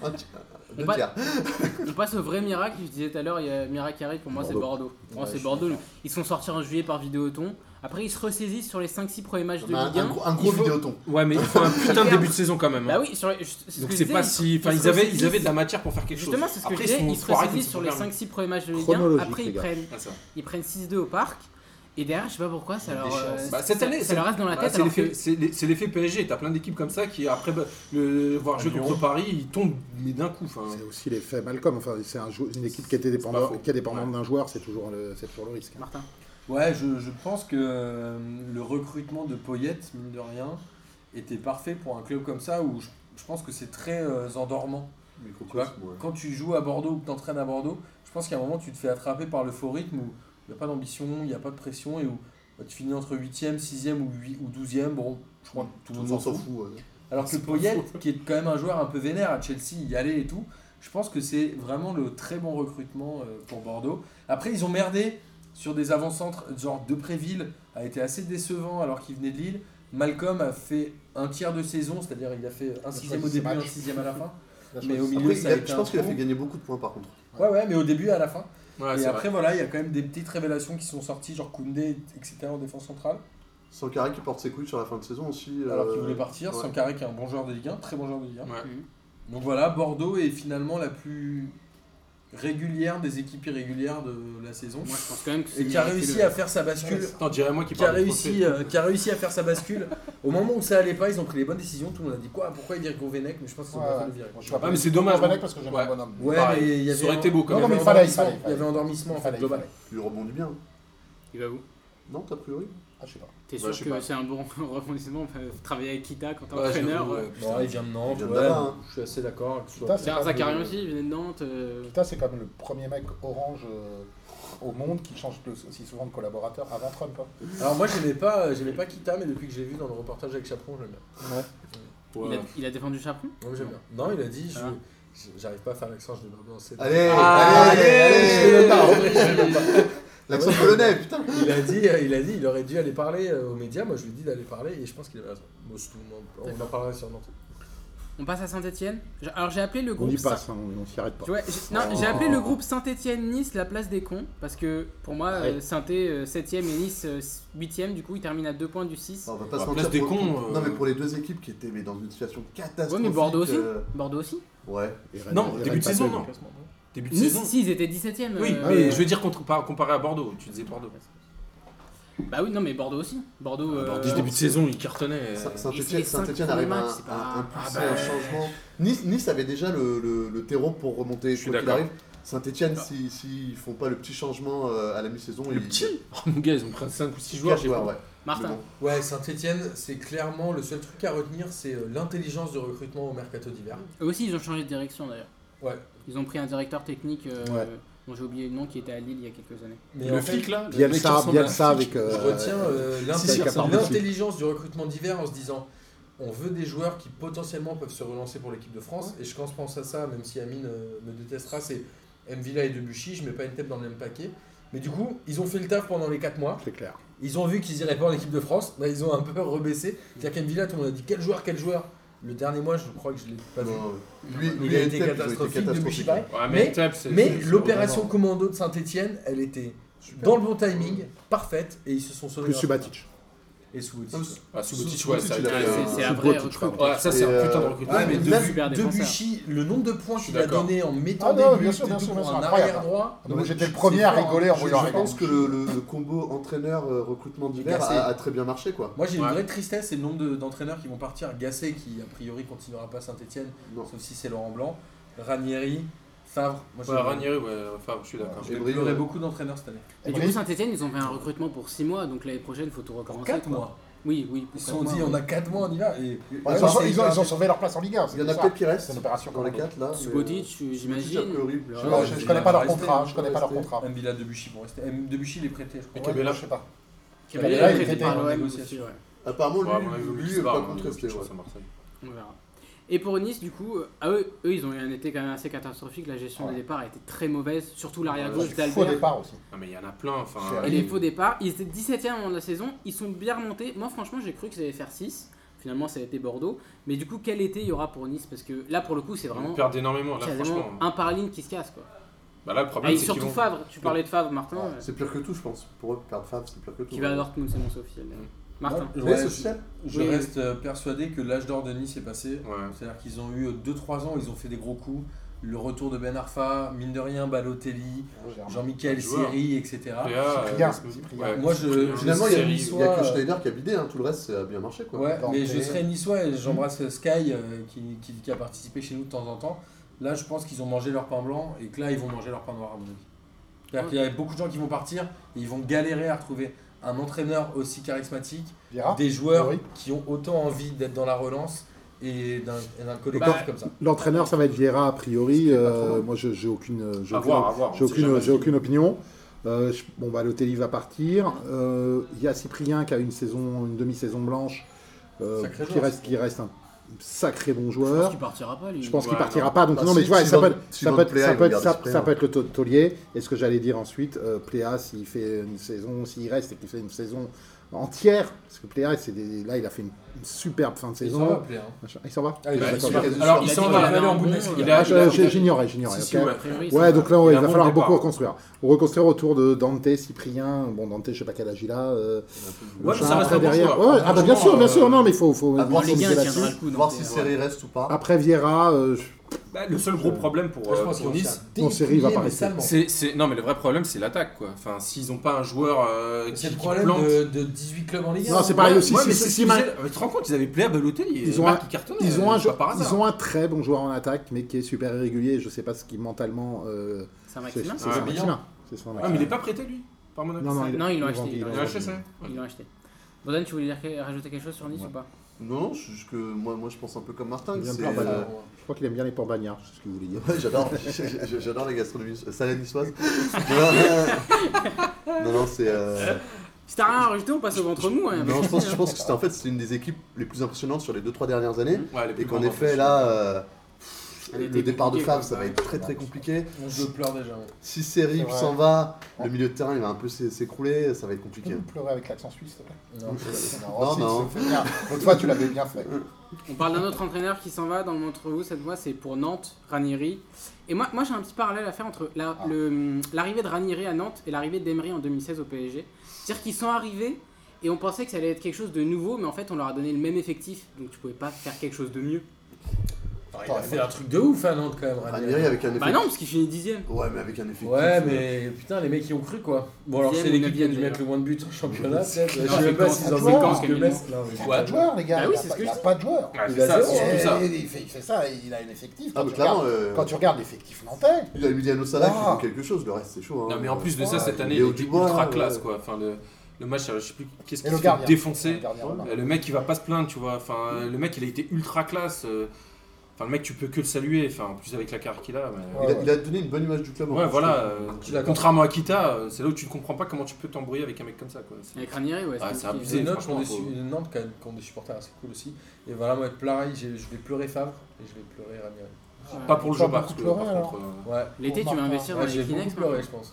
Speaker 6: Un ti-
Speaker 1: On
Speaker 6: deux
Speaker 1: passe-
Speaker 6: tiers.
Speaker 1: On passe au vrai miracle, je disais tout à l'heure, il y a miracle qui arrive, pour moi c'est Bordeaux. Pour moi
Speaker 6: Ouais,
Speaker 1: c'est
Speaker 6: je
Speaker 1: Bordeaux, ils sont sortis en juillet par Vidéoton, après ils se ressaisissent sur les 5-6 premiers matchs de
Speaker 6: Un,
Speaker 1: Ligue 1.
Speaker 6: un gros- un gros
Speaker 1: Il faut-
Speaker 6: vidéoton.
Speaker 4: Ouais, mais il faut un putain de début de saison quand même. hein.
Speaker 1: Bah oui, sur les- c'est ce
Speaker 4: Donc
Speaker 1: que je
Speaker 4: c'est
Speaker 1: disais,
Speaker 4: pas
Speaker 1: ils-
Speaker 4: si. Enfin,
Speaker 1: ils
Speaker 4: ils
Speaker 1: se
Speaker 4: avaient,
Speaker 1: ressaisissent.
Speaker 4: ils avaient de la matière pour faire quelque chose.
Speaker 1: Justement, c'est ce que
Speaker 4: Après,
Speaker 1: je disais,
Speaker 4: sont
Speaker 1: ils se
Speaker 4: foirés contre
Speaker 1: ressaisissent sur les
Speaker 4: Bayern.
Speaker 1: 5-6 premiers matchs de Ligue 1,
Speaker 5: Chronologique,
Speaker 1: après
Speaker 5: les
Speaker 1: ils
Speaker 5: gars.
Speaker 1: prennent,
Speaker 4: Ah, ça.
Speaker 1: ils prennent 6-2 au parc, et derrière je sais pas pourquoi ça leur,
Speaker 3: déchéance.
Speaker 1: euh,
Speaker 4: Bah, cette
Speaker 1: ça-
Speaker 4: année,
Speaker 1: ça
Speaker 4: c'est-
Speaker 1: leur reste dans la
Speaker 4: bah,
Speaker 1: tête
Speaker 4: c'est
Speaker 1: alors
Speaker 4: l'effet-
Speaker 1: que...
Speaker 4: c'est l'e- C'est l'effet PSG. T'as plein d'équipes comme ça qui, après bah, le voir jouer
Speaker 3: Lyon.
Speaker 4: contre Paris, ils tombent mais d'un coup. enfin.
Speaker 5: C'est aussi l'effet Malcolm. Enfin, c'est un jou- une équipe qui, était
Speaker 4: pas
Speaker 5: dépendant,
Speaker 4: faux.
Speaker 5: qui est dépendante
Speaker 4: Ouais.
Speaker 5: d'un joueur, c'est toujours, le- c'est toujours le risque. hein.
Speaker 1: Martin,
Speaker 3: Ouais, je, je pense que euh, le recrutement de Poyette, mine de rien, était parfait pour un club comme ça où je, je pense que c'est très euh, endormant.
Speaker 6: Microcosme, ouais.
Speaker 3: Quand tu joues à Bordeaux ou que tu entraînes à Bordeaux, je pense qu'à un moment tu te fais attraper par le faux rythme où il n'y a pas d'ambition, il n'y a pas de pression et où bah, tu finis entre 8e, 6e ou, 8, ou 12e. Bon, je crois que tout le
Speaker 6: Tout le
Speaker 3: monde
Speaker 6: monde
Speaker 3: s'en
Speaker 6: s'en
Speaker 3: fout.
Speaker 6: fout. ouais.
Speaker 3: Alors que Poyet, qui est quand même un joueur un peu vénère à Chelsea, y aller et tout, je pense que c'est vraiment le très bon recrutement euh, pour Bordeaux. Après, ils ont merdé sur des avant-centres, genre Depréville a été assez décevant alors qu'il venait de Lille. Malcolm a fait un tiers de saison, c'est-à-dire il a fait un sixième au
Speaker 2: choisi ses
Speaker 3: début, un
Speaker 2: matchs.
Speaker 3: sixième à la fin.
Speaker 2: La
Speaker 3: Mais
Speaker 2: chose-
Speaker 3: au milieu,
Speaker 6: Après, il
Speaker 3: ça
Speaker 6: a-
Speaker 3: a été
Speaker 6: je
Speaker 3: un
Speaker 6: pense qu'il a
Speaker 3: trou.
Speaker 6: fait gagner beaucoup de points par contre.
Speaker 3: Ouais, ouais, mais au début et à la fin.
Speaker 4: Ouais,
Speaker 3: et
Speaker 4: Ah, c'est
Speaker 3: après,
Speaker 4: vrai.
Speaker 3: voilà, il y a quand même des petites révélations qui sont sorties, genre Koundé, etc. en défense centrale.
Speaker 6: Sankara qui porte ses couilles sur la fin de saison aussi. euh,
Speaker 3: Alors qu'il voulait partir.
Speaker 6: ouais.
Speaker 3: Sankaré qui est un bon joueur de Ligue 1, très bon joueur de Ligue 1.
Speaker 4: Ouais.
Speaker 3: Donc voilà, Bordeaux est finalement la plus régulière des équipes irrégulières de la saison.
Speaker 1: moi je pense quand même que c'est
Speaker 3: Et qui a
Speaker 1: mérité
Speaker 3: réussi
Speaker 1: le-
Speaker 3: à faire sa bascule.
Speaker 4: Attends, dirais-moi qui
Speaker 3: Qui a,
Speaker 4: parle de
Speaker 3: réussi, euh, qui a réussi à faire sa bascule. Au moment où ça allait pas, ils ont pris les bonnes décisions. Tout le monde a dit quoi Pourquoi ils virent Gourvenec Mais je pense qu'ils ont
Speaker 2: Ouais,
Speaker 3: pas
Speaker 2: ouais.
Speaker 3: fait le virer.
Speaker 2: Bon, je suis pas-
Speaker 4: Ah, mais c'est dommage.
Speaker 2: Je connais parce que j'aime
Speaker 4: Ouais.
Speaker 2: le bonhomme.
Speaker 3: Ouais,
Speaker 4: Pareil.
Speaker 3: mais il y
Speaker 4: Ça
Speaker 3: avait.
Speaker 4: aurait
Speaker 3: un-
Speaker 4: été beau, quand
Speaker 3: il y
Speaker 2: même.
Speaker 3: avait
Speaker 2: Non, mais il fallait,
Speaker 3: endormissement,
Speaker 2: il fallait,
Speaker 3: Il y avait endormissement en
Speaker 2: Il
Speaker 3: fait
Speaker 2: fallait, il
Speaker 3: global.
Speaker 2: fallait.
Speaker 6: Il rebondit bien.
Speaker 1: Il va où
Speaker 6: Non, a priori
Speaker 2: Ah, je sais pas.
Speaker 1: T'es
Speaker 4: Bah,
Speaker 1: sûr
Speaker 4: je sais
Speaker 1: que
Speaker 4: pas.
Speaker 1: c'est un bon rebondissement euh, Travailler avec Kita quand t'es
Speaker 4: Ouais, j'avoue,
Speaker 1: entraîneur
Speaker 4: ouais,
Speaker 1: euh,
Speaker 4: putain.
Speaker 3: Non, il vient de Nantes.
Speaker 6: Il vient de
Speaker 3: ouais,
Speaker 6: là-bas, hein.
Speaker 3: Je suis assez d'accord. que ce soit-
Speaker 2: Putain,
Speaker 1: Tiens,
Speaker 2: comme
Speaker 1: Zakarian
Speaker 2: le-
Speaker 1: aussi, il venait de Nantes. euh,
Speaker 2: Putain, c'est comme le premier mec orange euh, au monde qui change de- aussi souvent de collaborateur avant Trump. hein.
Speaker 3: Alors moi, j'aimais pas, euh, j'aimais pas Kita, mais depuis que j'ai vu dans le reportage avec Chaperon, j'aime bien.
Speaker 1: Il, a,
Speaker 4: Ouais.
Speaker 1: il a défendu Chaperon
Speaker 3: Non, mais j'aime bien. Non, il a dit,
Speaker 1: Ah.
Speaker 3: je- j'arrive pas à faire l'accent, je l'ai pas balancé.
Speaker 6: Allez,
Speaker 4: Ah,
Speaker 6: allez,
Speaker 4: allez,
Speaker 6: allez,
Speaker 3: il,
Speaker 6: L'accent polonais, putain
Speaker 3: a dit, il a dit, il aurait dû aller parler euh, aux médias. Moi, je lui ai dit d'aller parler et je pense qu'il avait raison. Bon, c'est tout, on en- on en parlera sur Nantes.
Speaker 1: On passe à Saint-Etienne Alors j'ai appelé le
Speaker 5: On
Speaker 1: groupe.
Speaker 5: y passe, hein, on on s'y arrête pas.
Speaker 1: Saint- Ouais, j'ai- non, j'ai appelé le groupe Saint-Etienne-Nice la place des cons. Parce que pour moi, euh, Saint-Etienne 7ème et Nice 8ème, du coup, ils terminent à 2 points du 6.
Speaker 6: On va
Speaker 4: À
Speaker 6: pas se
Speaker 4: la
Speaker 6: mentir.
Speaker 4: place des
Speaker 6: pour-
Speaker 4: cons,
Speaker 6: pour- Non,
Speaker 4: euh,
Speaker 6: mais pour les deux équipes qui étaient mais dans une situation catastrophique.
Speaker 1: Ouais, mais Bordeaux aussi.
Speaker 6: euh,
Speaker 1: Bordeaux aussi.
Speaker 6: Ouais.
Speaker 5: Et Rennes-
Speaker 4: Non,
Speaker 5: et
Speaker 4: début
Speaker 5: Rennes
Speaker 4: de saison,
Speaker 5: passe
Speaker 4: non. Début de
Speaker 1: Nice,
Speaker 4: saison.
Speaker 1: si, ils étaient 17ème.
Speaker 4: Oui,
Speaker 1: euh,
Speaker 4: mais
Speaker 5: ouais.
Speaker 4: je veux dire contre- par- comparé à Bordeaux. Tu disais Bordeaux.
Speaker 1: Bah oui, non, mais Bordeaux aussi. Bordeaux. euh,
Speaker 4: Ah, Bordeaux, début de saison, ils cartonnaient.
Speaker 6: Saint-
Speaker 1: et
Speaker 6: Saint-Etienne
Speaker 1: c'est les cinq
Speaker 6: Saint-Etienne arrive à
Speaker 1: premiers matchs, c'est pas- ben,
Speaker 6: à- à impulser
Speaker 4: Ah bah,
Speaker 6: un changement. Nice, nice avait déjà le, le, le terreau pour remonter
Speaker 4: Je suis
Speaker 6: quoi qu'il
Speaker 4: d'accord. Ah.
Speaker 6: arrive. Saint-Etienne, s'ils si, ne font pas le petit changement euh, à la mi-saison,
Speaker 4: Le
Speaker 6: ils-
Speaker 4: petit Oh mon gars, ils ont pris 5 ou 6 joueurs.
Speaker 6: Quatre
Speaker 4: j'ai
Speaker 6: joueurs,
Speaker 4: pas-
Speaker 6: ouais.
Speaker 1: Martin.
Speaker 6: Mais bon.
Speaker 3: Ouais, Saint-Etienne, c'est clairement le seul truc à retenir, c'est euh, l'intelligence de recrutement au mercato d'hiver.
Speaker 1: Eux aussi, ils ont changé de direction d'ailleurs.
Speaker 3: Ouais.
Speaker 1: Ils ont pris un directeur technique euh,
Speaker 5: Ouais.
Speaker 1: dont j'ai oublié le nom qui était à Lille il y a quelques années.
Speaker 3: Mais
Speaker 4: le
Speaker 3: en fait,
Speaker 4: flic là
Speaker 5: deux.
Speaker 4: le mec qui
Speaker 5: Bielsa,
Speaker 4: ressemble à un
Speaker 5: Bielsa avec.
Speaker 4: flic.
Speaker 5: euh,
Speaker 3: Je retiens euh, l'int-
Speaker 5: si, si, à part
Speaker 3: l'intelligence du recrutement d'hiver en se disant on veut des joueurs qui potentiellement peuvent se relancer pour l'équipe de France. Et je quand je pense à ça, même si Amine euh, me détestera, c'est Mvila et Debuchy, je mets pas une tête dans le même paquet. Mais du coup, ils ont fait le taf pendant les 4 mois.
Speaker 5: C'est clair.
Speaker 3: Ils ont vu qu'ils iraient pas en équipe de France, bah, ils ont un peu rebaissé. C'est-à-dire qu'Mvila, tout le monde a dit quel joueur, quel joueur. Le dernier mois, je crois que je l'ai pas vu.
Speaker 6: Non, euh, Lui,
Speaker 3: Il
Speaker 6: lui
Speaker 3: a
Speaker 6: et
Speaker 3: été
Speaker 6: Tep, ils ont
Speaker 3: catastrophique, Debuchy, pareil.
Speaker 4: Ouais,
Speaker 3: Mais-
Speaker 4: mais Tep, c'est-
Speaker 3: Mais
Speaker 4: c'est-
Speaker 3: l'opération commando de Saint-Etienne, elle était dans le bon timing, parfaite, et ils se sont sauvés.
Speaker 5: Plus
Speaker 3: grâce à ça.
Speaker 5: Subatic.
Speaker 3: et Subotic.
Speaker 6: Ah,
Speaker 4: Ah, Subotic,
Speaker 6: Sous-
Speaker 4: ouais,
Speaker 6: Sous-
Speaker 4: ça a
Speaker 6: Sous-
Speaker 4: été
Speaker 6: Sous-
Speaker 4: un-
Speaker 1: C'est
Speaker 6: Sous-
Speaker 1: c'est un
Speaker 5: Sous-
Speaker 1: vrai
Speaker 5: Sous-
Speaker 1: recrutement.
Speaker 4: Ouais, ça, c'est
Speaker 6: Et,
Speaker 4: un putain de
Speaker 6: euh,
Speaker 4: recrutement.
Speaker 3: Ouais, mais
Speaker 1: Deux
Speaker 3: même
Speaker 1: super défenseurs.
Speaker 3: Debuchy, le nombre de points
Speaker 4: Je suis
Speaker 3: qu'il a
Speaker 4: d'accord.
Speaker 3: donné en mettant
Speaker 2: Ah
Speaker 3: des
Speaker 2: non,
Speaker 3: buts
Speaker 2: bien sûr,
Speaker 3: et
Speaker 2: bien
Speaker 3: tout
Speaker 2: sûr, bien
Speaker 3: pour
Speaker 2: sûr,
Speaker 3: un
Speaker 2: incroyable.
Speaker 3: arrière droit.
Speaker 2: Ah, mais moi,
Speaker 3: je-
Speaker 2: j'étais le
Speaker 3: c'est
Speaker 2: premier à
Speaker 3: fort, hein.
Speaker 2: rigoler en
Speaker 3: Je-
Speaker 2: voyant
Speaker 3: je
Speaker 6: Je
Speaker 2: arriver.
Speaker 6: pense que le, le- le combo entraîneur-recrutement d'hiver
Speaker 3: Gassé.
Speaker 6: a, a très bien marché, quoi.
Speaker 3: Moi j'ai une
Speaker 4: Ouais.
Speaker 3: vraie tristesse, c'est le nombre de- d'entraîneurs qui vont partir. Gasset qui a priori continuera pas Saint-Etienne,
Speaker 6: Non.
Speaker 3: sauf si c'est Laurent Blanc. Ranieri, Favre. Moi j'ai
Speaker 4: Ouais, Ranieri, ouais, Favre, je suis d'accord.
Speaker 3: j'ai
Speaker 6: Et
Speaker 3: pleuré
Speaker 6: Brio, ouais.
Speaker 3: beaucoup d'entraîneurs cette année.
Speaker 1: Et
Speaker 2: Et
Speaker 1: du
Speaker 2: Brice
Speaker 1: coup, Saint-Etienne, ils ont fait un recrutement pour 6 mois, donc l'année prochaine, il faut tout recommencer.
Speaker 3: 4
Speaker 1: quoi.
Speaker 3: mois.
Speaker 1: Oui, oui. pour
Speaker 3: Ils se
Speaker 1: quatre
Speaker 3: sont dit
Speaker 1: mois,
Speaker 3: on
Speaker 1: oui.
Speaker 3: a 4 mois, on y va. Et
Speaker 2: Ils,
Speaker 6: Ouais,
Speaker 2: ont,
Speaker 6: c'est-
Speaker 2: ils ont- ils ont sauvé leur place en Ligue 1.
Speaker 6: Il y en a peut-être qui restent
Speaker 2: C'est une opération
Speaker 6: dans les
Speaker 2: commando.
Speaker 6: 4 là. mais, euh,
Speaker 1: Subotic, j'imagine.
Speaker 6: a priori,
Speaker 1: Le
Speaker 6: je
Speaker 2: Je,
Speaker 1: Real.
Speaker 2: je
Speaker 3: Ouais,
Speaker 2: connais pas leur
Speaker 3: rester,
Speaker 2: contrat. Je
Speaker 6: je
Speaker 2: connais pas leur
Speaker 6: rester.
Speaker 2: contrat.
Speaker 3: Mbila Debuchy pour rester. M- Debuchy il est prêté, je crois.
Speaker 4: Et
Speaker 2: Ouais,
Speaker 4: Cabella
Speaker 2: je sais pas.
Speaker 1: Cabella,
Speaker 2: Cabella,
Speaker 1: il
Speaker 2: il
Speaker 1: est prêté
Speaker 2: était
Speaker 1: par
Speaker 3: en
Speaker 1: l'OM
Speaker 3: négociation.
Speaker 1: aussi, ouais.
Speaker 6: Apparemment,
Speaker 4: Ouais, à
Speaker 6: lui,
Speaker 4: mon avis,
Speaker 6: lui,
Speaker 4: Oblak,
Speaker 6: est
Speaker 4: c'est
Speaker 6: pas
Speaker 4: rare, hein,
Speaker 6: contesté.
Speaker 4: je
Speaker 6: ouais.
Speaker 4: pense, à Marseille.
Speaker 1: On verra. Et pour Nice, du coup, à eux, eux, ils ont eu un été quand même assez catastrophique. La gestion
Speaker 2: Ouais.
Speaker 1: des départs a été très mauvaise, surtout l'arrière
Speaker 4: Ouais,
Speaker 1: gauche
Speaker 2: Faux
Speaker 1: d'Albert.
Speaker 2: départ aussi.
Speaker 4: Non, mais il y en a plein. Enfin,
Speaker 2: C'est
Speaker 1: Et les
Speaker 2: Oui.
Speaker 1: faux départs, ils étaient 17e avant la saison, ils sont bien remontés. Moi, franchement, j'ai cru que ça allait faire 6. Finalement, ça a été Bordeaux. Mais du coup, quel été il y aura pour Nice Parce que là, pour le coup, c'est
Speaker 4: ils
Speaker 1: vraiment
Speaker 4: perdent énormément, là,
Speaker 1: quasiment
Speaker 4: franchement.
Speaker 1: un par ligne qui se casse. Quoi. Ah,
Speaker 4: Bah, là, le
Speaker 1: Et
Speaker 4: problème, c'est qu'ils
Speaker 1: surtout
Speaker 4: vont.
Speaker 1: Favre, tu parlais de Favre, Martin, euh,
Speaker 6: C'est pire que tout, je pense. Pour eux, perdre Favre, c'est pire que tout.
Speaker 1: qui va à Dortmund, c'est mon c'est officiel.
Speaker 4: Mm.
Speaker 1: Martin.
Speaker 3: Ouais,
Speaker 6: Ouais,
Speaker 3: je-
Speaker 6: social.
Speaker 3: Je
Speaker 1: Oui, oui.
Speaker 3: reste euh, persuadé que l'âge d'or de Nice est passé.
Speaker 4: Ouais.
Speaker 3: C'est-à-dire qu'ils ont eu 2-3 ans, ils ont fait des gros coups. Le retour de Ben Arfa, mine de rien, Balotelli, Jean-Michel
Speaker 4: Joueur.
Speaker 3: Seri, etc.
Speaker 4: Pléa,
Speaker 2: Cyprien,
Speaker 4: euh,
Speaker 2: Cyprien.
Speaker 4: ouais,
Speaker 3: Moi, je-
Speaker 4: Cyprien,
Speaker 6: Finalement, il y a-
Speaker 4: Cyril,
Speaker 6: il n'y a
Speaker 3: Soit,
Speaker 6: que
Speaker 3: euh,
Speaker 6: Schneider qui a bidé, hein, tout le reste, ça a bien marché. quoi.
Speaker 3: Ouais,
Speaker 2: Dante.
Speaker 3: mais je serais niçois et j'embrasse Sky euh, qui, qui, qui a participé chez nous de temps en temps. Là, je pense qu'ils ont mangé leur pain blanc et que là, ils vont manger leur pain noir, à mon avis. C'est-à-dire qu'il y a beaucoup de gens qui vont partir et ils vont galérer à retrouver un entraîneur aussi charismatique,
Speaker 5: Ah,
Speaker 2: Vieira.
Speaker 3: des
Speaker 5: bah
Speaker 3: joueurs
Speaker 2: oui.
Speaker 3: qui ont autant envie d'être dans la relance et d'un et d'un collectif
Speaker 1: Bah,
Speaker 3: comme ça.
Speaker 5: L'entraîneur, ça va être Vieira, a priori.
Speaker 2: pas trop
Speaker 5: Euh,
Speaker 2: mal.
Speaker 5: moi, je- j'ai aucune, euh, j'ai
Speaker 4: À
Speaker 5: aucune,
Speaker 4: voir, à voir, on
Speaker 5: j'ai
Speaker 4: sait
Speaker 5: aucune,
Speaker 4: jamais.
Speaker 5: j'ai aucune opinion. Euh, je- bon, bah, Lotelli va partir. Euh, Il y a Cyprien qui a une saison, une demi-saison blanche, euh,
Speaker 3: Sacré
Speaker 5: qui
Speaker 3: joueur,
Speaker 5: reste, qui reste un sacré bon
Speaker 1: Je pense
Speaker 5: joueur.
Speaker 1: qu'il partira pas, lui.
Speaker 5: Je pense qu'il
Speaker 4: Ouais,
Speaker 5: partira
Speaker 4: non.
Speaker 5: pas. Donc
Speaker 6: Bah,
Speaker 5: non, mais
Speaker 6: si-
Speaker 5: tu vois,
Speaker 6: si
Speaker 5: ça
Speaker 6: Van-
Speaker 5: peut, être-
Speaker 6: si
Speaker 5: ça
Speaker 6: Van
Speaker 5: peut être-
Speaker 6: Plea,
Speaker 5: ça
Speaker 6: il
Speaker 5: peut être-
Speaker 6: regarde
Speaker 5: ça-
Speaker 6: Cyprien.
Speaker 5: ça peut être le tau- taulier. Et ce que j'allais dire ensuite, euh, Pléa, s'il fait une saison, s'il reste et qu'il fait une saison entière, parce que Pléa, c'est des- là, il a fait une, une superbe fin de
Speaker 3: Ils
Speaker 5: saison.
Speaker 3: s'en va, Plea, hein.
Speaker 5: Machin. Il s'en va.
Speaker 3: Ah, il
Speaker 6: Bah,
Speaker 3: va-
Speaker 6: il s'en
Speaker 3: il
Speaker 6: va.
Speaker 3: va-
Speaker 4: Alors, il
Speaker 1: Il a
Speaker 4: s'en
Speaker 1: dit
Speaker 4: va.
Speaker 1: qu'il allait en
Speaker 4: en
Speaker 1: bon,
Speaker 4: Bundesliga.
Speaker 1: euh,
Speaker 4: Il a-
Speaker 5: Ah,
Speaker 4: il a-
Speaker 5: je- je- J'ignorais, j'ignorais.
Speaker 4: Si, si,
Speaker 5: ok.
Speaker 4: ouais.
Speaker 1: A priori, ça
Speaker 5: Ouais,
Speaker 1: va.
Speaker 5: donc là, ouais,
Speaker 4: Il y
Speaker 5: il
Speaker 4: a un
Speaker 5: va
Speaker 4: bon
Speaker 5: falloir
Speaker 4: départ.
Speaker 5: beaucoup reconstruire. On reconstruire autour de Dante, Cyprien. Bon, Dante, je sais pas quel âge il a. euh,
Speaker 4: Ouais, mais
Speaker 5: machin,
Speaker 4: ça reste
Speaker 5: après,
Speaker 4: un bon
Speaker 5: derrière.
Speaker 4: joueur.
Speaker 5: Ouais, ouais, ah, bah, bien sûr, bien
Speaker 4: Franchement,
Speaker 5: sûr.
Speaker 4: euh,
Speaker 5: Non, mais il faut. faut
Speaker 6: À
Speaker 5: faut
Speaker 6: voir
Speaker 1: Les
Speaker 6: si
Speaker 1: gars,
Speaker 5: insister
Speaker 1: il
Speaker 5: là-dessus.
Speaker 1: tiendra le coup.
Speaker 6: Voir
Speaker 1: donc,
Speaker 6: si
Speaker 1: euh,
Speaker 6: Série reste ou pas.
Speaker 5: Après Vieira, euh, je-
Speaker 4: Bah, le seul gros problème pour,
Speaker 3: Moi, je
Speaker 4: euh,
Speaker 3: pense
Speaker 4: pour
Speaker 3: qu'on
Speaker 4: Nice,
Speaker 3: s'est
Speaker 5: bah, Non, Seri va
Speaker 3: dépouillé,
Speaker 5: pas
Speaker 3: mais
Speaker 5: rester.
Speaker 3: salement.
Speaker 4: C'est, c'est- Non, mais le vrai problème, c'est l'attaque, quoi. Enfin, s'ils n'ont pas un joueur euh, qui,
Speaker 3: C'est le
Speaker 4: qui
Speaker 3: problème
Speaker 4: plante.
Speaker 3: de, de 18 clubs en Ligue 1.
Speaker 5: Non, c'est pareil
Speaker 4: Ouais,
Speaker 5: aussi,
Speaker 4: ouais,
Speaker 5: si-
Speaker 4: mais
Speaker 5: si-
Speaker 4: c'est
Speaker 5: si
Speaker 4: ce qu'ils
Speaker 5: ma-
Speaker 4: faisaient. Tu te rends compte, ils avaient Plea, Balotelli.
Speaker 5: Ils
Speaker 4: Ils
Speaker 5: ont
Speaker 4: ont
Speaker 5: un-
Speaker 4: qui cartonnait. euh,
Speaker 5: ils ont un,
Speaker 4: pas
Speaker 5: jou-
Speaker 4: par
Speaker 5: ils
Speaker 4: hasard.
Speaker 5: ont un très bon joueur en attaque, mais qui est super irrégulier. Je sais pas ce qui mentalement. euh,
Speaker 1: C'est un
Speaker 5: c'est
Speaker 1: maximum.
Speaker 5: c'est
Speaker 4: Ouais,
Speaker 5: son
Speaker 3: Billon.
Speaker 5: maximum. C'est son
Speaker 4: Ah, mais il
Speaker 5: maximum.
Speaker 4: est pas prêté, lui Par Monaco.
Speaker 5: Non, non, il-
Speaker 1: Non, ils l'ont
Speaker 5: ils
Speaker 1: acheté.
Speaker 5: l'ont-
Speaker 1: ils l'ont
Speaker 4: Il a acheté
Speaker 1: acheté.
Speaker 4: ça
Speaker 1: Ils l'ont acheté. Bogdan, tu voulais dire, que- rajouter quelque chose sur Nice
Speaker 6: Ouais.
Speaker 1: ou pas
Speaker 6: Non, non, je, je- que moi, moi je pense un peu comme Martin. que
Speaker 5: Bien
Speaker 6: c'est,
Speaker 5: plein,
Speaker 6: euh,
Speaker 5: voilà. Je crois qu'il aime bien les porbagnards, c'est ce que vous voulez dire.
Speaker 6: Ouais, j'adore, j'ai- j'ai- j'adore les gastronomies salades niçoises. Non, non, non, non, c'est. euh,
Speaker 1: Si t'as rien à rajouter, on passe au ventre mou. hein,
Speaker 6: Non,
Speaker 1: parce
Speaker 6: je
Speaker 1: que-
Speaker 6: pense, je pense que c'était en fait c'est une des équipes les plus impressionnantes sur les 2-3 dernières années.
Speaker 4: Ouais, les plus
Speaker 6: Et qu'en
Speaker 4: grandes
Speaker 6: effet,
Speaker 4: impressions.
Speaker 6: là, euh,
Speaker 1: Mm. Elle
Speaker 6: le
Speaker 1: était
Speaker 6: départ de
Speaker 1: compliquée,
Speaker 6: Favre,
Speaker 1: quoi.
Speaker 6: ça va être très très compliqué.
Speaker 3: Bon, Je pleure déjà. ouais.
Speaker 6: Si Serif
Speaker 2: C'est vrai.
Speaker 6: s'en va, le milieu de terrain il va un peu s'é- s'écrouler, ça va être
Speaker 2: Tu peux
Speaker 6: compliqué.
Speaker 5: Mmh.
Speaker 2: nous pleurer avec l'accent suisse, s'il te plaît
Speaker 3: Non.
Speaker 6: Non,
Speaker 2: c'est-
Speaker 6: non.
Speaker 2: c'est fait bien. L'autre fois, tu l'avais bien fait.
Speaker 1: On parle d'un autre entraîneur qui s'en va dans le Montreux cette fois, c'est pour Nantes, Ranieri. Et moi, moi j'ai un petit parallèle à faire entre la-
Speaker 2: Ah.
Speaker 1: le- l'arrivée de Ranieri à Nantes et l'arrivée d'Emery en 2016 au PSG. C'est-à-dire qu'ils sont arrivés et on pensait que ça allait être quelque chose de nouveau, mais en fait on leur a donné le même effectif, donc tu pouvais pas faire quelque chose de mieux.
Speaker 3: Enfin, il a fait un truc de ouf à Nantes quand même,
Speaker 6: Ranieri
Speaker 3: Ranieri.
Speaker 6: avec un effet.
Speaker 1: Bah non, parce qu'il finit dixième.
Speaker 6: Ouais, mais avec un euh, effet.
Speaker 3: Ouais, mais putain, les mecs ils ont cru quoi. Bon, alors c'est
Speaker 1: Dixième ou
Speaker 3: l'équipe qui a dû
Speaker 1: neuvième,
Speaker 3: mettre le moins de buts en championnat, peut-être. Je
Speaker 1: Non,
Speaker 3: sais
Speaker 1: c'est
Speaker 3: même pas
Speaker 1: quand-
Speaker 3: s'ils en
Speaker 2: c'est
Speaker 3: ont
Speaker 2: quand,
Speaker 3: parce que
Speaker 1: Camille,
Speaker 3: Metz. non,
Speaker 2: Il
Speaker 3: mais-
Speaker 2: a pas de joueur, les gars.
Speaker 1: Bah oui,
Speaker 2: il a
Speaker 1: c'est
Speaker 2: pas-
Speaker 1: ce que
Speaker 2: il
Speaker 1: je
Speaker 2: a
Speaker 1: dis.
Speaker 2: pas de joueur.
Speaker 4: Ouais,
Speaker 3: Il a
Speaker 4: c'est ça,
Speaker 3: zéro,
Speaker 4: c'est tout ça.
Speaker 2: Et Il fait il fait ça, il a un effectif.
Speaker 6: Ah,
Speaker 2: Quand
Speaker 6: mais
Speaker 2: tu regardes-
Speaker 6: clairement, euh,
Speaker 2: quand tu regardes l'effectif nantais,
Speaker 6: il a Emiliano Sala qui
Speaker 2: Ah.
Speaker 6: fait quelque chose, le reste c'est chaud. hein.
Speaker 4: Non, mais en plus de ça,
Speaker 6: Ouais,
Speaker 4: cette année, il
Speaker 6: Léo
Speaker 4: était
Speaker 6: Dubois, euh.
Speaker 4: ultra
Speaker 6: ouais.
Speaker 4: classe, quoi. Enfin, le le match, euh, je sais plus, qu'est-ce
Speaker 2: et
Speaker 4: qu'il
Speaker 2: le
Speaker 4: se fait
Speaker 2: gardien.
Speaker 4: défoncer
Speaker 2: gardien,
Speaker 6: Ouais.
Speaker 2: Romain.
Speaker 4: Euh, Le mec, il va pas se plaindre, tu vois. Enfin, euh, le mec, il a été ultra classe. euh. Enfin, le mec, tu peux que le saluer. Enfin, en plus avec la carrière qu'il a. mais-
Speaker 2: Ouais.
Speaker 6: Il a, il a donné une bonne image du club. en
Speaker 4: Ouais,
Speaker 6: plus.
Speaker 4: voilà. euh,
Speaker 3: Je suis d'accord.
Speaker 4: contrairement à Kita, euh, c'est là où tu ne comprends pas comment tu peux t'embrouiller avec un mec comme ça, quoi. C'est-
Speaker 1: Avec Ranieri, ouais.
Speaker 4: Ah,
Speaker 1: compliqué.
Speaker 4: c'est abusé.
Speaker 3: Les notes
Speaker 4: franchement,
Speaker 3: ont des,
Speaker 4: faut-
Speaker 3: su- Nantes quand même, qui ont des supporters assez cool aussi. Et voilà, moi, pareil, j'ai- je vais pleurer Favre et je vais pleurer Ranieri.
Speaker 1: Ouais.
Speaker 4: Pas pour le
Speaker 2: Pas
Speaker 4: jeu, parce
Speaker 2: beaucoup
Speaker 4: que
Speaker 2: pleuré,
Speaker 4: par
Speaker 2: alors.
Speaker 4: contre. euh,
Speaker 3: Ouais.
Speaker 1: L'été, tu vas investir dans
Speaker 3: hein. Ouais, j'ai
Speaker 1: les
Speaker 3: beaucoup
Speaker 1: Kleenex.
Speaker 3: pleuré,
Speaker 1: maintenant.
Speaker 3: je pense.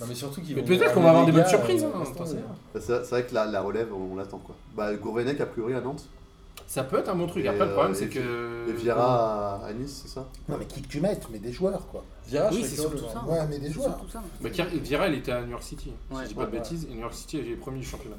Speaker 3: Non, mais surtout qu'ils
Speaker 4: Mais
Speaker 3: vont
Speaker 4: peut-être qu'on
Speaker 3: ramener
Speaker 4: va avoir des bonnes
Speaker 3: gars,
Speaker 4: surprises, hein,
Speaker 3: euh,
Speaker 4: t'en sais rien.
Speaker 6: Bah, C'est c'est vrai que la, la relève, on l'attend quoi. Bah, Gourvenec a priori à Nantes,
Speaker 4: Ça peut être un bon truc.
Speaker 6: Et,
Speaker 4: Après, le problème,
Speaker 6: euh,
Speaker 4: c'est
Speaker 6: et
Speaker 4: que.
Speaker 6: et Vieira à, à Nice, c'est ça
Speaker 2: Non, mais qui que tu mettes, mais des joueurs, quoi.
Speaker 3: Virage,
Speaker 1: Oui,
Speaker 3: je
Speaker 1: c'est
Speaker 3: crois que
Speaker 1: surtout
Speaker 3: le-
Speaker 1: ça.
Speaker 2: Ouais, mais des
Speaker 1: C'est
Speaker 3: hein.
Speaker 2: joueurs.
Speaker 1: surtout ça.
Speaker 4: Bah, Car- Vieira, il était à New York City, si
Speaker 1: Ouais.
Speaker 4: je dis pas de
Speaker 3: Ouais.
Speaker 4: bêtises, et New York City est premier du championnat.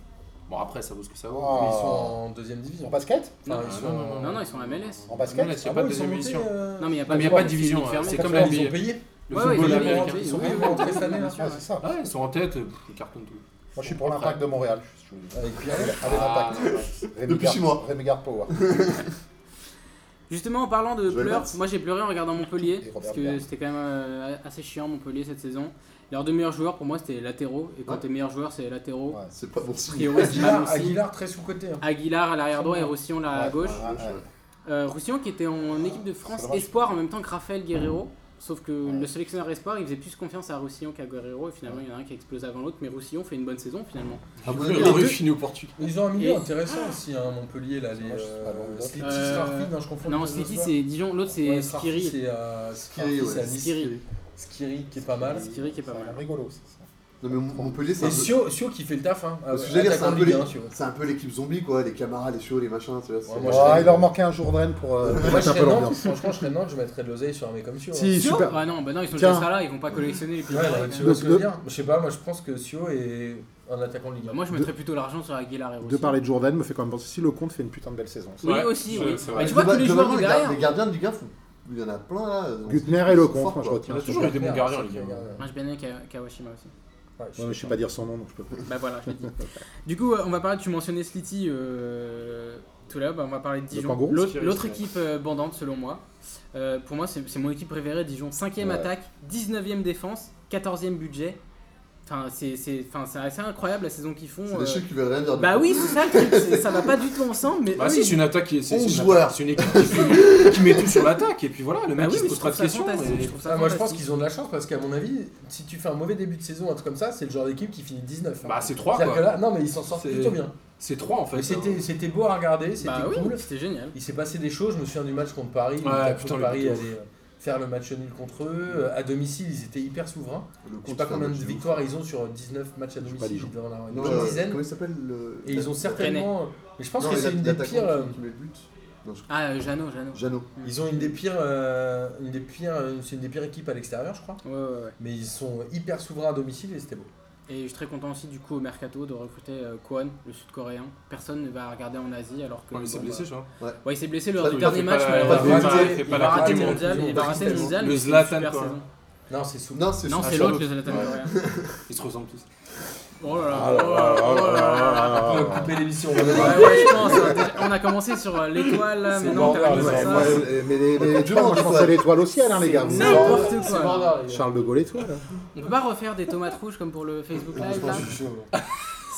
Speaker 4: Bon, après, ça vaut ce que ça vaut. Ah,
Speaker 2: Oh.
Speaker 3: Mais ils sont en deuxième division.
Speaker 5: Ah
Speaker 2: En basket
Speaker 1: Non,
Speaker 3: Enfin, Ah, ils sont-
Speaker 4: non,
Speaker 1: non, non, ils sont en MLS.
Speaker 2: En
Speaker 4: Ah, mais là,
Speaker 2: basket
Speaker 4: c'est pas de deuxième édition.
Speaker 3: euh.
Speaker 1: Non, mais il n'y a pas
Speaker 4: mais il n'y a
Speaker 1: de-
Speaker 4: pas de division,
Speaker 1: Bah, fermée.
Speaker 4: hein, c'est
Speaker 1: Ouais,
Speaker 4: comme
Speaker 3: la
Speaker 4: la
Speaker 3: ils sont
Speaker 4: NBA.
Speaker 3: payés.
Speaker 4: Le
Speaker 1: ouais,
Speaker 4: football
Speaker 1: ils sont
Speaker 4: américain.
Speaker 1: rentrés,
Speaker 3: Ils sont
Speaker 1: oui,
Speaker 3: payés
Speaker 1: oui,
Speaker 3: rentrés
Speaker 1: oui,
Speaker 3: cette
Speaker 1: bien
Speaker 3: année.
Speaker 1: sûr,
Speaker 2: Ah,
Speaker 1: ouais.
Speaker 2: c'est ça. Moi,
Speaker 4: Ouais, ils sont en tête, euh, ils cartonnent tout.
Speaker 2: je suis pour l'impact de Montréal. je suis-
Speaker 3: Avec Pierre.
Speaker 2: Allez,
Speaker 4: Ah.
Speaker 2: l'impact. Rémi
Speaker 6: Depuis
Speaker 2: Gar-
Speaker 6: chez moi.
Speaker 2: Rémi Garde Power.
Speaker 1: Justement, en parlant de
Speaker 6: Je vais le
Speaker 1: pleurs,
Speaker 6: mettre.
Speaker 1: moi j'ai pleuré en regardant Montpellier,
Speaker 2: Et Robert
Speaker 1: parce que
Speaker 2: Bernard.
Speaker 1: c'était quand même euh, assez chiant Montpellier cette saison. Leurs deux meilleurs joueurs, pour moi, c'était les latéraux, et quand
Speaker 6: Ouais.
Speaker 1: tes meilleurs joueurs, c'est les latéraux.
Speaker 2: Ouais.
Speaker 6: C'est pas bon signe.
Speaker 1: Priori,
Speaker 3: Aguilar,
Speaker 1: Simon aussi.
Speaker 3: Aguilar très sous-côté. hein.
Speaker 1: Aguilar à l'arrière droit et Roussillon là à
Speaker 2: Ouais,
Speaker 1: gauche.
Speaker 2: ouais, ouais.
Speaker 1: Euh, Roussillon qui était en équipe de France
Speaker 2: C'est dommage.
Speaker 1: espoir en même temps que Rafael Guerrero. Sauf que
Speaker 2: Ouais.
Speaker 1: le sélectionneur espoir, il faisait plus confiance à Roussillon qu'à Guerrero. Et finalement, il y en a un qui a explosé avant l'autre. Mais Roussillon fait une bonne saison finalement.
Speaker 4: Après,
Speaker 3: les
Speaker 4: il aurait
Speaker 3: deux-
Speaker 4: fini au Portugal.
Speaker 3: Ils ont un milieu
Speaker 1: Et-
Speaker 3: intéressant aussi, hein, Montpellier, là, les.
Speaker 2: Moi, je sais pas,
Speaker 3: euh,
Speaker 2: l'anecdote.
Speaker 3: Slity,
Speaker 1: Euh,
Speaker 3: Starfleet, non, je confonds.
Speaker 1: non,
Speaker 3: les deux
Speaker 1: Slity
Speaker 3: joueurs.
Speaker 1: c'est Dijon, l'autre c'est
Speaker 3: Ouais, Starfleet,
Speaker 1: Skiri.
Speaker 3: C'est à Skiri,
Speaker 6: Skiri, ouais.
Speaker 3: c'est à Nice.
Speaker 1: Skiri.
Speaker 3: Skiri qui est pas mal.
Speaker 1: Skiri qui est pas
Speaker 2: C'est un
Speaker 1: mal.
Speaker 2: rigolo, c'est ça.
Speaker 6: Non, mais Mon- Montpellier, c'est un
Speaker 3: Et
Speaker 6: peu-
Speaker 3: Sio, Sio qui fait le taf. Hein,
Speaker 6: Parce que j'allais dire, c'est un
Speaker 3: attaquant
Speaker 6: peu
Speaker 3: de Ligue
Speaker 6: les-
Speaker 3: 1, Sio.
Speaker 6: C'est un peu l'équipe zombie, quoi. Les Camara, les Chiots, les machins. tu vois, c'est-
Speaker 3: Ouais, moi,
Speaker 2: Ouais,
Speaker 3: je serais-
Speaker 2: il leur manquait un jour de Rennes pour euh,
Speaker 3: Moi,
Speaker 2: mettre
Speaker 3: je
Speaker 2: un peu
Speaker 3: serais Nantes,
Speaker 2: l'ambiance.
Speaker 3: franchement, je serais Nantes, je mettrais de l'oseille sur un mec comme Sio. hein.
Speaker 5: Si,
Speaker 1: Sio
Speaker 5: super.
Speaker 1: Ah non, bah non, ils sont
Speaker 5: Tiens.
Speaker 1: déjà ça là, ils vont pas collectionner les petits
Speaker 3: Ouais, bah,
Speaker 1: joueurs.
Speaker 3: tu vois ce que je
Speaker 5: de-
Speaker 3: veux dire Je sais pas, moi je pense que Sio est un attaquant de Ligue
Speaker 1: Bah,
Speaker 3: 1.
Speaker 1: moi je mettrais plutôt l'argent sur Aguilar et
Speaker 5: De
Speaker 1: Roussillon.
Speaker 5: parler de Jordan me fait quand même penser si le compte fait une putain de belle saison.
Speaker 1: Oui,
Speaker 4: Ouais,
Speaker 1: aussi,
Speaker 4: c'est-
Speaker 1: oui.
Speaker 4: c'est
Speaker 1: Ah,
Speaker 4: vrai.
Speaker 1: tu vois tous les joueurs
Speaker 6: Globalement,
Speaker 1: du
Speaker 6: les gar-
Speaker 1: derrière.
Speaker 6: Les gardiens du gars, faut- il y en a plein là. euh,
Speaker 5: Guttner
Speaker 6: ils
Speaker 5: et
Speaker 6: sont
Speaker 5: Lecomte,
Speaker 6: forts,
Speaker 5: moi je
Speaker 6: quoi.
Speaker 5: retiens.
Speaker 4: On a
Speaker 5: ce
Speaker 4: toujours
Speaker 5: gars.
Speaker 4: eu des bons gardiens, les gars.
Speaker 1: Moi je bien Ka- Kawashima aussi.
Speaker 5: Ouais, mais je sais pas dire son nom donc je peux pas.
Speaker 1: Bah voilà, je l'ai dit. Du coup, euh, on va parler, tu mentionnais Slity euh, tout là, bah, on va parler de Dijon.
Speaker 5: kangourou,
Speaker 1: L'autre-
Speaker 4: ce qui
Speaker 1: L'autre
Speaker 4: risque.
Speaker 1: équipe euh, bandante, selon moi. Euh, pour moi, c'est c'est mon équipe préférée, Dijon. 5 e
Speaker 5: Ouais.
Speaker 1: attaque, 19 e défense, 14 e budget. Enfin, c'est c'est- enfin, c'est assez incroyable la saison qu'ils font.
Speaker 6: C'est
Speaker 1: euh.
Speaker 6: des chiffres qui veulent rien dire. du
Speaker 1: Bah
Speaker 6: coup.
Speaker 1: oui, c'est ça, le truc, c'est- ça va pas du tout ensemble, mais
Speaker 4: Bah
Speaker 1: eux,
Speaker 4: si,
Speaker 1: ils-
Speaker 4: c'est une attaque qui est. C'est c'est
Speaker 6: Onze
Speaker 4: une,
Speaker 6: joueurs.
Speaker 4: attaque- c'est une équipe qui, fait- qui met tout sur l'attaque. Et puis voilà, le
Speaker 1: bah
Speaker 4: mec
Speaker 1: oui,
Speaker 4: il se
Speaker 1: mais je
Speaker 4: pose pas
Speaker 1: trouve
Speaker 4: de
Speaker 1: ça
Speaker 4: questions.
Speaker 1: fantastique.
Speaker 4: et-
Speaker 1: je trouve ça
Speaker 3: Ah, moi je pense
Speaker 1: fantastique.
Speaker 3: qu'ils ont de la chance parce qu'à mon avis, si tu fais un mauvais début de saison, un truc comme ça, c'est le genre d'équipe qui finit 19. hein.
Speaker 4: Bah c'est trois
Speaker 3: C'est-à-dire que
Speaker 4: quoi.
Speaker 3: là, non mais ils s'en sortent
Speaker 4: C'est-
Speaker 3: plutôt bien.
Speaker 4: C'est trois en fait.
Speaker 3: Et C'était c'était beau à regarder, c'était
Speaker 1: Bah oui,
Speaker 3: cool.
Speaker 1: c'était génial.
Speaker 3: Il s'est passé des choses, je me souviens du match contre Paris, où
Speaker 4: Ouais,
Speaker 3: t'as
Speaker 4: putain,
Speaker 3: cru
Speaker 4: le Mm.
Speaker 3: Paris
Speaker 4: bateau.
Speaker 3: allait euh, faire le match nul contre eux. Euh, À domicile, ils étaient hyper souverains.
Speaker 6: Le
Speaker 3: Je sais
Speaker 6: compte,
Speaker 3: pas
Speaker 6: c'est un
Speaker 3: combien de
Speaker 6: match de ouf.
Speaker 3: victoires ils ont sur 19 matchs
Speaker 5: Je sais
Speaker 3: à
Speaker 5: pas
Speaker 3: domicile,
Speaker 5: les gens.
Speaker 3: ils doivent en avoir une
Speaker 6: Non,
Speaker 3: bonne
Speaker 6: euh,
Speaker 3: dizaine.
Speaker 6: Comment il s'appelle le-
Speaker 3: Et ils ont certainement. Mais je pense
Speaker 6: Non,
Speaker 3: que
Speaker 6: mais
Speaker 3: c'est
Speaker 6: l'att-
Speaker 3: une des
Speaker 6: l'attaquant
Speaker 3: pires. euh,
Speaker 6: qui met le but. Non, je-
Speaker 1: Ah, euh, Jeannot, Jeannot.
Speaker 6: Jeannot.
Speaker 3: Ils ont une des pires. euh, une des pires. euh, C'est une des pires équipes à l'extérieur, je crois.
Speaker 1: Ouais, ouais, ouais.
Speaker 3: Mais ils sont hyper souverains à domicile et c'était beau.
Speaker 1: Et je suis très content aussi du coup au mercato de recruter euh, Kwon, le sud-coréen. Personne ne va regarder en Asie alors que.
Speaker 4: Ouais, mais c'est
Speaker 1: bon,
Speaker 4: blessé,
Speaker 1: bah,
Speaker 4: je crois.
Speaker 1: Ouais, il s'est blessé lors
Speaker 6: Ça,
Speaker 1: du
Speaker 6: il
Speaker 1: dernier
Speaker 4: fait
Speaker 1: match,
Speaker 4: pas-
Speaker 1: mais
Speaker 4: il
Speaker 1: alors,
Speaker 6: fait
Speaker 1: il va
Speaker 6: pas-
Speaker 1: rater-
Speaker 4: il fait
Speaker 1: il
Speaker 4: pas
Speaker 1: va
Speaker 4: la
Speaker 1: rater
Speaker 4: Coupe
Speaker 1: le
Speaker 4: du Monde.
Speaker 1: mondial, il va rater le mondial.
Speaker 4: Le
Speaker 1: mais c'est une
Speaker 4: Zlatan,
Speaker 1: super
Speaker 4: quoi.
Speaker 1: saison.
Speaker 3: Non, c'est souverain.
Speaker 6: Non, c'est
Speaker 1: Non,
Speaker 6: Ah,
Speaker 1: c'est
Speaker 6: Jeannot.
Speaker 1: l'autre, le Zlatan
Speaker 6: Ouais.
Speaker 1: coréen.
Speaker 4: Ils se ressemblent tous.
Speaker 1: Oh là
Speaker 4: Ah,
Speaker 1: là, oh là là, oh là là.
Speaker 3: On va couper l'émission. on va
Speaker 1: Ouais,
Speaker 3: donner-
Speaker 1: ouais, je pense, hein. Déjà, On a commencé sur euh, l'étoile, là,
Speaker 3: C'est
Speaker 1: maintenant on
Speaker 3: le
Speaker 1: termine
Speaker 3: bordel,
Speaker 1: sur ça.
Speaker 5: Ouais, moi, euh, mais les, les étoiles, moi je pense à l'étoile au ciel, hein, les gars.
Speaker 1: C'est
Speaker 5: Vous-
Speaker 1: N'importe
Speaker 3: C'est
Speaker 1: quoi.
Speaker 3: bordel, les gars.
Speaker 5: Charles de Gaulle étoile.
Speaker 2: hein.
Speaker 1: On peut pas refaire des tomates rouges comme pour le Facebook
Speaker 3: Non, je
Speaker 1: Live,
Speaker 3: pense
Speaker 1: là
Speaker 3: que je suis chaud, là.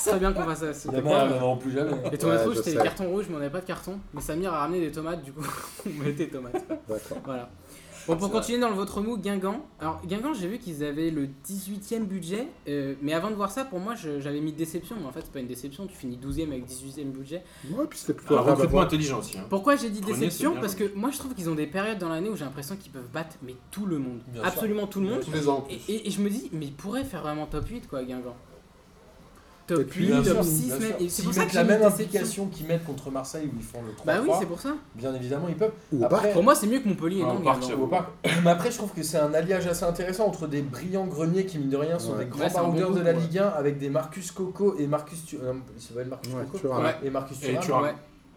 Speaker 1: Ce serait bien qu'on fasse ça aussi.
Speaker 3: Il y en a, mais non, plus jamais.
Speaker 1: Les tomates
Speaker 5: hein. Ouais,
Speaker 1: rouges,
Speaker 5: je
Speaker 1: c'était des
Speaker 5: sais.
Speaker 1: cartons rouges, mais on n'avait pas de carton. Mais Samir a ramené des tomates, du coup, on mettait des tomates.
Speaker 5: D'accord.
Speaker 1: Voilà. Bon, pour continuer dans le votre mou, Guingamp. Alors, Guingamp, j'ai vu qu'ils avaient le 18e budget. euh, mais avant de voir ça, pour moi, je- j'avais mis déception. Mais en fait, c'est pas une déception. Tu finis 12e avec 18e budget.
Speaker 5: Ouais, puis c'était plutôt
Speaker 4: Un
Speaker 5: agréable à
Speaker 4: recrutement
Speaker 5: voir.
Speaker 4: intelligent aussi. hein.
Speaker 1: Pourquoi j'ai dit
Speaker 4: Premier,
Speaker 1: déception
Speaker 4: c'est bien,
Speaker 1: Parce que moi, je trouve qu'ils ont des périodes dans l'année où j'ai l'impression qu'ils peuvent battre, mais tout le monde.
Speaker 3: Bien sûr.
Speaker 1: Absolument tout le monde.
Speaker 6: Tous les ans. en
Speaker 1: Et,
Speaker 6: plus.
Speaker 1: et- et je me dis, mais ils pourraient faire vraiment top 8, quoi, Guingamp. Top
Speaker 5: puis,
Speaker 1: 8,
Speaker 5: bien
Speaker 1: top
Speaker 5: sûr,
Speaker 1: 6,
Speaker 3: bien
Speaker 1: même.
Speaker 3: sûr.
Speaker 1: et C'est
Speaker 3: S'ils
Speaker 1: pour ça
Speaker 3: mettent
Speaker 1: que
Speaker 3: la
Speaker 1: j'ai mis
Speaker 3: même
Speaker 1: déception.
Speaker 3: implication qu'ils mettent contre Marseille où ils font le 3-3,
Speaker 1: Bah oui, c'est pour ça.
Speaker 3: bien évidemment ils peuvent.
Speaker 5: Ou au
Speaker 3: Après,
Speaker 5: parc.
Speaker 1: Pour moi, c'est mieux que Montpellier.
Speaker 4: Ah,
Speaker 1: non,
Speaker 4: au parc,
Speaker 1: Guingamp.
Speaker 4: c'est beau.
Speaker 3: Mais après, je trouve que c'est un alliage assez intéressant entre des brillants greniers qui, mine de rien, sont
Speaker 5: Ouais.
Speaker 3: des grands
Speaker 1: Ouais, c'est un bon
Speaker 3: baroudeurs de
Speaker 1: groupe,
Speaker 3: la
Speaker 1: ouais.
Speaker 3: Ligue 1 avec des Marcus Coco et Marcus. Tu... euh, il s'appelle Marcus
Speaker 5: Ouais,
Speaker 3: Coco
Speaker 5: tu vois.
Speaker 1: Ouais.
Speaker 3: et Marcus
Speaker 4: Et
Speaker 3: Thuram,
Speaker 4: tu vois,
Speaker 1: ouais.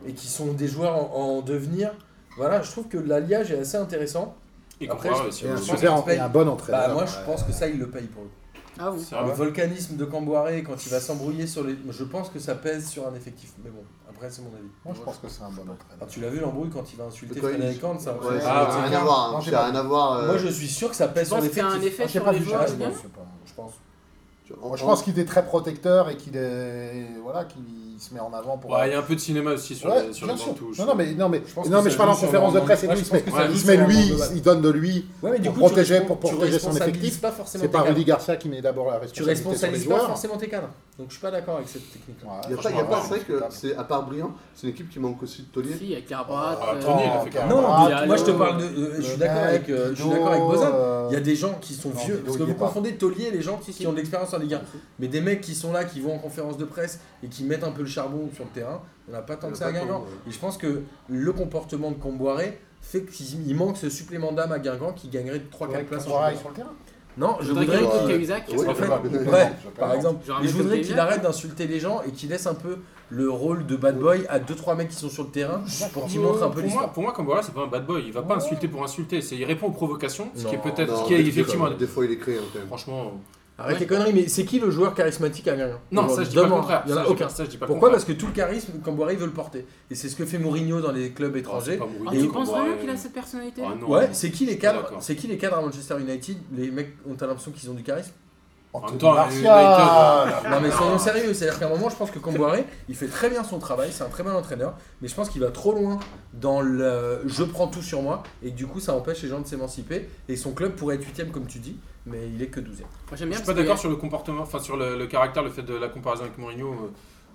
Speaker 3: et qui sont des joueurs en, en devenir. Voilà, je trouve que l'alliage est assez intéressant.
Speaker 4: Et
Speaker 3: Après,
Speaker 4: Campoire
Speaker 3: je-
Speaker 4: aussi.
Speaker 5: Et un
Speaker 4: Ouais.
Speaker 5: super
Speaker 3: pense
Speaker 5: en-
Speaker 3: qu'il
Speaker 5: et un bon
Speaker 3: Bah,
Speaker 5: entraîneur.
Speaker 3: moi, je pense que ça, ils le payent pour le coup.
Speaker 1: Ah bon
Speaker 4: C'est vrai.
Speaker 3: le volcanisme de Camboiré, quand il va s'embrouiller sur les. Je pense que ça pèse sur un effectif. Mais bon, après, c'est mon avis.
Speaker 2: Moi, je pense que c'est un bon entraîneur.
Speaker 3: Alors, tu l'as vu l'embrouille quand il va insulter
Speaker 6: Le Cohen.
Speaker 3: Frédéric Kahn, ça.
Speaker 6: Ouais, ça
Speaker 4: Ah,
Speaker 6: n'a
Speaker 4: ouais.
Speaker 6: rien à voir.
Speaker 2: Non,
Speaker 6: hein.
Speaker 2: j'ai
Speaker 6: Ça n'a
Speaker 2: pas
Speaker 6: rien à voir. euh,
Speaker 3: Moi, je suis sûr que ça pèse
Speaker 1: Je
Speaker 3: sur
Speaker 1: pense qu'il y a un
Speaker 3: l'effectif.
Speaker 1: effet
Speaker 2: Ah, j'ai
Speaker 1: sur
Speaker 2: pas
Speaker 1: les
Speaker 2: vu
Speaker 1: joueurs,
Speaker 2: ça, je
Speaker 1: Guingamp.
Speaker 2: sais pas.
Speaker 3: Je pense.
Speaker 6: tu- en-
Speaker 2: Moi, je pense qu'il est très protecteur et qu'il est voilà qu'il se met en avant pour.
Speaker 4: Ouais, il y a un peu de cinéma aussi sur
Speaker 2: Ouais,
Speaker 4: les sur
Speaker 2: bien
Speaker 4: les
Speaker 2: sûr.
Speaker 4: touches.
Speaker 2: Non, non, mais non mais
Speaker 3: pense que
Speaker 2: non mais
Speaker 3: ça
Speaker 2: je parle en
Speaker 3: joue sur
Speaker 2: conférence de
Speaker 3: leur
Speaker 2: presse et
Speaker 3: mandat.
Speaker 2: lui, il se
Speaker 3: Ouais,
Speaker 2: met,
Speaker 3: je pense
Speaker 4: que ça
Speaker 2: il
Speaker 4: joue
Speaker 2: se
Speaker 3: sur
Speaker 2: met
Speaker 3: leur
Speaker 2: lui,
Speaker 3: mandat.
Speaker 2: il donne de lui
Speaker 3: Ouais, mais
Speaker 2: pour
Speaker 3: tu
Speaker 2: protéger
Speaker 3: respons-
Speaker 2: pour
Speaker 3: tu
Speaker 2: protéger son
Speaker 3: responsabilises
Speaker 2: effectif.
Speaker 3: pas forcément
Speaker 2: C'est pas
Speaker 3: tes cadres.
Speaker 2: Rudy Garcia qui met d'abord la responsabilité
Speaker 3: Tu
Speaker 2: sur les
Speaker 3: responsabilises pas
Speaker 2: joueurs.
Speaker 3: forcément tes cadres. Donc, je suis pas d'accord avec cette technique.
Speaker 2: Ouais,
Speaker 6: Il n'y a pas,
Speaker 2: franchement,
Speaker 6: il y a pas,
Speaker 2: ouais,
Speaker 6: c'est vrai que
Speaker 2: discutable.
Speaker 6: c'est à part Brillant, c'est une équipe qui manque aussi de
Speaker 1: Si,
Speaker 6: taulier.
Speaker 1: il y a Carbat.
Speaker 4: Ah,
Speaker 1: euh,
Speaker 4: Tony, il a fait
Speaker 2: Oh,
Speaker 4: quand
Speaker 3: Non,
Speaker 4: même.
Speaker 2: Carbat,
Speaker 3: mais moi je te
Speaker 2: Diallo,
Speaker 3: parle de. euh, je suis
Speaker 2: Le
Speaker 3: d'accord
Speaker 2: mec,
Speaker 3: avec, euh, je suis
Speaker 2: Dino,
Speaker 3: d'accord avec Bozan.
Speaker 2: euh,
Speaker 3: Il y a des gens qui sont
Speaker 2: Non,
Speaker 3: vieux,
Speaker 2: Dino,
Speaker 3: parce que
Speaker 2: il y
Speaker 3: vous
Speaker 2: est pas.
Speaker 3: confondez Taulier et les gens
Speaker 1: Si, si.
Speaker 3: qui ont de l'expérience en Ligue 1.
Speaker 1: Si.
Speaker 3: Mais des mecs qui sont là, qui vont en conférence de presse et qui mettent un peu le charbon sur le terrain, on n'a pas tant
Speaker 6: Il y en
Speaker 3: que
Speaker 6: a
Speaker 3: ça à
Speaker 6: pas tant,
Speaker 3: Guingamp.
Speaker 6: ouais.
Speaker 3: Et je pense que le comportement de Comboiré fait qu'il il manque ce supplément d'âme à Guingamp qui gagnerait 3-4
Speaker 2: Faudrait
Speaker 3: places
Speaker 2: qu'on
Speaker 3: en
Speaker 2: voit
Speaker 3: championnat.
Speaker 2: sur le terrain.
Speaker 3: Non, je
Speaker 1: voudrais
Speaker 3: voudrais
Speaker 1: qu'il
Speaker 3: qu'il-
Speaker 1: écoute Cahuzac.
Speaker 6: Oui.
Speaker 3: En fait,
Speaker 4: bah,
Speaker 6: Ouais.
Speaker 3: ouais,
Speaker 2: Je
Speaker 3: par exemple.
Speaker 1: Genre un
Speaker 3: Mais je
Speaker 1: mec comme
Speaker 3: voudrais qu'il
Speaker 1: Taylor.
Speaker 3: arrête d'insulter les gens et qu'il laisse un peu le rôle de bad boy à 2-3 mecs qui sont sur le terrain pour qu'ils montrent un peu
Speaker 4: pour moi,
Speaker 3: l'histoire.
Speaker 4: pour moi, Cambola, c'est pas un bad boy. Il va pas insulter pour insulter. C'est il répond aux provocations, ce qui est
Speaker 3: Non,
Speaker 4: peut-être,
Speaker 6: Non,
Speaker 4: ce qui est
Speaker 6: des-
Speaker 4: effectivement.
Speaker 6: Des fois, il est créé, hein, quand même.
Speaker 4: Franchement,
Speaker 3: Arrête
Speaker 1: Ouais.
Speaker 3: les conneries, mais c'est qui le joueur charismatique américain
Speaker 4: non, ça
Speaker 3: Aujourd'hui,
Speaker 4: je dis pas le
Speaker 3: donne-moi un.
Speaker 4: contraire.
Speaker 3: Il y en
Speaker 4: Ça,
Speaker 3: a
Speaker 4: je dis
Speaker 3: aucun.
Speaker 4: pas- Ça je dis pas le
Speaker 3: Pourquoi
Speaker 4: contraire.
Speaker 3: Parce que tout le charisme, Camboire veut le porter. Et c'est ce que fait Mourinho dans les clubs
Speaker 4: Oh, c'est
Speaker 3: étrangers.
Speaker 4: pas
Speaker 1: Ah,
Speaker 4: Mourinho,
Speaker 1: tu
Speaker 4: Camboire,
Speaker 1: penses vraiment qu'il
Speaker 4: euh,
Speaker 1: a cette personnalité
Speaker 4: ah, non,
Speaker 3: Ouais,
Speaker 4: non.
Speaker 3: c'est qui les
Speaker 4: Je suis pas
Speaker 3: cadres
Speaker 4: d'accord.
Speaker 3: C'est qui les cadres à Manchester United Les mecs ont t'as l'impression qu'ils ont du charisme
Speaker 4: En même
Speaker 2: Anthony
Speaker 4: temps, euh,
Speaker 2: Martial
Speaker 3: Non mais soyons sérieux, c'est-à-dire qu'à un moment je pense que Comboiré, il fait très bien son travail, c'est un très bon entraîneur, mais je pense qu'il va trop loin dans le je prends tout sur moi et que du coup ça empêche les gens de s'émanciper et son club pourrait être 8 comme tu dis, mais il est que 12
Speaker 1: Moi j'aime
Speaker 4: Je
Speaker 1: bien
Speaker 4: suis pas
Speaker 1: parce que-
Speaker 4: d'accord sur le comportement, enfin sur le, le caractère, le fait de la comparaison avec Mourinho. euh,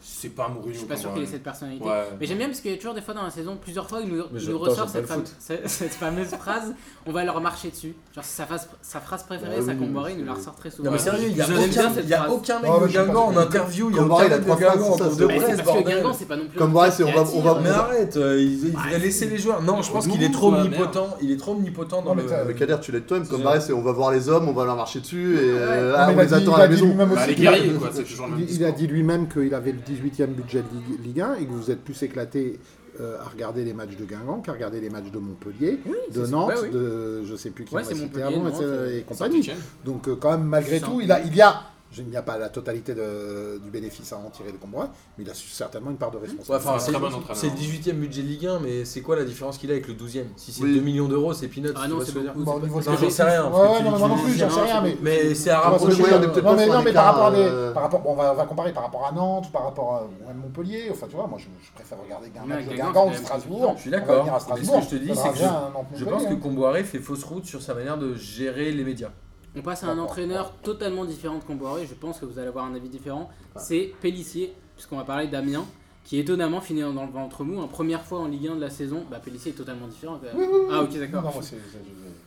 Speaker 4: C'est pas Mourinho.
Speaker 1: Je suis pas sûr
Speaker 4: Camboire.
Speaker 1: qu'il ait cette personnalité.
Speaker 4: Ouais.
Speaker 1: Mais j'aime bien parce qu'il y a toujours des fois dans la saison, plusieurs fois, il nous, il
Speaker 3: j'aime-
Speaker 1: nous
Speaker 3: attends,
Speaker 1: ressort
Speaker 3: j'aime
Speaker 1: cette,
Speaker 3: pas le
Speaker 1: fame- cette- cette fameuse phrase on va leur marcher dessus. Genre, c'est sa phrase, sa phrase préférée,
Speaker 6: Ah
Speaker 1: sa
Speaker 6: oui,
Speaker 1: comborée,
Speaker 6: oui,
Speaker 1: il nous la
Speaker 6: c'est-
Speaker 1: ressort très souvent.
Speaker 3: Non mais sérieux, il y a
Speaker 1: J'aime bien
Speaker 3: aucun,
Speaker 1: cette
Speaker 3: il y a
Speaker 1: phrase.
Speaker 3: aucun mec
Speaker 2: Ah,
Speaker 3: de
Speaker 2: mais je sais pas,
Speaker 3: Guingamp en
Speaker 2: c'est-
Speaker 3: interview, il y a
Speaker 6: Comboiré,
Speaker 3: aucun
Speaker 6: il a
Speaker 3: mec de
Speaker 6: trois
Speaker 3: Guingamp en
Speaker 6: phrases, ça,
Speaker 3: cours
Speaker 6: c'est-
Speaker 3: de
Speaker 1: Mais c'est
Speaker 3: presse,
Speaker 1: parce que
Speaker 3: bordel.
Speaker 1: Guingamp, c'est pas non plus. hein.
Speaker 6: Comme moi, c'est on va, on va,
Speaker 3: Mais arrête, euh, il, il faudrait laisser les joueurs. Non, je pense qu'il est trop
Speaker 4: Nous, quoi,
Speaker 3: omnipotent, il est trop omnipotent dans
Speaker 2: Non, mais
Speaker 3: le...
Speaker 2: t'as-
Speaker 6: Le Kader, tu l'aides toi-même,
Speaker 3: C'est-
Speaker 6: comme Barès, c'est on va voir les hommes, on va leur marcher dessus, et euh,
Speaker 2: Non,
Speaker 6: ah,
Speaker 2: mais
Speaker 6: on
Speaker 2: il a
Speaker 6: les
Speaker 2: dit-
Speaker 6: attend à
Speaker 2: il a
Speaker 6: la
Speaker 2: dit
Speaker 6: maison.
Speaker 2: lui-même
Speaker 4: Bah,
Speaker 2: aussi
Speaker 4: les
Speaker 2: qu'il a-
Speaker 4: guerriers, quoi, c'est toujours le même
Speaker 5: Il, il a
Speaker 4: discours.
Speaker 5: dit lui-même qu'il avait le 18e budget de Ligue, Ligue 1 et que vous êtes plus éclaté euh, à regarder les matchs de Guingamp qu'à regarder les matchs de Montpellier, de
Speaker 1: c'est-
Speaker 5: Nantes,
Speaker 1: ouais, oui.
Speaker 5: de je sais plus qui
Speaker 1: Ouais,
Speaker 5: on
Speaker 1: c'est
Speaker 5: a cité
Speaker 1: Montpellier,
Speaker 5: avant,
Speaker 1: Nantes,
Speaker 5: et,
Speaker 1: euh,
Speaker 5: et compagnie.
Speaker 4: Saint-Étienne.
Speaker 5: Donc euh, quand même, malgré
Speaker 1: Saint-
Speaker 5: tout, il, a, il y a, je- il n'y a pas la totalité de- du bénéfice à en tirer de Combray, mais il a certainement une part de
Speaker 3: Ouais,
Speaker 5: responsabilité.
Speaker 3: enfin,
Speaker 4: un
Speaker 3: c'est
Speaker 4: très bon entraîneur.
Speaker 3: c'est le 18ème budget Ligue 1, mais c'est quoi la différence qu'il a avec le 12ème Si c'est
Speaker 6: Oui.
Speaker 3: 2 millions d'euros, c'est peanuts.
Speaker 1: Ah
Speaker 3: tu
Speaker 1: non,
Speaker 3: vois
Speaker 1: c'est
Speaker 3: ce que je veux
Speaker 1: beaucoup.
Speaker 3: dire
Speaker 5: Bon, au niveau de
Speaker 3: Non,
Speaker 5: ce-
Speaker 3: j'en sais rien.
Speaker 5: Ouais,
Speaker 3: parce que
Speaker 5: ouais,
Speaker 3: tu-
Speaker 5: non, mais moi non plus, j'en sais
Speaker 1: Non, c'est-
Speaker 5: rien, mais.
Speaker 3: Mais c'est à
Speaker 5: Tu vois, c'est-
Speaker 3: rapprocher.
Speaker 6: ouais, on est peut-être
Speaker 5: non, mais,
Speaker 6: pas sur
Speaker 5: non,
Speaker 6: un
Speaker 5: mais par
Speaker 6: écart,
Speaker 5: rapport à des-
Speaker 6: euh,
Speaker 5: par rapport, bon, on va, on va comparer par rapport à Nantes, ou par rapport à ou même Montpellier. Enfin, tu vois, moi, je, je préfère regarder un
Speaker 1: Ouais,
Speaker 5: match de
Speaker 1: Guingamp,
Speaker 5: Guingamp
Speaker 1: c'est
Speaker 5: ou de
Speaker 1: même
Speaker 5: Strasbourg.
Speaker 3: Je suis
Speaker 5: On va
Speaker 3: d'accord.
Speaker 5: venir à
Speaker 3: Mais ce
Speaker 5: Strasbourg.
Speaker 3: que je te dis,
Speaker 5: ça
Speaker 3: c'est
Speaker 5: sera
Speaker 3: que
Speaker 5: bien un
Speaker 3: je, je pense que
Speaker 5: Montpellier, hein.
Speaker 3: Comboiré fait fausse route sur sa manière de gérer les médias.
Speaker 1: On passe à un
Speaker 5: D'accord.
Speaker 1: entraîneur totalement différent de Comboiré, je pense que vous allez avoir un avis différent. C'est Pellissier, puisqu'on va parler d'Amiens, qui étonnamment finit dans le ventre mou, hein, première fois en Ligue 1 de la saison. Bah, Pellissier est totalement différent quand même. Ah, ok,
Speaker 5: Non,
Speaker 1: d'accord.
Speaker 5: moi, c'est- c'est- je-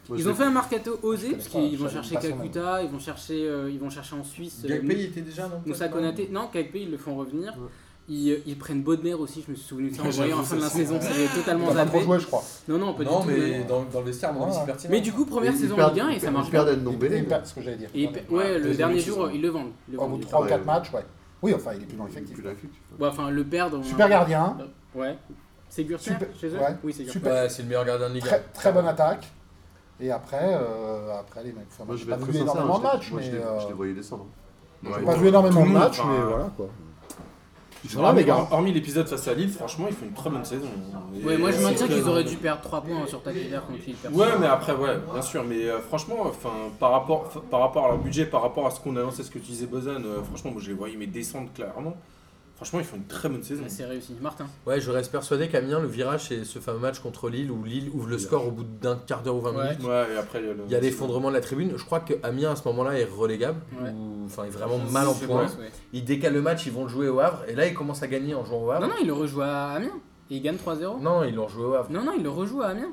Speaker 6: Moi, je
Speaker 1: Ils ont
Speaker 6: l'ai-
Speaker 1: fait un mercato
Speaker 5: Je
Speaker 1: osé,
Speaker 5: connais
Speaker 1: parce
Speaker 5: pas,
Speaker 1: qu'ils vont
Speaker 5: j'avais
Speaker 1: chercher
Speaker 5: pas son nom.
Speaker 1: Kakuta, ils vont chercher, euh, ils vont chercher en Suisse. euh,
Speaker 3: Gagpé, il était déjà, non
Speaker 1: Moussa Konaté, non, KP ils le font revenir.
Speaker 6: Ouais.
Speaker 1: Ils, euh, ils prennent Bodmer aussi, je me suis souvenu de ça en
Speaker 4: J'avoue,
Speaker 1: voyant en fin de la
Speaker 4: ça,
Speaker 1: saison, c'était totalement
Speaker 5: Il a pas trop
Speaker 1: zappé.
Speaker 5: joué, je crois.
Speaker 1: Non, non, pas
Speaker 3: Non,
Speaker 1: du tout.
Speaker 3: mais
Speaker 1: Mais...
Speaker 3: dans, dans le vestiaire, moi,
Speaker 5: Ah.
Speaker 3: c'est pertinent.
Speaker 1: mais du coup, première
Speaker 6: ils- ils
Speaker 1: saison en
Speaker 6: perdent-
Speaker 1: Ligue 1 et
Speaker 6: ils
Speaker 1: ça
Speaker 6: perdent-
Speaker 1: marche
Speaker 6: Ils
Speaker 1: bien.
Speaker 6: perdent Ndombele.
Speaker 5: Il perd- ce que j'allais dire.
Speaker 1: Et ils pe- ouais, le
Speaker 4: deuxième
Speaker 1: dernier
Speaker 4: mi-saison.
Speaker 1: jour, ils le vendent. ils le
Speaker 5: Au
Speaker 1: vendent,
Speaker 5: bout de
Speaker 1: ils le
Speaker 5: 3 ou 4
Speaker 6: Ouais.
Speaker 5: matchs, ouais. Oui, enfin, il est plus dans
Speaker 6: Il est
Speaker 5: l'effectif.
Speaker 6: plus dans l'effectif.
Speaker 1: vendent. Ouais, enfin, le perdre. on-
Speaker 5: Super gardien,
Speaker 1: Ouais. C'est Gürtner
Speaker 5: Super-
Speaker 1: chez eux
Speaker 5: ouais.
Speaker 1: Oui, c'est Gürtner.
Speaker 5: Super-
Speaker 3: Ouais, c'est le meilleur gardien de Ligue 1.
Speaker 5: très, très bonne attaque. Et après, euh, après les mecs. Enfin,
Speaker 6: Moi,
Speaker 5: j'ai
Speaker 6: je vais
Speaker 5: pas
Speaker 6: être
Speaker 5: vu
Speaker 6: très sincère,
Speaker 5: énormément
Speaker 6: hein,
Speaker 5: de
Speaker 6: je les-
Speaker 5: matchs,
Speaker 6: moi,
Speaker 5: mais.
Speaker 6: je les-
Speaker 5: euh,
Speaker 6: Je les voyais descendre.
Speaker 4: Ouais,
Speaker 5: Pas
Speaker 4: bon,
Speaker 5: vu énormément
Speaker 4: tout
Speaker 5: de
Speaker 4: le monde,
Speaker 5: matchs,
Speaker 4: enfin,
Speaker 5: mais voilà quoi. Ils sont là,
Speaker 4: Hormis,
Speaker 5: les gars.
Speaker 4: hormis l'épisode face à Lille, franchement, ils font une très bonne saison. Et
Speaker 1: Ouais, moi je
Speaker 4: c'est
Speaker 1: maintiens
Speaker 4: que-
Speaker 1: qu'ils auraient dû perdre 3 points sur Tactiver contre Lille. perso.
Speaker 4: Ouais, mais après, ouais, bien sûr. Mais euh, franchement, enfin, par rapport, f- par rapport à leur budget, par rapport à ce qu'on annoncé, ce que tu disais, Bozan, euh, franchement, moi je les voyais mais descendre clairement. Franchement, ils font une très bonne saison.
Speaker 1: Mais C'est réussi. Martin.
Speaker 3: Ouais, je reste persuadé qu'Amiens, le virage, c'est ce fameux match contre Lille où Lille ouvre le score au bout d'un quart d'heure ou 20
Speaker 1: Ouais.
Speaker 3: minutes.
Speaker 4: Ouais, et après, il y a, le-
Speaker 3: Il y a l'effondrement de la tribune. Je crois que Amiens à ce moment-là est relégable.
Speaker 1: Ouais.
Speaker 3: ou- Enfin, est vraiment mal en
Speaker 1: Je
Speaker 3: point.
Speaker 1: pense, ouais.
Speaker 3: Ils décalent le match, ils vont le jouer au Havre. Et là, ils commencent à gagner en jouant au Havre.
Speaker 1: Non, non, il le rejoue à Amiens. Et il gagne 3-0.
Speaker 3: Non, ils l'ont joué au Havre.
Speaker 1: Non, non, il le rejoue à Amiens.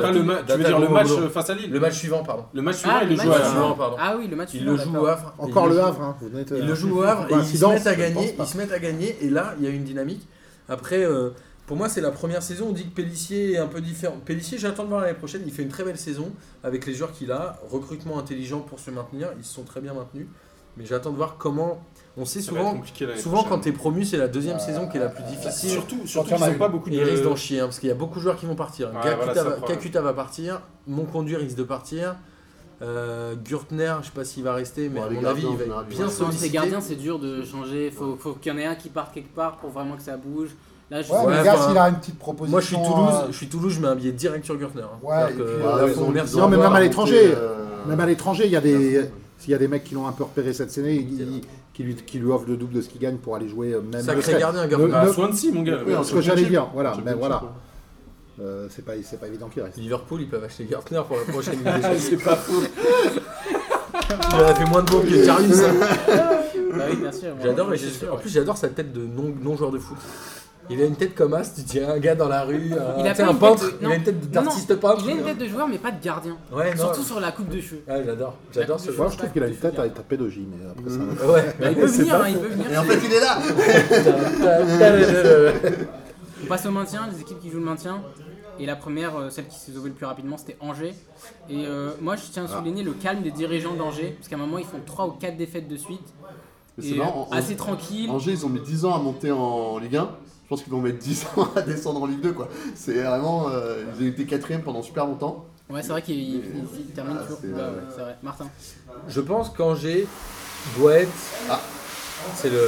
Speaker 3: Surtout
Speaker 4: pas le match. Tu veux dire
Speaker 3: Datalo
Speaker 4: le match
Speaker 3: Molo.
Speaker 4: euh, face à Lille
Speaker 3: Le match suivant, pardon.
Speaker 4: Le match suivant,
Speaker 1: Ah,
Speaker 4: il le
Speaker 1: match
Speaker 4: joue à
Speaker 3: suivant.
Speaker 4: Amiens.
Speaker 3: pardon.
Speaker 1: Ah oui, le match
Speaker 3: Ils
Speaker 1: suivant,
Speaker 3: le jouent
Speaker 1: d'accord.
Speaker 3: au Havre.
Speaker 5: Encore
Speaker 3: Ils
Speaker 5: le
Speaker 3: jouent-
Speaker 5: Havre, hein. vous venez de-
Speaker 3: Ils le jouent au Havre et ils se
Speaker 5: Coïncidence,
Speaker 3: mettent à
Speaker 5: je pense
Speaker 3: gagner.
Speaker 5: pas.
Speaker 3: Ils se mettent à gagner et là, il y a une dynamique. Après, euh, pour moi, c'est la première saison. On dit que Pellissier est un peu différent. Pellissier, j'attends de voir l'année prochaine. Il fait une très belle saison avec les joueurs qu'il a. Recrutement intelligent pour se maintenir. Ils se sont très bien maintenus. Mais j'attends de voir comment. On sait
Speaker 4: Ça va être
Speaker 3: souvent.
Speaker 4: compliqué l'année
Speaker 3: Souvent, quand
Speaker 4: prochaine.
Speaker 3: t'es promu, c'est la deuxième
Speaker 5: Euh,
Speaker 3: saison qui est la plus
Speaker 4: Difficile.
Speaker 3: difficile.
Speaker 4: Surtout, surtout
Speaker 5: il y en
Speaker 4: qu'ils
Speaker 5: a
Speaker 4: n'ont
Speaker 5: une.
Speaker 4: pas beaucoup
Speaker 3: Et
Speaker 4: de.
Speaker 3: il risque d'en chier, hein, parce qu'il y a beaucoup de joueurs qui vont partir.
Speaker 4: Ouais,
Speaker 3: Kakuta,
Speaker 4: voilà, ça,
Speaker 3: va,
Speaker 4: problème.
Speaker 3: Kakuta va partir, Monconduit risque de partir, euh, Gürtner, je sais pas s'il va rester, mais
Speaker 6: Ouais,
Speaker 3: à
Speaker 6: les
Speaker 3: mon avis, il
Speaker 6: gardiens, en
Speaker 3: va
Speaker 6: général,
Speaker 3: être
Speaker 6: ils
Speaker 3: bien
Speaker 6: vont-
Speaker 1: Quand c'est
Speaker 3: sollicité.
Speaker 1: gardien, c'est dur de changer. Faut, faut qu'il y en ait un qui parte quelque part pour vraiment que ça bouge. Là, je
Speaker 5: Ouais,
Speaker 3: Ouais,
Speaker 5: mais gars,
Speaker 3: enfin,
Speaker 5: s'il a une petite proposition.
Speaker 3: Moi, je suis Toulouse,
Speaker 5: euh,
Speaker 3: je suis Toulouse, je mets un billet direct sur Gürtner. hein.
Speaker 5: Ouais,
Speaker 3: C'est-à-dire
Speaker 5: et
Speaker 3: que,
Speaker 5: puis,
Speaker 3: euh,
Speaker 5: Ah,
Speaker 3: là,
Speaker 5: ouais,
Speaker 3: faut
Speaker 5: ils ont-
Speaker 3: remercier
Speaker 5: Non, mais
Speaker 3: encore.
Speaker 5: même à l'étranger,
Speaker 3: euh,
Speaker 6: Même
Speaker 5: Même à l'étranger, il y a des. S'il y a des mecs qui l'ont un peu repéré cette année, ils- qui lui, qui lui offrent le double de ce qu'il gagne pour aller jouer euh, même.
Speaker 3: Sacré
Speaker 5: le fait.
Speaker 3: gardien, Ah,
Speaker 5: Le-
Speaker 3: Gardner.
Speaker 5: le-
Speaker 4: Bah, Swansea, mon gars.
Speaker 6: Oui, en
Speaker 5: ce que j'allais
Speaker 6: Championship.
Speaker 5: dire, voilà, mais
Speaker 6: Championship,
Speaker 5: voilà,
Speaker 6: ouais.
Speaker 5: Euh, c'est pas, c'est pas évident qu'il reste.
Speaker 3: Liverpool, ils peuvent acheter Gürtner pour la prochaine Ligue des Champions.
Speaker 4: C'est pas faux.
Speaker 3: Il a fait moins de bons que Karius. hein.
Speaker 1: Bah oui, bien sûr.
Speaker 3: J'adore,
Speaker 1: Ouais,
Speaker 3: et
Speaker 1: c'est
Speaker 3: j'ai-
Speaker 1: sûr,
Speaker 3: en
Speaker 1: ouais.
Speaker 3: plus, j'adore sa tête de non- non-joueur de foot. Il a une tête comme As, tu dirais un gars dans la rue, un,
Speaker 1: Il a
Speaker 3: tu sais,
Speaker 1: pas
Speaker 3: un
Speaker 1: une tête de-
Speaker 3: peintre, il
Speaker 1: non.
Speaker 3: a une tête
Speaker 1: Non, non,
Speaker 3: d'artiste peintre.
Speaker 1: Il a une tête de joueur, mais pas de gardien.
Speaker 3: Ouais, non.
Speaker 1: Surtout sur la coupe de cheveux.
Speaker 3: Ouais, j'adore, j'adore ce
Speaker 1: Ouais,
Speaker 3: joueur.
Speaker 5: Moi, je trouve qu'il a une tête à être pédogie, mais après ça.
Speaker 3: Ouais.
Speaker 1: Bah, il peut venir, hein, il peut venir.
Speaker 6: Et en fait, il est là
Speaker 1: On passe au maintien, les équipes qui jouent le maintien. Et la première, euh, celle qui s'est sauvée le plus rapidement, c'était Angers. Et euh, moi, je tiens à souligner le calme des dirigeants d'Angers, parce qu'à un moment, ils font 3 ou 4 défaites de suite.
Speaker 6: Mais
Speaker 1: Et,
Speaker 6: c'est marrant,
Speaker 1: euh,
Speaker 6: en-
Speaker 1: assez tranquille.
Speaker 6: Angers, ils ont mis 10 ans à monter en Ligue 1. Je pense qu'ils vont mettre 10 ans à descendre en Ligue 2, quoi. C'est vraiment. euh, ils ont été quatrième pendant super longtemps.
Speaker 1: Ouais, c'est vrai qu'ils ils-
Speaker 6: Mais-
Speaker 1: ils- ils terminent
Speaker 6: Ah,
Speaker 1: toujours.
Speaker 6: c'est-
Speaker 1: Ouais,
Speaker 6: ouais.
Speaker 1: ouais, c'est vrai. Martin.
Speaker 3: Je pense qu'Angers doit être.
Speaker 6: Ah.
Speaker 3: C'est le.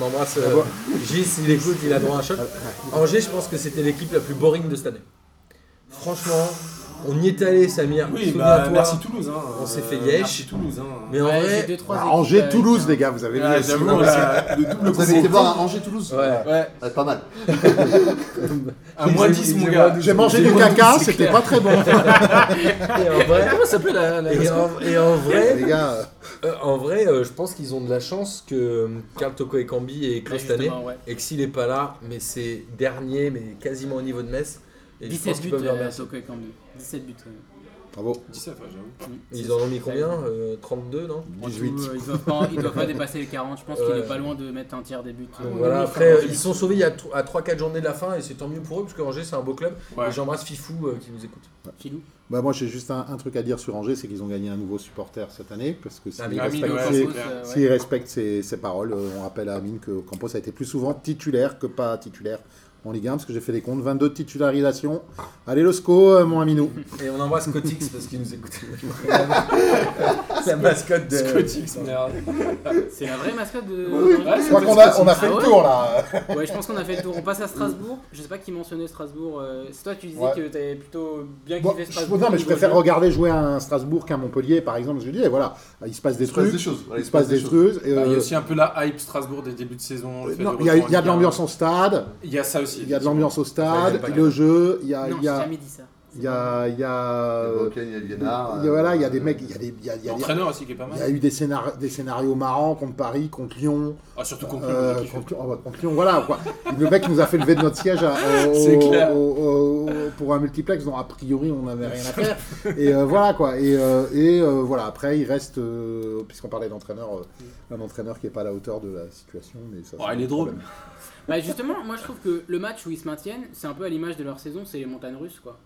Speaker 3: On embrasse euh, Gilles, s'il écoute, il a droit à un choc. Angers, je pense que c'était l'équipe la plus boring de cette année. Franchement, on y est allé, Samir.
Speaker 4: Oui,
Speaker 3: souviens-toi.
Speaker 4: bah, merci Toulouse. Hein.
Speaker 3: On s'est
Speaker 4: Euh,
Speaker 3: fait yesh.
Speaker 4: Merci Toulouse. Hein.
Speaker 3: Mais en
Speaker 1: Ouais,
Speaker 3: vrai.
Speaker 1: j'ai deux, trois
Speaker 5: Bah,
Speaker 1: équipes, euh,
Speaker 5: Angers, Toulouse,
Speaker 1: qui-
Speaker 5: les gars, vous avez
Speaker 4: Ah,
Speaker 5: vu.
Speaker 4: j'avoue,
Speaker 5: aussi.
Speaker 4: la- le double
Speaker 6: Vous avez été
Speaker 4: concours.
Speaker 6: voir un Angers-Toulouse
Speaker 3: Ouais.
Speaker 1: Ouais.
Speaker 6: Ah, Pas mal.
Speaker 4: Un moins 10, mon gars.
Speaker 5: J'ai mangé du caca, c'était pas très bon.
Speaker 3: Et en vrai.
Speaker 1: Comment s'appelait Ah, la. la-
Speaker 3: Et en, et en vrai,
Speaker 5: les gars, euh,
Speaker 3: euh, en vrai euh, je pense qu'ils ont de la chance que euh, Karl Toko et Cambi et
Speaker 1: Ouais,
Speaker 3: Klaus
Speaker 1: justement,
Speaker 3: Tané,
Speaker 1: ouais.
Speaker 3: et que s'il n'est pas là, mais c'est dernier, mais quasiment au niveau de Metz. Et je
Speaker 1: 17
Speaker 3: pense qu'ils
Speaker 1: buts,
Speaker 3: peuvent leur
Speaker 1: euh,
Speaker 3: remercier.
Speaker 1: Toko et Kambi. 17 buts. euh.
Speaker 5: bravo.
Speaker 4: 17, ouais, j'avoue.
Speaker 3: Ils en ont mis combien euh, 32, non
Speaker 1: En tout,
Speaker 5: 18.
Speaker 1: euh, Ils doivent pas- ils doivent pas dépasser les 40. Je pense qu'il
Speaker 3: Ouais.
Speaker 1: est pas loin de mettre un tiers des buts.
Speaker 3: Donc
Speaker 1: euh,
Speaker 3: voilà,
Speaker 1: oui,
Speaker 3: après,
Speaker 1: enfin,
Speaker 3: euh, ils sont sauvés il y a tro- à 3-4 journées de la fin et c'est tant mieux pour eux parce que Angers c'est un beau club.
Speaker 4: Ouais.
Speaker 3: Et j'embrasse Fifou euh, qui nous écoute.
Speaker 1: Filou.
Speaker 5: Bah, moi, j'ai juste un, un truc à dire sur Angers, c'est qu'ils ont gagné un nouveau supporter cette année, parce que s'il
Speaker 3: Amine,
Speaker 5: respecte,
Speaker 4: ouais,
Speaker 5: ses-
Speaker 4: Ah, c'est clair.
Speaker 1: euh, ouais.
Speaker 5: s'il respecte ses, ses paroles, euh, on rappelle à Amine que Campos a été plus souvent titulaire que pas titulaire en Ligue 1, parce que j'ai fait les comptes, 22 titularisations. Allez, Losco, euh, mon Aminou.
Speaker 3: Et on embrasse Cotix parce qu'il nous écoute. la mascotte de
Speaker 4: Scotix, merde.
Speaker 1: C'est la vraie mascotte de.
Speaker 4: Ouais,
Speaker 5: Je
Speaker 4: c'est
Speaker 5: crois
Speaker 4: peut-être
Speaker 5: qu'on a, on a
Speaker 1: Ah
Speaker 5: fait le
Speaker 1: ouais
Speaker 5: tour, là.
Speaker 1: Ouais, je pense qu'on a fait le tour. On passe à Strasbourg. Je sais pas qui mentionnait Strasbourg. euh, C'est toi, tu disais
Speaker 2: Ouais.
Speaker 1: que t'avais plutôt bien
Speaker 5: Bon,
Speaker 1: kiffé
Speaker 5: je-
Speaker 1: Strasbourg. euh,
Speaker 5: non, mais je
Speaker 1: Ils doivent
Speaker 5: préfère
Speaker 1: jouer.
Speaker 5: regarder jouer à un Strasbourg qu'à Montpellier, par exemple. Je dis, et voilà, il se passe des
Speaker 6: Il se passe
Speaker 5: trucs,
Speaker 6: des choses. Ouais,
Speaker 5: il se passe des
Speaker 6: choses.
Speaker 5: trucs. et,
Speaker 4: Bah, Il y a
Speaker 5: euh,
Speaker 4: aussi un peu la hype Strasbourg des débuts de saison. le fait
Speaker 5: non,
Speaker 4: de
Speaker 5: Il y a-
Speaker 4: retour en
Speaker 5: il y a de
Speaker 4: Ligue un.
Speaker 5: l'ambiance au stade,
Speaker 4: Il y a ça aussi.
Speaker 5: il y a de l'ambiance au
Speaker 3: Ça, il y a
Speaker 5: stade,
Speaker 3: pas
Speaker 5: le jeu, il y a,
Speaker 1: Non,
Speaker 5: il
Speaker 1: j'ai
Speaker 5: y a,
Speaker 1: jamais dit ça.
Speaker 5: il y a, il y a,
Speaker 6: Il y a
Speaker 5: euh,
Speaker 6: Bocan, il y a Lienard,
Speaker 5: il y a- voilà, il y a
Speaker 6: euh,
Speaker 5: des mecs, il y a des, il y a- il y a-
Speaker 4: L'entraîneur aussi qui est pas
Speaker 5: il y a
Speaker 4: mal.
Speaker 5: eu des, scénar- des scénarios marrants contre Paris, contre Lyon,
Speaker 4: Ah, surtout contre
Speaker 5: euh,
Speaker 4: le qui fait.
Speaker 5: contre, oh, bah, contre Lyon, voilà quoi. Le mec nous a fait lever de notre siège à- au-
Speaker 4: C'est clair.
Speaker 5: au- au- pour un multiplex dont a priori on n'avait rien à faire. Et euh, voilà quoi. Et, euh, et, euh, voilà, après il reste, euh, puisqu'on parlait d'entraîneur, euh, un entraîneur qui n'est pas à la hauteur de la situation. Mais ça,
Speaker 4: Oh,
Speaker 5: c'est
Speaker 4: il
Speaker 5: un
Speaker 4: est drôle.
Speaker 5: problème.
Speaker 1: Bah justement, moi je trouve que le match où ils se maintiennent, c'est un peu à l'image de leur saison, c'est les montagnes russes quoi.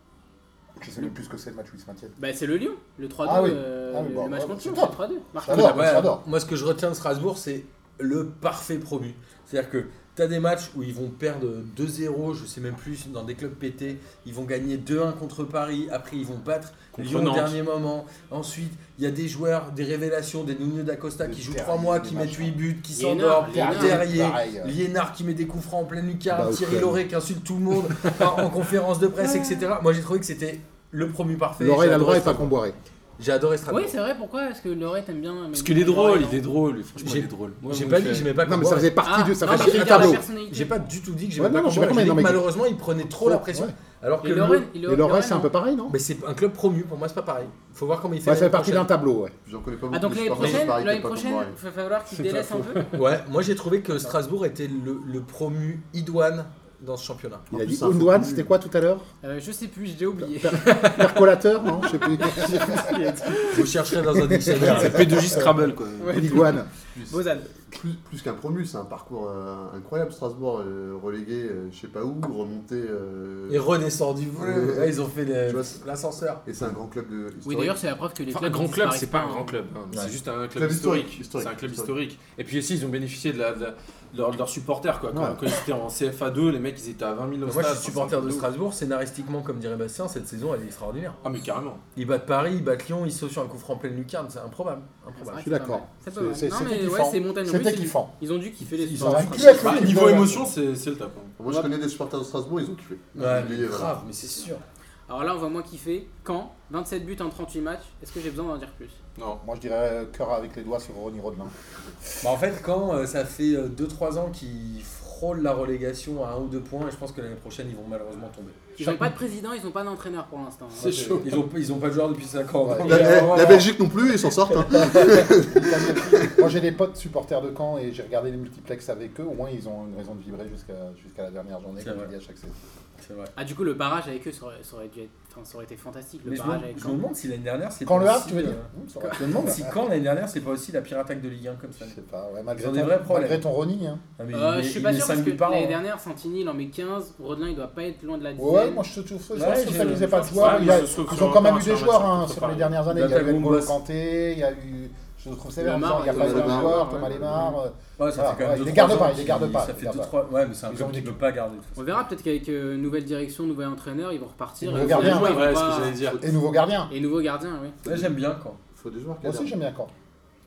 Speaker 2: Je sais même plus ce que c'est le match où ils se maintiennent.
Speaker 1: Bah c'est le Lyon, le 3-2,
Speaker 2: Ah oui.
Speaker 1: euh,
Speaker 2: Ah oui,
Speaker 1: le
Speaker 2: bah,
Speaker 1: match
Speaker 2: bah,
Speaker 1: contre
Speaker 2: c'est
Speaker 1: Lyon,
Speaker 2: top.
Speaker 1: c'est le 3-2. Marc,
Speaker 2: J'adore,
Speaker 3: Ouais,
Speaker 2: j'adore.
Speaker 3: euh, Moi, ce que je retiens de Strasbourg, c'est le parfait promu. C'est-à-dire que tu as des matchs où ils vont perdre 2-0, je sais même plus, dans des clubs pétés. Ils vont gagner 2-1 contre Paris. Après, ils vont battre
Speaker 4: Contre
Speaker 3: Lyon au
Speaker 4: Nantes.
Speaker 3: dernier moment. Ensuite, il y a des joueurs, des révélations, des Nuno d'Acosta
Speaker 2: Des
Speaker 3: qui jouent
Speaker 2: Terriers,
Speaker 3: 3 mois,
Speaker 2: des
Speaker 3: qui mettent
Speaker 2: machins.
Speaker 3: 8 buts, qui
Speaker 1: Liénard,
Speaker 3: s'endorment.
Speaker 1: Liénard.
Speaker 3: Terrier,
Speaker 2: Pareil, euh.
Speaker 3: Liénard qui met des coups francs en pleine lucarne.
Speaker 5: Bah,
Speaker 3: Thierry
Speaker 5: ok.
Speaker 3: Lauré qui insulte tout le monde en en conférence de presse, etc. Moi, j'ai trouvé que c'était le promu parfait.
Speaker 5: L'oreille,
Speaker 3: J'ai
Speaker 5: la
Speaker 3: adoré
Speaker 5: droit et pas
Speaker 3: Strasbourg.
Speaker 5: comboiré.
Speaker 3: J'ai adoré Strasbourg.
Speaker 1: Oui c'est vrai, pourquoi est-ce que Loret aime bien mais
Speaker 4: Parce qu'il est drôle, il
Speaker 1: non.
Speaker 4: est drôle. Franchement, il
Speaker 3: J'ai-
Speaker 4: est drôle.
Speaker 3: J'ai pas dit, j'aimais pas
Speaker 5: Non, mais
Speaker 3: Comboiré.
Speaker 5: ça faisait partie
Speaker 1: Ah,
Speaker 5: du, ça
Speaker 1: non,
Speaker 5: faisait
Speaker 1: mais
Speaker 5: partie
Speaker 1: je
Speaker 5: du
Speaker 1: regarde la
Speaker 5: tableau.
Speaker 1: personnalité.
Speaker 3: J'ai pas du tout dit que
Speaker 5: Ouais,
Speaker 3: j'aimais
Speaker 5: non,
Speaker 3: pas
Speaker 5: non, je sais pas
Speaker 3: Comboiré.
Speaker 5: combien,
Speaker 3: J'ai dit
Speaker 5: non,
Speaker 3: que
Speaker 5: mais-
Speaker 3: malheureusement, il prenait trop la pression.
Speaker 5: Ouais.
Speaker 3: Alors que
Speaker 1: Et
Speaker 3: le-
Speaker 1: Lorraine, il
Speaker 5: Et le
Speaker 1: Lorraine,
Speaker 5: reste, c'est un
Speaker 1: non.
Speaker 5: peu pareil, non
Speaker 3: Mais c'est un club promu, pour moi c'est pas pareil. Faut voir comment il fait.
Speaker 5: Ouais, Ça fait
Speaker 3: l'année
Speaker 5: partie d'un
Speaker 3: prochaine.
Speaker 5: tableau, ouais.
Speaker 6: J'en connais pas beaucoup.
Speaker 1: Ah donc
Speaker 6: mais
Speaker 1: l'année
Speaker 6: je parle de
Speaker 1: prochaine,
Speaker 6: Paris,
Speaker 1: l'année
Speaker 6: qui est pas
Speaker 1: prochaine,
Speaker 6: comparé.
Speaker 1: il va falloir qu'il délaisse un peu.
Speaker 3: Ouais, moi j'ai trouvé que Strasbourg était le, le promu idoine dans ce championnat.
Speaker 5: Il
Speaker 6: En
Speaker 5: a
Speaker 6: plus,
Speaker 5: dit
Speaker 6: c'est un
Speaker 5: Ondouane,
Speaker 6: faux
Speaker 5: c'était
Speaker 6: but.
Speaker 5: quoi tout à l'heure
Speaker 1: Euh, je sais plus, j'ai oublié.
Speaker 5: Percolateur, non Je sais plus.
Speaker 3: Vous chercherez dans un dictionnaire.
Speaker 4: C'est P2J Scrabble, quoi.
Speaker 5: Liguane.
Speaker 6: Plus-
Speaker 1: Bozan.
Speaker 6: Plus, plus qu'un promu, c'est un parcours euh, incroyable. Strasbourg, euh, relégué, euh, je sais pas où, remonté. euh,
Speaker 3: Et redescendu.
Speaker 6: Ouais.
Speaker 3: Ouais, ils ont fait le-
Speaker 6: Tu vois,
Speaker 3: l'ascenseur.
Speaker 6: et c'est un grand club de.
Speaker 1: Oui
Speaker 6: historique.
Speaker 1: d'ailleurs c'est la preuve que les
Speaker 4: Enfin,
Speaker 1: clubs
Speaker 4: un grand
Speaker 1: ne
Speaker 4: club,
Speaker 1: disparaissent
Speaker 4: c'est pas un
Speaker 1: hein.
Speaker 4: grand club. hein.
Speaker 3: Ouais.
Speaker 4: C'est juste un club
Speaker 6: Club
Speaker 4: historique.
Speaker 6: historique,
Speaker 4: C'est un
Speaker 6: historique,
Speaker 4: club
Speaker 6: historique.
Speaker 4: historique. Et puis aussi, ils ont bénéficié de la- de la- de leur- de leurs supporters, quoi. Quand
Speaker 5: Ouais.
Speaker 4: quand ils étaient en CFA2, les mecs, ils étaient à 20 000 au
Speaker 3: Moi je
Speaker 4: stade,
Speaker 3: suis
Speaker 4: enfin,
Speaker 3: supporter de
Speaker 4: c'est un truc
Speaker 3: Strasbourg, scénaristiquement, comme dirait Bastien, cette saison elle est extraordinaire.
Speaker 4: ouf. Ah, mais carrément.
Speaker 3: Ils battent Paris, ils battent Lyon, ils sautent sur un coup franc en pleine lucarne, c'est improbable.
Speaker 1: Ah, C'est vrai
Speaker 3: improbable.
Speaker 1: que
Speaker 5: suis
Speaker 1: c'est pas
Speaker 5: d'accord.
Speaker 1: mal. C'est pas mal.
Speaker 5: C'est-
Speaker 1: Non
Speaker 5: c'était
Speaker 1: mais ouais
Speaker 5: kiffant.
Speaker 1: c'est montagne
Speaker 5: C'était
Speaker 1: russe. ils-
Speaker 5: kiffant.
Speaker 1: Ils ont dû kiffer les
Speaker 5: Ils
Speaker 1: sports.
Speaker 5: auraient
Speaker 1: Enfin,
Speaker 5: pu être
Speaker 4: Bah,
Speaker 5: le
Speaker 4: niveau
Speaker 5: leader.
Speaker 4: émotion, c'est c'est le top. hein.
Speaker 6: Moi, je connais des supporters de Strasbourg, ils ont kiffé.
Speaker 3: Ouais,
Speaker 6: Oublié,
Speaker 3: mais
Speaker 6: voilà.
Speaker 3: grave, mais c'est sûr.
Speaker 1: Alors là on va moins kiffer. Quand 27 buts en 38 matchs, est-ce que j'ai besoin d'en dire plus
Speaker 4: Non.
Speaker 2: Moi, je dirais euh, cœur avec les doigts sur Ronnie Rodelin.
Speaker 3: Bah, en fait, quand euh, ça fait 2-3 ans qu'ils frôlent la relégation à un ou deux points, et je pense que l'année prochaine, ils vont malheureusement tomber.
Speaker 1: Ils n'ont
Speaker 3: Chaque-
Speaker 1: pas de président, ils n'ont pas d'entraîneur pour l'instant. hein.
Speaker 4: C'est chaud.
Speaker 3: Ils ont, ils ont pas de joueur depuis 5 ans.
Speaker 5: Ouais.
Speaker 3: donc,
Speaker 6: La,
Speaker 3: euh,
Speaker 6: eh,
Speaker 3: voilà.
Speaker 6: la Belgique non plus, ils s'en sortent. hein.
Speaker 2: Moi j'ai des potes supporters de Caen et j'ai regardé les multiplex avec eux. Au moins ils ont une raison de vibrer jusqu'à jusqu'à la dernière journée,
Speaker 3: C'est
Speaker 2: comme
Speaker 3: vrai.
Speaker 2: je dis à chaque saison.
Speaker 3: C'est vrai.
Speaker 1: Ah du coup le barrage avec eux ça aurait, ça aurait dû être, enfin, ça aurait été fantastique le
Speaker 3: Mais je
Speaker 1: barrage
Speaker 3: me,
Speaker 1: avec
Speaker 3: je me
Speaker 1: Caen. Euh,
Speaker 3: demande si l'année dernière, c'est
Speaker 2: Quand
Speaker 3: pas
Speaker 2: le Havre,
Speaker 3: aussi,
Speaker 2: tu veux dire
Speaker 3: euh,
Speaker 2: Mmh, ça aurait
Speaker 3: Je
Speaker 2: pu
Speaker 3: me
Speaker 2: être
Speaker 3: demande
Speaker 2: pas
Speaker 3: si
Speaker 2: mal.
Speaker 3: quand l'année dernière, c'est pas aussi la pirate attaque de Ligue 1 comme ça.
Speaker 2: Je sais pas, ouais,
Speaker 3: Ils
Speaker 2: malgré,
Speaker 3: ont
Speaker 2: ton,
Speaker 3: des vrais problèmes.
Speaker 2: malgré ton Ronnie. Hein.
Speaker 3: Ah, mais
Speaker 1: Euh,
Speaker 3: il est-
Speaker 1: je suis pas
Speaker 3: il est
Speaker 1: sûr
Speaker 3: 5
Speaker 1: parce que
Speaker 3: buts par an.
Speaker 1: l'année
Speaker 3: hein.
Speaker 1: dernière, Santini, il en met 15. Rodelin, il doit pas être loin de la dizaine.
Speaker 2: Ouais, moi je trouve je trouve
Speaker 3: Ouais,
Speaker 2: que ça
Speaker 3: je-
Speaker 2: ne faisait pas de
Speaker 1: je-
Speaker 4: ouais,
Speaker 2: joueurs.
Speaker 4: mais
Speaker 2: Il y a-
Speaker 4: ça se trouve
Speaker 2: Ils
Speaker 4: sur
Speaker 2: ont
Speaker 4: un
Speaker 2: quand même
Speaker 4: terrain,
Speaker 2: eu
Speaker 4: sur
Speaker 2: des
Speaker 4: un
Speaker 2: joueurs
Speaker 4: match
Speaker 2: hein,
Speaker 4: contre
Speaker 2: sur les
Speaker 4: Paris.
Speaker 2: dernières années. Il y
Speaker 3: Data
Speaker 2: a eu N'Golo
Speaker 3: Gumbas.
Speaker 2: Kanté, il y a eu. Je trouve sévère, en disant,
Speaker 1: Lamar,
Speaker 2: il n'y a
Speaker 1: il
Speaker 2: pas
Speaker 1: y
Speaker 2: eu
Speaker 1: a
Speaker 2: de
Speaker 6: Lamar,
Speaker 2: joueurs,
Speaker 1: ouais.
Speaker 2: Thomas Lemar. euh,
Speaker 3: Ah, Ouais, ça
Speaker 2: Voilà,
Speaker 3: fait quand
Speaker 2: ouais, ils
Speaker 3: même deux,
Speaker 2: les
Speaker 3: trois
Speaker 2: gardent pas,
Speaker 3: ans
Speaker 2: ils les
Speaker 3: qui-
Speaker 2: gardent pas,
Speaker 3: Ça
Speaker 2: ils
Speaker 3: fait
Speaker 2: gardent
Speaker 3: 2-3 Ouais, mais c'est un
Speaker 2: Ils
Speaker 3: club
Speaker 2: ont
Speaker 3: qui
Speaker 2: dit-
Speaker 3: peut pas garder. de toute
Speaker 1: On
Speaker 3: façon.
Speaker 1: verra peut-être qu'avec euh, nouvelle direction, nouvel entraîneur, ils vont repartir.
Speaker 2: Nouveau
Speaker 1: et
Speaker 2: gardien,
Speaker 1: finalement, ils vont
Speaker 4: Ah, Ouais, ce
Speaker 1: pas-
Speaker 4: que j'allais dire.
Speaker 2: euh, Et nouveau gardien.
Speaker 1: Et nouveau gardien, oui.
Speaker 3: Ouais, J'aime bien quand.
Speaker 6: Faut des joueurs qui
Speaker 2: Moi aussi
Speaker 6: adhèrent.
Speaker 2: j'aime bien quand.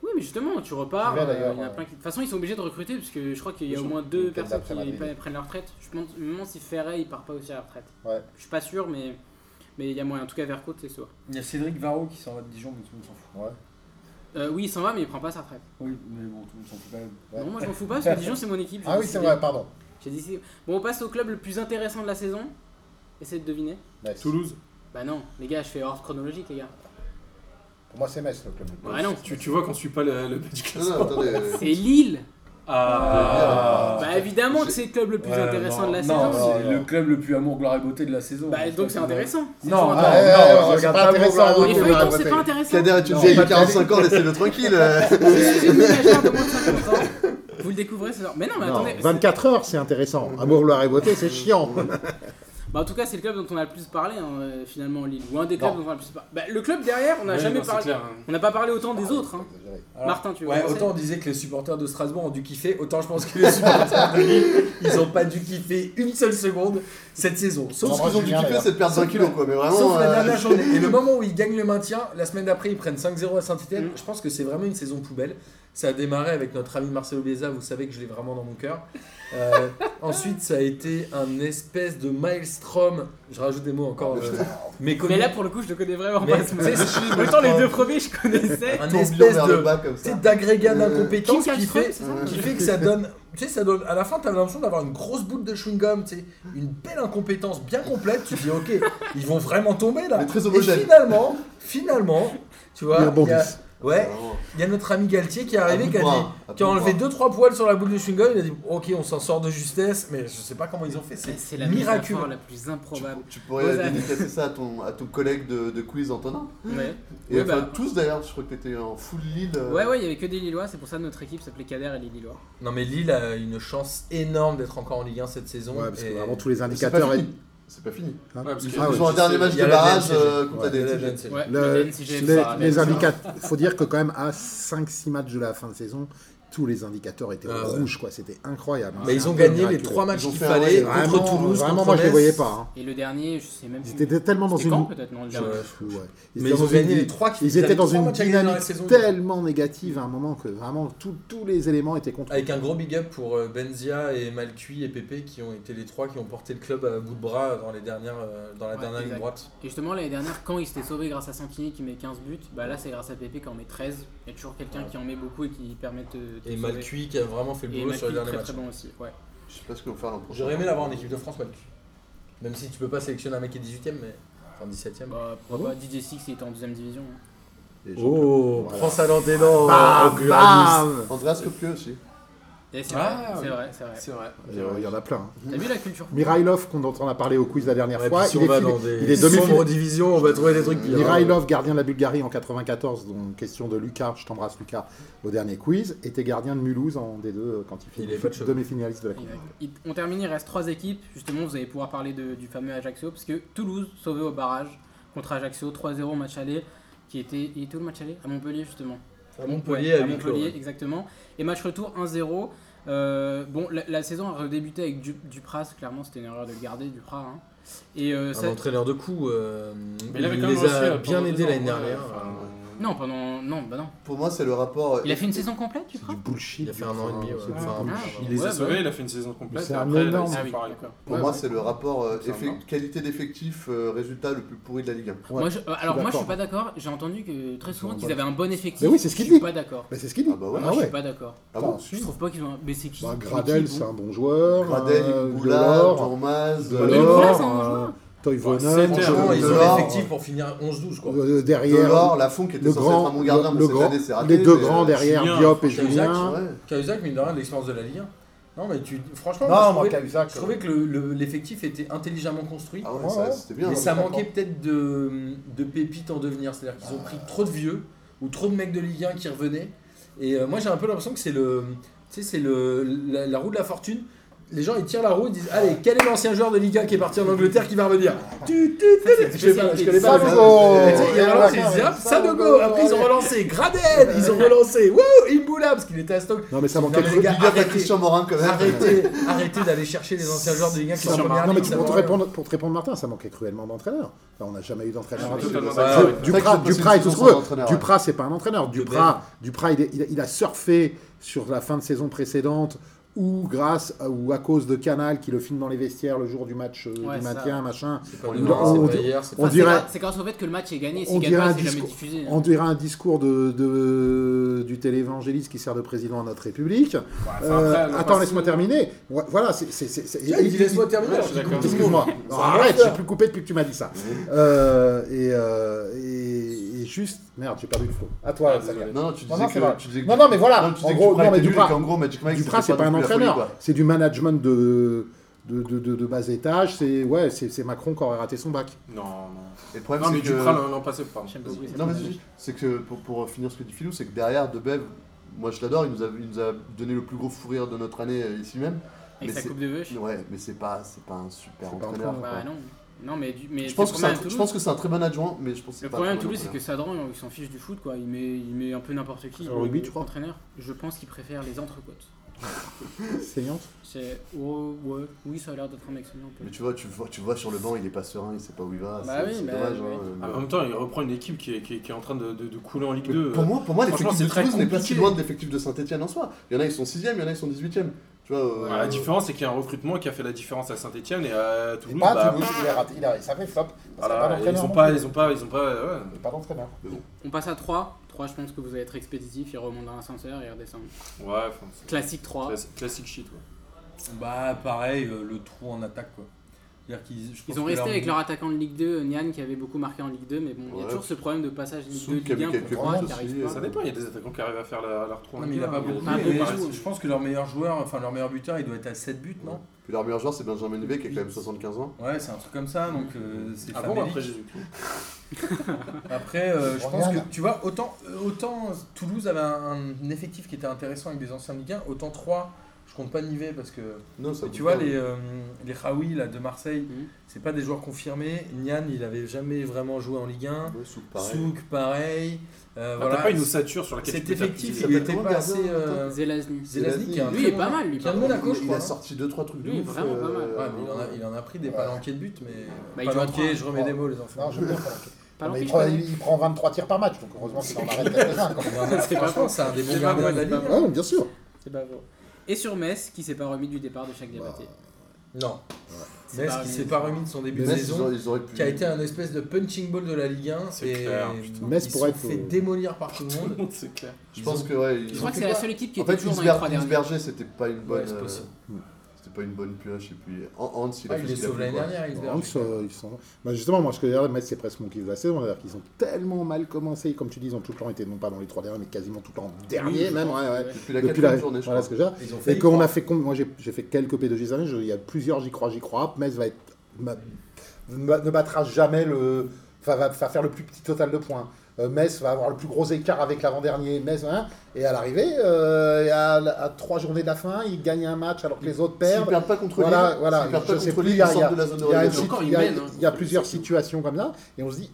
Speaker 1: Oui, mais justement, tu repars.
Speaker 2: Tu vas,
Speaker 1: euh,
Speaker 2: d'ailleurs,
Speaker 1: il y en a
Speaker 2: ouais.
Speaker 1: plein qui- De toute façon, ils sont obligés de recruter parce que je crois qu'il y a
Speaker 2: Ils
Speaker 1: au
Speaker 2: sont-
Speaker 1: moins deux
Speaker 2: donc,
Speaker 1: personnes
Speaker 2: d'après
Speaker 1: qui
Speaker 2: Madrid.
Speaker 1: prennent la retraite. Je pense même si Ferret il part pas aussi à la retraite.
Speaker 2: Ouais.
Speaker 1: Je suis pas sûr, mais mais il y a moyen. En tout cas, Vercote, c'est sûr.
Speaker 3: Il y a Cédric Varro qui s'en va de Dijon, mais tout le monde s'en fout.
Speaker 1: Euh, oui, il s'en va, mais il prend pas sa retraite.
Speaker 3: Oui, mais bon, tout le monde s'en fout quand même.
Speaker 2: Ouais.
Speaker 1: Non, moi je m'en fous pas parce que Dijon c'est mon équipe. j'ai
Speaker 2: Ah oui, c'est
Speaker 1: décidé.
Speaker 2: vrai, pardon.
Speaker 1: J'ai décidé. Bon, on passe au club le plus intéressant de la saison. Essayez de deviner.
Speaker 2: Metz.
Speaker 4: Toulouse.
Speaker 1: Bah non, les gars, je fais hors chronologique, les gars.
Speaker 2: Pour moi, c'est Metz le club.
Speaker 1: Bah non,
Speaker 4: Tu, tu vois qu'on suit pas le, le bas du
Speaker 6: Non,
Speaker 4: classement.
Speaker 6: non, attendez.
Speaker 1: c'est Lille.
Speaker 4: Ah.
Speaker 1: bah évidemment que c'est le club le plus intéressant de la saison.
Speaker 2: non.
Speaker 3: c'est le club le plus amour, gloire et beauté de la saison.
Speaker 1: Bah donc c'est intéressant. C'est
Speaker 3: Non,
Speaker 1: toujours
Speaker 3: non,
Speaker 2: Ah, ouais,
Speaker 1: intéressant.
Speaker 2: ouais, ouais,
Speaker 3: non,
Speaker 2: ouais,
Speaker 3: je
Speaker 2: c'est
Speaker 3: regarde
Speaker 2: pas
Speaker 3: pas
Speaker 2: intéressant.
Speaker 3: Mourad,
Speaker 2: hein,
Speaker 1: Les
Speaker 3: ouais,
Speaker 2: Mourad,
Speaker 1: feuilletons, c'est
Speaker 2: ouais.
Speaker 1: pas intéressant.
Speaker 6: Kader est une
Speaker 2: Non,
Speaker 6: vieille de
Speaker 2: pas
Speaker 6: 45 ans, laissez-le tranquille.
Speaker 1: C'est une ménagère de moins de 50 ans. Vous le découvrez ce soir. Mais non, mais
Speaker 5: Non,
Speaker 1: attendez. c'est-
Speaker 5: 24 heures, c'est intéressant. Amour, gloire et beauté, c'est chiant.
Speaker 1: Bah, en tout cas, c'est le club dont on a le plus parlé hein, euh, finalement, Lille. Ou un des clubs
Speaker 2: Non.
Speaker 1: dont on a le plus parlé. Bah, le club derrière, on n'a
Speaker 4: Ouais,
Speaker 1: jamais
Speaker 4: non, c'est
Speaker 1: parlé.
Speaker 4: clair, hein.
Speaker 1: On n'a pas parlé autant
Speaker 5: Ah
Speaker 1: des autres. Hein.
Speaker 2: Exagéré.
Speaker 3: Alors,
Speaker 1: Martin, tu veux
Speaker 3: Ouais,
Speaker 1: commencer
Speaker 3: autant on disait que les supporters de Strasbourg ont dû kiffer, autant je pense que les supporters de Lille, ils ont pas dû kiffer une seule seconde cette saison. Sauf,
Speaker 2: Bon,
Speaker 6: Ce qu'ils ont dû kiffer, c'est de perdre 20 kilos, quoi. Mais vraiment.
Speaker 3: sauf la
Speaker 6: euh,
Speaker 3: dernière journée. Et le moment où ils gagnent le maintien, la semaine d'après, ils prennent 5-0 à Saint-Etienne.
Speaker 1: Mm.
Speaker 3: Je pense que c'est vraiment une saison poubelle. Ça a démarré avec notre ami Marcelo Bielsa, vous savez que je l'ai vraiment dans mon cœur. Euh, ensuite, ça a été un espèce de maelstrom. Je rajoute des mots encore.
Speaker 6: Ah,
Speaker 3: euh, méconnus.
Speaker 1: Mais là, pour le coup, je le connais vraiment
Speaker 3: Mais
Speaker 1: pas. ce
Speaker 3: c'est
Speaker 1: mec.
Speaker 3: chiant,
Speaker 1: Autant les deux premiers, je connaissais.
Speaker 3: un
Speaker 6: tourbillon
Speaker 3: espèce
Speaker 6: vers le
Speaker 3: de
Speaker 6: bas comme
Speaker 3: tu sais,
Speaker 6: ça.
Speaker 3: d'agrégat
Speaker 6: Euh,
Speaker 3: d'incompétence
Speaker 1: Kim
Speaker 3: qui
Speaker 1: Kallström,
Speaker 3: fait
Speaker 1: c'est ça
Speaker 3: qui fait que ça donne tu sais ça donne à la fin t'as l'impression d'avoir une grosse boule de chewing gum tu sais une belle incompétence bien complète tu te dis ok ils vont vraiment tomber là
Speaker 6: Mais très
Speaker 3: et
Speaker 6: homogène.
Speaker 3: finalement finalement tu vois
Speaker 5: Ils
Speaker 3: il y a,
Speaker 5: rebondissent.
Speaker 3: ouais
Speaker 6: Vraiment.
Speaker 3: il y a notre ami Galtier qui est arrivé
Speaker 6: bout de
Speaker 3: qui a,
Speaker 6: bras,
Speaker 3: dit-
Speaker 6: à bout
Speaker 3: qui a
Speaker 6: de
Speaker 3: enlevé
Speaker 6: bras.
Speaker 3: 2-3 poils sur la boule de chewing gum il a dit ok on s'en sort de justesse mais je sais pas comment ils ont fait
Speaker 1: C'est
Speaker 3: c'est
Speaker 1: la
Speaker 3: miraculeux
Speaker 1: métaphore la plus improbable.
Speaker 6: Tu
Speaker 1: Ouais,
Speaker 6: pourrais
Speaker 1: ça-
Speaker 6: dédicacer ça à ton, à ton collègue de, de quiz Antonin.
Speaker 1: Ouais,
Speaker 6: Et
Speaker 1: Oui,
Speaker 6: enfin,
Speaker 1: bah.
Speaker 6: tous d'ailleurs, je crois que t'étais en full Lille. euh,
Speaker 1: ouais, ouais, il y avait que des Lillois. C'est pour ça que notre équipe s'appelait Kader et les Lillois.
Speaker 3: non mais Lille a une chance énorme d'être encore en Ligue 1 cette saison
Speaker 5: Ouais, parce que
Speaker 3: et-
Speaker 5: vraiment tous les
Speaker 6: mais C'est pas
Speaker 5: indicateurs.
Speaker 6: fini. C'est pas fini.
Speaker 5: hein.
Speaker 4: Ouais, parce que-
Speaker 5: Ah ouais.
Speaker 6: Ils ont un dernier match
Speaker 3: Il y a
Speaker 6: de
Speaker 3: la
Speaker 6: barrage
Speaker 3: DNCG.
Speaker 6: euh, contre
Speaker 3: Ouais,
Speaker 6: la
Speaker 3: la
Speaker 6: DNCG.
Speaker 3: DNCG.
Speaker 1: Ouais,
Speaker 5: Le-
Speaker 1: le NCGF,
Speaker 5: les,
Speaker 1: ça,
Speaker 5: les
Speaker 1: ça.
Speaker 5: indicateurs. Faut dire que quand même à 5-6 matchs de la fin de saison, tous les indicateurs étaient
Speaker 3: Ah ouais.
Speaker 5: rouges, quoi. C'était incroyable. hein.
Speaker 3: Mais ils ont
Speaker 5: C'était
Speaker 3: gagné les
Speaker 5: miraculeux.
Speaker 3: trois matchs
Speaker 6: Ils ont
Speaker 3: qu'il
Speaker 6: fait un-
Speaker 3: fallait
Speaker 6: ouais,
Speaker 3: contre Toulouse.
Speaker 5: Vraiment,
Speaker 3: contre
Speaker 5: moi je les
Speaker 3: Metz. Mmh.
Speaker 5: voyais pas. hein.
Speaker 1: Et le dernier, je sais même
Speaker 5: Ils
Speaker 1: plus.
Speaker 5: étaient tellement dans
Speaker 1: C'était
Speaker 5: une.
Speaker 1: quand peut-être non le
Speaker 5: Je
Speaker 1: dernier.
Speaker 5: sais plus, ouais. Ils
Speaker 3: Mais
Speaker 5: étaient
Speaker 3: ils ont
Speaker 5: dans une-
Speaker 3: gagné les trois qui
Speaker 5: Ils étaient
Speaker 3: avaient
Speaker 5: dans
Speaker 3: trois
Speaker 5: une
Speaker 3: matchs à gagner dans la
Speaker 5: dynamique
Speaker 3: saison.
Speaker 5: tellement négative à un moment que vraiment tout- tous les éléments étaient contre.
Speaker 3: Avec un gros big up pour euh, Benzia et Malcuit et Pepe qui ont été les trois qui ont porté le club à bout de bras dans, les dernières, euh, dans la
Speaker 1: Ouais,
Speaker 3: dernière ligne
Speaker 1: exact.
Speaker 3: droite.
Speaker 1: Et justement, l'année dernière, quand il s'était sauvé grâce à Santini qui met 15 buts, bah là, c'est grâce à Pépé qui en met 13. Il y a toujours quelqu'un qui en met beaucoup et qui permet de. de
Speaker 3: Et
Speaker 1: sauver.
Speaker 3: Malcuit qui a vraiment fait le
Speaker 1: Et
Speaker 3: boulot sur les
Speaker 1: Malcuit,
Speaker 3: derniers
Speaker 1: très
Speaker 3: matchs. Ah
Speaker 1: très bon aussi. Ouais.
Speaker 6: Je sais pas ce qu'ils vont faire l'an prochain.
Speaker 3: J'aurais aimé l'avoir en équipe de France Malcuit. Même si tu peux pas sélectionner un mec qui est 18ème, mais. Enfin 17ème.
Speaker 1: Bah, pourquoi pas DJ Six, il était en deuxième division. hein.
Speaker 6: Et champion.
Speaker 3: Oh,
Speaker 6: Voilà.
Speaker 3: prends ça dans tes dents,
Speaker 5: Bam,
Speaker 3: oh,
Speaker 5: bam
Speaker 3: Glamis.
Speaker 6: Andreas Kopieux aussi.
Speaker 1: Et c'est vrai,
Speaker 4: Ah,
Speaker 1: c'est
Speaker 4: oui.
Speaker 1: vrai, c'est vrai.
Speaker 4: C'est vrai.
Speaker 5: Il y en a- il y en a plein. hein.
Speaker 1: T'as vu la culture
Speaker 5: Mirailov, qu'on dont on a parlé au quiz la dernière
Speaker 3: Ouais,
Speaker 5: fois,
Speaker 3: puis si
Speaker 5: il,
Speaker 3: on
Speaker 5: est
Speaker 3: va
Speaker 5: filé-
Speaker 3: dans
Speaker 5: il est
Speaker 3: des
Speaker 5: demi
Speaker 3: sombres divisions, on va trouver des trucs pires.
Speaker 5: Mirailov, gardien de la Bulgarie en 94, donc question de Lucas, je t'embrasse Lucas, au dernier quiz, était gardien de Mulhouse en D2 euh, quand il
Speaker 3: Il
Speaker 5: finit
Speaker 3: avait pas de cheveux.
Speaker 5: demi-finaliste de la Coupe.
Speaker 1: Exact. Il- On termine, il reste trois équipes. Justement, vous allez pouvoir parler de- du fameux Ajaccio, parce que Toulouse, sauvé au barrage, contre Ajaccio, 3-0 au match aller, qui était... Il était où le match aller À Montpellier, justement.
Speaker 3: À
Speaker 1: Ouais,
Speaker 3: Montpellier, à huis clos,
Speaker 1: Montpellier,
Speaker 3: ouais.
Speaker 1: exactement. Et match retour 1-0. Euh, bon, la, la saison a redébuté avec Du- Dupras, clairement, c'était une erreur de le garder, Dupras. hein. Et euh, ça-
Speaker 3: Un entraîneur de coup, euh,
Speaker 4: Mais
Speaker 3: il
Speaker 4: avait quand même
Speaker 3: les
Speaker 4: réussi à
Speaker 3: a
Speaker 4: prendre
Speaker 3: bien
Speaker 4: deux
Speaker 3: aidés
Speaker 4: ans,
Speaker 3: l'année
Speaker 4: ouais,
Speaker 3: dernière.
Speaker 4: enfin,
Speaker 1: Non, pendant. Non, bah non.
Speaker 6: Pour moi, c'est le rapport.
Speaker 1: Il a fait une saison complète, Dupras
Speaker 5: Du bullshit.
Speaker 3: Il a fait un an et demi, ouais.
Speaker 5: c'est-
Speaker 3: Enfin,
Speaker 1: Ah,
Speaker 3: il
Speaker 1: bon,
Speaker 4: Il les
Speaker 1: ouais,
Speaker 4: a
Speaker 1: bah
Speaker 4: sauvés,
Speaker 1: ouais.
Speaker 4: il a fait une saison complète.
Speaker 5: C'est
Speaker 4: et
Speaker 5: un
Speaker 4: après, là,
Speaker 5: énorme-
Speaker 4: ils sont
Speaker 1: Ah oui,
Speaker 4: pareils, quoi.
Speaker 1: d'accord.
Speaker 6: Pour
Speaker 1: Ouais,
Speaker 6: moi,
Speaker 1: ouais.
Speaker 6: c'est le rapport euh,
Speaker 4: Ça me
Speaker 6: effet-
Speaker 4: marche.
Speaker 6: qualité d'effectif euh, résultat le plus pourri de la Ligue 1.
Speaker 5: Ouais,
Speaker 1: Moi, je- euh, alors moi je suis
Speaker 5: d'accord.
Speaker 1: pas d'accord, j'ai entendu que très souvent
Speaker 5: Ouais,
Speaker 1: qu'ils
Speaker 5: ouais.
Speaker 1: avaient un bon effectif.
Speaker 5: Mais oui, c'est ce qu'il
Speaker 1: Je suis
Speaker 5: dit.
Speaker 1: pas d'accord.
Speaker 5: Bah, c'est ce qu'il dit.
Speaker 6: Ah bah ouais.
Speaker 1: Moi je suis pas d'accord.
Speaker 6: Ah
Speaker 5: Putain,
Speaker 6: bon
Speaker 5: si.
Speaker 1: Je trouve pas qu'ils ont un mais c'est qui
Speaker 5: Bah,
Speaker 1: qui-
Speaker 5: Gradel,
Speaker 1: qui-
Speaker 5: c'est un bon joueur. euh,
Speaker 6: Gradel, Goulard,
Speaker 5: Delors,
Speaker 6: Tormaz,
Speaker 5: Delors,
Speaker 1: Mais
Speaker 6: euh,
Speaker 1: Goulard, c'est un bon
Speaker 5: euh,
Speaker 1: joueur.
Speaker 5: Toivonen,
Speaker 4: Ouais, c'était
Speaker 3: Franchement,
Speaker 5: euh,
Speaker 6: un
Speaker 3: ils
Speaker 6: de
Speaker 3: ont
Speaker 6: l'or.
Speaker 3: l'effectif pour finir 11-12 quoi.
Speaker 5: euh, derrière
Speaker 6: Delors, Lafont qui était
Speaker 5: le
Speaker 6: censé
Speaker 5: grand,
Speaker 6: être un bon gardien,
Speaker 5: le
Speaker 6: mais cette
Speaker 5: grand-
Speaker 6: année, c'est raté.
Speaker 5: les deux
Speaker 6: mais,
Speaker 5: grands
Speaker 6: euh,
Speaker 5: derrière,
Speaker 4: Julien,
Speaker 5: Diop et
Speaker 3: Jean-Jacques,
Speaker 5: Julien.
Speaker 6: ouais.
Speaker 3: Cahuzac, mine de rien, de l'expérience de la Ligue 1. Non, mais tu, franchement, moi,
Speaker 2: Non,
Speaker 3: je,
Speaker 2: moi,
Speaker 3: trouvais,
Speaker 2: Cahuzac.
Speaker 3: je trouvais que le- le- l'effectif était intelligemment construit.
Speaker 6: Ah ouais,
Speaker 5: Ouais,
Speaker 6: ça,
Speaker 5: ouais.
Speaker 6: c'était bien.
Speaker 3: mais
Speaker 6: hein.
Speaker 3: ça manquait peut-être de, de pépites en devenir. C'est-à-dire qu'ils ont pris trop de vieux ou trop de mecs de Ligue 1 qui revenaient. Et euh, moi, j'ai un peu l'impression que c'est le, tu sais, c'est le la, la roue de la fortune. les gens ils tirent la roue, ils disent Allez, quel est l'ancien joueur de Liga qui est parti en Angleterre qui va revenir Tu- tu- tu- tu- Je sais pas, je connais pas.
Speaker 2: Sadogo.
Speaker 3: Et tu sais, Et alors, ils disaient, ah, Sanogo, après ils ont relancé Graden, ils ont relancé, wouh, Imboula, parce qu'il était à Stock.
Speaker 5: Non, mais ça manquait
Speaker 3: Non, mais les gars,
Speaker 6: Liga, t'as
Speaker 3: arrêtez,
Speaker 6: Christian Morin quand même.
Speaker 3: arrêtez, arrêtez d'aller chercher les anciens joueurs de Ligue 1 qui sont
Speaker 5: Ça
Speaker 3: en
Speaker 5: manquait-
Speaker 3: première
Speaker 5: non, mais
Speaker 3: ligue,
Speaker 5: tu-
Speaker 3: ça
Speaker 5: pour, te
Speaker 3: va.
Speaker 5: répondre, pour te répondre, Martin, ça manquait cruellement d'entraîneurs. Enfin, on n'a jamais eu d'entraîneur.
Speaker 4: Je suis totalement
Speaker 5: Du-
Speaker 4: d'accord.
Speaker 5: Duprat,
Speaker 6: Ah, C'est vrai que c'est
Speaker 5: Duprat est
Speaker 6: possible
Speaker 5: tout
Speaker 6: sans
Speaker 5: heureux.
Speaker 6: entraîneur, Ah ouais.
Speaker 5: Duprat, c'est pas un entraîneur. Duprat, Duprat il, est- il a- il a surfé sur la fin de saison précédente ou grâce à- ou à cause de Canal qui le filme dans les vestiaires le jour du match euh,
Speaker 1: Ouais,
Speaker 5: du
Speaker 1: ça.
Speaker 5: maintien, machin.
Speaker 3: C'est pas
Speaker 5: On-
Speaker 3: demain,
Speaker 5: on-
Speaker 3: c'est pas hier, c'est
Speaker 5: On
Speaker 1: Enfin, c'est
Speaker 5: dirait-
Speaker 1: gra- C'est grâce au fait que le match est gagné.
Speaker 5: on
Speaker 1: S'il gagne
Speaker 5: dirait
Speaker 1: pas,
Speaker 5: un
Speaker 1: c'est jamais
Speaker 5: discours-
Speaker 1: diffusé. hein.
Speaker 5: On dirait un discours de, de- du télévangéliste qui sert de président à notre République. Euh, attends, laisse-moi terminer. Vo- Voilà, c'est. c'est- c'est- c'est-
Speaker 3: Tiens, Il dit laisse-moi terminer.
Speaker 4: Ouais,
Speaker 3: alors,
Speaker 4: je
Speaker 3: du
Speaker 4: suis
Speaker 3: coup,
Speaker 4: d'accord.
Speaker 5: Excuse-moi.
Speaker 3: Ça
Speaker 5: Non,
Speaker 3: va
Speaker 5: Arrête,
Speaker 3: faire.
Speaker 5: j'ai plus coupé depuis que tu m'as dit ça. Euh, et, euh, et, et juste, merde, j'ai perdu le flow. À toi,
Speaker 4: Ah,
Speaker 5: Samir.
Speaker 6: Non, non, tu
Speaker 5: Non,
Speaker 6: disais
Speaker 5: non, c'est vrai.
Speaker 6: que. tu disais que-
Speaker 5: Non, non, mais voilà.
Speaker 6: Non, tu disais
Speaker 5: En
Speaker 6: que
Speaker 5: gros,
Speaker 6: Duprat
Speaker 5: non, mais
Speaker 6: était nul et
Speaker 5: Duprat-
Speaker 6: qu'en gros, Magic Mike,
Speaker 5: Duprat,
Speaker 6: c'était
Speaker 5: c'est pas un
Speaker 6: non plus la folie,
Speaker 5: entraîneur,
Speaker 6: quoi.
Speaker 5: c'est du management de, de, de, de- de bas étage. C'est ouais, c'est c'est Macron qui aurait raté son bac.
Speaker 4: Non, non.
Speaker 6: Et le problème,
Speaker 4: Non, mais
Speaker 6: c'est que.
Speaker 4: Duprat l'an l'an passé, pardon.
Speaker 1: J'aime beaucoup cette
Speaker 6: Non, mais
Speaker 1: image.
Speaker 6: c'est- c'est que pour, pour finir ce que dit Philou, c'est que derrière Debev, moi je l'adore, il, nous a- il nous a donné le plus gros fou rire de notre année euh, ici même.
Speaker 1: Avec
Speaker 6: mais
Speaker 1: sa
Speaker 6: c'est-
Speaker 1: coupe de veuche.
Speaker 6: Ouais, mais c'est pas, c'est pas un super
Speaker 5: C'est pas un
Speaker 6: entraîneur.
Speaker 5: entraîneur.
Speaker 6: quoi.
Speaker 1: Bah non. Non, mais du- mais
Speaker 6: Je
Speaker 1: c'est
Speaker 6: pense,
Speaker 1: le
Speaker 6: que c'est
Speaker 1: problème
Speaker 6: un,
Speaker 1: à Toulouse.
Speaker 6: je pense que c'est un très bon adjoint, mais je pense que c'est
Speaker 1: Le
Speaker 6: pas
Speaker 1: problème
Speaker 6: un
Speaker 1: de
Speaker 6: très bon
Speaker 1: Toulouse, c'est que Sadran, euh, il s'en fiche du foot, quoi. Il met, il met un peu n'importe qui. euh,
Speaker 5: Le rugby, tu crois
Speaker 1: entraîneur. Je pense qu'il préfère les entrecôtes.
Speaker 5: Saignante.
Speaker 1: C'est. Oh, ouais. Oui, ça a l'air d'être un mec saignant, un peu.
Speaker 6: Mais tu vois, tu vois, tu vois sur le banc, il est pas serein, il sait pas où il va.
Speaker 1: Bah
Speaker 6: c'est
Speaker 1: oui,
Speaker 6: c'est
Speaker 1: bah
Speaker 6: dommage.
Speaker 1: oui.
Speaker 6: hein, mais
Speaker 4: Ah,
Speaker 6: bon.
Speaker 4: En même temps, il reprend une équipe qui est, qui est- qui est en train de, de- de couler en Ligue 2.
Speaker 6: Pour moi, pour moi
Speaker 4: franchement,
Speaker 6: l'effectif
Speaker 4: c'est
Speaker 6: de
Speaker 4: très
Speaker 6: Toulouse n'est pas si
Speaker 4: compliqué.
Speaker 6: loin de l'effectif de Saint-Etienne en soi. Il y en a, ils sont 6ème, il y en a, ils sont 18ème. Tu vois, euh,
Speaker 4: Ah, La différence, c'est qu'il y a un recrutement qui a fait la différence à Saint-Etienne et à
Speaker 2: Il est
Speaker 4: Toulouse.
Speaker 2: pas à
Speaker 4: bah,
Speaker 2: Toulouse, il est raté, il a, ça fait flop. Parce qu'il n'y
Speaker 4: voilà,
Speaker 2: a pas
Speaker 4: ils
Speaker 2: d'entraîneur.
Speaker 4: ont
Speaker 2: non
Speaker 4: pas,
Speaker 2: plus.
Speaker 4: ils ont pas, ils ont pas. ouais.
Speaker 2: Il n'y a pas d'entraîneur.
Speaker 1: On passe à 3. 3, je pense que vous allez être expéditif. Il remonte dans l'ascenseur et il redescend.
Speaker 4: Ouais, enfin, c'est
Speaker 1: Classique 3.
Speaker 4: classi- classique shit. ouais.
Speaker 3: Bah, pareil, euh, le trou en attaque, quoi. C'est-à-dire qu'ils- je pense
Speaker 1: Ils ont
Speaker 3: que
Speaker 1: resté
Speaker 3: leur-
Speaker 1: avec leur attaquant de Ligue 2, Nian, qui avait beaucoup marqué en Ligue 2, mais bon, il y a
Speaker 6: Ouais.
Speaker 1: toujours ce problème de passage Ligue
Speaker 6: Souk
Speaker 1: 2
Speaker 6: qui a
Speaker 1: Ligue 1
Speaker 6: mis quelques
Speaker 1: pour 3
Speaker 6: buts
Speaker 1: qui
Speaker 6: aussi,
Speaker 1: arrive pas.
Speaker 4: Ça dépend, il y a des attaquants qui arrivent à faire la, la retrouver.
Speaker 3: Non, mais il a pas beaucoup.
Speaker 1: pas
Speaker 3: mais
Speaker 1: beaucoup.
Speaker 3: je- Je pense que leur meilleur joueur, enfin leur meilleur buteur, il doit être à 7 buts, non
Speaker 6: Puis leur meilleur joueur, c'est Benjamin Neve qui a quand même 75 ans.
Speaker 3: Ouais, c'est un truc comme ça, donc euh, c'est
Speaker 4: Avant ou
Speaker 3: famélique.
Speaker 4: après Jésus-Christ
Speaker 3: Après, euh, je pense que,
Speaker 2: Regarde.
Speaker 3: tu vois, autant, euh, autant Toulouse avait un, un effectif qui était intéressant avec des anciens Ligue 1, autant 3, je compte pas Nivet parce que...
Speaker 6: Non, ça
Speaker 3: mais tu
Speaker 6: bouge
Speaker 3: vois,
Speaker 6: pas.
Speaker 3: les, euh, les Raoui, là, de Marseille,
Speaker 1: Mhm.
Speaker 3: c'est pas des joueurs confirmés. Nian, il avait jamais vraiment joué en Ligue 1.
Speaker 6: Ouais, Souk, pareil.
Speaker 3: Souk, pareil. Euh,
Speaker 4: Ah,
Speaker 3: voilà.
Speaker 4: T'as pas une ossature sur laquelle
Speaker 3: Cet
Speaker 4: tu peux
Speaker 3: effectif, il
Speaker 4: t'appuyer.
Speaker 6: s'appelle
Speaker 3: était
Speaker 6: comment,
Speaker 3: pas
Speaker 6: le
Speaker 3: assez...
Speaker 6: gardien,
Speaker 3: euh,
Speaker 1: Zelazny.
Speaker 3: Zelazny, qui est un
Speaker 1: Lui,
Speaker 3: très
Speaker 1: il est
Speaker 3: bon
Speaker 1: pas
Speaker 3: joueur.
Speaker 1: mal, lui.
Speaker 3: Qui
Speaker 1: par
Speaker 3: a un bon
Speaker 1: contre.
Speaker 3: accord. gauche, je
Speaker 6: il
Speaker 3: crois,
Speaker 6: a
Speaker 3: hein.
Speaker 6: sorti 2-3 trucs de
Speaker 1: Lui,
Speaker 6: ouf,
Speaker 1: vraiment pas mal.
Speaker 3: euh, Ouais, mais il en a, il en a pris des
Speaker 2: Ouais.
Speaker 3: palanquets de buts, mais...
Speaker 1: Bah, il doit
Speaker 3: palanquets,
Speaker 1: prendre.
Speaker 3: je remets des mots, les enfants.
Speaker 2: Non, je veux pas. Mais
Speaker 1: Pas l'empêche,
Speaker 2: il,
Speaker 1: je
Speaker 2: prend,
Speaker 1: connais.
Speaker 2: il prend 23 tirs par match, donc heureusement qu'il en arrête quelques-uns. quoi.
Speaker 3: Non, mais Franchement, c'est un des bons
Speaker 4: C'est pas
Speaker 3: gardiens de la
Speaker 4: vrai,
Speaker 3: Ligue.
Speaker 4: c'est
Speaker 3: hein.
Speaker 5: Ouais, bien sûr.
Speaker 1: C'est pas faux. Et sur Metz, qui s'est pas remis du départ de chaque débatté.
Speaker 3: Non.
Speaker 1: C'est
Speaker 3: Mais
Speaker 1: pas
Speaker 3: ce Bah, qui
Speaker 1: remis.
Speaker 3: s'est pas remis de son début de
Speaker 6: Metz, ils
Speaker 3: saison
Speaker 6: auraient- ils auraient pu.
Speaker 3: qui a été un espèce de punching ball de la Ligue 1.
Speaker 4: C'est
Speaker 3: et
Speaker 4: clair,
Speaker 3: ils
Speaker 4: putain.
Speaker 5: Metz
Speaker 3: se
Speaker 5: pourrait
Speaker 3: sont
Speaker 5: être
Speaker 3: fait
Speaker 5: au-
Speaker 3: démolir par tout le
Speaker 4: Tout le
Speaker 3: monde.
Speaker 4: monde, c'est clair.
Speaker 6: Je pense que, ouais. ils
Speaker 1: Je
Speaker 6: ont
Speaker 1: crois que
Speaker 6: fait
Speaker 1: c'est la
Speaker 6: quoi
Speaker 1: seule équipe qui
Speaker 6: En
Speaker 1: était
Speaker 6: fait,
Speaker 1: toujours dans les trois
Speaker 6: Winsberg-
Speaker 1: derniers.
Speaker 6: Winsberger, c'était pas une bonne.
Speaker 3: Ouais, c'est
Speaker 6: euh,
Speaker 3: possible.
Speaker 6: C'était pas une bonne pioche. Et puis, Hans, il a
Speaker 3: Ah,
Speaker 6: fait
Speaker 3: il
Speaker 6: ce
Speaker 3: les
Speaker 6: qu'il a
Speaker 3: sauve
Speaker 6: pu,
Speaker 3: l'année
Speaker 6: quoi.
Speaker 3: dernière, Hinsberg.
Speaker 5: Donc, euh, ils sont- bah, justement, moi, ce que je regarde, Metz, c'est presque mon kiff de la saison. C'est-à-dire qu'ils ont tellement mal commencé. Comme tu dis, ils ont tout le temps été, non pas dans les trois derniers, mais quasiment tout le temps dernier, même. ouais, ouais.
Speaker 6: Depuis la
Speaker 5: Depuis la
Speaker 6: quatrième journée, je
Speaker 5: voilà
Speaker 6: crois.
Speaker 5: ce que j'ai.
Speaker 3: Ils ont fait
Speaker 5: Et qu'on a fait, com- moi j'ai j'ai fait quelques P2G cette année, je- il y a plusieurs, j'y crois, j'y crois. Metz va être, ma- ma- ne battra jamais le. Enfin, va, va faire le plus petit total de points. Euh, Metz va avoir le plus gros écart avec l'avant-dernier. Metz, hein. et à l'arrivée, euh, et à, la- à trois journées de la fin, il gagne un match alors que les autres
Speaker 6: S'ils
Speaker 5: perdent.
Speaker 6: perdent pas contre
Speaker 5: Voilà,
Speaker 6: Lille,
Speaker 5: voilà.
Speaker 6: s'ils perdent
Speaker 5: Je
Speaker 6: pas
Speaker 5: sais
Speaker 6: contre
Speaker 5: plus,
Speaker 6: Lille,
Speaker 5: il y a-
Speaker 6: ils sortent de la
Speaker 5: Il
Speaker 6: zone de
Speaker 5: y a, une
Speaker 6: relégation.
Speaker 5: situ-
Speaker 1: encore,
Speaker 5: il
Speaker 1: ils
Speaker 5: y a-
Speaker 1: mènent, hein.
Speaker 5: il y a plusieurs situations comme ça, et on se dit,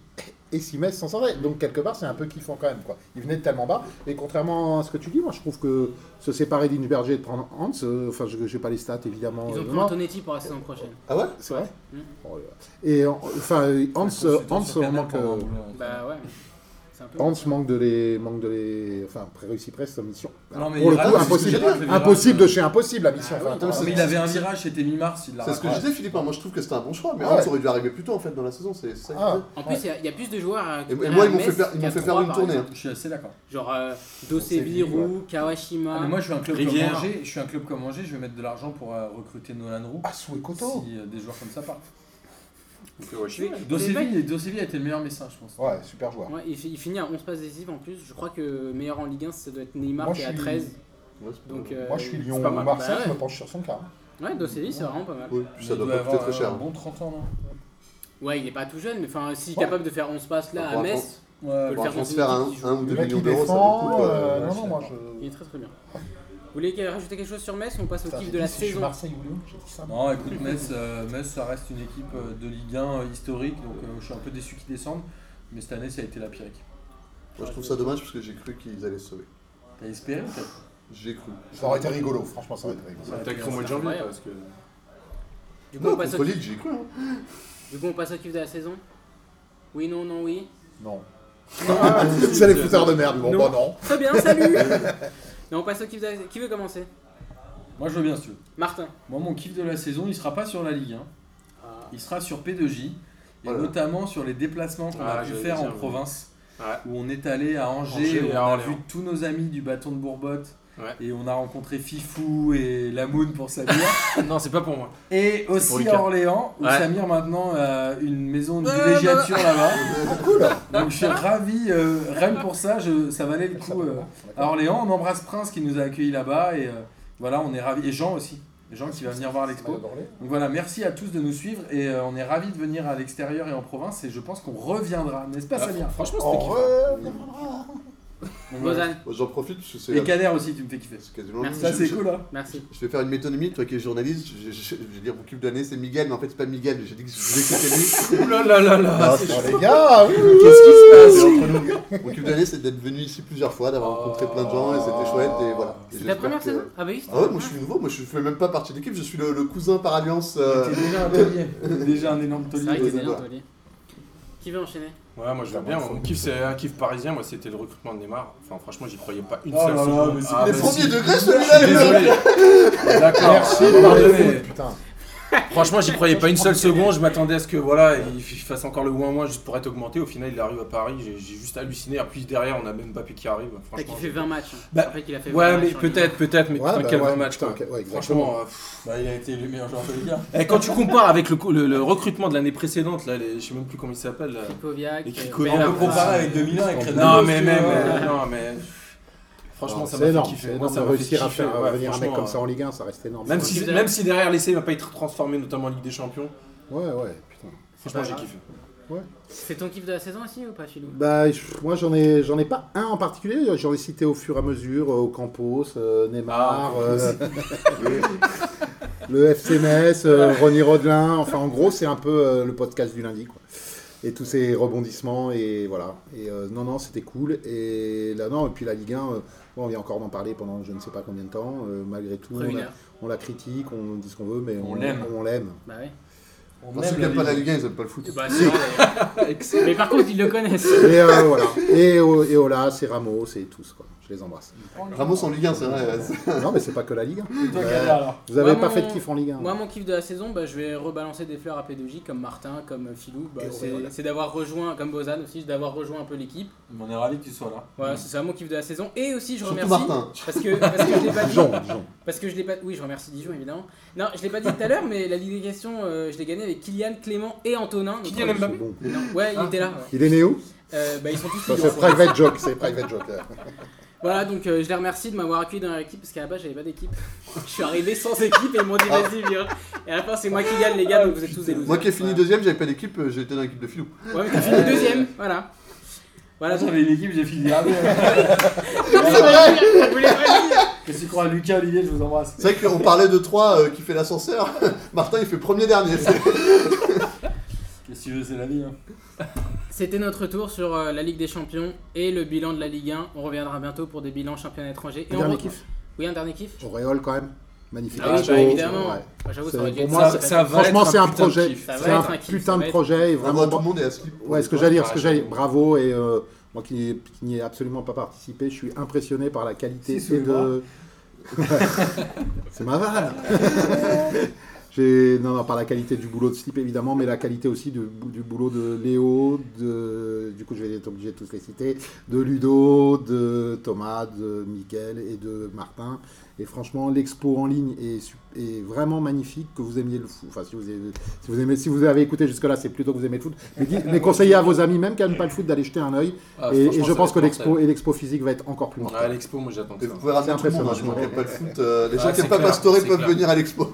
Speaker 5: et si Metz s'en sortait Donc quelque part, c'est un peu kiffant quand même. Quoi. Il venait de tellement bas, et contrairement à ce que tu dis, moi je trouve que se séparer d'Inberger et de prendre Hans, euh, enfin je n'ai pas les stats évidemment.
Speaker 1: Ils
Speaker 5: euh,
Speaker 1: ont pris
Speaker 5: non.
Speaker 1: Antonetti pour la saison prochaine.
Speaker 6: Ah ouais
Speaker 5: C'est vrai
Speaker 1: Mm.
Speaker 5: Oh là là. Et euh, enfin, euh, Hans, euh, Hans, on manque, euh,
Speaker 1: Bah ouais. C'est un peu.
Speaker 5: Hans manque de les, manque de les, enfin, pré- réussi presque sa mission.
Speaker 3: Non, mais
Speaker 5: Pour le
Speaker 3: il rate,
Speaker 5: coup,
Speaker 3: c'est
Speaker 5: impossible,
Speaker 3: ce que j'ai dit,
Speaker 5: impossible
Speaker 3: le
Speaker 5: de
Speaker 3: virage.
Speaker 5: chez impossible la mission.
Speaker 1: Ah
Speaker 5: Enfin,
Speaker 1: oui,
Speaker 5: attends,
Speaker 6: non,
Speaker 3: Mais il avait un virage, c'était mi-mars, il l'a
Speaker 6: C'est ce que
Speaker 3: raté.
Speaker 6: je disais, Philippe. hein. Moi, je trouve que c'était un bon choix, mais
Speaker 5: Ah ouais.
Speaker 6: Hans aurait dû arriver plus tôt en fait dans la saison. C'est c'est ça. que je
Speaker 5: Ah.
Speaker 6: disais.
Speaker 1: En plus, il y a- il y, a plus de joueurs. à
Speaker 6: Et- Et
Speaker 1: récupérer
Speaker 6: moi,
Speaker 1: à
Speaker 6: ils m'ont
Speaker 1: Metz
Speaker 6: fait faire, ils
Speaker 1: qu'à
Speaker 6: m'ont fait faire
Speaker 1: Troyes,
Speaker 6: une
Speaker 1: par
Speaker 6: tournée.
Speaker 1: exemple.
Speaker 6: hein.
Speaker 3: Je suis assez d'accord.
Speaker 1: Genre euh, Dosevi,
Speaker 6: Dosevi, ouais.
Speaker 1: Roux, Kawashima.
Speaker 3: Ah, mais moi, je suis un club
Speaker 4: Rivière.
Speaker 3: comme Angers. Je suis un club comme Angers. Je vais mettre de l'argent pour euh, recruter Nolan Roux.
Speaker 5: Ah, sous les coteaux.
Speaker 3: Si euh, des joueurs comme ça partent.
Speaker 4: Donc, euh, ouais, je suis-
Speaker 1: mecs-
Speaker 3: Dosevi, Dosevi a été le meilleur message, je pense.
Speaker 2: Ouais, super joueur.
Speaker 1: Ouais, il, fi- il finit à 11 passes décisives en plus. Je crois que meilleur en Ligue 1, ça doit être Neymar
Speaker 2: Moi,
Speaker 1: qui est
Speaker 2: je
Speaker 1: à
Speaker 2: suis-
Speaker 1: 13.
Speaker 6: Ouais, c'est pas
Speaker 1: Donc,
Speaker 6: mal.
Speaker 1: euh,
Speaker 2: Moi, je suis
Speaker 4: c'est pas mal.
Speaker 2: Lyon-Marseille,
Speaker 1: Bah
Speaker 2: je me
Speaker 1: ouais.
Speaker 2: penche sur son cas.
Speaker 1: Ouais, Dosevi, c'est vraiment pas mal.
Speaker 6: Oui, puis ça
Speaker 3: Mais il
Speaker 6: doit
Speaker 3: doit
Speaker 6: pas coûter
Speaker 3: avoir
Speaker 6: très
Speaker 3: un
Speaker 6: cher. hein.
Speaker 3: bon 30 ans,
Speaker 1: Ouais, il est pas tout jeune, mais enfin, s'il est
Speaker 2: Ouais.
Speaker 1: capable de faire 11 passes là
Speaker 6: Pour
Speaker 1: à Metz, Faut
Speaker 3: non
Speaker 6: Pour
Speaker 1: le
Speaker 6: un
Speaker 1: faire dans une
Speaker 6: transfert à
Speaker 1: équipe qui
Speaker 6: 1
Speaker 1: joue.
Speaker 6: ou
Speaker 2: Le
Speaker 6: 2
Speaker 2: mec,
Speaker 6: millions
Speaker 2: il
Speaker 6: d'euros, ça vaut le
Speaker 2: défend.
Speaker 6: coup. quoi.
Speaker 2: euh,
Speaker 3: ouais,
Speaker 2: Non,
Speaker 3: je
Speaker 2: non,
Speaker 3: suis
Speaker 2: moi,
Speaker 3: d'accord.
Speaker 1: il
Speaker 2: je.
Speaker 1: est très très bien. voulez que- rajouter quelque chose sur Metz ou on passe au
Speaker 2: Putain,
Speaker 1: kiff
Speaker 2: j'ai
Speaker 1: de
Speaker 2: dit
Speaker 1: la
Speaker 2: si je suis
Speaker 1: saison
Speaker 2: Marseille ou Lyon, j'ai dit ça. moi.
Speaker 3: Non, écoute, Metz, euh, Metz, ça reste une équipe euh, de Ligue 1 euh, historique, donc euh, je suis un peu déçu qu'ils descendent, mais cette année, ça a été la pire équipe.
Speaker 6: Moi, je trouve ça dommage parce que j'ai cru qu'ils allaient se sauver.
Speaker 3: T'as espéré peut-être
Speaker 6: J'ai cru.
Speaker 2: Ça aurait été rigolo, franchement, ça aurait été rigolo.
Speaker 3: Ça a été
Speaker 4: Peut-être qu'au mois de
Speaker 3: un
Speaker 4: janvier,
Speaker 1: incroyable.
Speaker 4: parce que.
Speaker 1: du coup,
Speaker 6: Non,
Speaker 1: on passe
Speaker 6: contre
Speaker 1: au...
Speaker 6: Lille, j'ai cru. hein.
Speaker 1: du coup, on passe au kiff de la saison Oui, non, non, oui.
Speaker 2: Non.
Speaker 4: Ah, si,
Speaker 2: C'est les
Speaker 4: c'est-
Speaker 2: fouteurs de merde, bon,
Speaker 1: Non.
Speaker 2: bah non.
Speaker 1: Très bien, salut Non, on passe au kiff de la... Qui veut commencer
Speaker 3: Moi, je veux bien, si tu veux.
Speaker 1: Martin.
Speaker 3: Moi, mon kiff de la saison, il sera pas sur la Ligue 1, il sera sur P2J, et
Speaker 6: Voilà.
Speaker 3: notamment sur les déplacements qu'on
Speaker 4: Ah,
Speaker 3: a pu
Speaker 4: j'allais
Speaker 3: faire en
Speaker 4: dire, oui.
Speaker 3: province,
Speaker 4: Ouais.
Speaker 3: où on est allé à Angers,
Speaker 4: Angers
Speaker 3: où
Speaker 4: et
Speaker 3: on
Speaker 4: à
Speaker 3: a
Speaker 4: Orléans.
Speaker 3: vu tous nos amis du bâton de Bourbotte,
Speaker 4: hein. Ouais.
Speaker 3: et on a rencontré Fifou et Lamoun pour Samir,
Speaker 4: Non, c'est pas pour moi.
Speaker 3: et
Speaker 4: pour
Speaker 3: aussi
Speaker 4: Lucas.
Speaker 3: à Orléans, où
Speaker 4: Ouais.
Speaker 3: Samir maintenant a une maison de
Speaker 1: Euh,
Speaker 3: villégiature là-bas.
Speaker 2: Cool.
Speaker 3: Donc je suis ravi, euh, rien que pour ça, je- ça valait le coup. euh, à Orléans, on embrasse Prince qui nous a accueillis là-bas et euh, voilà, on est ravi. Et Jean aussi, Et Jean qui va venir voir l'expo. Donc voilà, merci à tous de nous suivre et euh, on est ravi de venir à l'extérieur et en province et je pense qu'on reviendra, n'est-ce pas
Speaker 4: Ah,
Speaker 3: Samir
Speaker 4: Franchement,
Speaker 2: En
Speaker 4: c'était kiffant.
Speaker 2: reviendra.
Speaker 3: Donc, voilà.
Speaker 1: Lausanne,
Speaker 6: Moi, J'en profite parce que c'est
Speaker 3: Et Kader aussi, tu me fais kiffer.
Speaker 6: c'est quasiment
Speaker 1: Merci.
Speaker 3: Ça
Speaker 6: Je-
Speaker 3: c'est
Speaker 6: je-
Speaker 3: cool hein
Speaker 1: merci.
Speaker 6: Je vais faire une métonymie, toi qui es journaliste, je, je- je- je vais dire mon cube de l'année c'est Miguel, mais en fait c'est pas Miguel, j'ai dit que je voulais que c'était lui.
Speaker 4: Ouh là là là là.
Speaker 2: Ah, c'est les gars, ouh.
Speaker 6: Qu'est-ce qui se passe Mon cube de l'année c'est d'être venu ici plusieurs fois, d'avoir rencontré plein de gens et c'était chouette et voilà. Et
Speaker 1: C'est
Speaker 6: j'espère
Speaker 1: ta première
Speaker 6: que-
Speaker 1: saison Ah bah oui, c'était
Speaker 6: Ah ouais,
Speaker 1: la
Speaker 6: moi je
Speaker 1: première.
Speaker 6: suis nouveau, moi je fais même pas partie de l'équipe, je suis le, le cousin par alliance. euh,
Speaker 3: T'es déjà un taulier, T'es déjà un énorme
Speaker 1: C'est
Speaker 3: taulier.
Speaker 1: vrai que t'es
Speaker 6: Lausanne,
Speaker 1: bien,
Speaker 6: voilà.
Speaker 1: Tony. Qui veut enchaîner
Speaker 4: Ouais, moi je veux bien. Mon kiff, c'est un kiff parisien. Moi, c'était le recrutement de Neymar. Enfin, franchement, j'y croyais pas une
Speaker 3: Oh
Speaker 4: seule
Speaker 3: là là,
Speaker 4: seconde.
Speaker 3: mais c'est
Speaker 4: Ah,
Speaker 6: les
Speaker 4: bah,
Speaker 6: premiers
Speaker 4: si.
Speaker 6: degrés
Speaker 4: Je
Speaker 6: celui-là
Speaker 4: suis
Speaker 6: le-
Speaker 4: désolé. D'accord.
Speaker 2: Merci
Speaker 4: Ouais,
Speaker 2: de parler
Speaker 4: mais-
Speaker 2: foot, putain.
Speaker 4: Franchement, j'y croyais pas une seule seconde. Je m'attendais à ce que voilà, il f- il fasse encore le ouin ouin juste pour être augmenté. Au final, il arrive à Paris. J'ai j'ai juste halluciné. Et puis derrière, on a même Mbappé qui arrive.
Speaker 1: T'as
Speaker 4: Franchement,
Speaker 1: kiffé 20 matchs. hein.
Speaker 4: Bah,
Speaker 1: Je rappelle qu'il a fait 20
Speaker 4: Ouais,
Speaker 1: matchs
Speaker 4: mais
Speaker 1: en Ligue
Speaker 4: peut-être, peut-être, mais
Speaker 2: Ouais,
Speaker 4: putain,
Speaker 2: bah
Speaker 4: quel
Speaker 2: ouais,
Speaker 4: bon match
Speaker 2: putain,
Speaker 4: quoi.
Speaker 2: quel- ouais, exactement. Ah,
Speaker 4: Franchement, euh, pff.
Speaker 3: Bah, il a été le meilleur joueur de Ligue 1.
Speaker 4: Eh, quand tu compares avec le, co- le- le recrutement de l'année précédente, là, les- je sais même plus comment il s'appelle. là.
Speaker 1: 1. Krikoviak,
Speaker 4: Et
Speaker 1: euh,
Speaker 4: Krikoviak,
Speaker 1: Bernard
Speaker 3: On peut comparer avec 2001 avec Renato.
Speaker 4: Non, mais
Speaker 3: tu
Speaker 4: même,
Speaker 3: vois.
Speaker 4: euh, non, mais franchement,
Speaker 5: Alors,
Speaker 4: ça
Speaker 5: hein. C'est
Speaker 4: m'a fait
Speaker 5: énorme,
Speaker 4: kiffer.
Speaker 5: c'est
Speaker 4: Moi,
Speaker 5: énorme
Speaker 4: ça
Speaker 5: de
Speaker 4: m'a fait
Speaker 5: réussir à
Speaker 4: kiffer,
Speaker 5: faire
Speaker 4: ouais,
Speaker 5: venir un mec
Speaker 4: franchement, euh,
Speaker 5: comme ça en Ligue 1, ça reste énorme.
Speaker 4: Même si, même si derrière l'essai, il va pas être transformé, notamment en Ligue des Champions.
Speaker 5: Ouais, ouais, putain.
Speaker 4: Franchement,
Speaker 1: pas
Speaker 4: j'ai
Speaker 1: grave.
Speaker 4: kiffé.
Speaker 1: C'est ton kiff de la saison aussi ou pas, Philou
Speaker 5: Bah, je- moi, j'en ai, j'en ai pas un en particulier. J'en ai cité au fur et à mesure, euh, Ocampos, euh, Neymar,
Speaker 1: Ah,
Speaker 5: euh, le FCMS, euh, Ronnie Rodelin. Enfin, en gros, c'est un peu euh, le podcast du lundi, quoi. Et tous ces rebondissements, et voilà. Et euh, non, non, c'était cool. Et là, non, et puis la Ligue 1, euh, bon, on vient encore d'en parler pendant je ne sais pas combien de temps. Euh, malgré tout,
Speaker 1: Après
Speaker 5: on
Speaker 1: une
Speaker 5: la,
Speaker 1: heure.
Speaker 5: on la critique, on dit ce qu'on veut, mais
Speaker 3: On
Speaker 5: on,
Speaker 3: l'aime.
Speaker 5: On l'aime.
Speaker 1: Bah ouais.
Speaker 3: On
Speaker 6: Enfin, Ceux
Speaker 3: aime
Speaker 6: qui
Speaker 3: la
Speaker 6: aiment pas la
Speaker 3: Ligue.
Speaker 6: Ligue 1, ils aiment pas le
Speaker 4: Eh
Speaker 6: foot.
Speaker 4: ben,
Speaker 1: Bah, c'est vrai, d'ailleurs. mais par contre, ils le connaissent.
Speaker 5: Et euh, voilà. Et, O- et Ola, c'est Ramos, et tous, quoi. Je les embrasse.
Speaker 6: Ramos en Ligue 1, c'est vrai.
Speaker 5: Non, mais c'est pas que la Ligue 1.
Speaker 3: Et toi, Kader, alors
Speaker 5: Vous avez
Speaker 1: Moi,
Speaker 5: pas
Speaker 1: mon-
Speaker 5: fait de kiff en Ligue 1
Speaker 1: Moi, mon kiff de la saison, bah, je vais rebalancer des fleurs à P2J, comme Martin, comme Philou. Bah,
Speaker 5: Et
Speaker 1: c'est
Speaker 5: Auréole.
Speaker 1: c'est d'avoir rejoint, comme Bozan aussi, d'avoir rejoint un peu l'équipe.
Speaker 3: On est ravi que tu sois là.
Speaker 1: Voilà, c'est ça mon kiff de la saison. Et aussi, je
Speaker 6: Surtout
Speaker 1: remercie.
Speaker 6: Martin.
Speaker 1: Parce que, parce que je l'ai pas dit.
Speaker 5: Dijon, Dijon.
Speaker 1: Parce que je l'ai pas. Oui, je remercie Dijon évidemment. Non, je l'ai pas dit tout à l'heure, mais la Ligue des Nations, euh, je l'ai gagnée avec Kylian, Clément et Antonin. notre-
Speaker 4: Kylian Mbappé
Speaker 5: C'est bon.
Speaker 1: Non, Ouais, il
Speaker 4: Ah.
Speaker 1: était là. ouais.
Speaker 5: Il est né où
Speaker 1: Euh, bah, ils sont tous
Speaker 5: Ça,
Speaker 1: Ligue
Speaker 5: C'est private joke, c'est private joke. euh.
Speaker 1: Voilà, donc euh, je les remercie de m'avoir accueilli dans leur équipe parce qu'à la base j'avais pas d'équipe. je suis arrivé sans équipe et ils m'ont dit
Speaker 5: Ah.
Speaker 1: vas-y viens. Et à la fin c'est moi qui gagne les gars donc vous êtes tous des losers.
Speaker 6: Moi qui ai fini
Speaker 1: Voilà.
Speaker 6: deuxième, j'avais pas d'équipe, euh, j'étais dans l'équipe de Philou.
Speaker 1: Ouais, mais t'as fini deuxième, voilà. Voilà,
Speaker 3: Ah, Là,
Speaker 1: donc
Speaker 3: j'avais une équipe, j'ai fini Ah, dernier.
Speaker 1: je voulais pas le dire.
Speaker 3: Qu'est-ce que tu crois, Lucas, Olivier, je vous embrasse.
Speaker 6: C'est vrai qu'on parlait de 3 qui fait l'ascenseur. Martin, il fait premier dernier.
Speaker 3: Qu'est-ce que tu veux, c'est la vie. Hein.
Speaker 1: C'était notre tour sur euh, la Ligue des Champions et le bilan de la Ligue 1. On reviendra bientôt pour des bilans championnat étranger. Et
Speaker 5: Un
Speaker 1: on
Speaker 5: dernier
Speaker 1: re-
Speaker 5: kiff.
Speaker 1: Oui, un dernier kiff
Speaker 5: Auréole quand même. Magnifique.
Speaker 1: Ah oui,
Speaker 5: expo,
Speaker 1: bah évidemment.
Speaker 5: ouais.
Speaker 1: Bah, J'avoue,
Speaker 5: C'est-
Speaker 1: ça aurait dû
Speaker 5: pour
Speaker 1: être
Speaker 5: moi,
Speaker 1: ça,
Speaker 5: ça-
Speaker 1: en fait.
Speaker 4: va
Speaker 5: Franchement,
Speaker 4: être
Speaker 5: c'est un
Speaker 4: putain de
Speaker 5: projet.
Speaker 4: kiff.
Speaker 1: Ça va
Speaker 5: C'est
Speaker 1: être un
Speaker 5: un
Speaker 1: kiff, ça
Speaker 5: putain
Speaker 1: va
Speaker 5: de
Speaker 1: être-
Speaker 5: projet. et
Speaker 6: Vraiment,
Speaker 5: Vraiment,
Speaker 6: tout le monde est à skip.
Speaker 5: Ouais, ce que
Speaker 4: Ouais,
Speaker 5: j'allais dire,
Speaker 4: ouais,
Speaker 5: ce que
Speaker 4: je
Speaker 5: j'allais
Speaker 4: comprends.
Speaker 5: bravo et euh, moi qui n'y ai- qui n'y ai absolument pas participé, je suis impressionné par la qualité
Speaker 3: Si, sous
Speaker 5: et
Speaker 3: les
Speaker 5: de. C'est ma vanne. J'ai- Non, non, par la qualité du boulot de Slip évidemment, mais la qualité aussi du, bou- du boulot de Léo, de... du coup je vais être obligé de tous les citer, de Ludo, de Thomas, de Miguel et de Martin. Et franchement, l'expo en ligne est, su- est vraiment magnifique, que vous aimiez le foot. Enfin, si vous aimez, si vous aimez, si vous avez écouté jusque-là, c'est plutôt que vous aimez le foot. Mais, dites- mais conseillez à vos amis, même qui n'aiment pas le foot, d'aller jeter un œil.
Speaker 4: Ah,
Speaker 5: et, et
Speaker 4: franchement,
Speaker 5: je
Speaker 4: ça
Speaker 5: pense
Speaker 4: va
Speaker 5: que
Speaker 4: être
Speaker 5: l'expo
Speaker 4: mortel.
Speaker 5: et l'expo physique va être encore plus
Speaker 4: Ouais, à
Speaker 5: mortale.
Speaker 4: l'expo, moi j'attends
Speaker 6: Et
Speaker 4: ça.
Speaker 6: vous pouvez ramener tout le monde, hein, les gens qui aiment pas le foot. euh, les
Speaker 4: Ah,
Speaker 6: gens qui
Speaker 4: c'est
Speaker 6: aiment pas
Speaker 4: clair,
Speaker 6: Pastore
Speaker 4: c'est
Speaker 6: peuvent
Speaker 4: clair.
Speaker 6: venir à l'expo.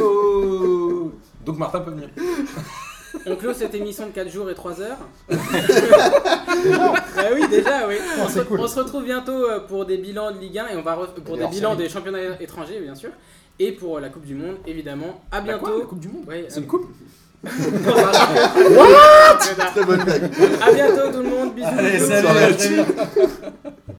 Speaker 4: Oh. Donc Martin peut venir.
Speaker 1: On clôt cette émission de 4 jours et 3 heures. bah oui, déjà, oui.
Speaker 4: Ah,
Speaker 1: on, se, on se retrouve bientôt euh, pour des bilans de Ligue 1 et on va re- pour
Speaker 2: Et
Speaker 1: des
Speaker 2: hors
Speaker 1: bilans
Speaker 2: série.
Speaker 1: des championnats étrangers, bien sûr. Et pour euh, la Coupe du Monde, évidemment. À
Speaker 4: La Bah, quoi,
Speaker 1: bientôt.
Speaker 4: la Coupe du Monde
Speaker 1: Ouais,
Speaker 4: C'est une
Speaker 1: euh,
Speaker 4: coupe
Speaker 1: What
Speaker 6: Très bonne blague.
Speaker 1: À bientôt tout le monde. Bisous.
Speaker 4: Allez,
Speaker 1: bisous.
Speaker 6: Bonne
Speaker 4: salut,
Speaker 6: soirée.
Speaker 4: à très vite.